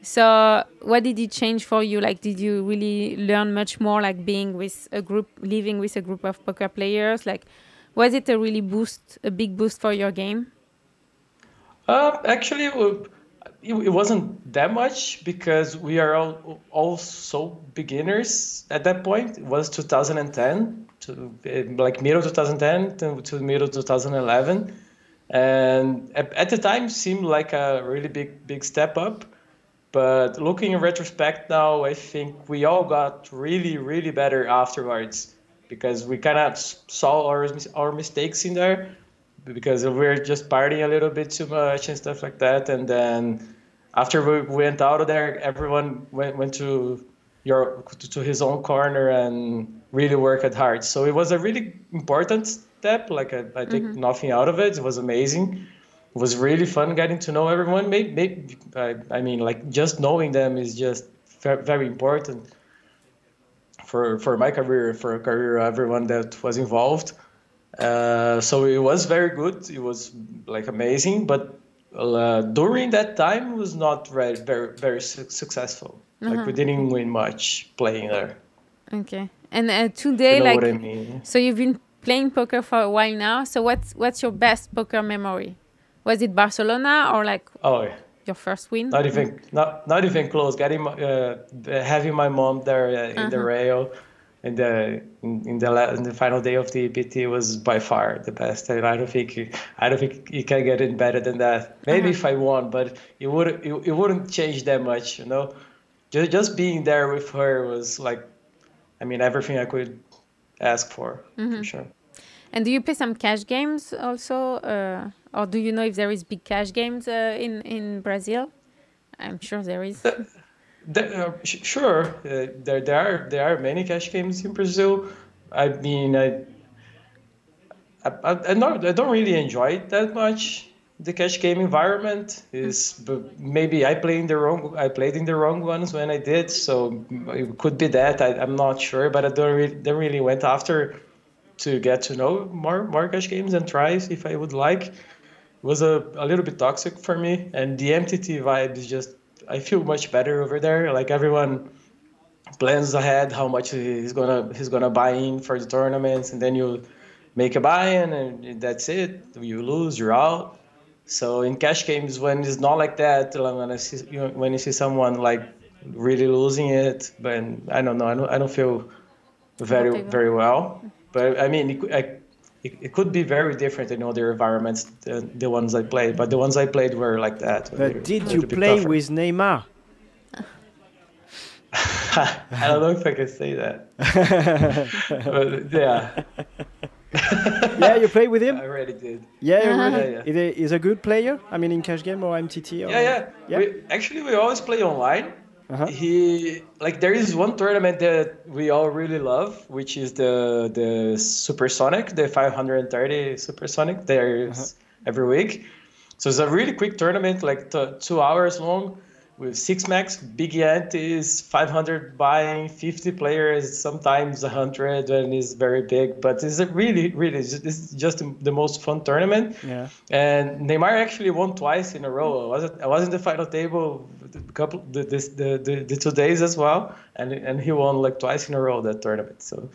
Speaker 1: So, what did it change for you? Like, did you really learn much more, like being with a group, living with a group of poker players? Like, was it a really boost, a big boost for your game?
Speaker 7: Uh, actually, it, wa- it, it wasn't that much because we are all, all so beginners at that point. It was 2010 to uh, like middle 2010 to, to middle 2011, and at, at the time seemed like a really big big step up. But looking in retrospect now, I think we all got really really better afterwards because we kind of saw our mis- our mistakes in there because we were just partying a little bit too much and stuff like that. And then after we went out of there, everyone went, went to your to- to his own corner and really worked hard. So it was a really important step. Like I, I take nothing out of it. It was amazing. It was really fun getting to know everyone. Maybe, maybe I, I mean, like just knowing them is just ve- very important for for my career, for a career of everyone that was involved. Uh, so it was very good. It was like amazing, but uh, during that time it was not very very, very su- successful. Like we didn't win much playing there.
Speaker 1: Okay, and uh,
Speaker 7: You
Speaker 1: today,
Speaker 7: know
Speaker 1: like,
Speaker 7: what I mean?
Speaker 1: So you've been playing poker for a while now. So what's what's your best poker memory? Was it Barcelona or like
Speaker 7: Oh, yeah.
Speaker 1: your first win?
Speaker 7: not even not not even close. Getting my- uh, having my mom there uh, in the rail. In the in, in the la- in the final day of the EPT was by far the best, and I don't think you, I don't think you can get it better than that. Maybe if I won, but it would it, it wouldn't change that much, you know. Just just being there with her was like, I mean, everything I could ask for for sure.
Speaker 1: And do you play some cash games also, uh, or do you know if there is big cash games uh, in in Brazil? I'm sure there is.
Speaker 7: The, uh, sh- sure, uh, there there are there are many cash games in Brazil. I mean, I I, I, I'm not, I don't really enjoy it that much. The cash game environment is but maybe I played in the wrong I played in the wrong ones when I did, so it could be that I, I'm not sure, but I don't really, don't really went after to get to know more more cash games and tries if I would like was a, a little bit toxic for me and the mtt vibe is just i feel much better over there like everyone plans ahead how much he's gonna he's gonna buy in for the tournaments and then you make a buy-in and that's it you lose you're out so in cash games when it's not like that like when i see you know, when you see someone like really losing it but i don't know i don't, I don't feel [laughs] very
Speaker 1: Okay.
Speaker 7: very well but i mean it, cou- I, it, it could be very different in other environments than the ones I played, but the ones I played were like that. were
Speaker 4: But did
Speaker 7: a
Speaker 4: you
Speaker 7: little bit
Speaker 4: play
Speaker 7: tougher.
Speaker 4: with Neymar?
Speaker 7: I don't know if I can say that. [laughs] but yeah,
Speaker 4: Yeah, you play with him?
Speaker 7: I already did.
Speaker 4: Yeah, you
Speaker 7: Yeah,
Speaker 4: really?
Speaker 7: yeah.
Speaker 4: Is he- Is a good player? I mean, in cash game or MTT? Or...
Speaker 7: Yeah, yeah.
Speaker 4: Yeah.
Speaker 7: We, actually, we always play online.
Speaker 4: Uh-huh.
Speaker 7: He like there is one tournament that we all really love, which is the the Supersonic, the 530 Supersonic. There's
Speaker 4: Uh-huh.
Speaker 7: every week, so it's a really quick tournament, like t- two hours long, with six max, big antes, 500 buying, 50 players, sometimes 100 when it's very big. But it's a really, really, it's just, it's just the most fun tournament.
Speaker 4: Yeah.
Speaker 7: And Neymar actually won twice in a row. I was at, I was in the final table the couple the, this, the, the the two days as well, and and he won like twice in a row that tournament. So,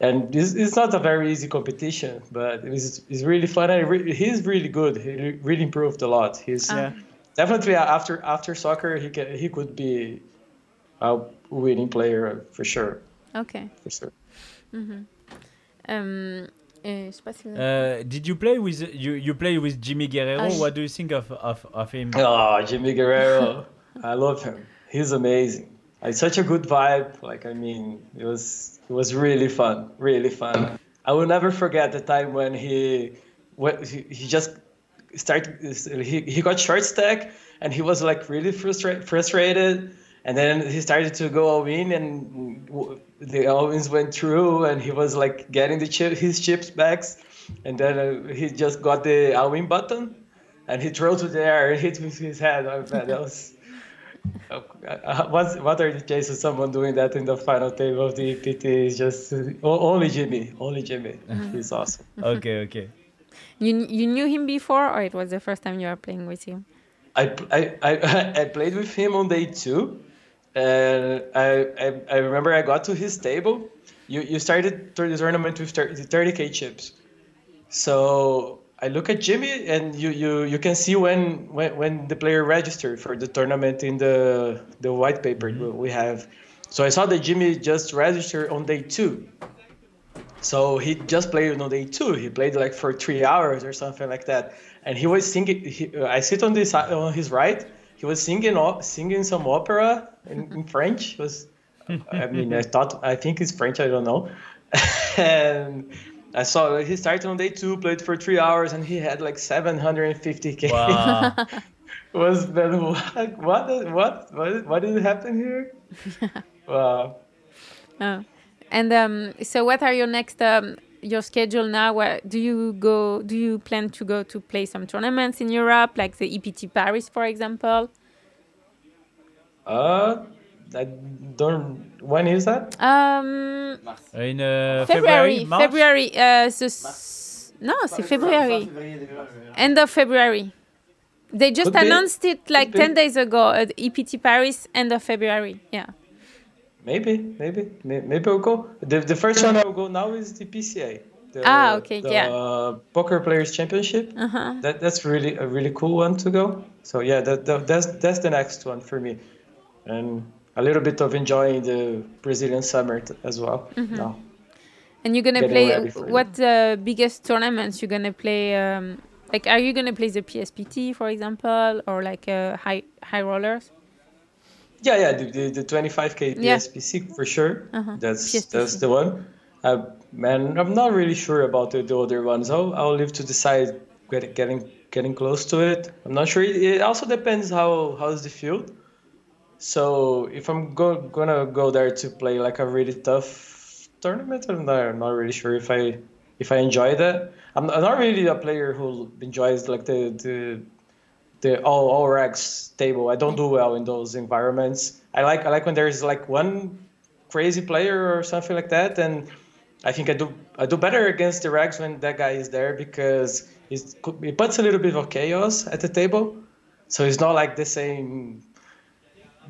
Speaker 7: and it's, it's not a very easy competition, but it's it's really fun. And re, he's really good. He re- really improved a lot. He's
Speaker 4: Yeah.
Speaker 7: definitely uh, after after soccer he can, he could be a winning player for sure
Speaker 1: Okay.
Speaker 7: for sure.
Speaker 1: Um, euh, je sais pas si vous-
Speaker 2: Uh, did you play with you, you play with Jimmy Guerrero?
Speaker 1: Ah, j-
Speaker 2: What do you think of of, of
Speaker 1: [laughs]
Speaker 2: him?
Speaker 7: Oh, Jimmy Guerrero. I love him. He's amazing. It's such a good vibe. Like I mean, it was it was really fun, really fun. I will never forget the time when he when he, he just started he, he got short stack and he was like really frustrated frustrated and then he started to go all in and w- the all ins went through and he was like getting the chip, his chips back and then uh, he just got the all in button and he threw to the air and hit me with his head. I bet that was. Uh, uh, what's, what are the chances of someone doing that in the final table of the EPT? It's just uh, o- only Jimmy, only Jimmy. He's awesome.
Speaker 2: Ok, ok.
Speaker 1: You, kn- you knew him before, or it was the first time you were playing with him?
Speaker 7: I, pl- I, [laughs] I, I played with him on day two, and I, I, I remember I got to his table. You, you started through the tournament with 30, 30k chips. So I look at Jimmy, and you, you, you can see when, when, when the player registered for the tournament in the, the white paper we have. So I saw that Jimmy just registered on day two. So he just played on day two. He played like for three hours or something like that. And he was singing. He, I sit on this uh, on his right. He was singing o- singing some opera in, in French. It was I mean I thought I think it's French. I don't know. [laughs] and I saw like, he started on day two, played for three hours, and he had like 750k. [laughs]
Speaker 2: Wow.
Speaker 7: was then what what what what what did happen here? wow.
Speaker 1: Oh. And um, so, what are your next um, your schedule now? Where do you go? Do you plan to go to play some tournaments in Europe, like the EPT Paris, for example?
Speaker 7: Uh, I don't. When is that?
Speaker 1: Um,
Speaker 2: In euh,
Speaker 1: February,
Speaker 2: février, mars
Speaker 1: February. Uh, so s- no, c'est February. End of February. They just
Speaker 7: Could be.
Speaker 1: announced it like
Speaker 7: be.
Speaker 1: 10 days ago at EPT Paris, end of February. Yeah.
Speaker 7: Maybe, maybe, may- maybe I'll go. The, the first one I'll go now is the PCA. The,
Speaker 1: Ah, okay,
Speaker 7: the,
Speaker 1: yeah.
Speaker 7: uh, Poker Players Championship.
Speaker 1: Uh huh.
Speaker 7: That that's really a really cool one to go. So yeah, that, that that's that's the next one for me, and a little bit of enjoying the Brazilian summer t- as well. Now.
Speaker 1: And you're gonna
Speaker 7: Getting
Speaker 1: play
Speaker 7: ready for it.
Speaker 1: what uh, biggest tournaments you're gonna play? Um, like, are you gonna play the PSPT, for example, or like uh, high high rollers?
Speaker 7: Yeah, yeah, the, the, the 25k
Speaker 1: Yeah.
Speaker 7: PSPC for sure.
Speaker 1: Uh-huh.
Speaker 7: That's
Speaker 1: PSPC.
Speaker 7: that's the one. Uh, man, I'm not really sure about the, the other ones. I'll, I'll leave to decide getting getting getting close to it. I'm not sure. It, it also depends how how's the field. So if I'm go, gonna go there to play like a really tough tournament, I'm not, I'm not really sure if I if I enjoy that. I'm, I'm not really a player who enjoys like the the the all all racks table. I don't do well in those environments. I like I like when there's like one crazy player or something like that, and I think I do I do better against the racks when that guy is there because he's, he puts a little bit of chaos at the table. So it's not like the same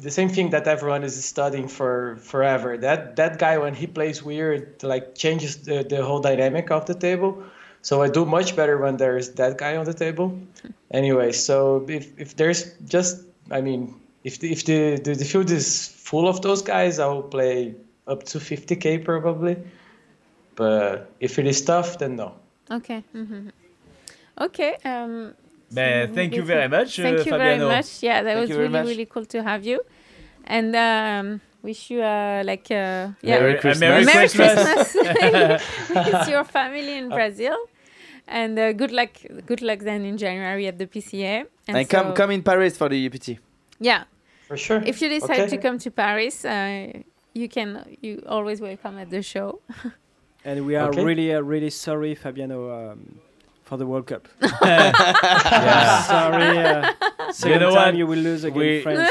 Speaker 7: the same thing that everyone is studying for forever. That that guy when he plays weird like changes the, the whole dynamic of the table. So I do much better when there is that guy on the table. Anyway, so if, if there's just I mean if the, if the, the the field is full of those guys, I will play up to 50k probably. But if it is tough, then no.
Speaker 1: Okay. hmm Okay. Um,
Speaker 2: Ben,
Speaker 1: so
Speaker 2: thank you
Speaker 1: we'll
Speaker 2: very
Speaker 1: get-
Speaker 2: much,
Speaker 1: Thank
Speaker 2: euh,
Speaker 1: you
Speaker 2: Fabiano.
Speaker 1: very much. Yeah, that
Speaker 3: Thank
Speaker 1: was
Speaker 3: you very
Speaker 1: really
Speaker 3: much.
Speaker 1: really cool to have you, and um, wish you uh, like uh, yeah.
Speaker 3: Merry
Speaker 2: Uh,
Speaker 3: Christmas.
Speaker 2: Merry
Speaker 1: Merry
Speaker 2: [laughs] Christmas.
Speaker 1: Christmas
Speaker 3: [laughs]
Speaker 1: with your family in Brazil, and uh, good luck. Good luck then in January at the PCA. And,
Speaker 3: And come
Speaker 1: so-
Speaker 3: come in Paris for the E EPT.
Speaker 1: Yeah,
Speaker 7: For sure.
Speaker 1: if you decide
Speaker 7: Okay.
Speaker 1: to come to Paris, uh, you can. You always welcome at the show.
Speaker 4: And we are
Speaker 7: Okay.
Speaker 4: really, uh, really sorry, Fabiano, um, for the World Cup.
Speaker 2: Yeah.
Speaker 4: [laughs] sorry. Uh, second
Speaker 2: know
Speaker 4: time
Speaker 2: what?
Speaker 4: you will lose against
Speaker 2: We-
Speaker 4: France.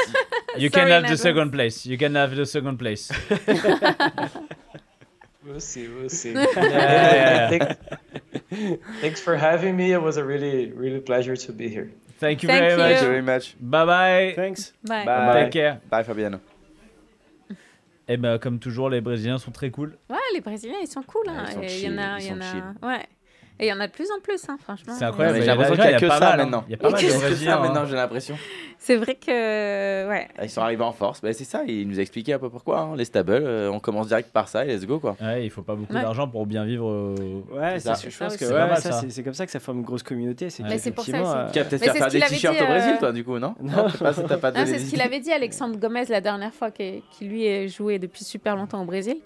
Speaker 2: You
Speaker 1: Sorry
Speaker 2: can have
Speaker 1: in
Speaker 2: the
Speaker 1: advance.
Speaker 2: second place. You can have the second
Speaker 1: [laughs]
Speaker 2: place.
Speaker 7: [laughs] We'll see, we'll see.
Speaker 2: Yeah.
Speaker 7: Thank- Thanks [laughs] for having me. It was a really, really pleasure to be here.
Speaker 2: Thank you
Speaker 1: Thank
Speaker 2: very
Speaker 1: you.
Speaker 2: much.
Speaker 3: Thank you very much.
Speaker 2: Bye bye.
Speaker 4: Thanks.
Speaker 1: Bye.
Speaker 3: Bye.
Speaker 2: Take care.
Speaker 3: Bye Fabiano.
Speaker 2: Et ben, comme toujours, les Brésiliens sont très cool.
Speaker 1: Ouais, les Brésiliens, ils sont cool. Hein.
Speaker 3: Ouais, ils sont
Speaker 1: Et il y
Speaker 3: chill,
Speaker 1: en a,
Speaker 3: ils
Speaker 1: il y en
Speaker 3: sont
Speaker 1: a. Ouais. Et il y en a de plus en plus, hein, franchement.
Speaker 2: C'est incroyable.
Speaker 3: Ouais, j'ai
Speaker 2: Il y en
Speaker 3: l'impression
Speaker 2: déjà,
Speaker 3: qu'il y a
Speaker 2: il
Speaker 3: que
Speaker 2: pas
Speaker 3: ça
Speaker 2: mal, hein.
Speaker 3: maintenant.
Speaker 2: Il y a pas
Speaker 1: Et
Speaker 2: mal
Speaker 1: que
Speaker 2: de
Speaker 1: ça
Speaker 3: Qu'est-ce que
Speaker 2: Brésiliens.
Speaker 3: ça
Speaker 2: hein.
Speaker 3: maintenant, j'ai l'impression
Speaker 1: C'est vrai que ouais.
Speaker 3: Ils sont arrivés en force. Bah, c'est ça, il nous a expliqué un peu pourquoi. hein. Les stables, euh, on commence direct par ça et let's go quoi.
Speaker 2: Ouais, il faut pas beaucoup
Speaker 1: Ouais.
Speaker 2: d'argent pour bien vivre. euh. au-
Speaker 4: Ouais,
Speaker 3: ça.
Speaker 4: ça, je
Speaker 1: Ça
Speaker 4: pense que
Speaker 1: aussi.
Speaker 4: ouais,
Speaker 2: C'est pas mal,
Speaker 4: ça,
Speaker 2: ça.
Speaker 4: c'est- c'est comme ça que ça forme une grosse communauté. C'est
Speaker 1: Mais c'est pour ça
Speaker 4: qu'effectivement,
Speaker 1: aussi.
Speaker 3: Tu vas peut-être
Speaker 1: Mais
Speaker 3: faire
Speaker 1: c'est
Speaker 3: faire
Speaker 1: ce qu'il
Speaker 3: des
Speaker 1: avait
Speaker 3: t-shirts
Speaker 1: dit,
Speaker 3: au Brésil
Speaker 1: euh,
Speaker 3: toi du coup, non Non, je sais pas si t'as pas
Speaker 1: Non,
Speaker 3: des-
Speaker 1: Ah, c'est ce qu'il avait dit Alexandre Gomez la dernière fois, qui, qui lui est joué depuis super longtemps au Brésil.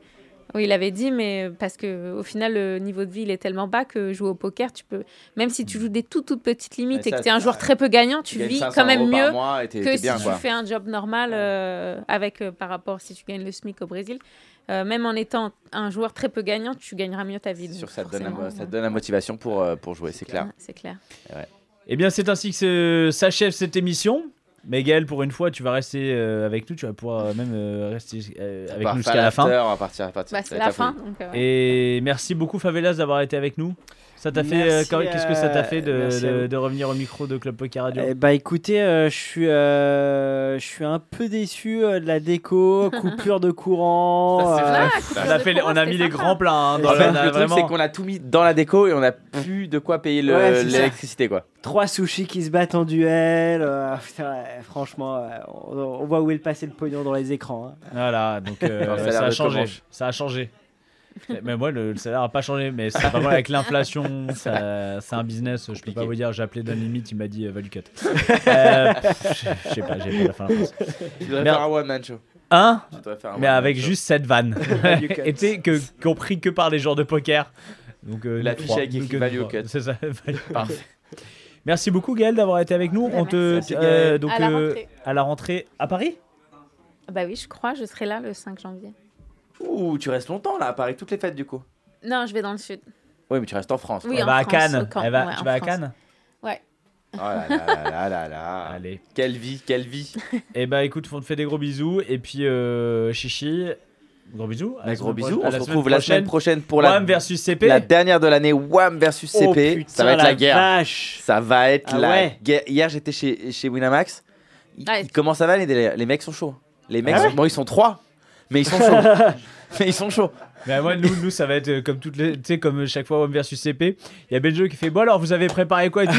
Speaker 1: Oui, il avait dit, mais parce que au final, le niveau de vie il est tellement bas que jouer au poker, tu peux, même si tu joues des toutes toutes petites limites
Speaker 3: Mais
Speaker 1: et
Speaker 3: ça,
Speaker 1: que tu es un
Speaker 3: c'est-
Speaker 1: joueur très peu gagnant, tu
Speaker 3: gagnes
Speaker 1: vis
Speaker 3: 500
Speaker 1: quand même
Speaker 3: euros par
Speaker 1: mieux
Speaker 3: mois et t'es-
Speaker 1: que
Speaker 3: t'es
Speaker 1: si
Speaker 3: bien,
Speaker 1: tu
Speaker 3: quoi.
Speaker 1: fais un job normal euh, avec euh, par rapport si tu gagnes le SMIC au Brésil. Euh, même en étant un joueur très peu gagnant, tu gagneras mieux ta vie.
Speaker 3: C'est sûr,
Speaker 1: donc
Speaker 3: ça te, donne la,
Speaker 1: forcément,
Speaker 3: ça te donne la motivation pour, euh, pour jouer, c'est clair.
Speaker 1: C'est clair.
Speaker 3: Ouais.
Speaker 2: Eh bien, c'est ainsi que se- s'achève cette émission. Mais Gaël, pour une fois, tu vas rester euh, avec nous. Tu vas pouvoir euh, même euh, rester euh, avec
Speaker 3: On
Speaker 2: nous
Speaker 3: va faire
Speaker 2: jusqu'à la
Speaker 3: l'after,
Speaker 2: fin.
Speaker 3: On va partir, partir.
Speaker 1: Bah, c'est
Speaker 3: Ça va
Speaker 1: la
Speaker 3: être
Speaker 1: fin.
Speaker 3: folie.
Speaker 1: donc, euh,
Speaker 2: Et merci beaucoup, Favelas, d'avoir été avec nous. Ça t'a fait.
Speaker 4: Merci,
Speaker 2: euh, Qu'est-ce que ça t'a fait de,
Speaker 4: euh, merci à
Speaker 2: de-
Speaker 4: vous.
Speaker 2: de revenir au micro de Club Poker Radio
Speaker 4: Eh bah écoutez, euh, je suis euh, je suis un peu déçu euh, de la déco, [laughs] coupure de
Speaker 3: Ça,
Speaker 4: courant.
Speaker 3: c'est
Speaker 4: euh,
Speaker 3: vrai.
Speaker 1: Ah, coupure
Speaker 2: On a,
Speaker 1: de
Speaker 2: fait,
Speaker 1: courant,
Speaker 2: on a mis
Speaker 1: c'était
Speaker 2: les
Speaker 1: sympa.
Speaker 2: grands plats. hein,
Speaker 4: Et
Speaker 2: dans
Speaker 3: En
Speaker 2: le-
Speaker 3: fait,
Speaker 2: on a
Speaker 3: le truc,
Speaker 2: vraiment-
Speaker 3: c'est qu'on a tout mis dans la déco et on a plus de quoi payer le-
Speaker 4: Ouais, c'est ça.
Speaker 3: l'électricité, quoi.
Speaker 4: Trois sushis qui se battent en duel. euh, putain, ouais, franchement, ouais, on, on voit où est le passé le pognon dans les écrans. hein.
Speaker 2: Voilà, donc
Speaker 3: [laughs]
Speaker 2: euh,
Speaker 3: Non, ça a
Speaker 2: ça,
Speaker 3: l'air
Speaker 2: a
Speaker 3: de
Speaker 2: changé.
Speaker 3: comment
Speaker 2: Ça a changé. Mais moi, le, le salaire n'a pas changé, mais c'est pas mal avec
Speaker 3: [laughs]
Speaker 2: l'inflation, ça- c'est un business. Je peux
Speaker 3: Compliqué.
Speaker 2: pas vous dire, j'ai appelé Don Limite, il m'a dit euh, value
Speaker 3: [laughs]
Speaker 2: cut. Euh, pff, je je sais pas, j'ai pas la fin de la phrase.
Speaker 3: Tu devrais
Speaker 2: Merde.
Speaker 3: faire un one-man show.
Speaker 2: Hein
Speaker 3: Tu devrais faire un
Speaker 2: Mais
Speaker 3: one-man
Speaker 2: avec
Speaker 3: show.
Speaker 2: juste cette
Speaker 3: [laughs]
Speaker 2: vanne.
Speaker 4: Value cut.
Speaker 2: Et tu sais, que- compris que par les joueurs de poker. Donc, euh,
Speaker 3: La
Speaker 2: nous
Speaker 3: fiche
Speaker 2: trois,
Speaker 3: avec
Speaker 2: nous
Speaker 3: écrit
Speaker 2: que nous
Speaker 3: value
Speaker 2: trois.
Speaker 3: cut.
Speaker 2: C'est ça, [laughs] value-
Speaker 3: Parfait.
Speaker 2: Merci beaucoup, Gaël, d'avoir été avec nous.
Speaker 1: Ouais,
Speaker 2: On te,
Speaker 3: merci.
Speaker 2: euh,
Speaker 3: Merci, Gaël.
Speaker 2: donc,
Speaker 1: Bah, À la
Speaker 2: euh,
Speaker 1: rentrée.
Speaker 2: à la rentrée à Paris
Speaker 1: Bah oui, je crois, je serai là le 5 janvier.
Speaker 3: Ouh, tu restes longtemps là à Paris, toutes les fêtes du coup.
Speaker 1: Non, je vais dans le sud.
Speaker 3: Oui, mais tu restes en France.
Speaker 1: Oui,
Speaker 3: quoi.
Speaker 2: Elle
Speaker 1: en
Speaker 2: va Ah bah, à
Speaker 1: France, au
Speaker 2: Cannes.
Speaker 1: camp.
Speaker 2: Elle va-
Speaker 1: Ouais,
Speaker 2: tu
Speaker 1: en
Speaker 2: vas à
Speaker 1: France.
Speaker 2: Cannes
Speaker 3: Oh là là là là là.
Speaker 2: Allez.
Speaker 3: Quelle vie, quelle vie.
Speaker 2: Eh bah écoute, on te fait des gros bisous et puis euh, Chichi, gros bisous. à la
Speaker 3: Bah, gros
Speaker 2: semaine
Speaker 3: bisous.
Speaker 2: prochaine- à
Speaker 3: On se retrouve la semaine prochaine pour la,
Speaker 2: Wham versus CP.
Speaker 3: la dernière de l'année WAM versus
Speaker 4: Oh,
Speaker 3: CP. ça
Speaker 4: putain,
Speaker 3: va être la, guerre.
Speaker 4: vache.
Speaker 3: Ça va être
Speaker 4: Ah
Speaker 3: la
Speaker 4: ouais.
Speaker 3: guerre. Hier, j'étais chez, chez Winamax. Il-
Speaker 1: Ouais.
Speaker 3: il- Comment ça va les délires Les mecs sont chauds. Les mecs,
Speaker 4: Ah
Speaker 3: sont-
Speaker 4: ouais
Speaker 3: bon, ils sont trois, mais ils
Speaker 2: [laughs]
Speaker 3: sont chauds. mais ils sont chauds.
Speaker 2: Bah, moi, nous, nous, ça va être euh, comme toutes les, tu sais, comme chaque fois Wham versus CP. Il y a Benjo qui fait bon alors vous avez préparé quoi Il
Speaker 3: [laughs]
Speaker 2: dit,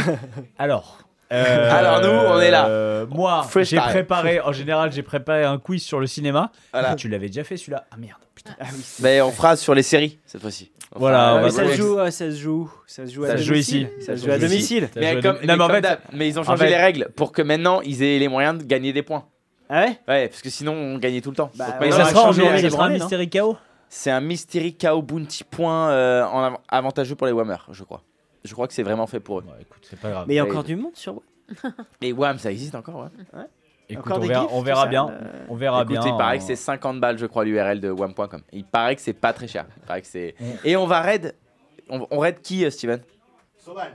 Speaker 2: Alors. euh,
Speaker 3: Alors, nous, on est là.
Speaker 2: euh, moi, j'ai
Speaker 3: Freestyle. [laughs]
Speaker 2: préparé. En général, j'ai préparé un quiz sur le cinéma.
Speaker 3: Voilà.
Speaker 2: Tu l'avais déjà fait celui-là. Ah merde. Putain.
Speaker 3: Mais on phrase sur les séries cette fois-ci. On
Speaker 2: Voilà,
Speaker 3: fera-
Speaker 2: on
Speaker 4: Ah,
Speaker 2: va
Speaker 4: mais ça se
Speaker 2: jouer.
Speaker 4: joue, euh, ça se joue, ça se joue à
Speaker 3: Ça se joue
Speaker 4: domicile.
Speaker 2: ici.
Speaker 4: Ça se joue à domicile.
Speaker 2: Ça
Speaker 3: Mais
Speaker 2: joue à deux-
Speaker 3: comme, mais
Speaker 2: non, mais en
Speaker 3: comme
Speaker 2: fait,
Speaker 3: d'hab, mais ils ont changé
Speaker 2: fait-
Speaker 3: les règles pour que maintenant ils aient les moyens de gagner des points.
Speaker 4: Ah ouais
Speaker 3: Ouais, parce que sinon on gagnait tout le temps.
Speaker 4: Bah,
Speaker 3: Donc
Speaker 4: ouais.
Speaker 2: mais
Speaker 3: maintenant,
Speaker 2: ça
Speaker 3: ils ont
Speaker 4: on va
Speaker 2: sera en
Speaker 3: changé les
Speaker 2: journée,
Speaker 3: règles.
Speaker 4: journée,
Speaker 2: ça sera un
Speaker 4: journée, non
Speaker 2: mystérie KO.
Speaker 3: C'est un mystery KO bounty point euh, en av- avantageux pour les Whammers, je crois. Je crois que c'est vraiment fait pour eux.
Speaker 2: Bon, écoute, c'est pas grave.
Speaker 4: Mais il y a
Speaker 3: Ouais.
Speaker 4: encore du monde sur.
Speaker 3: Et Wham, ça existe encore, ouais.
Speaker 2: Écoute,
Speaker 4: encore
Speaker 2: on
Speaker 4: des
Speaker 2: verra,
Speaker 4: gifs,
Speaker 2: on
Speaker 4: tout
Speaker 2: verra
Speaker 4: ça,
Speaker 2: bien.
Speaker 4: euh.
Speaker 2: On verra
Speaker 3: Écoute,
Speaker 2: Ah, bien.
Speaker 3: il paraît
Speaker 2: on-
Speaker 3: que c'est 50 balles, je crois, l'URL de wham.com. Il paraît que c'est pas très cher. Il paraît que c'est... Et on va raid. On, on raid qui, euh, Steven Sobal.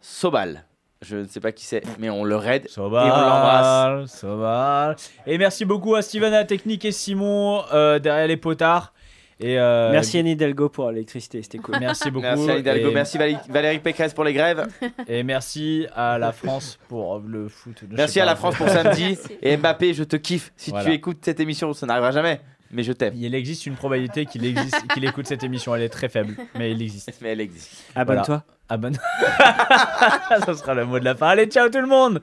Speaker 3: Sobal. Je ne sais pas qui c'est, mais on le raid.
Speaker 2: Sobal,
Speaker 3: Et on l'embrasse.
Speaker 2: Sobal. Et merci beaucoup à Steven, à la Technique et Simon euh, derrière les potards. Et, euh,
Speaker 4: Merci Anne Hidalgo pour l'électricité,
Speaker 2: [laughs]
Speaker 4: c'était cool.
Speaker 3: [laughs]
Speaker 2: Merci beaucoup.
Speaker 3: Merci à Hidalgo,
Speaker 2: et,
Speaker 3: merci Vali- Valérie Pécresse pour les grèves,
Speaker 2: Et merci à la France pour le foot. Je
Speaker 3: merci
Speaker 2: sais
Speaker 3: à la
Speaker 2: pas.
Speaker 3: France pour samedi
Speaker 1: Merci.
Speaker 3: et Mbappé, je te kiffe. Si
Speaker 2: Voilà.
Speaker 3: tu écoutes cette émission, ça n'arrivera jamais, mais je t'aime.
Speaker 2: [laughs] Il existe une probabilité qu'il existe, qu'il écoute cette émission. Elle est très faible, mais il existe.
Speaker 3: Mais elle existe.
Speaker 4: Abonne-toi.
Speaker 2: Abonne. [laughs] Ça sera le mot de la fin. Allez, ciao tout le monde.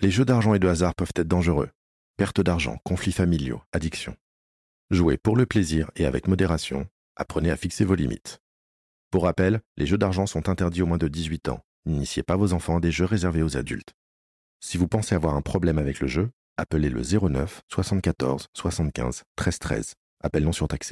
Speaker 8: Les jeux d'argent et de hasard peuvent être dangereux. Perte d'argent, conflits familiaux, addiction. Jouez pour le plaisir et avec modération. Apprenez à fixer vos limites. Pour rappel, les jeux d'argent sont interdits aux moins de 18 ans. N'initiez pas vos enfants à des jeux réservés aux adultes. Si vous pensez avoir un problème avec le jeu, appelez le 09 74 75 13 13. Appel non surtaxé.